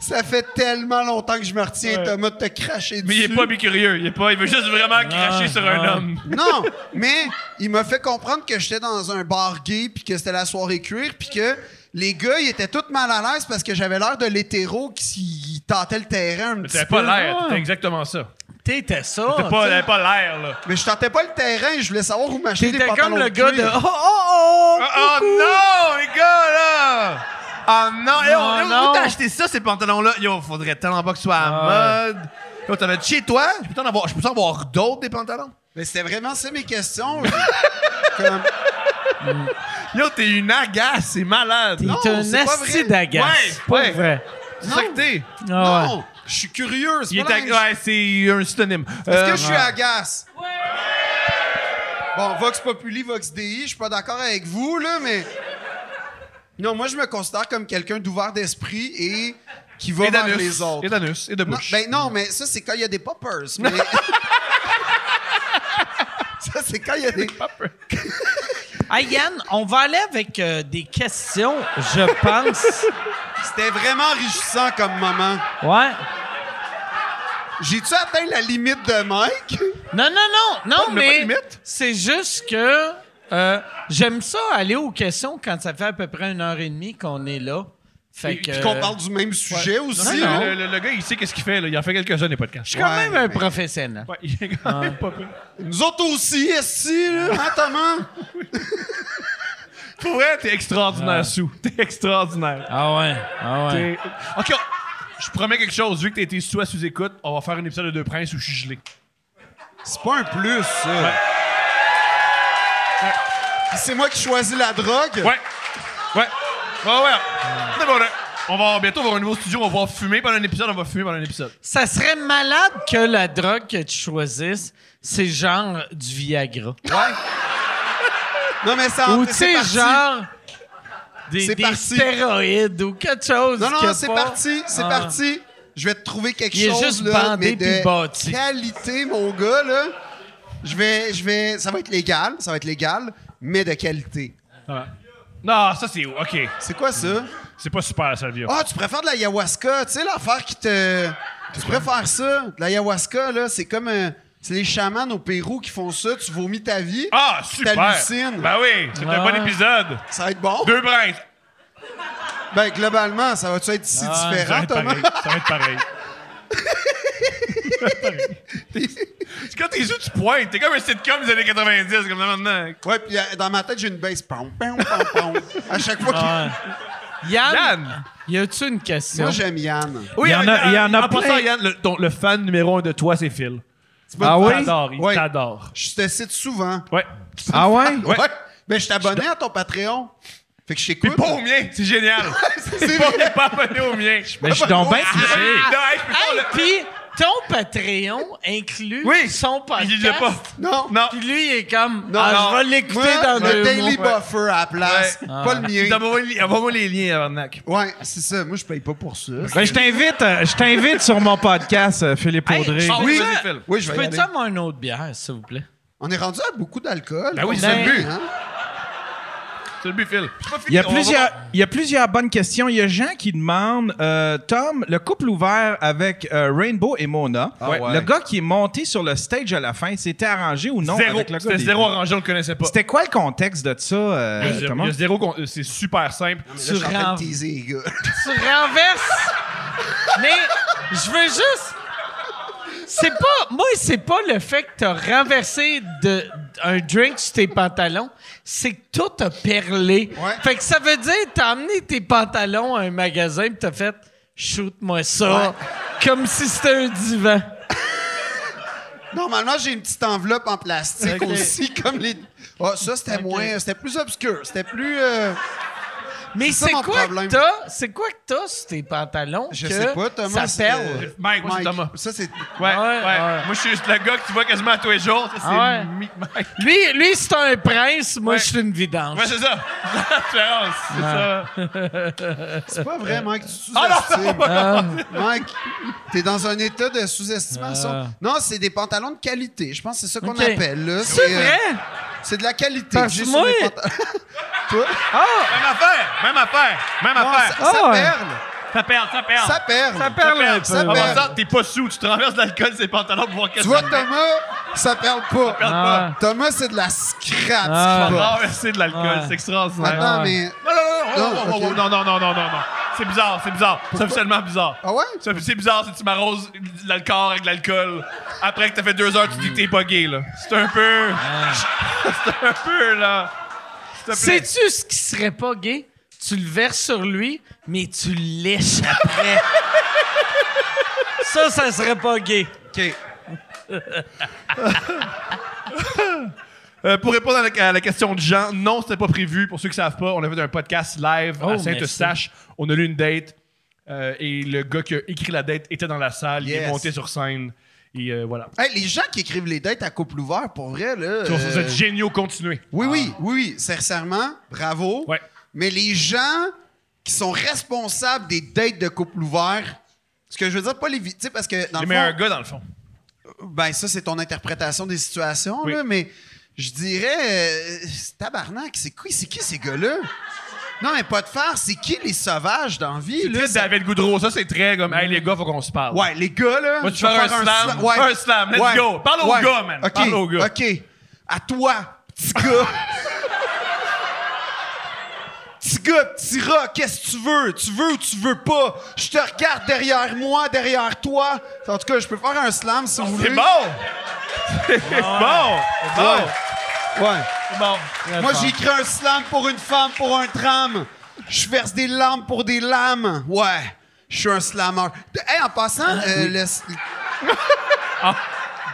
Speaker 5: Ça fait tellement longtemps que je me retiens,
Speaker 6: Ouais.
Speaker 5: Thomas, de te cracher dessus.
Speaker 6: Mais il est pas bicurieux, il est pas, il veut juste vraiment cracher sur un homme.
Speaker 5: Non, mais il m'a fait comprendre que j'étais dans un bar gay, puis que c'était la soirée cuir, puis que les gars, ils étaient tous mal à l'aise parce que j'avais l'air de l'hétéro qui tâtait le terrain un
Speaker 6: Mais
Speaker 5: petit
Speaker 6: t'avais
Speaker 5: peu.
Speaker 6: pas Ah, l'air, t'étais exactement ça.
Speaker 1: T'étais ça.
Speaker 6: T'as pas, t'avais pas l'air, là.
Speaker 5: Mais je tentais pas le terrain, je voulais savoir où m'acheter des
Speaker 1: T'étais
Speaker 5: pantalons
Speaker 1: comme le
Speaker 5: de
Speaker 1: gars de.
Speaker 5: cuir.
Speaker 1: Oh, oh, oh!
Speaker 6: Oh, oh, non, les gars, là! Oh non, yo,
Speaker 1: Non,
Speaker 6: yo,
Speaker 1: non.
Speaker 6: où t'as acheté ça, ces pantalons-là? Yo, faudrait tellement pas que ce soit à la mode. Yo, t'en as de chez toi? Je peux t'en avoir, je peux t'en avoir d'autres, des pantalons?
Speaker 5: Mais c'était vraiment ça mes questions. Comme-
Speaker 6: Yo, t'es une agace, c'est malade.
Speaker 1: T'es
Speaker 5: Non,
Speaker 1: un
Speaker 5: c'est pas vrai.
Speaker 1: asti d'agace.
Speaker 6: Ouais, ouais.
Speaker 1: Pas vrai.
Speaker 6: C'est ça que t'es.
Speaker 1: Ah ouais.
Speaker 5: Non, je suis curieux. c'est
Speaker 6: Il
Speaker 5: pas la
Speaker 6: est
Speaker 5: même
Speaker 6: ag- ouais, c'est un synonyme.
Speaker 5: Est-ce
Speaker 6: Euh,
Speaker 5: que je suis agace? Ouais! Bon, Vox Populi, Vox Dei, je suis pas d'accord avec vous, là, mais. Non, moi, je me considère comme quelqu'un d'ouvert d'esprit et qui va
Speaker 6: et
Speaker 5: vers
Speaker 6: d'anus.
Speaker 5: les autres.
Speaker 6: Et d'anus. Et de
Speaker 5: Non,
Speaker 6: bouche.
Speaker 5: ben non, mais ça, c'est quand il y a des poppers. mais- ça, c'est quand il y a des.
Speaker 1: Hey, Yann, on va aller avec euh, des questions, je pense.
Speaker 5: C'était vraiment enrichissant comme moment.
Speaker 1: ouais.
Speaker 5: J'ai-tu atteint la limite de Mike?
Speaker 1: Non, non, non, non,
Speaker 6: de- pas de
Speaker 1: mais,
Speaker 6: limite.
Speaker 1: c'est juste que euh, j'aime ça aller aux questions quand ça fait à peu près une heure et demie qu'on est là. Fait
Speaker 5: Puis
Speaker 1: que,
Speaker 5: qu'on parle du même sujet aussi.
Speaker 1: Euh, Non, non.
Speaker 6: Le, le- le gars, il sait qu'est-ce qu'il fait. Là. Il en fait quelques-uns des podcasts.
Speaker 1: Je suis quand
Speaker 5: Ouais,
Speaker 1: même un
Speaker 5: mais-
Speaker 1: professionnel.
Speaker 6: Ouais, Ah, il est quand même pas peu.
Speaker 5: Nous autres aussi, esti, là, hein, Thomas?
Speaker 6: Pour vrai, t'es extraordinaire, Sou. T'es extraordinaire.
Speaker 4: Ah ouais, ah ouais.
Speaker 6: T'es- OK, on- je promets quelque chose. Vu que t'as été sous à sous-écoute, on va faire un épisode de Deux Princes où je suis gelé.
Speaker 5: C'est pas un plus, ça. Puis C'est moi qui choisis la drogue.
Speaker 6: Ouais. Ouais. Ouais, ouais. C'est bon, là. On va bientôt avoir un nouveau studio, on va fumer pendant un épisode, on va fumer pendant un épisode.
Speaker 1: Ça serait malade que la drogue que tu choisisses, c'est genre du Viagra.
Speaker 5: Ouais. Non, Ah, mais ça
Speaker 1: Ou tu
Speaker 5: c'est
Speaker 1: sais,
Speaker 5: parti.
Speaker 1: genre des,
Speaker 5: C'est
Speaker 1: des
Speaker 5: parti.
Speaker 1: stéroïdes ou quelque chose.
Speaker 5: Non,
Speaker 1: que
Speaker 5: non, c'est
Speaker 1: pas- Ah.
Speaker 5: parti, c'est parti. Je vais te trouver quelque
Speaker 1: Il est
Speaker 5: chose
Speaker 1: juste
Speaker 5: là,
Speaker 1: bandé
Speaker 5: mais
Speaker 1: puis
Speaker 5: de
Speaker 1: bâti.
Speaker 5: qualité, mon gars là. Je vais, je vais, ça va être légal, ça va être légal, mais de qualité.
Speaker 6: Non, ça c'est OK.
Speaker 5: C'est quoi ça?
Speaker 6: C'est pas super ça, vieux.
Speaker 5: Ah, tu préfères de l'ayahuasca, tu sais l'affaire qui te, tu préfères ça? De l'ayahuasca là, c'est comme, euh, c'est les chamans au Pérou qui font ça. Tu vomis ta vie,
Speaker 6: Ah, super.
Speaker 5: T'hallucines.
Speaker 6: Ben oui, c'est un bon épisode.
Speaker 5: ça va être bon.
Speaker 6: Deux Princes.
Speaker 5: Ben globalement, ça va-tu être
Speaker 1: Ah,
Speaker 5: si
Speaker 6: Ça va
Speaker 5: différent,
Speaker 6: être
Speaker 5: Thomas?
Speaker 6: pareil. Ça va être pareil. C'est quand t'es sous, tu pointes. T'es comme un sitcom des années 90, comme là maintenant.
Speaker 5: Ouais, puis euh, dans ma tête j'ai une baisse, pom, pom, pom, pom. À chaque fois que,
Speaker 1: Ah, Yann,
Speaker 6: Yann!
Speaker 1: y a-tu une question?
Speaker 5: moi j'aime Yann.
Speaker 6: Oui,
Speaker 4: Il y en a- il y en a
Speaker 6: passant,
Speaker 4: plein.
Speaker 6: Yann, le, ton- le fan numéro un de toi, c'est Phil.
Speaker 4: Ah oui?
Speaker 6: T'adore, il
Speaker 5: Ouais.
Speaker 6: t'adore.
Speaker 5: Je te cite souvent.
Speaker 6: Ouais.
Speaker 4: Ah ouais?
Speaker 5: Ouais. Mais je t'abonnais à ton Patreon. Fait que je
Speaker 6: Puis
Speaker 5: t'écoute.
Speaker 6: pas au mien, c'est génial.
Speaker 5: C'est
Speaker 6: Pas-
Speaker 5: vrai.
Speaker 6: pas abonné au mien.
Speaker 4: Mais je suis donc bien touché.
Speaker 6: Ah, non, hey, je peux pas,
Speaker 1: Hey,
Speaker 6: là.
Speaker 1: puis ton Patreon inclut
Speaker 6: Oui.
Speaker 1: son podcast.
Speaker 6: Il l'a pas.
Speaker 5: Non.
Speaker 6: Non.
Speaker 1: Puis lui, il est comme,
Speaker 5: Non,
Speaker 1: ah,
Speaker 6: non.
Speaker 1: je vais l'écouter
Speaker 5: Moi,
Speaker 1: dans deux
Speaker 5: le Daily
Speaker 1: mois. Ah.
Speaker 5: Buffer à la place. Pas le mien.
Speaker 6: Envoie-moi les- Ah. Envoie-moi les liens, Arnac.
Speaker 5: Ouais, c'est ça. Moi, je paye pas pour ça.
Speaker 4: Ben, je t'invite, euh, je t'invite sur mon podcast, euh, Philippe
Speaker 1: Hey,
Speaker 4: Audrey.
Speaker 1: sors-
Speaker 5: Oui,
Speaker 6: Ah, Vas-y, Phil.
Speaker 5: oui, je vais y
Speaker 1: Peux-tu
Speaker 5: aller.
Speaker 1: avoir une autre bière, s'il vous plaît?
Speaker 5: On est rendu à beaucoup d'alcool.
Speaker 6: Ben oui,
Speaker 5: On
Speaker 6: c'est
Speaker 5: a
Speaker 6: le
Speaker 5: bu,
Speaker 6: but.
Speaker 5: hein?
Speaker 6: C'est le but, Phil. C'est pas fini,
Speaker 4: Il y, a
Speaker 6: on va
Speaker 4: plusieurs,
Speaker 6: voir.
Speaker 4: il y a plusieurs bonnes questions. Il y a Jean qui demande euh, Tom, le couple ouvert avec euh, Rainbow et Mona,
Speaker 5: ouais.
Speaker 4: le gars qui est monté sur le stage à la fin, c'était arrangé ou non
Speaker 6: Zéro.
Speaker 4: avec le gars
Speaker 6: C'était
Speaker 4: des-
Speaker 6: zéro arrangé, on le connaissait pas.
Speaker 4: C'était quoi le contexte de ça, euh,
Speaker 6: Il y a zéro-
Speaker 4: Thomas?
Speaker 6: il y a zéro con- euh, C'est super simple.
Speaker 5: Là, je suis en train de teaser, les gars.
Speaker 1: tu renverses. Mais je veux juste. C'est pas. Moi, c'est pas le fait que t'as renversé de, un drink sur tes pantalons. C'est que tout a perlé.
Speaker 5: Ouais.
Speaker 1: Fait que ça veut dire que t'as amené tes pantalons à un magasin pis t'as fait shoot-moi ça. Comme si c'était un divan.
Speaker 5: Normalement, j'ai une petite enveloppe en plastique
Speaker 1: Ok.
Speaker 5: aussi, comme les. Ah, ça, c'était moins. C'était plus obscur. C'était plus. euh,
Speaker 1: Mais
Speaker 5: C'est ça
Speaker 1: c'est
Speaker 5: mon
Speaker 1: quoi, que
Speaker 5: problème.
Speaker 1: t'as? C'est quoi que t'as sur tes pantalons?
Speaker 5: Je
Speaker 1: que
Speaker 5: sais pas, Thomas.
Speaker 1: Ça
Speaker 5: c'est,
Speaker 1: perle.
Speaker 5: euh,
Speaker 6: Mike, moi,
Speaker 5: Mike.
Speaker 6: c'est Thomas.
Speaker 5: Ça, c'est.
Speaker 6: Ouais,
Speaker 1: Ah
Speaker 6: ouais,
Speaker 1: ouais, ouais.
Speaker 6: Moi, je suis juste le gars que tu vois quasiment à tous les jours. Ça, c'est
Speaker 1: Ah ouais.
Speaker 6: mi- Mike.
Speaker 1: Lui, lui c'est un prince. Moi,
Speaker 6: Ouais.
Speaker 1: je suis une vidange.
Speaker 6: Ouais, c'est ça. C'est la différence. C'est ça.
Speaker 5: C'est pas vrai, Mike. Tu
Speaker 6: Ah, non,
Speaker 5: sous-estimes. Ah. Mike, t'es dans un état de sous-estimation. Non, c'est des pantalons de qualité. Je pense que c'est ça qu'on
Speaker 1: Ok.
Speaker 5: appelle. là.
Speaker 1: c'est
Speaker 5: euh,
Speaker 1: vrai?
Speaker 5: C'est de la qualité.
Speaker 1: Parce
Speaker 5: que j'ai
Speaker 1: que
Speaker 5: sur
Speaker 1: moi-
Speaker 5: mes pantalons. Toi?
Speaker 6: Même affaire. Même affaire. Même
Speaker 5: Non,
Speaker 6: affaire.
Speaker 5: Ah, ça, ça perle.
Speaker 6: Ça perd, ça perd.
Speaker 5: Ça perle.
Speaker 6: Ça perd,
Speaker 5: un peu. Ça
Speaker 6: En
Speaker 5: perd.
Speaker 6: passant, t'es pas sous. Tu traverses de l'alcool ses pantalons pour voir
Speaker 5: Tu
Speaker 6: qu'est-ce
Speaker 5: vois,
Speaker 6: que ça fait.
Speaker 5: Thomas, ça perle pas. Ah.
Speaker 6: Perd pas.
Speaker 5: Thomas, c'est de la scrap. qui perle.
Speaker 6: Ah, merci de l'alcool. C'est extraordinaire.
Speaker 5: Attends, mais.
Speaker 6: Non, non, non,
Speaker 5: Non,
Speaker 6: non, non,
Speaker 5: ok.
Speaker 6: non, non, non, non, non, non. C'est bizarre, c'est bizarre. C'est officiellement bizarre.
Speaker 5: Ah ouais?
Speaker 6: C'est c'est bizarre si tu m'arroses l'alcool avec de l'alcool. Après que t'as fait deux heures, tu dis que t'es pas gay, là. C'est un peu. c'est un peu, là. S'il te plaît.
Speaker 1: Sais-tu ce qui serait pas gay? Tu le verses sur lui, mais tu le lèches après. ça, ça serait pas gay.
Speaker 5: OK.
Speaker 6: Euh, pour répondre à la, à la question de Jean, non, c'était pas prévu. Pour ceux qui savent pas, on a fait un podcast live à
Speaker 1: Oh,
Speaker 6: Sainte-Eustache. On a lu une date euh, et le gars qui a écrit la date était dans la salle. Il est
Speaker 5: Yes.
Speaker 6: monté sur scène. Et euh, voilà.
Speaker 5: Hey, les gens qui écrivent les dates à couple ouvert, pour vrai, là.
Speaker 6: Sur
Speaker 5: euh,
Speaker 6: cette géniaux continuer.
Speaker 5: Oui, oui, oui, oui, sincèrement, bravo.
Speaker 6: Ah. Ouais.
Speaker 5: Mais les gens qui sont responsables des dates de couple ouvert, ce que je veux dire, pas les. vi- Tu sais, parce que dans
Speaker 6: Les
Speaker 5: le fond,
Speaker 6: meilleurs gars, dans le fond.
Speaker 5: ben ça, c'est ton interprétation des situations,
Speaker 6: Oui.
Speaker 5: là, mais je dirais. euh, tabarnak, c'est qui, c'est qui ces gars-là? Non, mais pas de faire, c'est qui les sauvages dans la vie,
Speaker 6: C'est
Speaker 5: là?
Speaker 6: très
Speaker 5: Ça-
Speaker 6: David Goudreau, ça c'est très comme, hey les gars, faut qu'on se parle.
Speaker 5: Ouais, les gars, là.
Speaker 6: Vas-tu
Speaker 5: je vais
Speaker 6: faire un slam?
Speaker 5: sla- ouais.
Speaker 6: Un slam, let's go. Parle aux gars, man.
Speaker 5: OK,
Speaker 6: Parle aux gars.
Speaker 5: OK. À toi, petit gars. petit gars, petit rat, qu'est-ce que tu veux? Tu veux ou tu veux pas? Je te regarde derrière moi, derrière toi. En tout cas, je peux faire un slam si vous voulez.
Speaker 6: C'est bon! C'est bon! C'est bon!
Speaker 5: Ouais.
Speaker 6: Bon.
Speaker 5: Moi, j'ai écrit un slam pour une femme, pour un tram. Je verse des larmes pour des lames. Ouais, je suis un slammer. De- hey, en passant, euh, le s-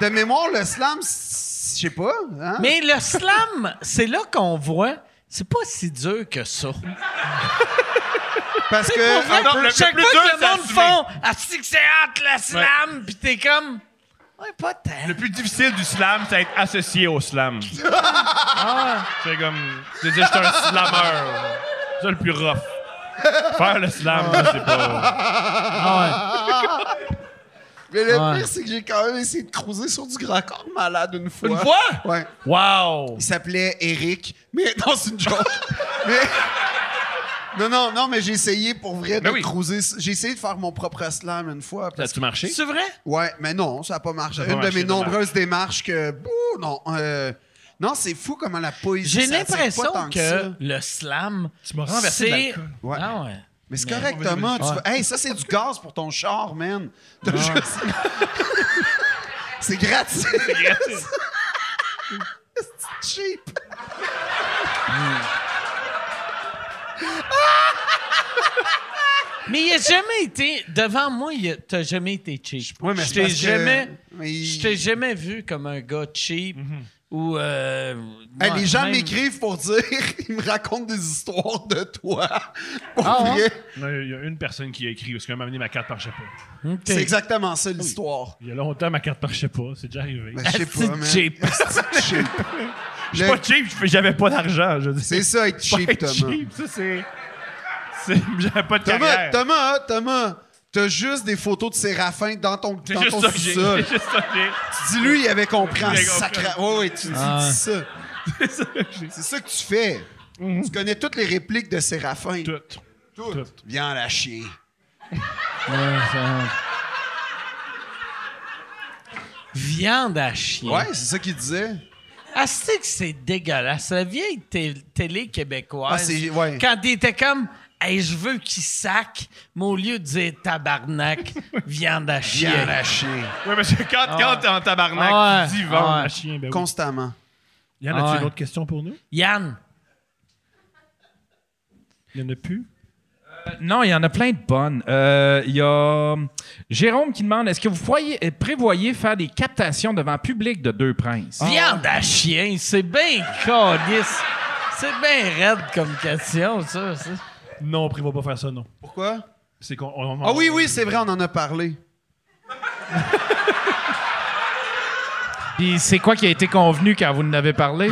Speaker 5: de mémoire, le slam, s- je sais pas. hein?
Speaker 1: Mais le slam, c'est là qu'on voit, c'est pas si dur que ça.
Speaker 5: Parce que.
Speaker 1: Pour vrai,
Speaker 5: un peu-
Speaker 6: le- Ah le
Speaker 1: chaque
Speaker 6: plus
Speaker 1: fois
Speaker 6: dur,
Speaker 1: que
Speaker 6: c'est
Speaker 1: le monde
Speaker 6: assumer.
Speaker 1: font « Asti que c'est hâte, le slam! Puis t'es comme « Ouais, pas tant.
Speaker 6: Le plus difficile du slam, c'est être associé au slam. Ah C'est comme. Je veux dire, j'étais un slammer. C'est le plus rough. Faire le slam, là, c'est pas.
Speaker 5: Mais le pire, c'est que j'ai quand même essayé de cruiser sur du grand corps malade une fois.
Speaker 6: Une fois?
Speaker 5: Ouais.
Speaker 6: Wow!
Speaker 5: Il s'appelait Eric. Mais non, c'est une joke. mais. Non, non, non, mais j'ai essayé pour vrai de
Speaker 6: Ben oui.
Speaker 5: cruiser. J'ai essayé de faire mon propre slam une fois.
Speaker 6: Ça a-tu marché?
Speaker 1: C'est vrai?
Speaker 5: Ouais, mais non, ça n'a pas marché.
Speaker 6: Ça a pas
Speaker 5: Une de
Speaker 6: marché,
Speaker 5: mes
Speaker 6: dommage.
Speaker 5: nombreuses démarches que. Ouh, non. euh, non, c'est fou comment la poésie.
Speaker 1: J'ai
Speaker 5: ça attire pas
Speaker 1: l'impression
Speaker 5: tant
Speaker 1: que,
Speaker 5: ça.
Speaker 1: le slam,
Speaker 6: Tu m'as renversé
Speaker 1: c'est-
Speaker 6: de l'alcool.
Speaker 5: Ouais.
Speaker 1: Ah ouais.
Speaker 5: Mais c'est correct, Thomas. tu vas- Hey, ça, c'est du gaz pour ton char, man. T'as juste- c'est gratuit. C'est
Speaker 6: gratuit.
Speaker 5: cheap.
Speaker 1: Mais il a jamais été... Devant moi, il a- t'as jamais été cheap.
Speaker 5: Ouais, mais
Speaker 1: je
Speaker 5: c'est
Speaker 1: t'ai
Speaker 5: parce que-
Speaker 1: jamais...
Speaker 5: Mais-
Speaker 1: Je t'ai jamais vu comme un gars cheap
Speaker 6: Mhm.
Speaker 1: ou... euh,
Speaker 5: Hey,
Speaker 1: ouais,
Speaker 5: les gens
Speaker 1: même-
Speaker 5: m'écrivent pour dire, ils me racontent des histoires de toi. Pour
Speaker 1: Ah,
Speaker 5: vrai,
Speaker 6: Non, Il y a une personne qui a écrit parce qu'elle m'a amené ma carte par je sais pas.
Speaker 5: c'est exactement ça l'histoire.
Speaker 6: Il y a longtemps, ma carte par je sais pas. C'est déjà arrivé.
Speaker 5: Ben, je sais pas,
Speaker 1: Asti
Speaker 5: man.
Speaker 1: cheap.
Speaker 5: Asti cheap.
Speaker 6: Je suis
Speaker 5: Le-
Speaker 6: pas cheap, je fais- j'avais pas d'argent. Je veux dire.
Speaker 5: C'est ça, être
Speaker 6: Pas
Speaker 5: cheap,
Speaker 6: être
Speaker 5: Thomas.
Speaker 6: cheap, ça, c'est. c'est- J'avais pas de
Speaker 5: Thomas,
Speaker 6: carrière.
Speaker 5: Thomas, hein, Thomas, t'as juste des photos de Séraphin dans ton,
Speaker 6: C'est
Speaker 5: dans
Speaker 6: juste
Speaker 5: ton
Speaker 6: ça que j'ai.
Speaker 5: sous-sol.
Speaker 6: C'est juste ça que j'ai.
Speaker 5: Tu dis, lui, il avait compris en
Speaker 6: Il avait compris.
Speaker 5: sacra... Ouais, ouais, tu dis,
Speaker 1: Ah.
Speaker 5: dis ça.
Speaker 6: C'est ça que j'ai. Mhm.
Speaker 5: C'est ça que tu fais. Tu connais toutes les répliques de Séraphin.
Speaker 6: Tout. Tout.
Speaker 5: Viens la chier.
Speaker 1: Viande à chien.
Speaker 5: Ouais, c'est ça qu'il disait.
Speaker 1: Asti que c'est dégueulasse. La vieille té- télé québécoise.
Speaker 5: Ah, c'est- ouais.
Speaker 1: Quand il était comme, hey, je veux qu'il sac, mais au lieu de dire tabarnak, viande à chien.
Speaker 5: Viens la chier.
Speaker 6: Oui, parce que quand, quand t'es en tabarnak,
Speaker 1: Ah ouais.
Speaker 6: tu dis vendre
Speaker 1: Ah ouais.
Speaker 6: à chien. Ben oui.
Speaker 5: Constamment.
Speaker 6: Yann, as-tu
Speaker 1: Ah ouais.
Speaker 6: une autre question pour nous?
Speaker 1: Yann,
Speaker 6: Il y en a plus?
Speaker 4: Non, il y en a plein de bonnes. Euh, Il y a Jérôme qui demande est-ce que vous voyez- prévoyez faire des captations devant public de Deux Princes
Speaker 1: viande à chien, c'est bien calice. C'est bien raide comme question, ça. ça.
Speaker 6: Non, on prévoit pas faire ça, non.
Speaker 5: Pourquoi?
Speaker 6: C'est qu'on. on- on-
Speaker 5: Ah oui, oui, c'est vrai, on en a parlé.
Speaker 4: Puis c'est quoi qui a été convenu quand vous en avez parlé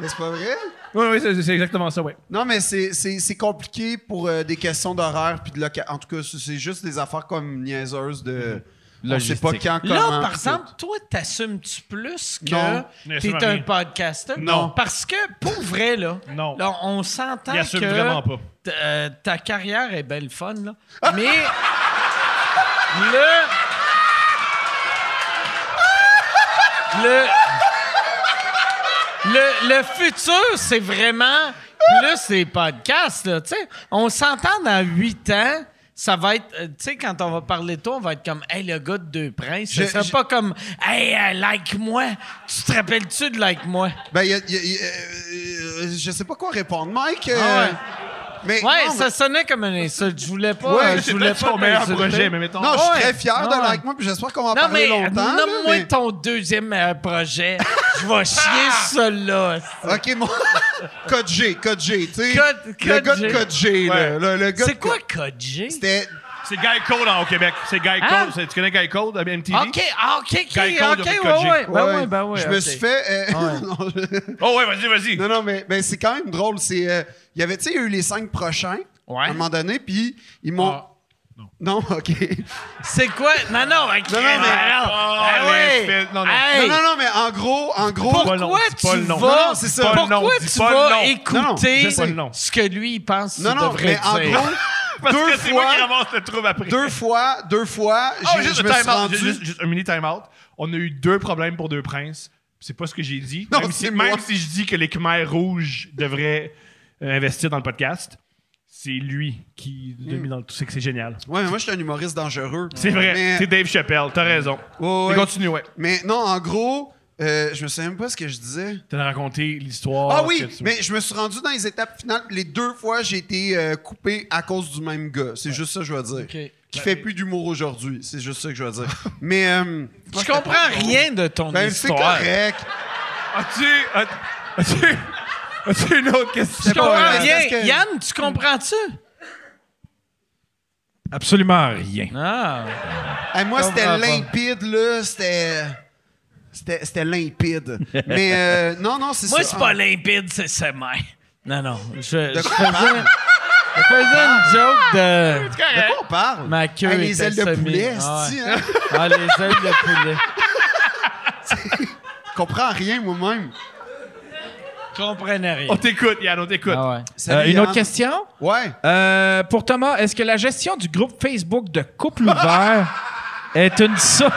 Speaker 5: Mais c'est pas vrai?
Speaker 6: Oui, oui, c'est c'est exactement ça, oui.
Speaker 5: Non, mais c'est- c'est c'est compliqué pour euh, des questions d'horaire puis de loca- En tout cas, c'est- c'est juste des affaires comme niaiseuses de. Je sais pas
Speaker 4: Logistique.
Speaker 5: quand, comment.
Speaker 1: Là, par
Speaker 5: puis
Speaker 1: exemple, toi, t'assumes-tu plus
Speaker 5: Non.
Speaker 1: que
Speaker 6: Mais
Speaker 1: t'es
Speaker 6: sûrement
Speaker 1: un
Speaker 6: rien.
Speaker 1: podcaster?
Speaker 5: Non.
Speaker 1: Parce que, pour vrai, là,
Speaker 6: Non.
Speaker 1: là, on s'entend
Speaker 6: Il assume
Speaker 1: que
Speaker 6: vraiment pas.
Speaker 1: t- euh, ta carrière est belle fun, là. Mais le... Le... Le, le futur, c'est vraiment plus les podcasts, là, tu sais. On s'entend dans huit ans, ça va être... euh, Tu sais, quand on va parler de toi, on va être comme « Hey, le gars de Deux Princes », ce
Speaker 5: Je-
Speaker 1: sera
Speaker 5: je-
Speaker 1: pas comme « Hey, euh, like-moi ». Tu te rappelles-tu de « Like-moi
Speaker 5: Ben, y a- y a- y a- euh, je sais pas quoi répondre, Mike. euh,
Speaker 1: Ah ouais.
Speaker 5: Mais ?»
Speaker 1: Ouais,
Speaker 5: non,
Speaker 1: ça sonnait comme un insulte. Je voulais pas...
Speaker 5: Ouais,
Speaker 1: euh, je
Speaker 6: C'est
Speaker 1: voulais
Speaker 6: peut-être
Speaker 1: pas
Speaker 6: son meilleur
Speaker 1: t'insulter.
Speaker 6: projet, mais mettons.
Speaker 5: mais- non, je suis
Speaker 1: Ouais. Ah
Speaker 5: très fier de
Speaker 1: Ouais.
Speaker 5: like moi, puis j'espère qu'on va en
Speaker 1: Non,
Speaker 5: parler
Speaker 1: mais
Speaker 5: longtemps. là,
Speaker 1: nomme-moi
Speaker 5: mais-
Speaker 1: ton deuxième meilleur projet. Je vais chier celui-là.
Speaker 5: Ok, moi. code G, code G, tu sais.
Speaker 1: Code-
Speaker 5: le
Speaker 1: Code
Speaker 5: gars de
Speaker 1: G.
Speaker 5: code G, là,
Speaker 6: Ouais.
Speaker 5: le, le gars de
Speaker 1: C'est quoi
Speaker 5: code-
Speaker 1: Code G?
Speaker 5: C'était.
Speaker 6: C'est Guy Code en- au Québec. C'est Guy
Speaker 1: Hein?
Speaker 6: Code. c'est- Tu connais Guy Code à MTV?
Speaker 1: OK, ah, OK, OK,
Speaker 6: Guy Code
Speaker 1: OK,
Speaker 6: avec Code
Speaker 1: ouais,
Speaker 6: G.
Speaker 1: ouais. Ben ouais,
Speaker 5: ouais,
Speaker 1: ben ouais.
Speaker 5: Je
Speaker 1: ok.
Speaker 5: me suis fait. euh, non, je-
Speaker 6: Oh, ouais, vas-y, vas-y.
Speaker 5: Non, non, mais, mais c'est quand même drôle. C'est, euh, il y avait, tu sais, il y a eu les cinq prochains
Speaker 1: Ouais.
Speaker 5: à un moment donné, puis ils m'ont.
Speaker 6: Ah,
Speaker 5: non. OK.
Speaker 1: C'est quoi? Non, non, OK.
Speaker 5: Non, non, mais-
Speaker 6: Ah,
Speaker 1: Ah,
Speaker 6: mais-
Speaker 1: ouais.
Speaker 6: non, non.
Speaker 1: Hey,
Speaker 5: Non, non, non, mais en gros, en gros.
Speaker 6: pas le nom,
Speaker 1: Pourquoi
Speaker 6: dis
Speaker 1: tu
Speaker 6: pas le nom.
Speaker 1: vas...
Speaker 5: Non, non, c'est ça.
Speaker 6: Pas le nom,
Speaker 1: Pourquoi
Speaker 6: dis
Speaker 1: tu
Speaker 6: pas le
Speaker 1: vas
Speaker 6: nom.
Speaker 5: Non, non,
Speaker 1: écouter
Speaker 5: je sais.
Speaker 1: ce que lui, il pense que tu
Speaker 5: non, non,
Speaker 1: devrais
Speaker 5: mais en
Speaker 1: dire?
Speaker 5: gros,
Speaker 6: Parce
Speaker 5: deux
Speaker 6: que c'est moi qui
Speaker 5: fois-
Speaker 6: ramasse le trouble après.
Speaker 5: deux fois, deux fois,
Speaker 6: Ah,
Speaker 5: j'ai-
Speaker 6: juste
Speaker 5: je
Speaker 6: un
Speaker 5: me suis
Speaker 6: time-out.
Speaker 5: rendu.
Speaker 6: Juste, juste un mini time-out. On a eu deux problèmes pour deux princes. C'est pas ce que j'ai dit.
Speaker 5: Non,
Speaker 6: même
Speaker 5: c'est
Speaker 6: si,
Speaker 5: moi.
Speaker 6: même si je dis que les Khmer rouges devraient euh, investir dans le podcast, c'est lui qui l'a
Speaker 5: Hmm.
Speaker 6: mis dans le tout. C'est que c'est génial.
Speaker 5: Ouais, mais moi, je suis un humoriste dangereux.
Speaker 6: C'est vrai.
Speaker 5: Mais-
Speaker 6: C'est Dave Chappelle. T'as raison.
Speaker 5: Ouais,
Speaker 6: Mais
Speaker 5: ouais.
Speaker 6: continue, ouais.
Speaker 5: Mais non, en gros, euh, je me souviens même pas ce que je disais.
Speaker 6: T'as raconté l'histoire.
Speaker 5: Ah
Speaker 6: que
Speaker 5: oui,
Speaker 6: Oh, tu-
Speaker 5: mais je me suis rendu dans les étapes finales. Les deux fois, j'ai été euh, coupé à cause du même gars. C'est juste ça que je veux dire. Qui fait plus d'humour aujourd'hui. C'est juste ça que je veux dire. mais euh,
Speaker 1: Je comprends rien de ton
Speaker 5: ben, c'est
Speaker 1: histoire.
Speaker 5: correct.
Speaker 6: As-tu. as- As-tu. As-tu une autre question?
Speaker 5: C'est
Speaker 1: Je comprends
Speaker 5: vrai,
Speaker 1: rien.
Speaker 5: parce que-
Speaker 1: Yann, tu comprends-tu?
Speaker 4: Absolument rien.
Speaker 1: Ah.
Speaker 5: Hey, moi, c'était
Speaker 1: comprends pas.
Speaker 5: limpide, là. C'était. C'était c'était limpide. mais euh, non, non, c'est ça.
Speaker 1: Moi, c'est pas
Speaker 5: Ah.
Speaker 1: limpide, c'est sémin. Non, non. Je, je
Speaker 5: De quoi Ah! on parle?
Speaker 1: faisais une joke de
Speaker 5: De quoi on parle?
Speaker 1: ma queue.
Speaker 5: Hey, les
Speaker 1: était
Speaker 5: ailes de
Speaker 1: semée.
Speaker 5: poulet,
Speaker 1: Ah, ouais.
Speaker 5: esti, hein?
Speaker 1: Ah, les ailes de poulet.
Speaker 5: Je comprends rien moi-même.
Speaker 1: Je comprenais rien.
Speaker 6: On t'écoute, Yann, on t'écoute.
Speaker 1: Ah ouais.
Speaker 4: Euh,
Speaker 5: Salut,
Speaker 4: une autre
Speaker 5: Yann.
Speaker 4: question?
Speaker 5: Ouais.
Speaker 1: Ah,
Speaker 4: Euh, pour Thomas, est-ce que la gestion du groupe Facebook de Couple ouvert est une ça?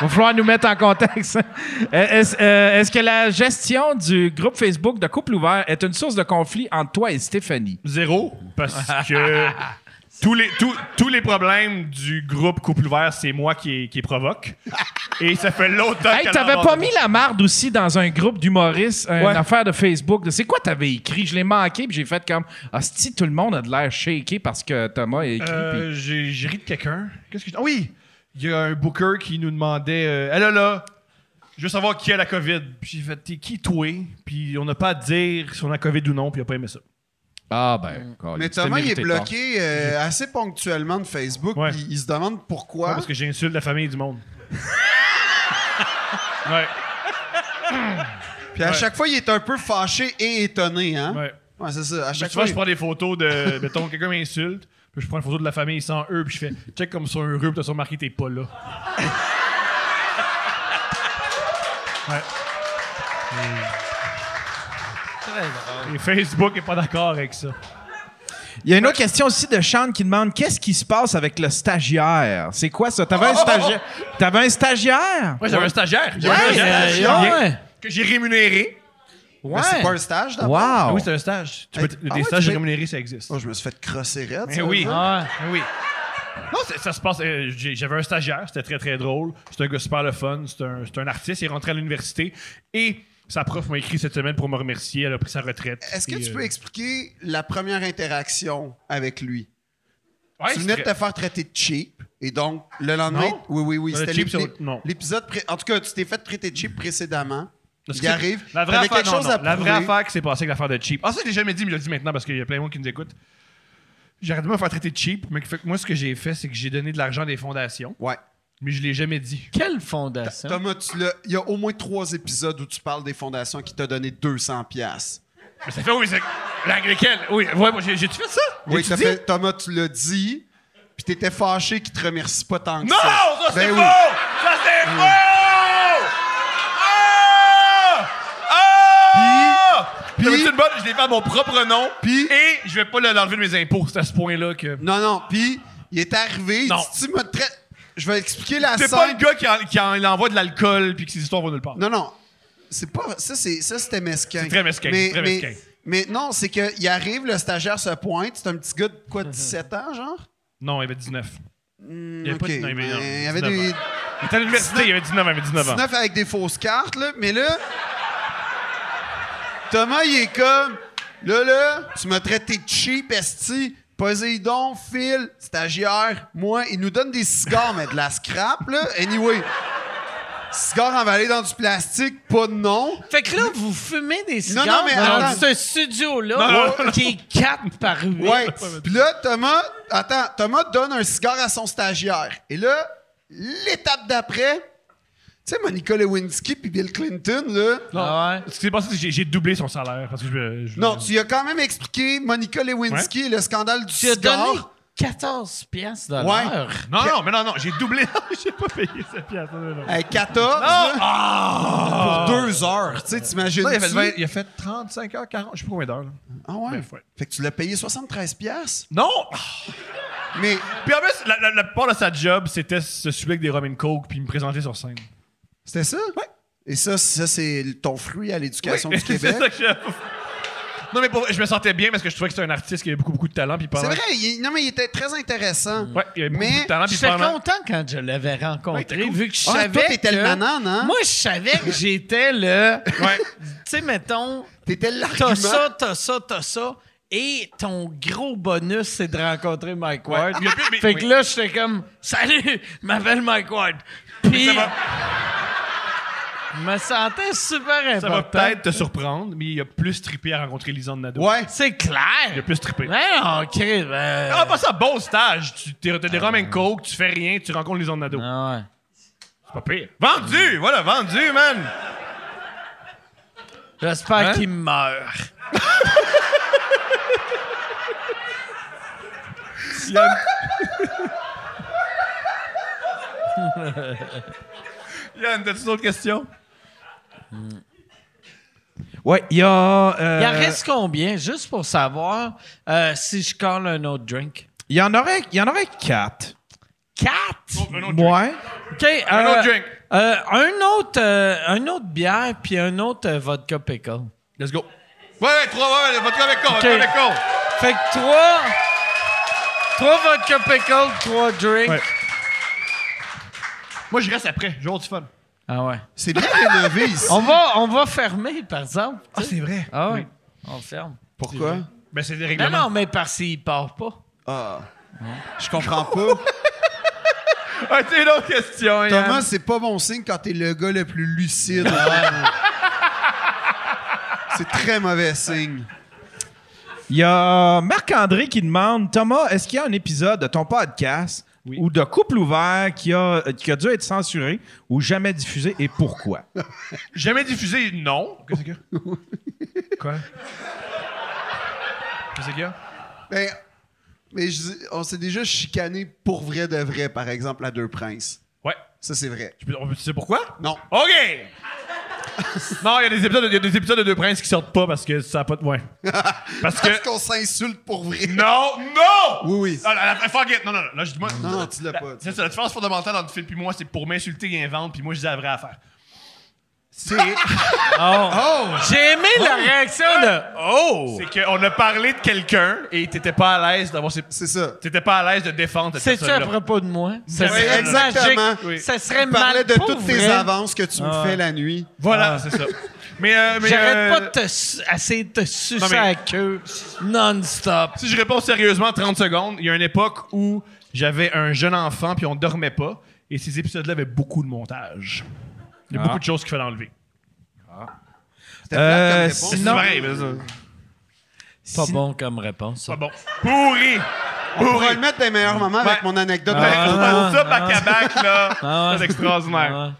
Speaker 4: Va falloir nous mettre en contexte. Euh, Est-ce euh, est-ce que la gestion du groupe Facebook de Couple ouvert est une source de conflit entre toi et Stéphanie?
Speaker 6: Zéro. Parce que. Tous les, tous, tous les problèmes du groupe Couple Ouvert, c'est moi qui, qui les provoque. Et ça fait longtemps
Speaker 4: Hey,
Speaker 6: qu'elle
Speaker 4: t'avais
Speaker 6: en
Speaker 4: pas
Speaker 6: parle.
Speaker 4: mis la marde aussi dans un groupe d'humoristes, une
Speaker 6: Ouais.
Speaker 4: affaire de Facebook. de C'est quoi t'avais écrit? Je l'ai manqué, puis j'ai fait comme « si tout le monde a de l'air shaké parce que Thomas a écrit. puis-
Speaker 6: Euh, j'ai j'ai ri de quelqu'un. Qu'est-ce que je- Ah oui! Il y a un booker qui nous demandait euh, Là, là, je veux savoir qui a la COVID. Puis j'ai fait T'es qui, toi? Puis on n'a pas à dire si on a COVID ou non, puis il a pas aimé ça.
Speaker 4: Ah ben,
Speaker 5: Mais
Speaker 4: c'était
Speaker 5: Thomas, il est
Speaker 4: mérité, quoi.
Speaker 5: bloqué euh, assez ponctuellement de Facebook.
Speaker 6: Ouais.
Speaker 5: puis Il, se demande pourquoi.
Speaker 6: Ouais, parce que j'insulte la famille du monde. ouais,
Speaker 5: Puis à
Speaker 6: Ouais.
Speaker 5: chaque fois, il est un peu fâché et étonné, hein? Ouais,
Speaker 6: ouais.
Speaker 5: c'est ça. À chaque
Speaker 6: tu vois,
Speaker 5: fois,
Speaker 6: je prends des photos de. Mettons, quelqu'un m'insulte, puis je prends une photo de la famille sans eux, puis je fais Check comme sur un heureux, puis t'as sûrement marqué t'es pas là.
Speaker 7: Très drôle.
Speaker 6: Et Facebook est pas d'accord avec ça.
Speaker 4: Il y a une autre question aussi de Sean qui demande qu'est-ce qui se passe avec le stagiaire? C'est quoi ça? T'avais un stagiaire? T'avais un stagiaire?
Speaker 6: Ouais, j'avais un stagiaire.
Speaker 5: Ouais,
Speaker 7: Ouais, ouais.
Speaker 6: Que j'ai rémunéré.
Speaker 5: Mais c'est pas un stage, d'abord?
Speaker 4: Wow!
Speaker 6: Ah oui, c'est un stage. Tu
Speaker 5: Hey,
Speaker 6: peux-
Speaker 5: ah
Speaker 6: des
Speaker 5: ouais,
Speaker 6: stages
Speaker 5: tu fais-
Speaker 6: rémunérés, ça existe.
Speaker 5: Oh, je me suis fait crosser raide.
Speaker 6: Mais
Speaker 5: ça,
Speaker 6: oui.
Speaker 5: là.
Speaker 7: Ah, oui.
Speaker 6: Non, c'est- ça se passe. euh, j'ai- J'avais un stagiaire, c'était très très drôle. C'était un gars super le fun. C'était un, c'est un artiste. Il est rentré à l'université et sa prof m'a écrit cette semaine pour me remercier. Elle a pris sa retraite.
Speaker 5: Est-ce que
Speaker 6: Et,
Speaker 5: tu
Speaker 6: euh,
Speaker 5: peux expliquer la première interaction avec lui?
Speaker 6: ouais,
Speaker 5: tu venais de
Speaker 6: c'est
Speaker 5: te faire traiter de cheap. Et donc, le lendemain...
Speaker 6: Non.
Speaker 5: Oui, oui, oui.
Speaker 6: Non,
Speaker 5: C'était
Speaker 6: le cheap,
Speaker 5: l'ép-
Speaker 6: c'est- non.
Speaker 5: l'épisode... pré- En tout cas, tu t'es fait traiter de cheap précédemment.
Speaker 6: Parce
Speaker 5: Il
Speaker 6: que-
Speaker 5: arrive.
Speaker 6: La vraie
Speaker 5: T'avais
Speaker 6: affaire,
Speaker 5: quelque
Speaker 6: non,
Speaker 5: chose
Speaker 6: non.
Speaker 5: à
Speaker 6: La vraie
Speaker 5: prouver.
Speaker 6: affaire qui s'est passée avec l'affaire de Cheap. Ah, ça, je l'ai jamais dit, mais je le dis maintenant parce qu'il y a plein de monde qui nous écoute. J'arrête de me faire traiter de Cheap, mais fait que moi, ce que j'ai fait, c'est que j'ai donné de l'argent à des fondations,
Speaker 5: Ouais.
Speaker 6: mais je l'ai jamais dit.
Speaker 7: Quelle fondation?
Speaker 5: Thomas, tu l'as- il y a au moins trois épisodes où tu parles des fondations qui t'ont donné 200 pièces.
Speaker 6: Mais ça fait oui, c'est. La- Lesquels? Oui, ouais, moi, j'ai- j'ai-tu fait ça?
Speaker 5: Oui,
Speaker 6: J'ai-tu
Speaker 5: t'as
Speaker 6: dit?
Speaker 5: fait- Thomas, tu l'as dit, puis t'étais fâché qu'il te remercie pas tant que
Speaker 6: Non,
Speaker 5: ça.
Speaker 6: ça c'est
Speaker 5: Ben
Speaker 6: faux!
Speaker 5: oui.
Speaker 6: Ça c'est faux! Ah! Ah!
Speaker 5: Puis-
Speaker 6: Ça va être une bonne, je l'ai fait à mon propre nom.
Speaker 5: Puis-
Speaker 6: et je vais pas le- l'enlever de mes impôts. C'est à ce point-là que.
Speaker 5: Non, non, puis il est arrivé, il
Speaker 6: Non.
Speaker 5: dit, tu me traites... Je vais expliquer la
Speaker 6: C'est
Speaker 5: scène.
Speaker 6: pas le gars qui, en- qui en- il envoie de l'alcool puis que ses histoires vont nulle part.
Speaker 5: Non, non, c'est pas... Ça, c'est- ça, c'était mesquin.
Speaker 6: C'est très mesquin,
Speaker 5: Mais,
Speaker 6: très
Speaker 5: mais-
Speaker 6: mesquin.
Speaker 5: Mais non, c'est qu'il arrive, le stagiaire se pointe, c'est un petit gars de quoi, 17 ans, genre?
Speaker 6: Non, il avait 19.
Speaker 5: Hmm,
Speaker 6: Il y avait pas de-
Speaker 5: ok,
Speaker 6: non, il avait- non,
Speaker 5: mais il y avait des...
Speaker 6: 19 Il était à l'université, il avait 19, il avait 19 ans.
Speaker 5: 19 avec des fausses cartes, là. Mais là, Thomas, il est comme. Là, là, tu m'as traité de cheap, esti. Poséidon, Phil, stagiaire, moi. Il nous donne des cigares, mais de la scrap, là. Anyway. Cigares emballés dans du plastique, pas de nom.
Speaker 7: Fait que là, vous fumez des cigares
Speaker 5: non, mais
Speaker 7: dans
Speaker 5: attends.
Speaker 7: ce studio-là qui est 4 par 8.
Speaker 5: Ouais. Puis là, Thomas, attends, Thomas donne un cigare à son stagiaire. Et là, l'étape d'après, tu sais, Monica Lewinsky puis Bill Clinton, là.
Speaker 7: Ah ouais.
Speaker 6: Ce qui s'est passé, c'est que j'ai- j'ai doublé son salaire parce que je. me- je-
Speaker 5: Non, tu y as quand même expliqué Monica Lewinsky et le scandale du
Speaker 7: Tu as donné
Speaker 5: cigare.
Speaker 7: 14 piastres de
Speaker 5: Ouais.
Speaker 7: l'heure.
Speaker 6: Non, non, mais non, non, j'ai doublé. j'ai pas payé cette pièce. Non, non, non.
Speaker 5: Avec 14 là, pour deux heures. Tu sais, t'imagines.
Speaker 6: Non, il, a fait 20 il a fait 35 heures, 40, je sais pas combien d'heures. là.
Speaker 5: Ah ouais.
Speaker 6: Ben, ouais.
Speaker 5: Fait que tu l'as payé 73 pièces.
Speaker 6: Non!
Speaker 5: Mais
Speaker 6: Puis en plus, la, la- la plupart de sa job, c'était se suivre avec des rum and coke puis me présenter sur scène.
Speaker 5: c'était ça? Ouais. Et ça, ça c'est ton fruit à l'éducation du
Speaker 6: c'est
Speaker 5: Québec.
Speaker 6: ça que j'ai... Non, mais pour- je me sentais bien parce que je trouvais que c'était un artiste qui avait beaucoup, beaucoup de talent. Puis
Speaker 5: C'est
Speaker 6: pendant-
Speaker 5: vrai, il- non, mais il était très intéressant.
Speaker 6: Ouais, il avait beaucoup,
Speaker 5: Mais
Speaker 6: beaucoup de talent. Puis
Speaker 1: J'étais
Speaker 6: pendant-
Speaker 1: content quand je l'avais rencontré,
Speaker 6: Ouais, t'es cool.
Speaker 1: vu que je
Speaker 5: Ah,
Speaker 1: savais
Speaker 5: toi, t'étais
Speaker 1: que...
Speaker 5: le manant, hein?
Speaker 1: Moi, je savais que j'étais le...
Speaker 6: Ouais.
Speaker 1: Tu sais, mettons,
Speaker 5: T'étais
Speaker 1: t'as
Speaker 5: l'argument.
Speaker 1: ça, t'as ça, t'as ça, et ton gros bonus, c'est de rencontrer Mike
Speaker 6: Ouais,
Speaker 1: Ward.
Speaker 6: il y a plus- mais-
Speaker 1: Fait que
Speaker 6: oui.
Speaker 1: là, j'étais comme, salut, je m'appelle Mike Ward. Puis,
Speaker 6: Ça va-
Speaker 1: je me sentais super
Speaker 6: Ça va
Speaker 1: important.
Speaker 6: peut-être te surprendre, mais il a plus trippé à rencontrer Lisanne Nadeau.
Speaker 5: Ouais.
Speaker 1: C'est
Speaker 6: Il a
Speaker 1: clair.
Speaker 6: plus trippé.
Speaker 1: Mais non, OK, ben...
Speaker 6: Ah, pas ça, bon stage. Tu t'es- t'as des rum
Speaker 5: Ah.
Speaker 6: and coke, tu fais rien, tu rencontres Lisanne Nadeau.
Speaker 1: Ah ouais.
Speaker 6: C'est pas pire. Vendu! Voilà, vendu, man!
Speaker 1: J'espère
Speaker 6: Hein?
Speaker 1: qu'il meurt.
Speaker 6: Yann, t'as-tu d'autres questions?
Speaker 4: Ouais, il y a. euh,
Speaker 1: Il en reste combien, juste pour savoir euh, si je colle un autre drink?
Speaker 4: Il y en aurait, il y en aurait quatre.
Speaker 1: Quatre?
Speaker 6: Un autre drink.
Speaker 4: Ouais.
Speaker 1: OK.
Speaker 6: Un
Speaker 1: euh,
Speaker 6: autre drink.
Speaker 1: euh, un autre, euh, un autre bière, puis un autre euh, vodka pickle.
Speaker 6: Let's go. Ouais, ouais, trois, ouais, votre avec con, votre
Speaker 1: Ok.
Speaker 6: avec con.
Speaker 1: Fait que trois... Trois vodka pickle, trois drinks.
Speaker 6: Ouais. Moi, je reste après. J'ai du fun.
Speaker 1: Ah ouais.
Speaker 5: C'est bien rénové ici.
Speaker 6: Oh,
Speaker 1: On va, on va fermer, par exemple.
Speaker 5: Ah, c'est vrai.
Speaker 1: Ah ouais. On ferme.
Speaker 5: Pourquoi?
Speaker 6: Ben, c'est des
Speaker 1: Non,
Speaker 6: règlements.
Speaker 1: non, mais parce qu'il part pas.
Speaker 5: Ah. Je comprends
Speaker 6: Oh,
Speaker 5: pas.
Speaker 6: Ah, c'est une autre question, Yann.
Speaker 5: Thomas, c'est pas bon signe quand t'es le gars le plus lucide. Ah, c'est très mauvais signe.
Speaker 4: Il y a Marc-André qui demande Thomas, est-ce qu'il y a un épisode de ton podcast ou de couple ouvert qui a, qui a dû être censuré ou jamais diffusé et pourquoi
Speaker 6: Jamais diffusé, non. Qu'est-ce qu'il y a? Quoi? Qu'est-ce qu'il y a?
Speaker 5: Mais, Ben, mais je dis- on s'est déjà chicané pour vrai de vrai, par exemple, à Deux Princes.
Speaker 6: Ouais.
Speaker 5: Ça, c'est vrai.
Speaker 6: Tu peux- on peut- tu sais pourquoi?
Speaker 5: Non.
Speaker 6: OK! non, il y, a des épisodes- il y a des épisodes de Deux Princes qui sortent pas parce que ça a pas de. Ouais. Parce que.
Speaker 5: Parce qu'on s'insulte pour vrai.
Speaker 6: Non! Non!
Speaker 5: Oui, oui.
Speaker 6: Ah, la, la- forget. Non, non, non. Là, je dis moi.
Speaker 5: Non, non, tu l'as
Speaker 6: La-
Speaker 5: pas. tu
Speaker 6: C'est ça, la différence fondamentale entre Phil et moi, c'est pour m'insulter et invente, puis moi, je dis la vraie affaire.
Speaker 5: C'est.
Speaker 6: Oh!
Speaker 1: J'ai aimé la réaction de Oh!
Speaker 6: C'est qu'on a parlé de quelqu'un et t'étais pas à l'aise d'avoir ses.
Speaker 5: C'est ça.
Speaker 6: T'étais pas à l'aise de défendre cette
Speaker 1: C'est-tu à
Speaker 6: personne-là.
Speaker 1: propos de moi? Ça
Speaker 6: Oui,
Speaker 1: serait
Speaker 5: exactement.
Speaker 1: magique.
Speaker 6: Oui.
Speaker 1: Ça serait
Speaker 5: Tu parlais
Speaker 1: mal
Speaker 5: de
Speaker 1: pour
Speaker 5: toutes tes
Speaker 1: vrai.
Speaker 5: avances que tu
Speaker 6: Ah.
Speaker 5: me fais la nuit.
Speaker 6: Voilà, c'est ça. Mais, euh, mais,
Speaker 1: Ah. J'arrête
Speaker 6: euh,
Speaker 1: pas de te su- essayer de te sucer
Speaker 6: mais-
Speaker 1: à la queue non-stop.
Speaker 6: Si je réponds sérieusement 30 secondes, il y a une époque où j'avais un jeune enfant puis on dormait pas et ces épisodes-là avaient beaucoup de montage. Il y a
Speaker 4: Ah.
Speaker 6: beaucoup de choses qu'il fallait enlever.
Speaker 5: C'était plate comme
Speaker 4: Euh,
Speaker 5: réponse.
Speaker 6: C'est
Speaker 4: Non.
Speaker 6: vrai, mais ça,
Speaker 1: Pas bon comme réponse.
Speaker 6: pas bon. Pourri!
Speaker 5: On pourrait
Speaker 6: Pourri!
Speaker 5: le mettre des meilleurs moments avec
Speaker 6: Ouais.
Speaker 5: mon anecdote.
Speaker 6: Ouais,
Speaker 5: de-
Speaker 6: ça, bac à bac, là.
Speaker 1: Ah.
Speaker 6: C'est extraordinaire.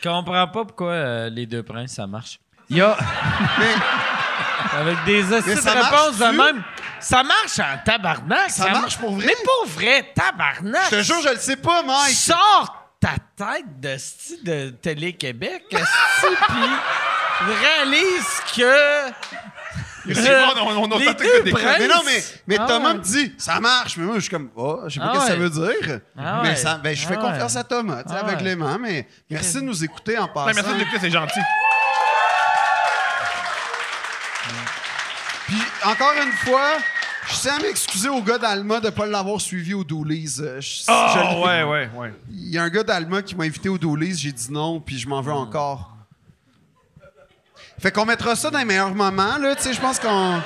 Speaker 1: Je comprends pas pourquoi euh, les deux princes, ça marche.
Speaker 4: Il y a
Speaker 1: Avec des astuces
Speaker 5: ça marche
Speaker 1: réponses de
Speaker 5: tu?
Speaker 1: même. Ça marche en tabarnak.
Speaker 5: Ça marche pour vrai?
Speaker 1: Mais pour vrai, tabarnak.
Speaker 5: Je te jure, je le sais pas, Mike.
Speaker 1: Sors ta tête de sti de Télé-Québec, esti, puis réalise que...
Speaker 6: C'est bon, on- on- on
Speaker 1: Les
Speaker 6: s'attaque
Speaker 1: deux
Speaker 6: à des-
Speaker 1: princes.
Speaker 5: Mais non, mais, mais
Speaker 1: Ah
Speaker 5: Thomas
Speaker 1: ouais.
Speaker 5: me dit, ça marche. Mais moi, je suis comme, oh, je sais pas
Speaker 1: Ah
Speaker 5: ce que ça
Speaker 1: ouais.
Speaker 5: veut dire.
Speaker 1: Ah ouais.
Speaker 5: mais ça, ben, je fais
Speaker 1: Ah
Speaker 5: confiance
Speaker 1: ouais.
Speaker 5: à Thomas, tu sais,
Speaker 1: Ah ouais.
Speaker 5: aveuglément. Mais merci de nous écouter en
Speaker 6: Ouais,
Speaker 5: passant.
Speaker 6: Ben, merci de l'écouter, c'est gentil.
Speaker 5: Puis, encore une fois, je tiens à m'excuser au gars d'Alma de ne pas l'avoir suivi au Doolies. Euh, je- je-
Speaker 6: Oh, ouais, ouais, ouais.
Speaker 5: Il y a un gars d'Alma qui m'a invité au Doolies, j'ai dit non, puis je
Speaker 1: Ah.
Speaker 5: m'en veux encore. Fait qu'on mettra ça dans les meilleurs moments, là. Tu sais, je pense qu'on.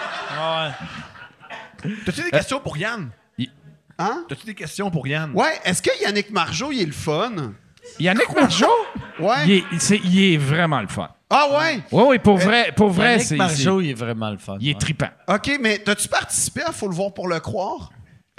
Speaker 6: T'as-tu des questions pour Yann?
Speaker 5: Hein?
Speaker 6: T'as-tu des questions pour Yann?
Speaker 5: Ouais, est-ce que Yannick Margeau, il est le fun?
Speaker 4: Yannick Margeau.
Speaker 5: Ouais.
Speaker 4: il, est, c'est- il est vraiment le fun.
Speaker 5: Ah ouais?
Speaker 4: Oui, oui, pour vrai, pour vrai,
Speaker 1: Yannick
Speaker 4: c'est.
Speaker 1: Margeau, il est vraiment le fun.
Speaker 4: c'est- Il est
Speaker 1: ouais.
Speaker 4: trippant.
Speaker 5: OK, mais t'as-tu participé à Faut le voir pour le croire?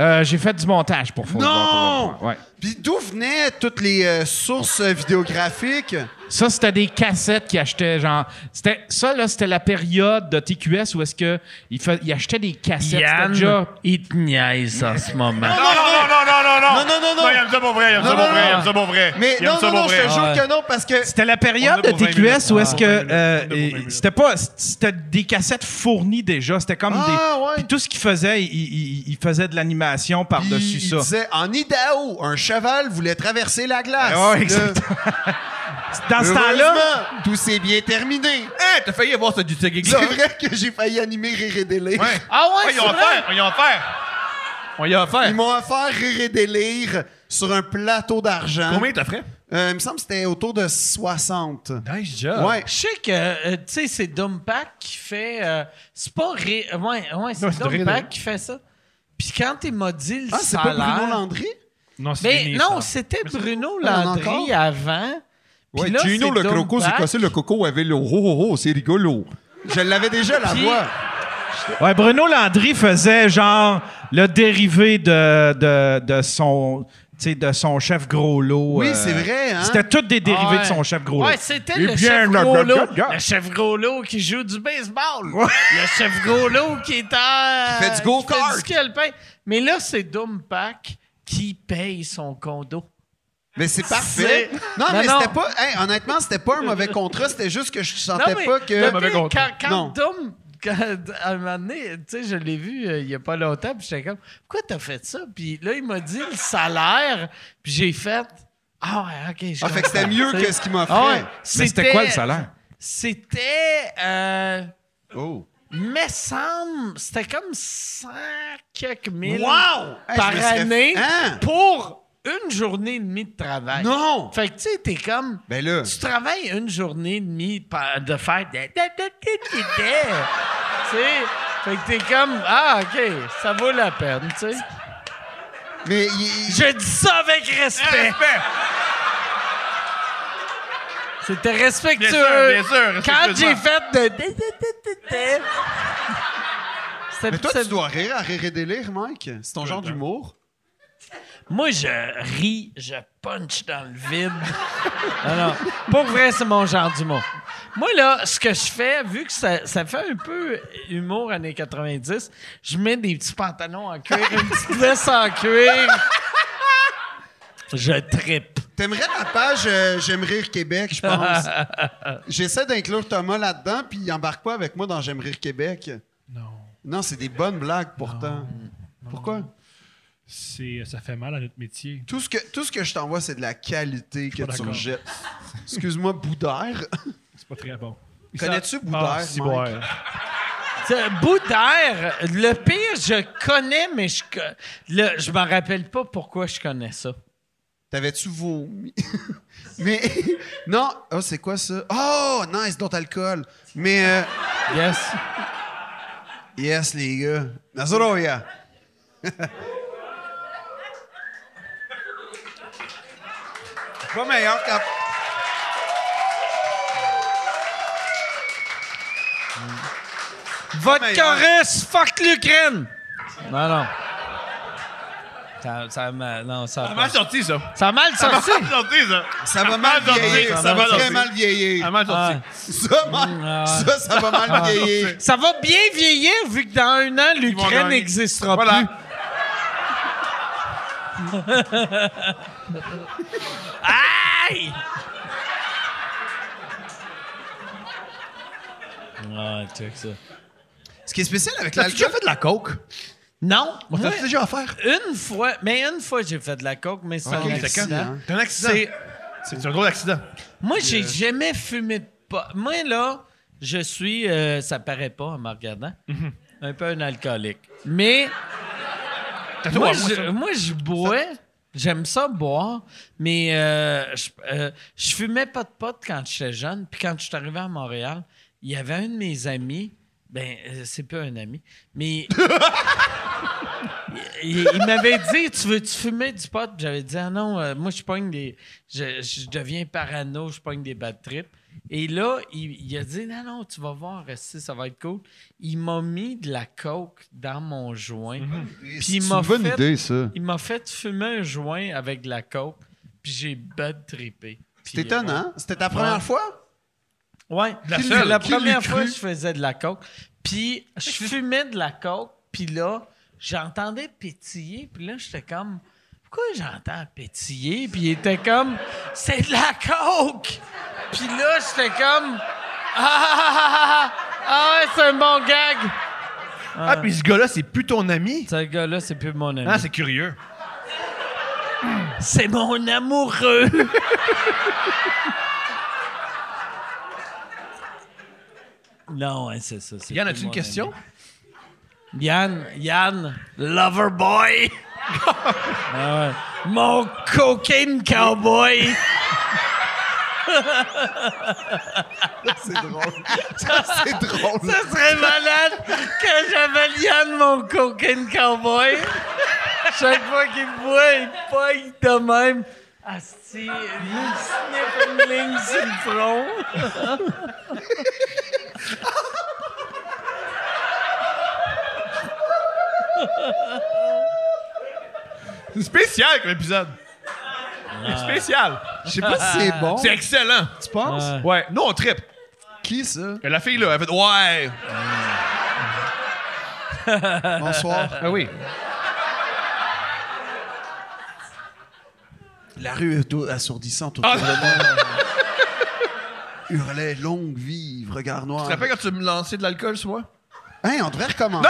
Speaker 4: Euh, J'ai fait du montage pour Faut le voir,
Speaker 5: Non!
Speaker 4: pour le voir. Ouais.
Speaker 5: Puis d'où venaient toutes les euh, sources euh, vidéographiques?
Speaker 4: Ça, c'était des cassettes qu'ils achetaient, genre. C'était, ça, là, c'était la période de TQS où est-ce que il, fa- il achetait des cassettes. C'était
Speaker 1: Yann,
Speaker 4: déjà-
Speaker 1: il te niaise en ce moment.
Speaker 6: Non, non, non, non, non, non, non!
Speaker 5: Non, non, non, non.
Speaker 6: il aime ça pour vrai, il aime
Speaker 5: Non,
Speaker 6: ça pour
Speaker 5: non,
Speaker 6: vrai, il
Speaker 5: non.
Speaker 6: aime ça pour vrai.
Speaker 5: Mais
Speaker 6: Il aime
Speaker 5: non,
Speaker 6: ça
Speaker 5: non,
Speaker 6: pour
Speaker 5: non, je
Speaker 6: vrai.
Speaker 5: te jure
Speaker 1: Ah ouais.
Speaker 5: que non, parce que.
Speaker 4: C'était la période
Speaker 6: On a
Speaker 4: de
Speaker 6: pour 20 minutes.
Speaker 4: TQS où est-ce
Speaker 6: Ah,
Speaker 4: que
Speaker 6: 20 minutes.
Speaker 4: euh,
Speaker 6: On a pour 20
Speaker 4: et-
Speaker 6: minutes.
Speaker 4: c'était pas c'était des cassettes fournies déjà, c'était comme
Speaker 5: Ah,
Speaker 4: des
Speaker 5: ouais.
Speaker 4: puis tout ce qu'il faisait, il, il- il faisait de l'animation par-dessus
Speaker 5: il
Speaker 4: ça.
Speaker 5: disait en Idaho, un cheval voulait traverser la glace.
Speaker 4: Ah ouais,
Speaker 5: Là,
Speaker 4: exactement. dans ce temps-là,
Speaker 5: Heureusement, tout s'est bien terminé.
Speaker 6: Hey, t'as failli avoir ce du ce gig-là.
Speaker 5: C'est
Speaker 6: hein?
Speaker 5: vrai que j'ai failli animer Rire et Délire.
Speaker 6: Ouais.
Speaker 7: Ah ouais,
Speaker 6: Ouais, ils
Speaker 7: c'est
Speaker 6: ont
Speaker 7: vrai?
Speaker 6: offert, ils ont offert. On y a offert.
Speaker 5: Ils m'ont offert Rire et Délire sur un plateau d'argent.
Speaker 6: Combien t'as fait?
Speaker 5: Euh, il me semble que c'était autour de 60.
Speaker 6: Nice job.
Speaker 5: Ouais.
Speaker 1: Je sais que, euh, tu sais, c'est Dumpack qui fait. euh, c'est pas. Ré... euh, Ouais, ouais, c'est
Speaker 6: Non, c'est
Speaker 1: Dumpack
Speaker 6: Ré-
Speaker 1: qui fait ça. Puis quand il m'a dit le
Speaker 5: Ah, c'est pas Bruno
Speaker 1: salaire.
Speaker 5: Landry?
Speaker 6: Non, c'est
Speaker 1: Mais
Speaker 6: Denis,
Speaker 1: non,
Speaker 6: ça.
Speaker 1: c'était Bruno
Speaker 5: Ah, on en
Speaker 1: Landry
Speaker 5: encore?
Speaker 1: avant. Puis là,
Speaker 5: Gino
Speaker 1: c'est Dumpack.
Speaker 5: le coco avec le ho ho ho, c'est rigolo. Je l'avais déjà la
Speaker 1: Puis-
Speaker 5: voix.
Speaker 4: ouais, Bruno Landry faisait genre le dérivé de, de, de son, tu sais, de son chef gros lot.
Speaker 5: Oui,
Speaker 4: euh,
Speaker 5: c'est vrai, hein?
Speaker 4: C'était toutes des dérivés
Speaker 1: Ouais.
Speaker 4: de son chef gros lot.
Speaker 1: Ouais, c'était
Speaker 4: Et
Speaker 1: le
Speaker 4: bien,
Speaker 1: chef
Speaker 4: là,
Speaker 1: gros
Speaker 4: là,
Speaker 1: lot.
Speaker 4: là, là.
Speaker 1: Le chef gros lot qui joue du baseball. Le chef gros lot qui est en.
Speaker 5: Qui fait du go-kart.
Speaker 1: qui fait du ski alpin. Mais là, c'est Dumpack qui paye son condo.
Speaker 5: Mais c'est parfait.
Speaker 1: C'est-
Speaker 5: Non,
Speaker 1: Non,
Speaker 5: mais
Speaker 1: non.
Speaker 5: c'était pas. hey, honnêtement, c'était pas un mauvais contrat, c'était juste que je sentais pas que.
Speaker 1: le pire, quand, quand
Speaker 5: Non.
Speaker 1: Dom, quand- à un moment donné, tu sais, je l'ai vu euh, il y a pas longtemps, puis j'étais comme, pourquoi t'as fait ça? Puis là, il m'a dit le salaire, puis j'ai fait, ah ouais, ok. je
Speaker 5: Ah, fait que c'était
Speaker 1: comprends,
Speaker 5: mieux
Speaker 1: tu sais.
Speaker 5: que ce qu'il
Speaker 1: Ah ouais,
Speaker 5: m'offrait.
Speaker 4: Mais c'était quoi le salaire?
Speaker 1: C'était, euh,
Speaker 5: Oh.
Speaker 1: me semble, c'était comme 100 quelques mille
Speaker 5: Wow! Hey, je
Speaker 1: par
Speaker 5: me serais-
Speaker 1: année
Speaker 5: Hein?
Speaker 1: pour une journée et demie de travail.
Speaker 5: Non!
Speaker 1: Fait que tu sais, t'es comme,
Speaker 5: Ben là.
Speaker 1: tu travailles une journée et demie pa- de faire des... des- des- des- des- des. tu sais, fait que t'es comme, ah, OK, ça vaut la peine, tu sais.
Speaker 5: Mais il-
Speaker 1: Je dis ça avec respect.
Speaker 6: Respect.
Speaker 1: C'était respectueux.
Speaker 6: Bien sûr, bien sûr,
Speaker 1: Quand
Speaker 6: respectueusement.
Speaker 1: j'ai fait de... des- des- des- des- des, c'était-
Speaker 5: Mais toi,
Speaker 1: c'était-
Speaker 5: tu dois rire à rire et délire, Mike. C'est ton genre d'humour.
Speaker 1: Moi, je ris, je punch dans le vide. Alors, pour vrai, c'est mon genre d'humour. Moi, là, ce que je fais, vu que ça, ça fait un peu humour années 90, je mets des petits pantalons en cuir, une petite veste en cuir. Je trippe.
Speaker 5: T'aimerais la page euh, J'aime rire Québec, je pense. J'essaie d'inclure Thomas là-dedans, puis il embarque pas avec moi dans J'aime rire Québec. Non. Non, c'est des bonnes blagues pourtant. Pourquoi?
Speaker 6: C'est, euh, ça fait mal à notre métier.
Speaker 5: Tout ce que, tout ce que je t'envoie, c'est de la qualité que
Speaker 6: pas
Speaker 5: tu
Speaker 6: d'accord.
Speaker 5: rejettes. Excuse-moi, Boudère.
Speaker 6: C'est pas très bon.
Speaker 5: Connais-tu Boudère,
Speaker 6: Ah, si,
Speaker 5: Mike?
Speaker 6: ouais.
Speaker 1: C'est- Boudère, le pire, je connais, mais je co- le- je m'en rappelle pas pourquoi je connais ça.
Speaker 5: T'avais-tu vomi? Mais. Non! Oh, c'est quoi ça? Oh, nice, d'autres alcool! Mais. euh,
Speaker 1: Yes.
Speaker 5: Yes, les gars. Nazoroya. pas meilleur qu'à...
Speaker 1: Votre
Speaker 5: Meilleur.
Speaker 6: hein.
Speaker 1: chorus, fuck l'Ukraine! Non, non. Ça, ça m'a- non, ça a
Speaker 6: Ça
Speaker 1: pas-
Speaker 6: m'a sorti, ça.
Speaker 1: Ça a mal
Speaker 6: Ça m'a
Speaker 1: sorti.
Speaker 6: sorti, ça.
Speaker 5: Ça va mal
Speaker 6: sorti,
Speaker 5: vieillir.
Speaker 6: ça Ah,
Speaker 5: Ça
Speaker 6: m'a
Speaker 5: va
Speaker 6: sorti.
Speaker 5: très mal
Speaker 6: Ça
Speaker 5: vieillir.
Speaker 6: m'a sorti.
Speaker 5: Ça, ma-
Speaker 1: Ah.
Speaker 5: ça, ça va mal vieillir.
Speaker 1: Ça va bien vieillir vu que dans un an,
Speaker 6: vont
Speaker 1: l'Ukraine
Speaker 6: gagner.
Speaker 1: n'existera plus.
Speaker 6: Voilà.
Speaker 1: Aïe! Ah, check ça.
Speaker 5: Ce qui est spécial avec
Speaker 6: T'as-tu déjà
Speaker 5: l'alcool...
Speaker 6: fait de la coke?
Speaker 1: Non, moi,
Speaker 6: T'as-tu déjà offert?
Speaker 1: une fois, mais une fois j'ai fait de la coke, mais c'est un
Speaker 5: Ok, c'est
Speaker 1: accident.
Speaker 5: quand, hein?
Speaker 6: T'as un accident.
Speaker 1: C'est-
Speaker 6: C'est un gros accident.
Speaker 1: Moi, j'ai jamais fumé de pot. Moi, là, je suis, euh, ça paraît pas en me regardant, un peu un alcoolique. Mais
Speaker 6: T'as tout
Speaker 1: moi,
Speaker 6: à
Speaker 1: je, moi, je bois. J'aime ça boire, mais euh, je, euh, je fumais pas de pot quand j'étais jeune. Puis quand je suis arrivé à Montréal, il y avait un de mes amis. Ben, euh, c'est pas un ami, mais. il il m'avait dit Tu veux-tu fumer du pot Puis J'avais dit Ah non, euh, moi, je pogne des. Je, je deviens parano, je pogne des bad trips. Et là, il, il a dit Non, non, tu vas voir, si ça va être cool. Il m'a mis de la coke dans mon joint. Puis il m'a fait
Speaker 5: ça.
Speaker 1: il m'a fait fumer un joint avec de la coke, puis j'ai bad trippé.
Speaker 5: C'est étonnant. hein? C'était ta première fois?
Speaker 1: Ouais. Ouais.
Speaker 6: la
Speaker 1: Puis
Speaker 6: seule.
Speaker 1: la
Speaker 6: Qui l'eût
Speaker 1: première
Speaker 6: cru?
Speaker 1: fois, je faisais de la coke, puis je fumais de la coke, puis là, j'entendais pétiller, puis là, j'étais comme... Pourquoi j'entends pétiller? Puis il était comme... C'est de la coke! Puis là, j'étais comme... Ah, ah, ah, ah, ah, ah ouais, c'est un bon gag!
Speaker 6: Ah, puis ce gars-là, c'est plus ton ami?
Speaker 1: Ce gars-là, c'est plus mon ami.
Speaker 6: Ah, c'est curieux.
Speaker 1: C'est mon amoureux. Non, ouais, c'est ça. c'est
Speaker 6: Yann,
Speaker 1: plus
Speaker 6: as-tu une
Speaker 1: moi-même.
Speaker 6: question?
Speaker 1: Yann, Yann, Loverboy. Ah ouais. Mon cocaine cowboy.
Speaker 5: Ah, C'est drôle. c'est drôle.
Speaker 1: Ça serait malade que j'appelle Yann mon cocaine cowboy. Chaque fois qu'il me voit, il pogne de même. Asti, il me sniffe une ligne sur le front.
Speaker 6: C'est spécial comme épisode. C'est spécial.
Speaker 5: Je sais pas si c'est bon.
Speaker 6: C'est excellent.
Speaker 5: Ah. Tu penses?
Speaker 6: Ouais. Nous, on tripe.
Speaker 5: Qui, ça?
Speaker 6: La fille, là, elle fait Ouais.
Speaker 5: Bonsoir.
Speaker 6: Ah oui.
Speaker 5: La rue est assourdissante autour de moi. Hurlait longue vive, regard
Speaker 6: Tu
Speaker 5: noir.
Speaker 6: te rappelles quand tu me lançais de l'alcool sur moi?
Speaker 5: Hein, on devrait recommencer.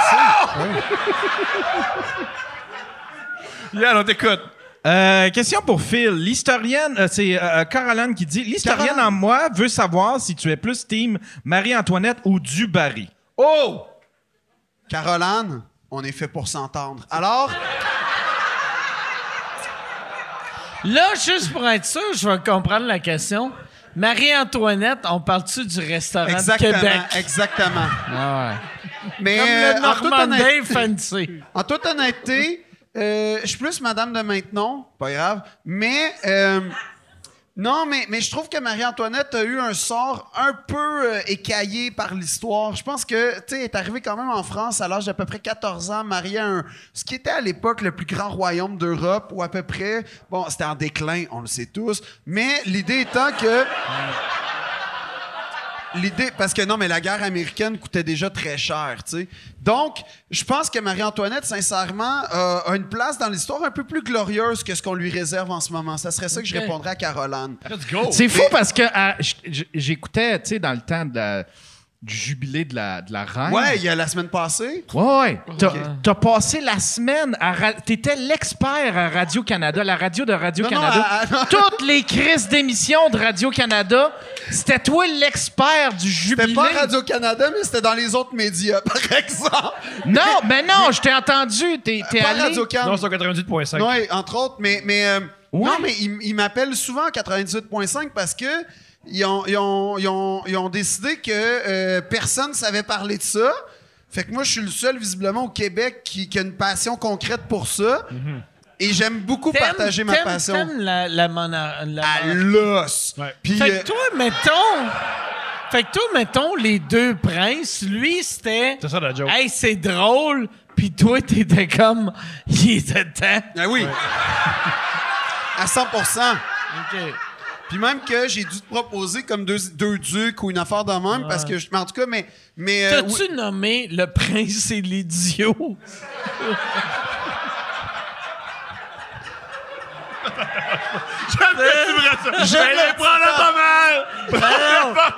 Speaker 6: Yann, on t'écoute.
Speaker 4: Euh, question pour Phil. L'historienne, euh, c'est euh, Caroline qui dit L'historienne
Speaker 5: Caroline.
Speaker 4: en moi veut savoir si tu es plus team Marie-Antoinette ou Dubarry.
Speaker 6: Oh!
Speaker 5: Caroline, on est fait pour s'entendre. Alors,
Speaker 1: Là, juste pour être sûr, je vais comprendre la question. Marie-Antoinette, on parle-tu du restaurant de Québec?
Speaker 5: exactement, exactement.
Speaker 1: Ah
Speaker 5: Mais
Speaker 1: ouais. Comme
Speaker 5: euh,
Speaker 1: le
Speaker 5: en, toute
Speaker 1: Normandin
Speaker 5: honnêteté,
Speaker 1: fancy.
Speaker 5: en toute honnêteté, euh, je suis plus Madame de Maintenon, pas grave. Mais euh, non, mais, mais je trouve que Marie-Antoinette a eu un sort un peu euh, écaillé par l'histoire. Je pense que, tu sais, elle est arrivée quand même en France à l'âge d'à peu près 14 ans, mariée à un, ce qui était à l'époque le plus grand royaume d'Europe, ou à peu près, bon, c'était en déclin, on le sait tous. Mais l'idée étant que. L'idée, parce que non, mais la guerre américaine coûtait déjà très cher, tu sais. Donc, je pense que Marie-Antoinette, sincèrement, euh, a une place dans l'histoire un peu plus glorieuse que ce qu'on lui réserve en ce moment. Ça serait ça que je répondrais à Caroline.
Speaker 6: Let's go.
Speaker 8: C'est fou parce que à- j- j- j'écoutais, tu sais, dans le temps de la- du jubilé de la, de la reine.
Speaker 5: Ouais, il y a la semaine passée.
Speaker 8: Ouais, ouais. T'as t'as passé la semaine à. ra- T'étais l'expert à Radio-Canada, la radio de
Speaker 5: Non, non,
Speaker 8: Radio-Canada.
Speaker 5: à- à- non.
Speaker 8: Toutes les crises d'émissions de Radio-Canada, c'était toi l'expert du
Speaker 5: C'était
Speaker 8: jubilé.
Speaker 5: pas Radio-Canada, mais c'était dans les autres médias, par exemple.
Speaker 8: Non, mais non, je t'ai entendu. T'es t'es
Speaker 5: Pas
Speaker 8: allé.
Speaker 5: Radio-Can.
Speaker 6: Non, c'est au 98.5.
Speaker 5: Non, et entre autres, mais, mais euh,
Speaker 8: Ouais.
Speaker 5: non, mais ils, ils m'appellent souvent 98.5 parce que ils ont, ils ont- ils ont- ils ont décidé que euh, personne ne savait parler de ça. Fait que moi, je suis le seul visiblement au Québec qui, qui a une passion concrète pour ça. Et j'aime beaucoup
Speaker 1: T'aimes-
Speaker 5: partager ma
Speaker 1: t'aimes-
Speaker 5: passion.
Speaker 1: T'aimes la, la, mona- la
Speaker 5: À
Speaker 1: mona-
Speaker 5: l'os.
Speaker 6: Ouais.
Speaker 5: Puis,
Speaker 1: Fait
Speaker 5: euh,
Speaker 1: que toi, mettons... Fait que toi, mettons, les deux princes, lui, c'était...
Speaker 6: C'est ça la joke.
Speaker 1: Hey, c'est drôle. Puis toi, t'étais comme... Il était temps.
Speaker 5: ah oui. À 100
Speaker 1: OK.
Speaker 5: Puis même que j'ai dû te proposer comme deux, deux ducs ou une affaire de même parce que je. mais En tout cas, mais. mais euh,
Speaker 1: T'as-tu
Speaker 5: oui.
Speaker 1: nommé le prince et l'idiot?
Speaker 6: J'allais prendre le pas mal! Prends le pas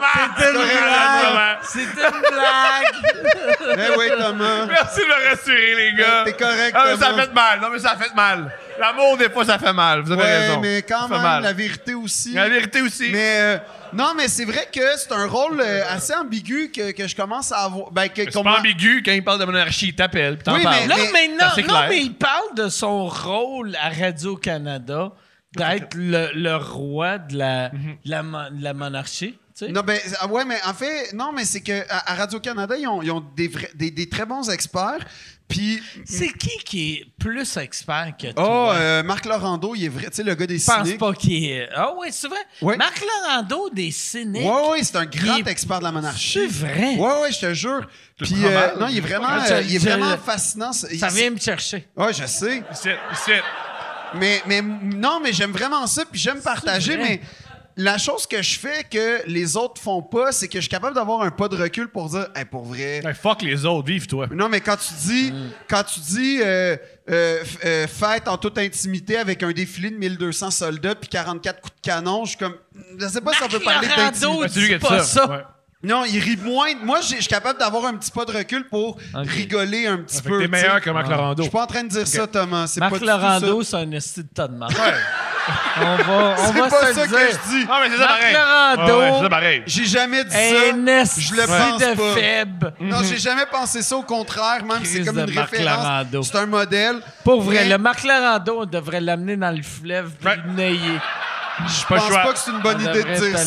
Speaker 6: mal!
Speaker 1: C'était une
Speaker 5: correct,
Speaker 1: blague! C'était une blague!
Speaker 5: Eh oui, Thomas.
Speaker 6: Merci de me rassurer, les gars.
Speaker 5: T'es correct,
Speaker 6: Ah, mais ça a
Speaker 5: Thomas.
Speaker 6: fait mal. Non, mais ça a fait mal. L'amour, des fois, ça fait mal. Vous avez
Speaker 5: Ouais,
Speaker 6: raison.
Speaker 5: mais quand
Speaker 6: ça fait
Speaker 5: même,
Speaker 6: mal.
Speaker 5: la vérité aussi.
Speaker 6: La vérité aussi.
Speaker 5: Mais euh, non, mais c'est vrai que c'est un rôle euh, assez ambigu que, que je commence à avoir. Ben, que,
Speaker 6: C'est
Speaker 5: qu'on
Speaker 6: pas
Speaker 5: m'a-
Speaker 6: ambigu. Quand il parle de monarchie, il t'appelle, puis t'en
Speaker 5: Oui,
Speaker 6: parles.
Speaker 5: mais-
Speaker 1: Là,
Speaker 5: mais
Speaker 1: maintenant,
Speaker 6: c'est
Speaker 1: non,
Speaker 6: clair.
Speaker 1: mais il parle de son rôle à Radio-Canada d'être le, le roi de la, de la, mo- de la monarchie. tu sais.
Speaker 5: Non, ben, ah ouais, mais en fait, non, mais c'est que à, à Radio-Canada, ils ont, ils ont des, vrais- des, des très bons experts. Puis.
Speaker 1: C'est qui qui est plus expert que
Speaker 5: Oh,
Speaker 1: toi?
Speaker 5: euh, Marc Laurando, il est vrai, tu sais, le gars des
Speaker 1: Je pense
Speaker 5: cyniques.
Speaker 1: pas qu'il est. Ah oui, c'est vrai.
Speaker 5: Oui.
Speaker 1: Marc Laurando des cyniques.
Speaker 5: Ouais, ouais, c'est un grand
Speaker 1: Il est-
Speaker 5: expert de la monarchie.
Speaker 1: C'est vrai.
Speaker 5: Ouais, ouais, je te jure. Puis,
Speaker 6: prends
Speaker 5: euh,
Speaker 6: mal?
Speaker 5: non, il est vraiment,
Speaker 1: Ah, tu-
Speaker 5: euh, il est
Speaker 1: tu-
Speaker 5: vraiment fascinant. ce-
Speaker 1: Ça
Speaker 5: il-
Speaker 1: vient me chercher.
Speaker 5: Ouais, je sais.
Speaker 6: C'est- c'est-
Speaker 5: Mais, mais non, mais j'aime vraiment ça, puis j'aime partager, mais
Speaker 1: vrai.
Speaker 5: la chose que je fais que les autres font pas, c'est que je suis capable d'avoir un pas de recul pour dire, Hey, pour vrai.
Speaker 6: Hey, Ben, fuck les autres, vive toi.
Speaker 5: Non, mais quand tu dis, quand tu dis euh, euh, f- euh, fête en toute intimité avec un défilé de 1200 soldats puis 44 coups de canon, je suis comme, je sais pas si on peut
Speaker 1: Marc
Speaker 5: parler
Speaker 1: Laurando
Speaker 5: d'intimité.
Speaker 6: Ouais, Ben, c'est
Speaker 1: dit
Speaker 6: lui qui a dit
Speaker 1: pas ça.
Speaker 6: Ouais.
Speaker 5: Non, il rit moins. Moi, j'ai- je suis capable d'avoir un petit pas de recul pour rigoler un petit
Speaker 6: Fait que
Speaker 5: peu.
Speaker 6: T'es meilleur
Speaker 5: tu
Speaker 6: que Marc Lorando.
Speaker 5: sais. Je suis pas en train de dire ça, Thomas. C'est pas
Speaker 1: Marc
Speaker 5: du tout ça.
Speaker 1: Lorando, c'est un esti de tas de marde. On va, on
Speaker 5: C'est
Speaker 1: va
Speaker 5: pas
Speaker 1: se
Speaker 5: ça
Speaker 1: le
Speaker 5: que
Speaker 1: dire.
Speaker 5: je dis.
Speaker 6: Ah, mais c'est ça
Speaker 1: Marc
Speaker 6: pareil.
Speaker 1: Lorando
Speaker 6: Ouais, ouais, c'est ça pareil.
Speaker 5: J'ai jamais dit
Speaker 1: est
Speaker 5: ça.
Speaker 1: un esti
Speaker 5: Je le pense
Speaker 1: de
Speaker 5: pas.
Speaker 1: faible.
Speaker 5: Non, j'ai jamais pensé ça. Au contraire, même si c'est
Speaker 1: Crise
Speaker 5: comme
Speaker 1: de
Speaker 5: une
Speaker 1: Marc Lorando.
Speaker 5: référence. C'est un modèle.
Speaker 1: Pour vrai,
Speaker 5: Mais
Speaker 1: le Marc Lorando, on devrait l'amener dans le fleuve puis
Speaker 6: Ouais.
Speaker 1: le nailler.
Speaker 6: Je suis
Speaker 5: Je
Speaker 6: pas
Speaker 5: pense pas
Speaker 6: chouette.
Speaker 5: que c'est une bonne idée de dire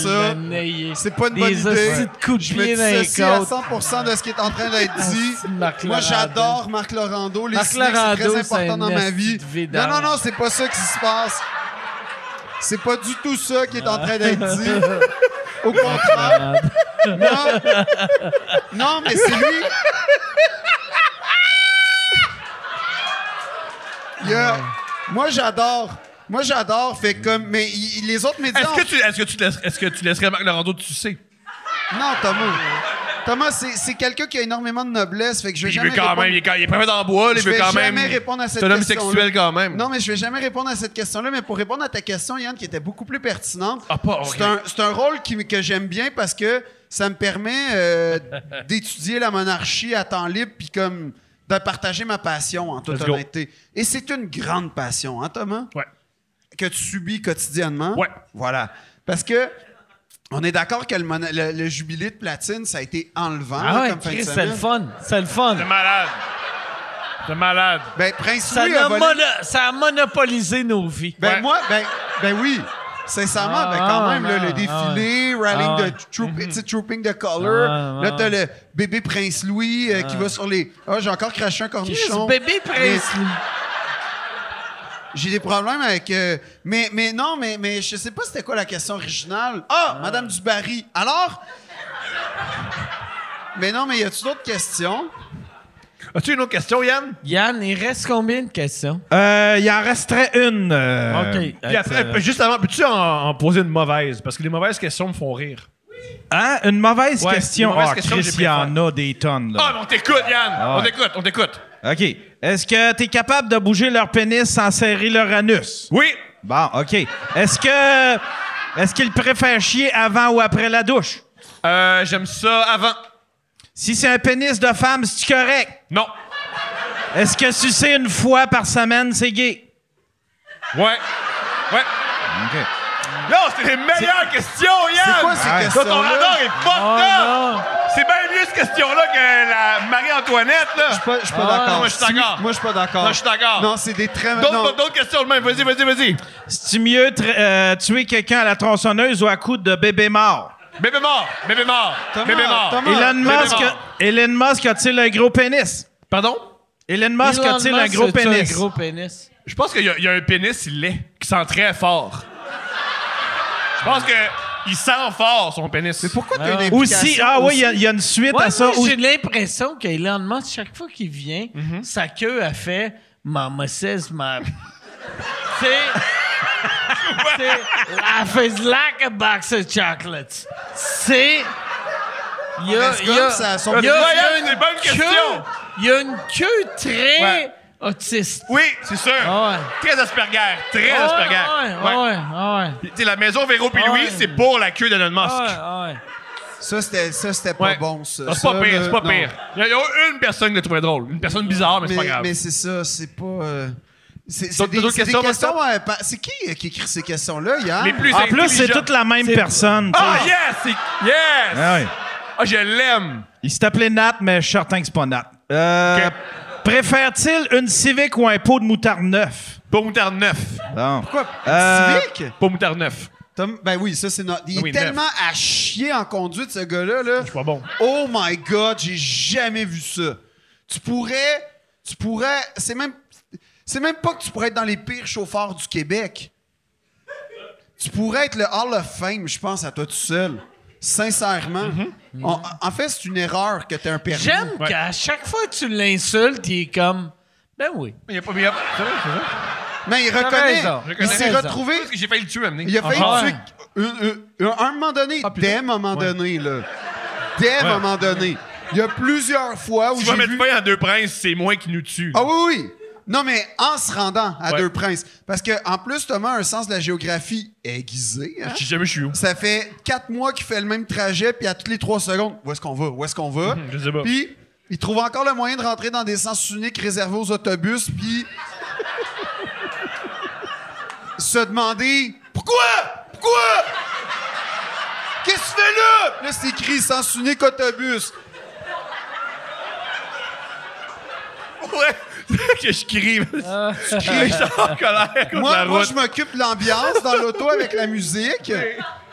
Speaker 5: ça. C'est pas une bonne
Speaker 1: Des hosties
Speaker 5: idée.
Speaker 1: de coups de
Speaker 5: Je me
Speaker 1: pied dans les
Speaker 5: dissocie à
Speaker 1: côtes.
Speaker 5: 100 de ce qui est en train d'être
Speaker 1: Asti
Speaker 5: dit.
Speaker 1: de Marc
Speaker 5: Moi,
Speaker 1: Lorando.
Speaker 5: j'adore Marc Lorando. Les
Speaker 1: Marc
Speaker 5: cyniques, c'est
Speaker 1: Lorando,
Speaker 5: très
Speaker 1: c'est un
Speaker 5: important dans ma
Speaker 1: asti
Speaker 5: vie.
Speaker 1: de védard.
Speaker 5: Non, non, non, c'est pas ça qui se passe. C'est pas du tout ça qui est en train d'être dit. Au contraire. Non, non mais c'est lui. Il y a- Moi, j'adore. Moi, j'adore. Fait comme. Mais il- il- les autres médias. ont
Speaker 6: Est-ce que, tu, est-ce, que tu te laisserais- est-ce que tu laisserais Marc Lorando tu sais?
Speaker 5: Non, Thomas. Thomas, c'est c'est quelqu'un qui a énormément de noblesse, fait que je vais
Speaker 6: Puis il
Speaker 5: jamais
Speaker 6: veut quand
Speaker 5: répondre.
Speaker 6: même, il est, quand- il est préfet dans le bois, là, il
Speaker 5: je
Speaker 6: veut
Speaker 5: vais
Speaker 6: quand
Speaker 5: jamais
Speaker 6: même.
Speaker 5: répondre à cette
Speaker 6: C'est un homme
Speaker 5: question.
Speaker 6: sexuel quand même.
Speaker 5: Non, mais je vais jamais répondre à cette question-là. Mais pour répondre à ta question, Yann, qui était beaucoup plus pertinente,
Speaker 6: Ah, pas, ok.
Speaker 5: c'est un, c'est un rôle qui- que j'aime bien parce que ça me permet euh, d'étudier la monarchie à temps libre, puis comme de partager ma passion en toute
Speaker 6: Let's go.
Speaker 5: honnêteté. Et c'est une grande passion, hein, Thomas?
Speaker 6: Ouais.
Speaker 5: Que tu subis quotidiennement.
Speaker 6: Ouais.
Speaker 5: Voilà. Parce que on est d'accord que le, mona- le- le jubilé de platine, ça a été enlevant
Speaker 1: Ah
Speaker 5: là,
Speaker 1: ouais,
Speaker 5: comme fin de
Speaker 1: Chris, c'est le
Speaker 5: semaine.
Speaker 1: fun. C'est le fun.
Speaker 6: T'es malade. T'es malade.
Speaker 5: Ben, Prince
Speaker 1: Ça,
Speaker 5: Louis
Speaker 1: l'a
Speaker 5: a volé-
Speaker 1: mono- ça a monopolisé nos vies.
Speaker 5: Ben
Speaker 6: Ouais.
Speaker 5: moi, ben, ben oui. Sincèrement, ben quand
Speaker 1: Ah,
Speaker 5: même, là,
Speaker 1: ah,
Speaker 5: le défilé, rallying
Speaker 1: Ah, ouais.
Speaker 5: de troop, tu sais, trooping de color.
Speaker 1: Ah, ouais.
Speaker 5: là, t'as le bébé Prince Louis euh, qui va sur les. Ah, j'ai encore craché un cornichon.
Speaker 1: Chris, bébé prince.
Speaker 5: Mais- J'ai des problèmes avec. euh, mais, mais non, mais, mais je sais pas c'était quoi la question originale. Ah, Madame Dubarry. Alors. Mais non, mais y a-tu d'autres questions?
Speaker 6: As-tu une autre question, Yann?
Speaker 1: Yann, il reste combien de questions?
Speaker 4: Euh, il en resterait une. euh,
Speaker 1: OK.
Speaker 6: Puis après,
Speaker 1: Euh,
Speaker 6: juste avant, peux-tu en, en poser une mauvaise? Parce que les mauvaises questions me font rire.
Speaker 4: hein, Une mauvaise
Speaker 6: Ouais,
Speaker 4: question.
Speaker 6: une mauvaise
Speaker 4: Ah,
Speaker 6: question,
Speaker 4: Chris,
Speaker 6: j'ai
Speaker 4: il y en
Speaker 6: préféré.
Speaker 4: a des tonnes.
Speaker 6: Ah,
Speaker 4: Là.
Speaker 6: mais on t'écoute, Yann!
Speaker 4: Ah ouais.
Speaker 6: On t'écoute, on t'écoute.
Speaker 4: OK. Est-ce que tu es capable de bouger leur pénis sans serrer leur anus?
Speaker 6: Oui!
Speaker 4: Bon, OK. Est-ce que. Est-ce qu'ils préfèrent chier avant ou après la douche?
Speaker 6: Euh, j'aime ça avant.
Speaker 4: Si c'est un pénis de femme, c'est correct.
Speaker 6: Non.
Speaker 4: Est-ce que sucer une fois par semaine, c'est gay?
Speaker 6: Ouais. Ouais. Non, c'est les meilleures questions, Yann!
Speaker 5: C'est quoi ces
Speaker 6: Ah,
Speaker 5: questions-là?
Speaker 6: Ton radar est fucked up! C'est bien mieux cette question-là que la Marie-Antoinette, là!
Speaker 5: Je suis pas, Ah, je suis pas d'accord.
Speaker 6: moi, je suis d'accord.
Speaker 5: Moi, je suis pas d'accord.
Speaker 6: Non, je suis d'accord.
Speaker 5: Non, c'est des très. non.
Speaker 6: D'autres, d'autres questions de même, vas-y, vas-y, vas-y.
Speaker 4: C'est-tu mieux tra- euh, tuer quelqu'un à la tronçonneuse ou à coups de bébé mort?
Speaker 6: Bébé mort, bébé mort,
Speaker 5: Thomas,
Speaker 6: bébé mort.
Speaker 5: Thomas.
Speaker 4: Elon
Speaker 6: Ah, bébé
Speaker 4: Musk,
Speaker 6: mort.
Speaker 4: Elon Musk a-t-il un gros pénis?
Speaker 6: Pardon?
Speaker 4: Elon Musk
Speaker 1: Elon
Speaker 4: a-t-il un
Speaker 1: Musk,
Speaker 4: gros
Speaker 1: c'est-tu
Speaker 4: pénis?
Speaker 1: Un gros pénis.
Speaker 6: Je pense qu'il y, a- il y a un pénis, il l'est, qui sent très fort. Je pense que il sent fort son pénis.
Speaker 5: Mais pourquoi t'as une implication?
Speaker 4: Aussi, ah oui, il y a- il y, a une suite
Speaker 1: Ouais,
Speaker 4: à ça.
Speaker 1: moi,
Speaker 4: Ou-
Speaker 1: j'ai l'impression qu'Elon Musk, chaque fois qu'il vient, sa queue a fait Mama says ma. C'est. C'est. Life is like a box of chocolates. C'est. Il y a,
Speaker 5: Forrest
Speaker 1: il y a-
Speaker 5: Gump, ça a son-
Speaker 1: il y a-
Speaker 6: Ouais,
Speaker 1: il y a
Speaker 6: c'est une bonne
Speaker 1: queue.
Speaker 6: question.
Speaker 1: Il y a une queue très
Speaker 6: Ouais.
Speaker 1: autiste.
Speaker 6: Oui, c'est sûr.
Speaker 1: Ah ouais.
Speaker 6: Très Asperger, très
Speaker 1: Ah ouais,
Speaker 6: Asperger.
Speaker 1: ah ouais, ah
Speaker 6: Ouais.
Speaker 1: ouais, ah ouais.
Speaker 6: Tu sais, la maison Véro puis
Speaker 1: Ah
Speaker 6: Louis,
Speaker 1: ouais.
Speaker 6: c'est pour la queue d'Elon Musk.
Speaker 1: Ah ouais, ah ouais.
Speaker 5: Ça, c'était, ça, c'était pas
Speaker 6: Ouais.
Speaker 5: bon, ça.
Speaker 6: Non, C'est pas
Speaker 5: Ça,
Speaker 6: pire,
Speaker 5: là,
Speaker 6: c'est pas
Speaker 5: non.
Speaker 6: pire. Il y a- il y a une personne qui l'a trouvé drôle. Une personne bizarre, mais, c'est pas
Speaker 5: Mais,
Speaker 6: grave.
Speaker 5: mais c'est ça, c'est pas. euh, C'est, c'est
Speaker 6: D'autres-
Speaker 5: des,
Speaker 6: d'autres
Speaker 5: c'est des
Speaker 6: questions,
Speaker 5: questions. euh, pa- c'est qui euh, qui écrit ces questions-là, Yann?
Speaker 6: Les plus
Speaker 4: en plus, c'est
Speaker 6: intelligents.
Speaker 4: toute la même personne.
Speaker 6: Ah,
Speaker 4: tu sais.
Speaker 6: yes! c'est- Yes!
Speaker 4: Ah oui.
Speaker 6: Ah, je l'aime.
Speaker 4: Il s'appelait Nat, mais je suis certain que c'est pas Nat. Euh,
Speaker 6: Ok.
Speaker 4: Préfère-t-il une civique ou un pot de moutarde neuf?
Speaker 6: Pour moutarde neuf.
Speaker 4: Bon.
Speaker 5: Pourquoi?
Speaker 4: Euh,
Speaker 5: Civique?
Speaker 6: Pour moutarde neuf.
Speaker 5: Tom- ben oui, ça, c'est notre. Il est
Speaker 6: Ah Oui,
Speaker 5: tellement à chier en conduite, ce gars-là. Là.
Speaker 6: suis pas bon.
Speaker 5: Oh my God, j'ai jamais vu ça. Tu pourrais. Tu pourrais. C'est même. C'est même pas que tu pourrais être dans les pires chauffeurs du Québec. Tu pourrais être le Hall of Fame, je pense, à toi tout seul. Sincèrement.
Speaker 6: Mhm.
Speaker 5: En, en fait, c'est une erreur que t'aies un permis.
Speaker 1: J'aime qu'à chaque fois que tu l'insultes, il est comme. Ben oui.
Speaker 6: Mais il y a pas. mais il y a- C'est vrai, c'est vrai.
Speaker 5: Mais il reconnaît.
Speaker 1: raison,
Speaker 5: Il
Speaker 6: reconnaît.
Speaker 5: s'est
Speaker 1: Raison.
Speaker 5: retrouvé.
Speaker 6: Parce que J'ai failli le tuer, amener.
Speaker 5: Il a euh, failli
Speaker 1: Ah ouais.
Speaker 5: tuer une- une- un, un moment donné,
Speaker 6: Ah,
Speaker 5: dès un moment donné, là. Dès un moment donné. Il y a plusieurs fois où
Speaker 6: Tu vas
Speaker 5: j'ai
Speaker 6: mettre
Speaker 5: vu...
Speaker 6: fin à deux princes, c'est moi qui nous tue.
Speaker 5: Ah oui, oui. Non, mais en se rendant à
Speaker 6: Ouais.
Speaker 5: Deux-Princes. Parce que en plus, Thomas a un sens de la géographie aiguisé. hein.
Speaker 6: Je sais jamais je suis où.
Speaker 5: Ça fait quatre mois qu'il fait le même trajet, puis à toutes les trois secondes, où est-ce qu'on va? Où est-ce qu'on va?
Speaker 6: Je sais pas.
Speaker 5: Puis, il trouve encore le moyen de rentrer dans des sens uniques réservés aux autobus, puis se demander Pourquoi Pourquoi Qu'est-ce que tu fais là Là, c'est écrit sens unique autobus.
Speaker 6: Ouais, que je crie.
Speaker 4: Ah.
Speaker 6: je crie, je suis en colère contre
Speaker 5: Moi,
Speaker 6: la
Speaker 5: moi
Speaker 6: route.
Speaker 5: je m'occupe de l'ambiance dans l'auto avec la musique,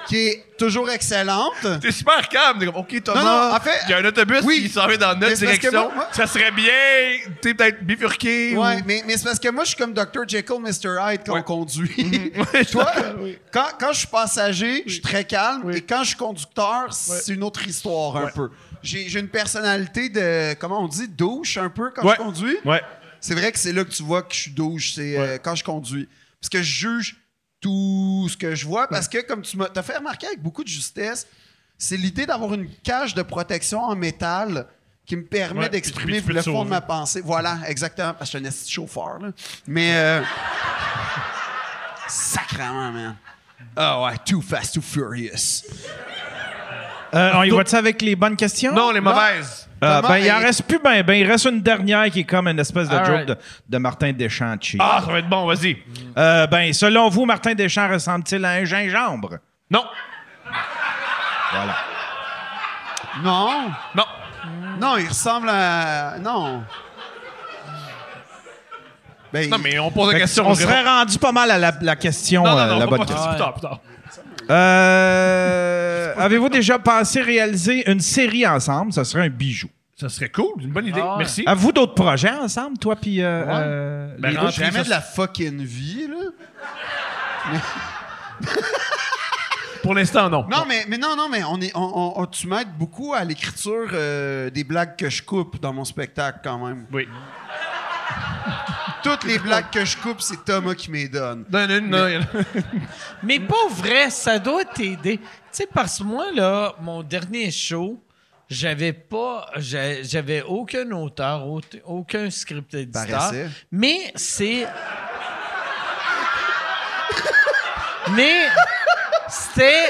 Speaker 5: qui est toujours excellente.
Speaker 6: T'es super calme. T'es comme, OK, Thomas,
Speaker 5: Non, non, en fait-
Speaker 6: il y a un autobus
Speaker 5: Oui.
Speaker 6: qui s'en va dans
Speaker 5: Mais
Speaker 6: notre
Speaker 5: c'est parce que
Speaker 6: direction.
Speaker 5: moi- moi-
Speaker 6: Ça serait bien, t'es peut-être bifurqué. ou-
Speaker 5: Ouais, mais, mais c'est parce que moi, je suis comme Dr. Jekyll, Mr. Hyde quand on conduit. Toi, quand, quand je suis passager, je suis très calme. Et quand je suis conducteur, c'est une autre histoire un peu. J'ai j'ai une personnalité de, comment on dit, douche un peu quand
Speaker 6: Ouais.
Speaker 5: je conduis.
Speaker 6: Ouais.
Speaker 5: C'est vrai que c'est là que tu vois que je suis douche, c'est euh, quand je conduis. Parce que je juge tout ce que je vois, parce que comme tu m'as t'as fait remarquer avec beaucoup de justesse, c'est l'idée d'avoir une cage de protection en métal qui me permet
Speaker 6: Ouais, puis-
Speaker 5: d'exprimer
Speaker 6: puis tu peux
Speaker 5: le
Speaker 6: te
Speaker 5: fond de
Speaker 6: sauver.
Speaker 5: ma pensée. Voilà, exactement, parce que je suis un esti de chauffeur. Là. Mais... euh, sacrement, man. Ah ouais, too fast, too furious.
Speaker 4: Euh, on y va-tu avec les bonnes questions?
Speaker 6: Non, les mauvaises.
Speaker 4: Euh,
Speaker 5: Thomas,
Speaker 4: ben, il en
Speaker 5: elle-
Speaker 4: reste plus ben, ben, il reste une dernière qui est comme une espèce de
Speaker 1: All
Speaker 4: joke
Speaker 1: right.
Speaker 4: de, de Martin Deschamps cheap.
Speaker 6: Ah, ça va être bon, vas-y.
Speaker 4: Euh, ben, selon vous, Martin Deschamps ressemble-t-il à un gingembre?
Speaker 6: Non,
Speaker 4: Voilà.
Speaker 5: Non,
Speaker 6: non.
Speaker 5: non, il ressemble à... Non. Ben,
Speaker 6: Non, mais on pose la
Speaker 4: Fait que
Speaker 6: question.
Speaker 4: on
Speaker 6: répond.
Speaker 4: serait rendu pas mal à la, la question,
Speaker 6: Non, non,
Speaker 4: euh,
Speaker 6: non,
Speaker 4: la
Speaker 6: on
Speaker 4: bonne
Speaker 6: va pas
Speaker 4: question.
Speaker 6: plus tard, plus tard.
Speaker 4: Euh, Avez-vous déjà pensé réaliser une série ensemble? Ça serait un bijou.
Speaker 6: Ça serait cool, une bonne idée.
Speaker 1: Ah ouais.
Speaker 6: Merci.
Speaker 4: Avez-vous d'autres projets ensemble, toi puis euh, euh,
Speaker 6: Ben,
Speaker 4: les
Speaker 1: Ah,
Speaker 6: rentre-
Speaker 4: autres?
Speaker 5: Jamais
Speaker 6: ça-
Speaker 5: de la fucking vie, là.
Speaker 6: Pour l'instant, non.
Speaker 5: Non, mais, mais non, non, mais on est, on, on- on- tu m'aides beaucoup à l'écriture euh, des blagues que je coupe dans mon spectacle, quand même.
Speaker 6: Oui.
Speaker 5: Toutes les blagues que je coupe, c'est Thomas qui me les donne.
Speaker 6: Non, non, non. il y en a-
Speaker 1: Mais pas vrai, ça doit t'aider. Tu sais, parce que moi, là, mon dernier show, j'avais pas, j'a- j'avais aucun auteur, aut- aucun script éditeur.
Speaker 5: Paraissait.
Speaker 1: Mais c'est. mais c'était.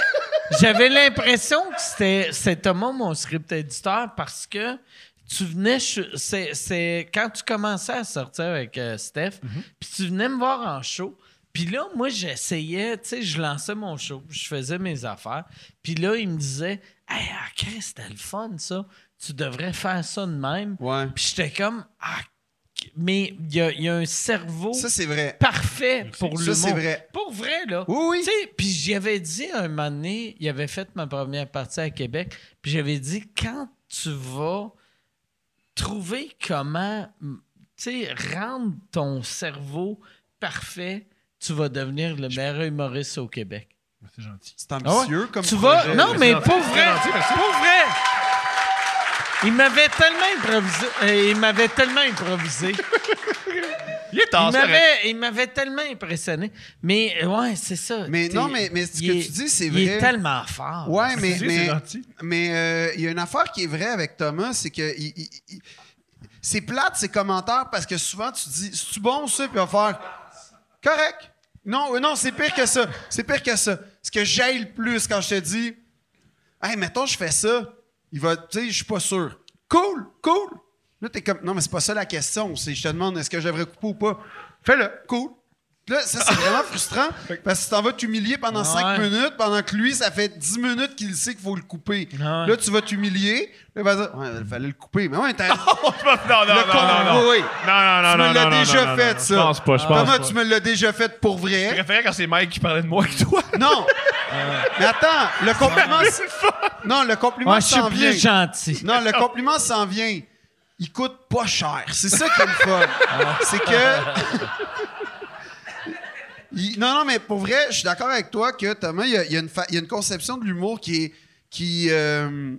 Speaker 1: J'avais l'impression que c'était, c'était Thomas, mon script éditeur, parce que tu venais. ch- C'est, c'est quand tu commençais à sortir avec euh, Steph,
Speaker 5: Mhm.
Speaker 1: puis tu venais me voir en show. Puis là, moi, j'essayais, tu sais, je lançais mon show, je faisais mes affaires. Puis là, il me disait Hey, ah, Chris, c'était le fun, ça. Tu devrais faire ça de même.
Speaker 5: Ouais.
Speaker 1: Puis j'étais comme, ah, mais il y a, il y a un cerveau
Speaker 5: Ça, c'est vrai.
Speaker 1: parfait pour
Speaker 5: Ça,
Speaker 1: le
Speaker 5: c'est vrai.
Speaker 1: Pour vrai, là.
Speaker 5: Oui, oui.
Speaker 1: Tu sais, puis j'y avais dit un moment donné, il avait fait ma première partie à Québec, puis j'avais dit, quand tu vas trouver comment, mm, tu sais, rendre ton cerveau parfait, tu vas devenir le meilleur humoriste au Québec.
Speaker 5: C'est ambitieux comme
Speaker 1: Ah Tu vas.
Speaker 5: projet.
Speaker 1: Non, mais
Speaker 6: gentil,
Speaker 1: pour vrai.
Speaker 6: gentil, merci.
Speaker 1: Pour vrai. Il m'avait tellement improvisé. euh, il m'avait tellement improvisé.
Speaker 6: Il est tard,
Speaker 1: Il
Speaker 6: c'est correct.
Speaker 1: m'avait, il m'avait tellement impressionné. Mais euh, ouais, c'est ça.
Speaker 5: Mais
Speaker 1: T'es-
Speaker 5: non, mais- mais ce
Speaker 1: il
Speaker 5: que
Speaker 1: est-
Speaker 5: tu dis, c'est
Speaker 1: Il est
Speaker 5: vrai.
Speaker 1: tellement fort.
Speaker 5: Ouais, mais
Speaker 6: C'est- c'est
Speaker 5: mais
Speaker 6: gentil.
Speaker 5: mais euh, il y a une affaire qui est vraie avec Thomas, c'est que il- il- il- c'est plate ces commentaires parce que souvent tu dis c'est bon ça puis il va faire correct. Non, euh, non, c'est pire que ça. C'est pire que ça. Ce que j'aille le plus quand je te dis Hey, mettons je fais ça, il va tu sais, je suis pas sûr. Cool, cool. Là t'es comme non, mais c'est pas ça la question, c'est je te demande est-ce que je devrais couper ou pas. Fais-le, cool. Là, ça, c'est vraiment frustrant parce que tu t'en vas t'humilier pendant cinq
Speaker 1: Ouais.
Speaker 5: minutes, pendant que lui, ça fait 10 minutes qu'il sait qu'il faut le couper.
Speaker 1: Ah ouais.
Speaker 5: Là, tu vas t'humilier. Là, il va dire Ouais, il fallait le couper. Mais ouais, t'as.
Speaker 6: Oh, je m'en- Non, non,
Speaker 5: Le
Speaker 6: non, non, non.
Speaker 5: convoi.
Speaker 6: Non, non, non,
Speaker 5: tu
Speaker 6: non,
Speaker 5: me l'as
Speaker 6: non, non,
Speaker 5: déjà
Speaker 6: non, non,
Speaker 5: fait,
Speaker 6: non,
Speaker 5: ça.
Speaker 6: Je pense pas, je pense
Speaker 5: Thomas,
Speaker 6: pas.
Speaker 5: tu me l'as déjà fait pour
Speaker 6: Je
Speaker 5: vrai.
Speaker 6: préférais quand c'est Mike qui parlait de moi que toi.
Speaker 5: Non. Mais attends, le compliment. s- Non, le compliment
Speaker 1: Ouais, je suis
Speaker 5: s'en
Speaker 1: plus
Speaker 5: vient.
Speaker 1: gentil.
Speaker 5: Non, le compliment s'en vient. Il coûte pas cher. C'est ça qui est le fun. C'est que. Il- Non, non, mais pour vrai, je suis d'accord avec toi que Thomas, il y a, il y a une, fa- il y a une conception de l'humour qui est. Qui, euh,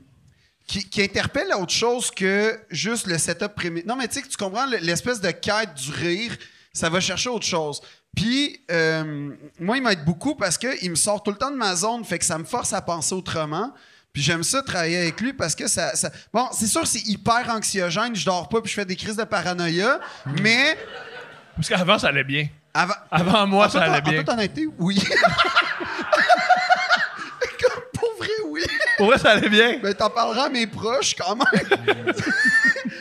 Speaker 5: qui, qui interpelle à autre chose que juste le setup prémis. Non, mais tu sais que tu comprends le- l'espèce de quête du rire, ça va chercher autre chose. Puis, euh, moi, il m'aide beaucoup parce qu'il me sort tout le temps de ma zone, fait que ça me force à penser autrement. Puis j'aime ça travailler avec lui parce que ça. ça- Bon, c'est sûr, c'est hyper anxiogène, je dors pas, puis je fais des crises de paranoïa, mais
Speaker 6: Parce qu'avant, ça allait bien.
Speaker 5: Avant,
Speaker 6: Avant moi,
Speaker 5: en
Speaker 6: ça
Speaker 5: toute-
Speaker 6: allait
Speaker 5: En
Speaker 6: bien.
Speaker 5: toute honnêteté, oui. Comme pour vrai, oui.
Speaker 6: Pour vrai, ça allait bien.
Speaker 5: Mais ben, t'en parleras à mes proches quand même.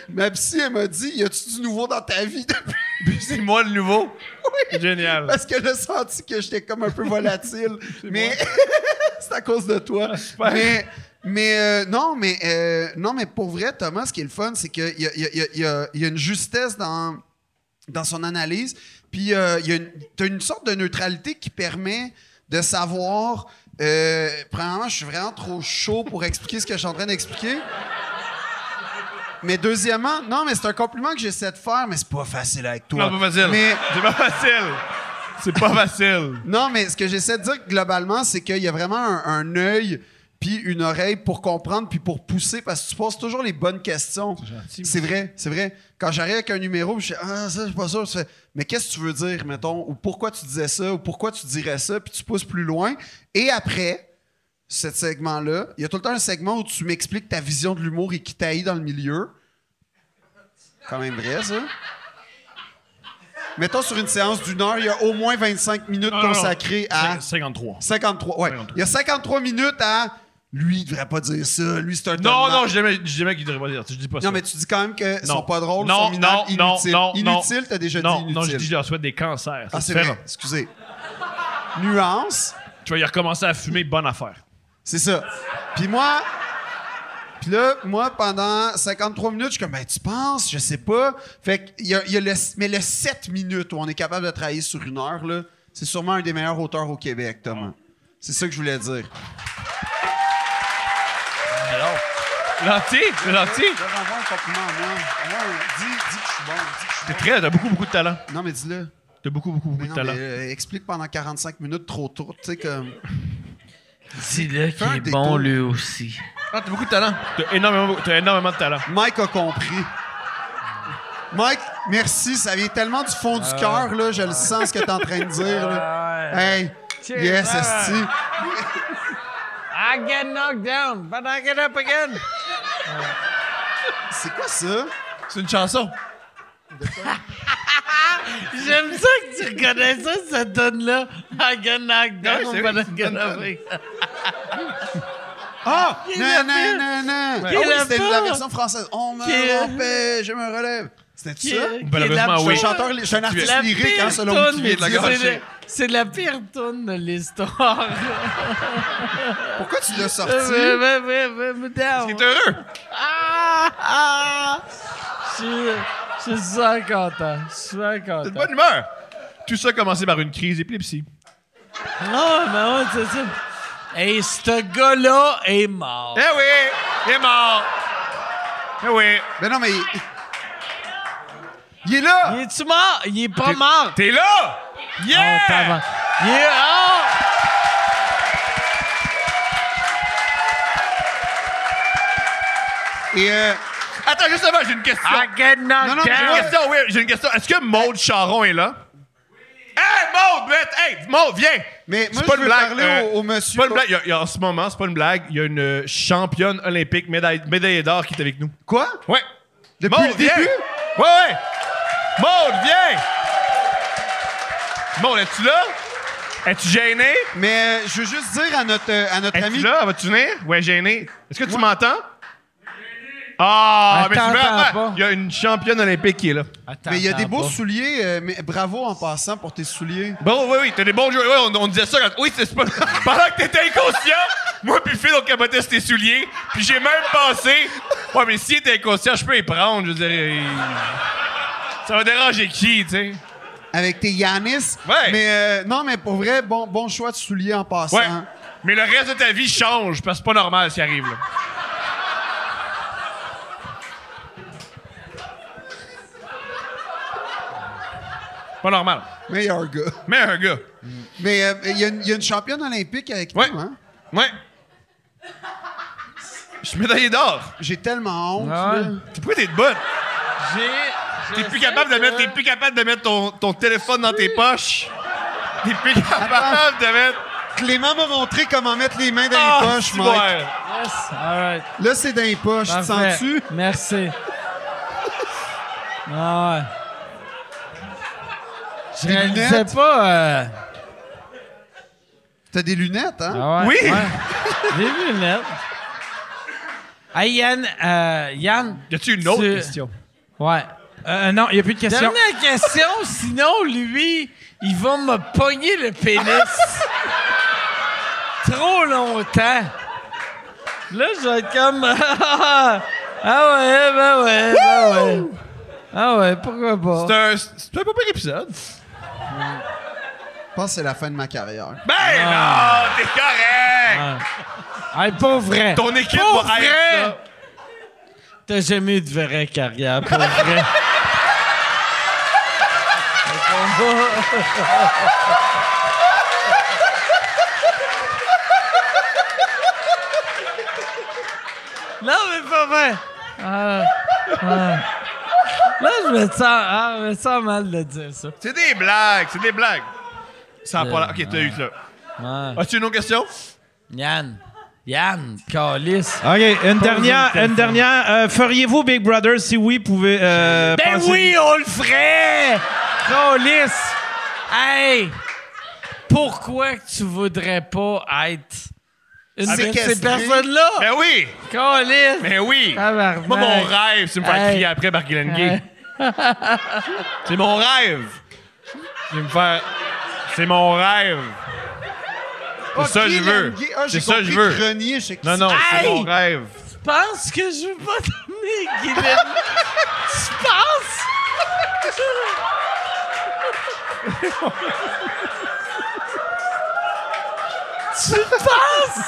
Speaker 5: Ma psy, elle m'a dit Y a-tu du nouveau dans ta vie depuis
Speaker 6: Puis c'est moi le nouveau. Génial.
Speaker 5: Parce qu'elle a senti que j'étais comme un peu volatile. mais c'est à cause de toi.
Speaker 6: Ah,
Speaker 5: mais mais euh, non, mais euh, non, mais pour vrai, Thomas, ce qui est le fun, c'est qu'il y a, il y a- il y a- il y a- il y a une justesse dans, dans son analyse. Puis euh, il y a une, t'as une sorte de neutralité qui permet de savoir. euh, premièrement, je suis vraiment trop chaud pour expliquer ce que je suis en train d'expliquer. Mais deuxièmement, non, mais c'est un compliment que j'essaie de faire, mais c'est pas facile avec toi.
Speaker 6: Non, c'est pas facile.
Speaker 5: Mais-
Speaker 6: C'est pas facile. C'est pas facile.
Speaker 5: non, mais ce que j'essaie de dire globalement, c'est qu'il y a vraiment un, un œil puis une oreille pour comprendre puis pour pousser parce que tu poses toujours les bonnes questions. C'est vrai, c'est vrai. Quand j'arrive avec un numéro, puis je dis ah ça je suis pas sûr, Tu fais, mais qu'est-ce que tu veux dire mettons ou pourquoi tu disais ça ou pourquoi tu dirais ça puis tu pousses plus loin et après ce segment là, il y a tout le temps un segment où tu m'expliques ta vision de l'humour et qui taillit dans le milieu. Quand même vrai ça. Mettons sur une séance d'une heure, il y a au moins 25 minutes
Speaker 6: Non, non, non.
Speaker 5: consacrées à
Speaker 6: 53.
Speaker 5: 53, ouais.
Speaker 6: 53.
Speaker 5: Il y a 53 minutes à. Lui, il devrait pas dire ça. Lui, c'est un
Speaker 6: Non,
Speaker 5: tonnement.
Speaker 6: non, je dis jamais, je dis jamais qu'il devrait pas dire. ça. Je dis pas ça.
Speaker 5: Non, mais tu dis quand même que
Speaker 6: Non.
Speaker 5: sont pas drôles,
Speaker 6: Non,
Speaker 5: sont minables,
Speaker 6: non, non,
Speaker 5: inutiles.
Speaker 6: non, non.
Speaker 5: inutile, t'as déjà
Speaker 6: non,
Speaker 5: dit inutile.
Speaker 6: non, je dis je leur souhaite des cancers.
Speaker 5: Ah, c'est
Speaker 6: Fait,
Speaker 5: vrai,
Speaker 6: là,
Speaker 5: excusez. Nuance,
Speaker 6: Tu vas y recommencer à fumer, bonne affaire.
Speaker 5: c'est ça. Puis moi, puis là, moi, pendant 53 minutes, je suis comme, ben, tu penses, je sais pas. Fait qu'il y a, il y a le, mais le 7 minutes où on est capable de travailler sur une heure, là, c'est sûrement un des meilleurs auteurs au Québec, Thomas. C'est ça que je voulais dire.
Speaker 6: Lanti, Lanti,
Speaker 5: Je vais avoir un compliment à moi. Ouais, dis, dis que je suis bon. Dis que je suis
Speaker 6: t'es prêt, t'as beaucoup, beaucoup de talent.
Speaker 5: bon. Non, mais dis-le.
Speaker 6: T'as beaucoup, beaucoup, beaucoup
Speaker 5: Mais
Speaker 6: de
Speaker 5: non,
Speaker 6: talent.
Speaker 5: mais, euh, explique pendant 45 minutes trop tôt. Tu sais, comme.
Speaker 7: Dis-le
Speaker 5: Fais un
Speaker 7: qu'il est
Speaker 5: détour.
Speaker 7: bon, lui aussi.
Speaker 6: Ah, t'as beaucoup de talent. T'as énormément, t'as énormément de talent.
Speaker 5: Mike a compris. Mike, merci. Ça vient tellement du fond
Speaker 6: Ah.
Speaker 5: du cœur, là. Je le sens, ce que t'es en train de dire, là. Hey. Yes,
Speaker 6: Ah.
Speaker 5: esti.
Speaker 7: I get knocked down, but I get up again.
Speaker 5: C'est quoi ça?
Speaker 6: C'est une chanson.
Speaker 7: J'aime ça que tu reconnais ça, cette donne-là. I get knocked down,
Speaker 6: Ouais, c'est
Speaker 7: but
Speaker 6: vrai,
Speaker 7: I get up again.
Speaker 5: Ah!
Speaker 7: l'a
Speaker 5: Non, non, non, non. Ah
Speaker 7: Qui
Speaker 5: oui,
Speaker 7: l'a
Speaker 5: c'était
Speaker 7: pas?
Speaker 5: la version française. On me
Speaker 7: Qui l'a-
Speaker 5: rompait, je me relève. C'était
Speaker 7: Qui-
Speaker 5: ça?
Speaker 7: qui est
Speaker 6: Malheureusement,
Speaker 7: la
Speaker 5: Je suis un
Speaker 6: oui.
Speaker 7: pire-
Speaker 5: chanteur, je suis un artiste
Speaker 7: la
Speaker 5: lyrique, hein,
Speaker 7: pire
Speaker 5: selon
Speaker 7: toune-
Speaker 5: Wikipédia.
Speaker 7: c'est la- C'est la pire toune de l'histoire.
Speaker 6: Ah,
Speaker 5: Pourquoi tu l'as sorti?
Speaker 7: Euh, ouais, ouais, ouais, ouais, down.
Speaker 6: T'es heureux.
Speaker 7: Ah, ah. Je suis- je suis super content. Je suis super
Speaker 6: T'as de
Speaker 7: content.
Speaker 6: bonne humeur. Tout ça a commencé par une crise d'épilepsie.
Speaker 7: Non, mais ouais, c'est ça. Et ce gars-là est mort.
Speaker 6: Eh oui, il est mort. Eh oui.
Speaker 5: Mais Ben non, mais. Il est là!
Speaker 7: Il est-tu mort? Il est pas mort.
Speaker 6: T'es là!
Speaker 5: Ah,
Speaker 7: Oh, t'as mort. Il est... oh!
Speaker 5: Et euh,
Speaker 6: Attends, juste avant, j'ai une question.
Speaker 5: Ah, non, non, mais
Speaker 6: J'ai une
Speaker 5: je-
Speaker 6: question, oui, j'ai une question. Est-ce que Maude Charon est là? Hey, Maude, Brett, hey, Maude, viens!
Speaker 5: mais
Speaker 6: C'est
Speaker 5: moi,
Speaker 6: pas
Speaker 5: je
Speaker 6: une
Speaker 5: veux
Speaker 6: blague,
Speaker 5: parler
Speaker 6: euh,
Speaker 5: au, au
Speaker 6: C'est
Speaker 5: monsieur.
Speaker 6: pas une blague. Il y a- il y a- en ce moment, c'est pas une blague. Il y a une euh, championne olympique médaille- médaillée d'or qui est avec nous.
Speaker 5: Quoi?
Speaker 6: Ouais.
Speaker 5: Depuis le
Speaker 6: viens!
Speaker 5: début?
Speaker 6: Ouais, ouais! Maude, viens! Maude, es-tu là? Es-tu gênée?
Speaker 5: Mais euh, je veux juste dire à notre, euh, à notre
Speaker 6: Es-tu
Speaker 5: ami.
Speaker 6: là? Vas-tu venir? Ouais, gênée. Est-ce que tu m'entends? Ah, mais
Speaker 7: Attends,
Speaker 6: tu
Speaker 7: attends
Speaker 6: verras.
Speaker 7: pas.
Speaker 6: Il y a une championne olympique qui est là.
Speaker 5: Mais il y a des beaux souliers. euh, mais bravo en passant pour tes souliers.
Speaker 6: Bon, oui, oui, t'as des bons joueurs. Oui, on, on disait ça quand. Oui, c'est c'est pas. Pendant que t'étais inconscient, moi puis Phil, on capotait sur tes souliers. Puis j'ai même pensé. Ouais, mais si t'es inconscient, je peux les prendre. Je veux dire. il- Ça va déranger qui, tu sais?
Speaker 5: Avec tes Yanis.
Speaker 6: Ouais.
Speaker 5: Mais euh, non, mais pour vrai, bon, bon choix de souliers en passant.
Speaker 6: Ouais. Mais le reste de ta vie change, parce que c'est pas normal ce qui arrive, là. Pas normal.
Speaker 5: Meilleur gars.
Speaker 6: Mais un gars.
Speaker 5: Mais euh, il y, a une- il y a une championne olympique avec
Speaker 6: Ouais.
Speaker 5: nous, hein?
Speaker 6: Ouais. Je suis médaillé d'or.
Speaker 5: J'ai tellement honte. là.
Speaker 6: Pourquoi t'es de bonne?
Speaker 7: J'ai-
Speaker 6: T'es
Speaker 7: je
Speaker 6: plus
Speaker 7: sais
Speaker 6: capable de
Speaker 7: que-
Speaker 6: mettre, t'es plus capable de mettre ton, ton téléphone dans tes poches. T'es plus capable de mettre.
Speaker 5: Clément m'a montré comment mettre les mains dans
Speaker 6: Ah,
Speaker 5: les poches,
Speaker 6: c'est
Speaker 5: Mike.
Speaker 6: vrai.
Speaker 7: Yes, all right.
Speaker 5: Là, c'est dans les poches. Tu
Speaker 7: Parfait.
Speaker 5: sens-tu?
Speaker 7: Merci. Ah ouais.
Speaker 5: Des
Speaker 1: C'est
Speaker 5: lunettes?
Speaker 1: pas. euh,
Speaker 5: T'as des lunettes, hein?
Speaker 1: ah ouais,
Speaker 6: Oui!
Speaker 1: ouais. Des lunettes. Hey Yann, euh, Yann,
Speaker 6: Y a-tu une autre
Speaker 1: Tu-
Speaker 6: question?
Speaker 1: ouais.
Speaker 4: Euh, non, il n'y a plus de questions.
Speaker 1: Dernière question, sinon lui, il va me pogner le pénis. Trop longtemps. Là, je vais être comme. ah ouais, ben ouais, ben ouais. Ah ouais, pourquoi pas?
Speaker 6: C'est un, c'est un pas pire épisode.
Speaker 5: Je pense que c'est la fin de ma carrière.
Speaker 6: Ben
Speaker 1: Ah.
Speaker 6: non, t'es correct!
Speaker 1: Hey, pas vrai.
Speaker 6: Ton équipe
Speaker 1: Pour
Speaker 6: va
Speaker 1: vrai!
Speaker 6: être là.
Speaker 1: T'as jamais eu de vraie carrière, pour vrai. non, mais pas vrai. Ah, ah. Là, je me sens, ah, je me sens mal de dire ça.
Speaker 6: C'est des blagues, c'est des blagues. Ça a pas l'air. Ok, t'as eu là.
Speaker 1: Ouais.
Speaker 6: As-tu une autre question?
Speaker 1: Yann, Yann, Calis.
Speaker 4: OK, une dernière.
Speaker 1: question.
Speaker 4: Une dernière. Euh, Feriez-vous Big Brother? Si oui, pouvez. euh,
Speaker 1: Ben
Speaker 4: penser-
Speaker 1: oui, on le ferait! Colis! Hey! Pourquoi que tu voudrais pas être une de
Speaker 5: Séquestré.
Speaker 1: ces personnes-là?
Speaker 6: Ben oui!
Speaker 1: Colis!
Speaker 6: Ben oui!
Speaker 1: Tabarnak.
Speaker 6: Moi, mon rêve, c'est me faire
Speaker 1: Hey.
Speaker 6: crier après par Guylaine Gay.
Speaker 1: Hey.
Speaker 6: c'est mon rêve! C'est me faire. C'est mon rêve! C'est ça que je veux! c'est ça que je veux!
Speaker 5: Grenier, je sais Ah, que
Speaker 6: Non, non, c'est
Speaker 1: Hey.
Speaker 6: mon rêve!
Speaker 1: Tu penses que je veux pas donner Guylaine? tu penses? tu penses?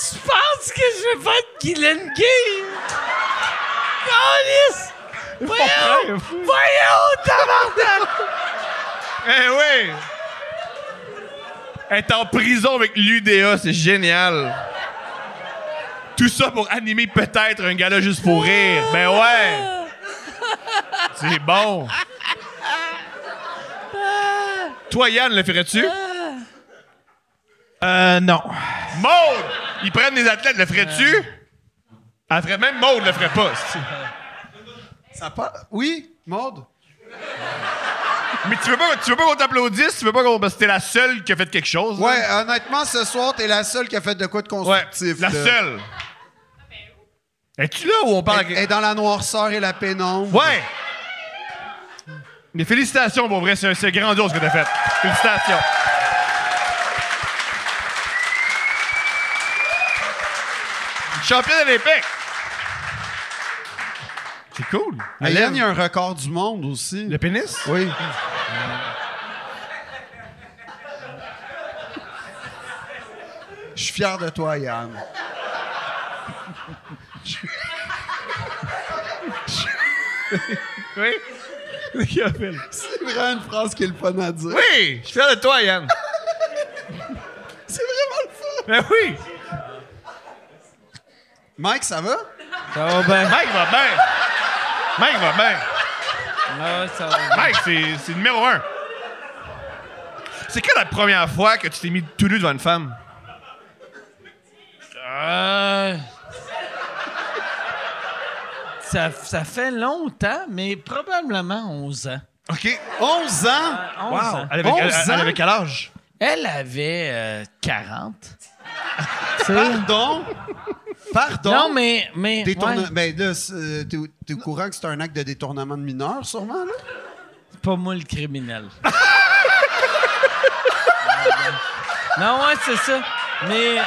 Speaker 1: Tu penses que je vais être Guylaine Gay? Calice! Voyons! Voyons, tabarnak!
Speaker 6: Eh oui! Être en prison avec l'UDA, c'est génial! Tout ça pour animer peut-être un gala juste pour rire. Ben ouais! C'est bon! Toi, Yann, le ferais-tu?
Speaker 4: Euh, non.
Speaker 6: Maud! Ils prennent des athlètes, le ferais-tu? Elle ferait même Maud, le ferait pas. c'est-tu.
Speaker 5: ça pas. Oui, Maude?
Speaker 6: Mais tu veux pas, tu veux pas qu'on t'applaudisse? Tu veux pas qu'on. Parce que t'es la seule qui a fait quelque chose? là.
Speaker 5: Ouais, honnêtement, ce soir, t'es la seule qui a fait de quoi de
Speaker 6: Ouais.
Speaker 5: constructif.
Speaker 6: La
Speaker 5: là.
Speaker 6: seule! Es-tu là où on parle à
Speaker 5: Elle elle est dans la noirceur et la pénombre.
Speaker 6: Ouais! Mais félicitations, pour vrai, c'est c'est grandiose ce que t'as fait. Félicitations. Championne olympique! C'est cool.
Speaker 5: Mais Yann, il y a un record du monde aussi.
Speaker 6: Le pénis?
Speaker 5: Oui. Je suis fier de toi, Yann.
Speaker 6: Oui.
Speaker 5: C'est vraiment une phrase qui est le fun à dire.
Speaker 6: Oui! Je suis fier de toi, Yann.
Speaker 5: C'est vraiment le fun.
Speaker 6: Ben oui!
Speaker 5: Mike, ça va?
Speaker 6: Mike va bien! Mike va bien!
Speaker 1: ça
Speaker 6: Mike, c'est c'est numéro un. C'est quand la première fois que tu t'es mis tout nu devant une femme?
Speaker 1: Euh. Ça, fait longtemps, mais probablement 11 ans.
Speaker 6: OK.
Speaker 5: 11 ans!
Speaker 1: 11 ans.
Speaker 6: Elle avait, elle-
Speaker 5: 11
Speaker 6: elle
Speaker 5: ans?
Speaker 6: avait quel âge?
Speaker 1: Elle avait euh, 40.
Speaker 5: Pardon? Pardon?
Speaker 1: non, mais. mais
Speaker 5: Détourne-
Speaker 1: ouais,
Speaker 5: Ben là, c'est- t'es, au- t'es au courant que c'est un acte de détournement de mineur, sûrement, là?
Speaker 1: c'est pas moi le criminel. non, ouais, c'est ça. Mais.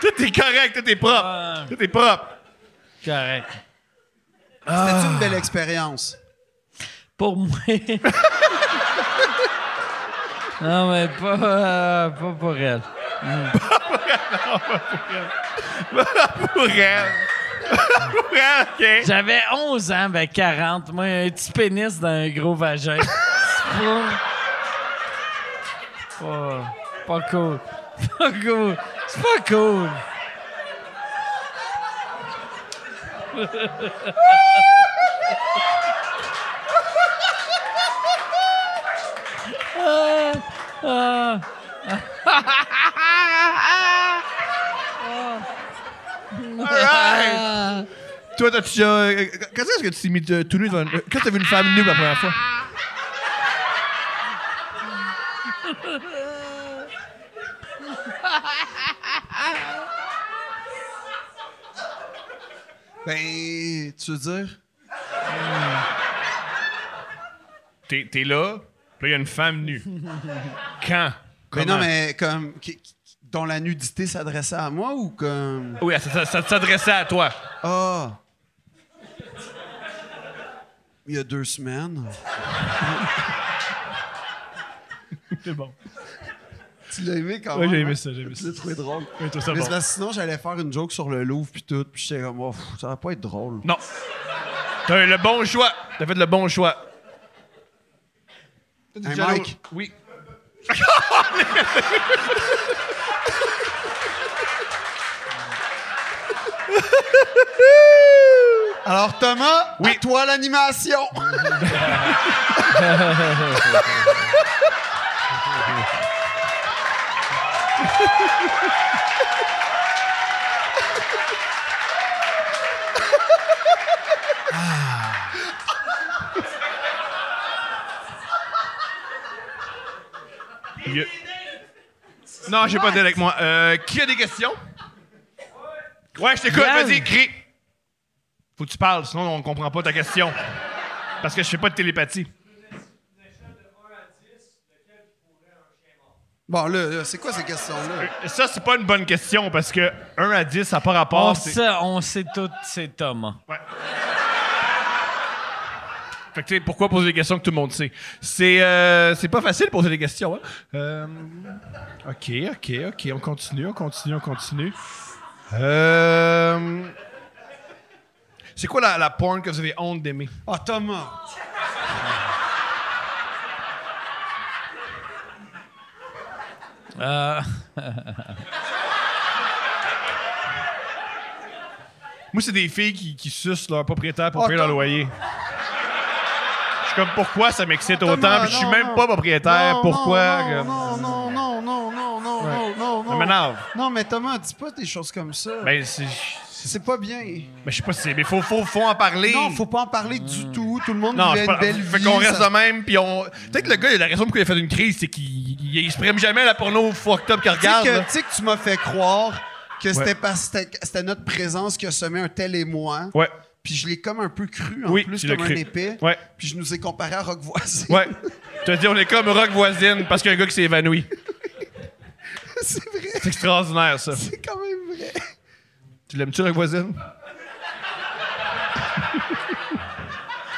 Speaker 6: Tout est correct, tout est propre.
Speaker 1: Ah.
Speaker 6: Tout est propre.
Speaker 1: Correct. Euh.
Speaker 5: C'était une belle expérience.
Speaker 1: Pour moi. non, mais pas, euh, pas pour elle.
Speaker 6: Ah, Pour elle. Ah, Pour elle, OK.
Speaker 1: J'avais 11 ans, ben 40. Moi, un petit pénis dans un gros vagin. C'est pas... pas... pas cool. Pas cool. C'est pas cool. Ah, ah.
Speaker 6: Alright. Toi, t'as-tu déjà. euh, Quand est-ce que tu t'es mis euh, tout nu devant. euh, Quand t'as vu une femme nue pour la première fois?
Speaker 5: Ben, tu veux dire?
Speaker 6: T'es, t'es là, puis là, il y a une femme nue. Quand?
Speaker 5: Mais
Speaker 6: Comment?
Speaker 5: non, mais comme. qui- qui- dont la nudité s'adressait à moi ou comme.
Speaker 6: Oui, ça, ça- ça s'adressait à toi.
Speaker 5: Ah! Il y a deux semaines.
Speaker 6: C'est bon.
Speaker 5: Tu l'as aimé quand
Speaker 6: Oui,
Speaker 5: même?
Speaker 6: j'ai
Speaker 5: hein?
Speaker 6: aimé ça, j'ai aimé
Speaker 5: Tu
Speaker 6: ça.
Speaker 5: l'as trouvé drôle.
Speaker 6: Oui, tout ça
Speaker 5: Mais
Speaker 6: bon.
Speaker 5: c'est parce que sinon, j'allais faire une joke sur le Louvre puis tout, puis j'étais comme, oh, pff, ça va pas être drôle.
Speaker 6: Non. T'as eu le bon choix. T'as fait le bon choix.
Speaker 5: Hey, Mike,
Speaker 6: Oui.
Speaker 5: Alors Thomas, oui. toi l'animation.
Speaker 6: Il y a- Non, j'ai pas de délai avec moi. Euh, qui a des questions? Ouais, je t'écoute.
Speaker 1: Yann.
Speaker 6: Vas-y, crie. Faut que tu parles, sinon on comprend pas ta question. Parce que je fais pas de télépathie.
Speaker 5: Bon là, là, c'est quoi ces questions-là?
Speaker 6: Ça, c'est pas une bonne question parce que 1 à 10, ça n'a pas
Speaker 1: On
Speaker 5: Oh,
Speaker 6: rapport. c'est-
Speaker 1: sait, on sait tout, c'est Thomas.
Speaker 6: Fait que, tu sais, pourquoi poser des questions que tout le monde sait? C'est, euh, c'est pas facile de poser des questions. Hein? Euh, OK, OK, OK. On continue, on continue, on continue. Euh, c'est quoi la, la porn que vous avez honte d'aimer?
Speaker 5: Ah Thomas.
Speaker 6: Moi, c'est des filles qui, qui sucent leur propriétaire pour
Speaker 5: Oh,
Speaker 6: payer leur
Speaker 5: Tom-
Speaker 6: loyer. Je suis comme, pourquoi ça m'excite autant?
Speaker 5: Thomas,
Speaker 6: Puis je suis
Speaker 5: Oh, non,
Speaker 6: même
Speaker 5: non.
Speaker 6: pas propriétaire.
Speaker 5: Non,
Speaker 6: pourquoi?
Speaker 5: non,
Speaker 6: comme-
Speaker 5: Non, non, non, non, non, non, non, non, non.
Speaker 6: Ça m'énerve.
Speaker 5: Non, mais Thomas, dis pas des choses comme ça.
Speaker 6: Ben, c'est-
Speaker 5: c'est pas bien.
Speaker 6: ben, je sais pas si c'est... Mais faut, faut, faut en parler.
Speaker 5: Non, faut pas en parler du tout. Tout le monde
Speaker 6: Non,
Speaker 5: vit
Speaker 6: je
Speaker 5: une
Speaker 6: parle-
Speaker 5: belle vie.
Speaker 6: fait qu'on reste
Speaker 5: ça-
Speaker 6: de même, puis on. Peut-être que le gars, il a la raison pourquoi il a fait une crise, c'est qu'il il, il se prime jamais à la porno fucked up qu'il
Speaker 5: Tu sais
Speaker 6: regarde.
Speaker 5: que,
Speaker 6: là.
Speaker 5: tu sais que tu m'as fait croire que c'était parce que c'était- c'était notre présence qui a semé un tel émoi.
Speaker 6: Ouais,
Speaker 5: Puis je l'ai comme un peu cru en
Speaker 6: Oui,
Speaker 5: plus
Speaker 6: tu
Speaker 5: comme
Speaker 6: l'as
Speaker 5: un
Speaker 6: cru.
Speaker 5: épée.
Speaker 6: ouais,
Speaker 5: Puis je nous ai comparé à Rock Voisin.
Speaker 6: ouais. T'as dit, on est comme rock voisine parce qu'il y a un gars qui s'est évanoui.
Speaker 5: c'est vrai,
Speaker 6: C'est extraordinaire, ça.
Speaker 5: c'est quand même vrai.
Speaker 6: Tu l'aimes-tu, rock voisine?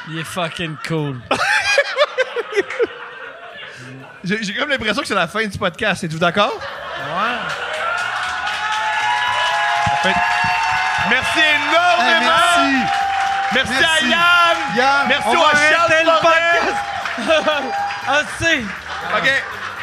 Speaker 1: Il est fucking cool.
Speaker 6: J'ai j'ai comme l'impression que c'est la fin du podcast. Êtes-vous d'accord? Ouais. Merci
Speaker 5: Hey,
Speaker 6: énormément!
Speaker 5: Ah, merci.
Speaker 6: merci.
Speaker 5: merci.
Speaker 6: à Yann!
Speaker 5: Yann,
Speaker 6: merci
Speaker 5: on
Speaker 6: au
Speaker 5: va
Speaker 6: Charles
Speaker 1: arrêter le
Speaker 6: Forêt.
Speaker 1: Ah, c'est...
Speaker 6: OK.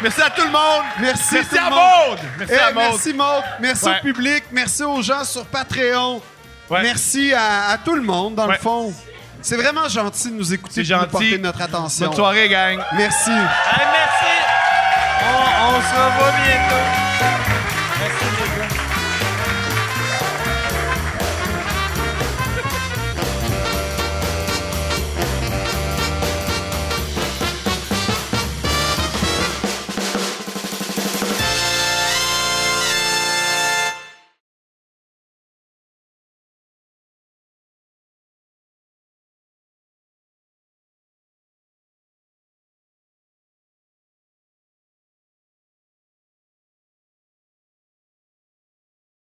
Speaker 6: Merci à tout le monde!
Speaker 5: Merci, tout
Speaker 6: Merci
Speaker 5: le
Speaker 6: à
Speaker 5: monde.
Speaker 6: Maude! Merci
Speaker 5: Hey,
Speaker 6: à Maude!
Speaker 5: Eh, merci Maude. Merci
Speaker 6: Ouais.
Speaker 5: au public. Merci aux gens sur Patreon.
Speaker 6: Ouais.
Speaker 5: Merci à, à tout le monde, dans
Speaker 6: Ouais.
Speaker 5: le fond. C'est vraiment gentil de nous écouter
Speaker 6: C'est
Speaker 5: et de nous
Speaker 6: gentil.
Speaker 5: porter notre attention.
Speaker 6: Bonne soirée, gang!
Speaker 5: Merci.
Speaker 1: Ah, merci!
Speaker 6: On se revoit bientôt!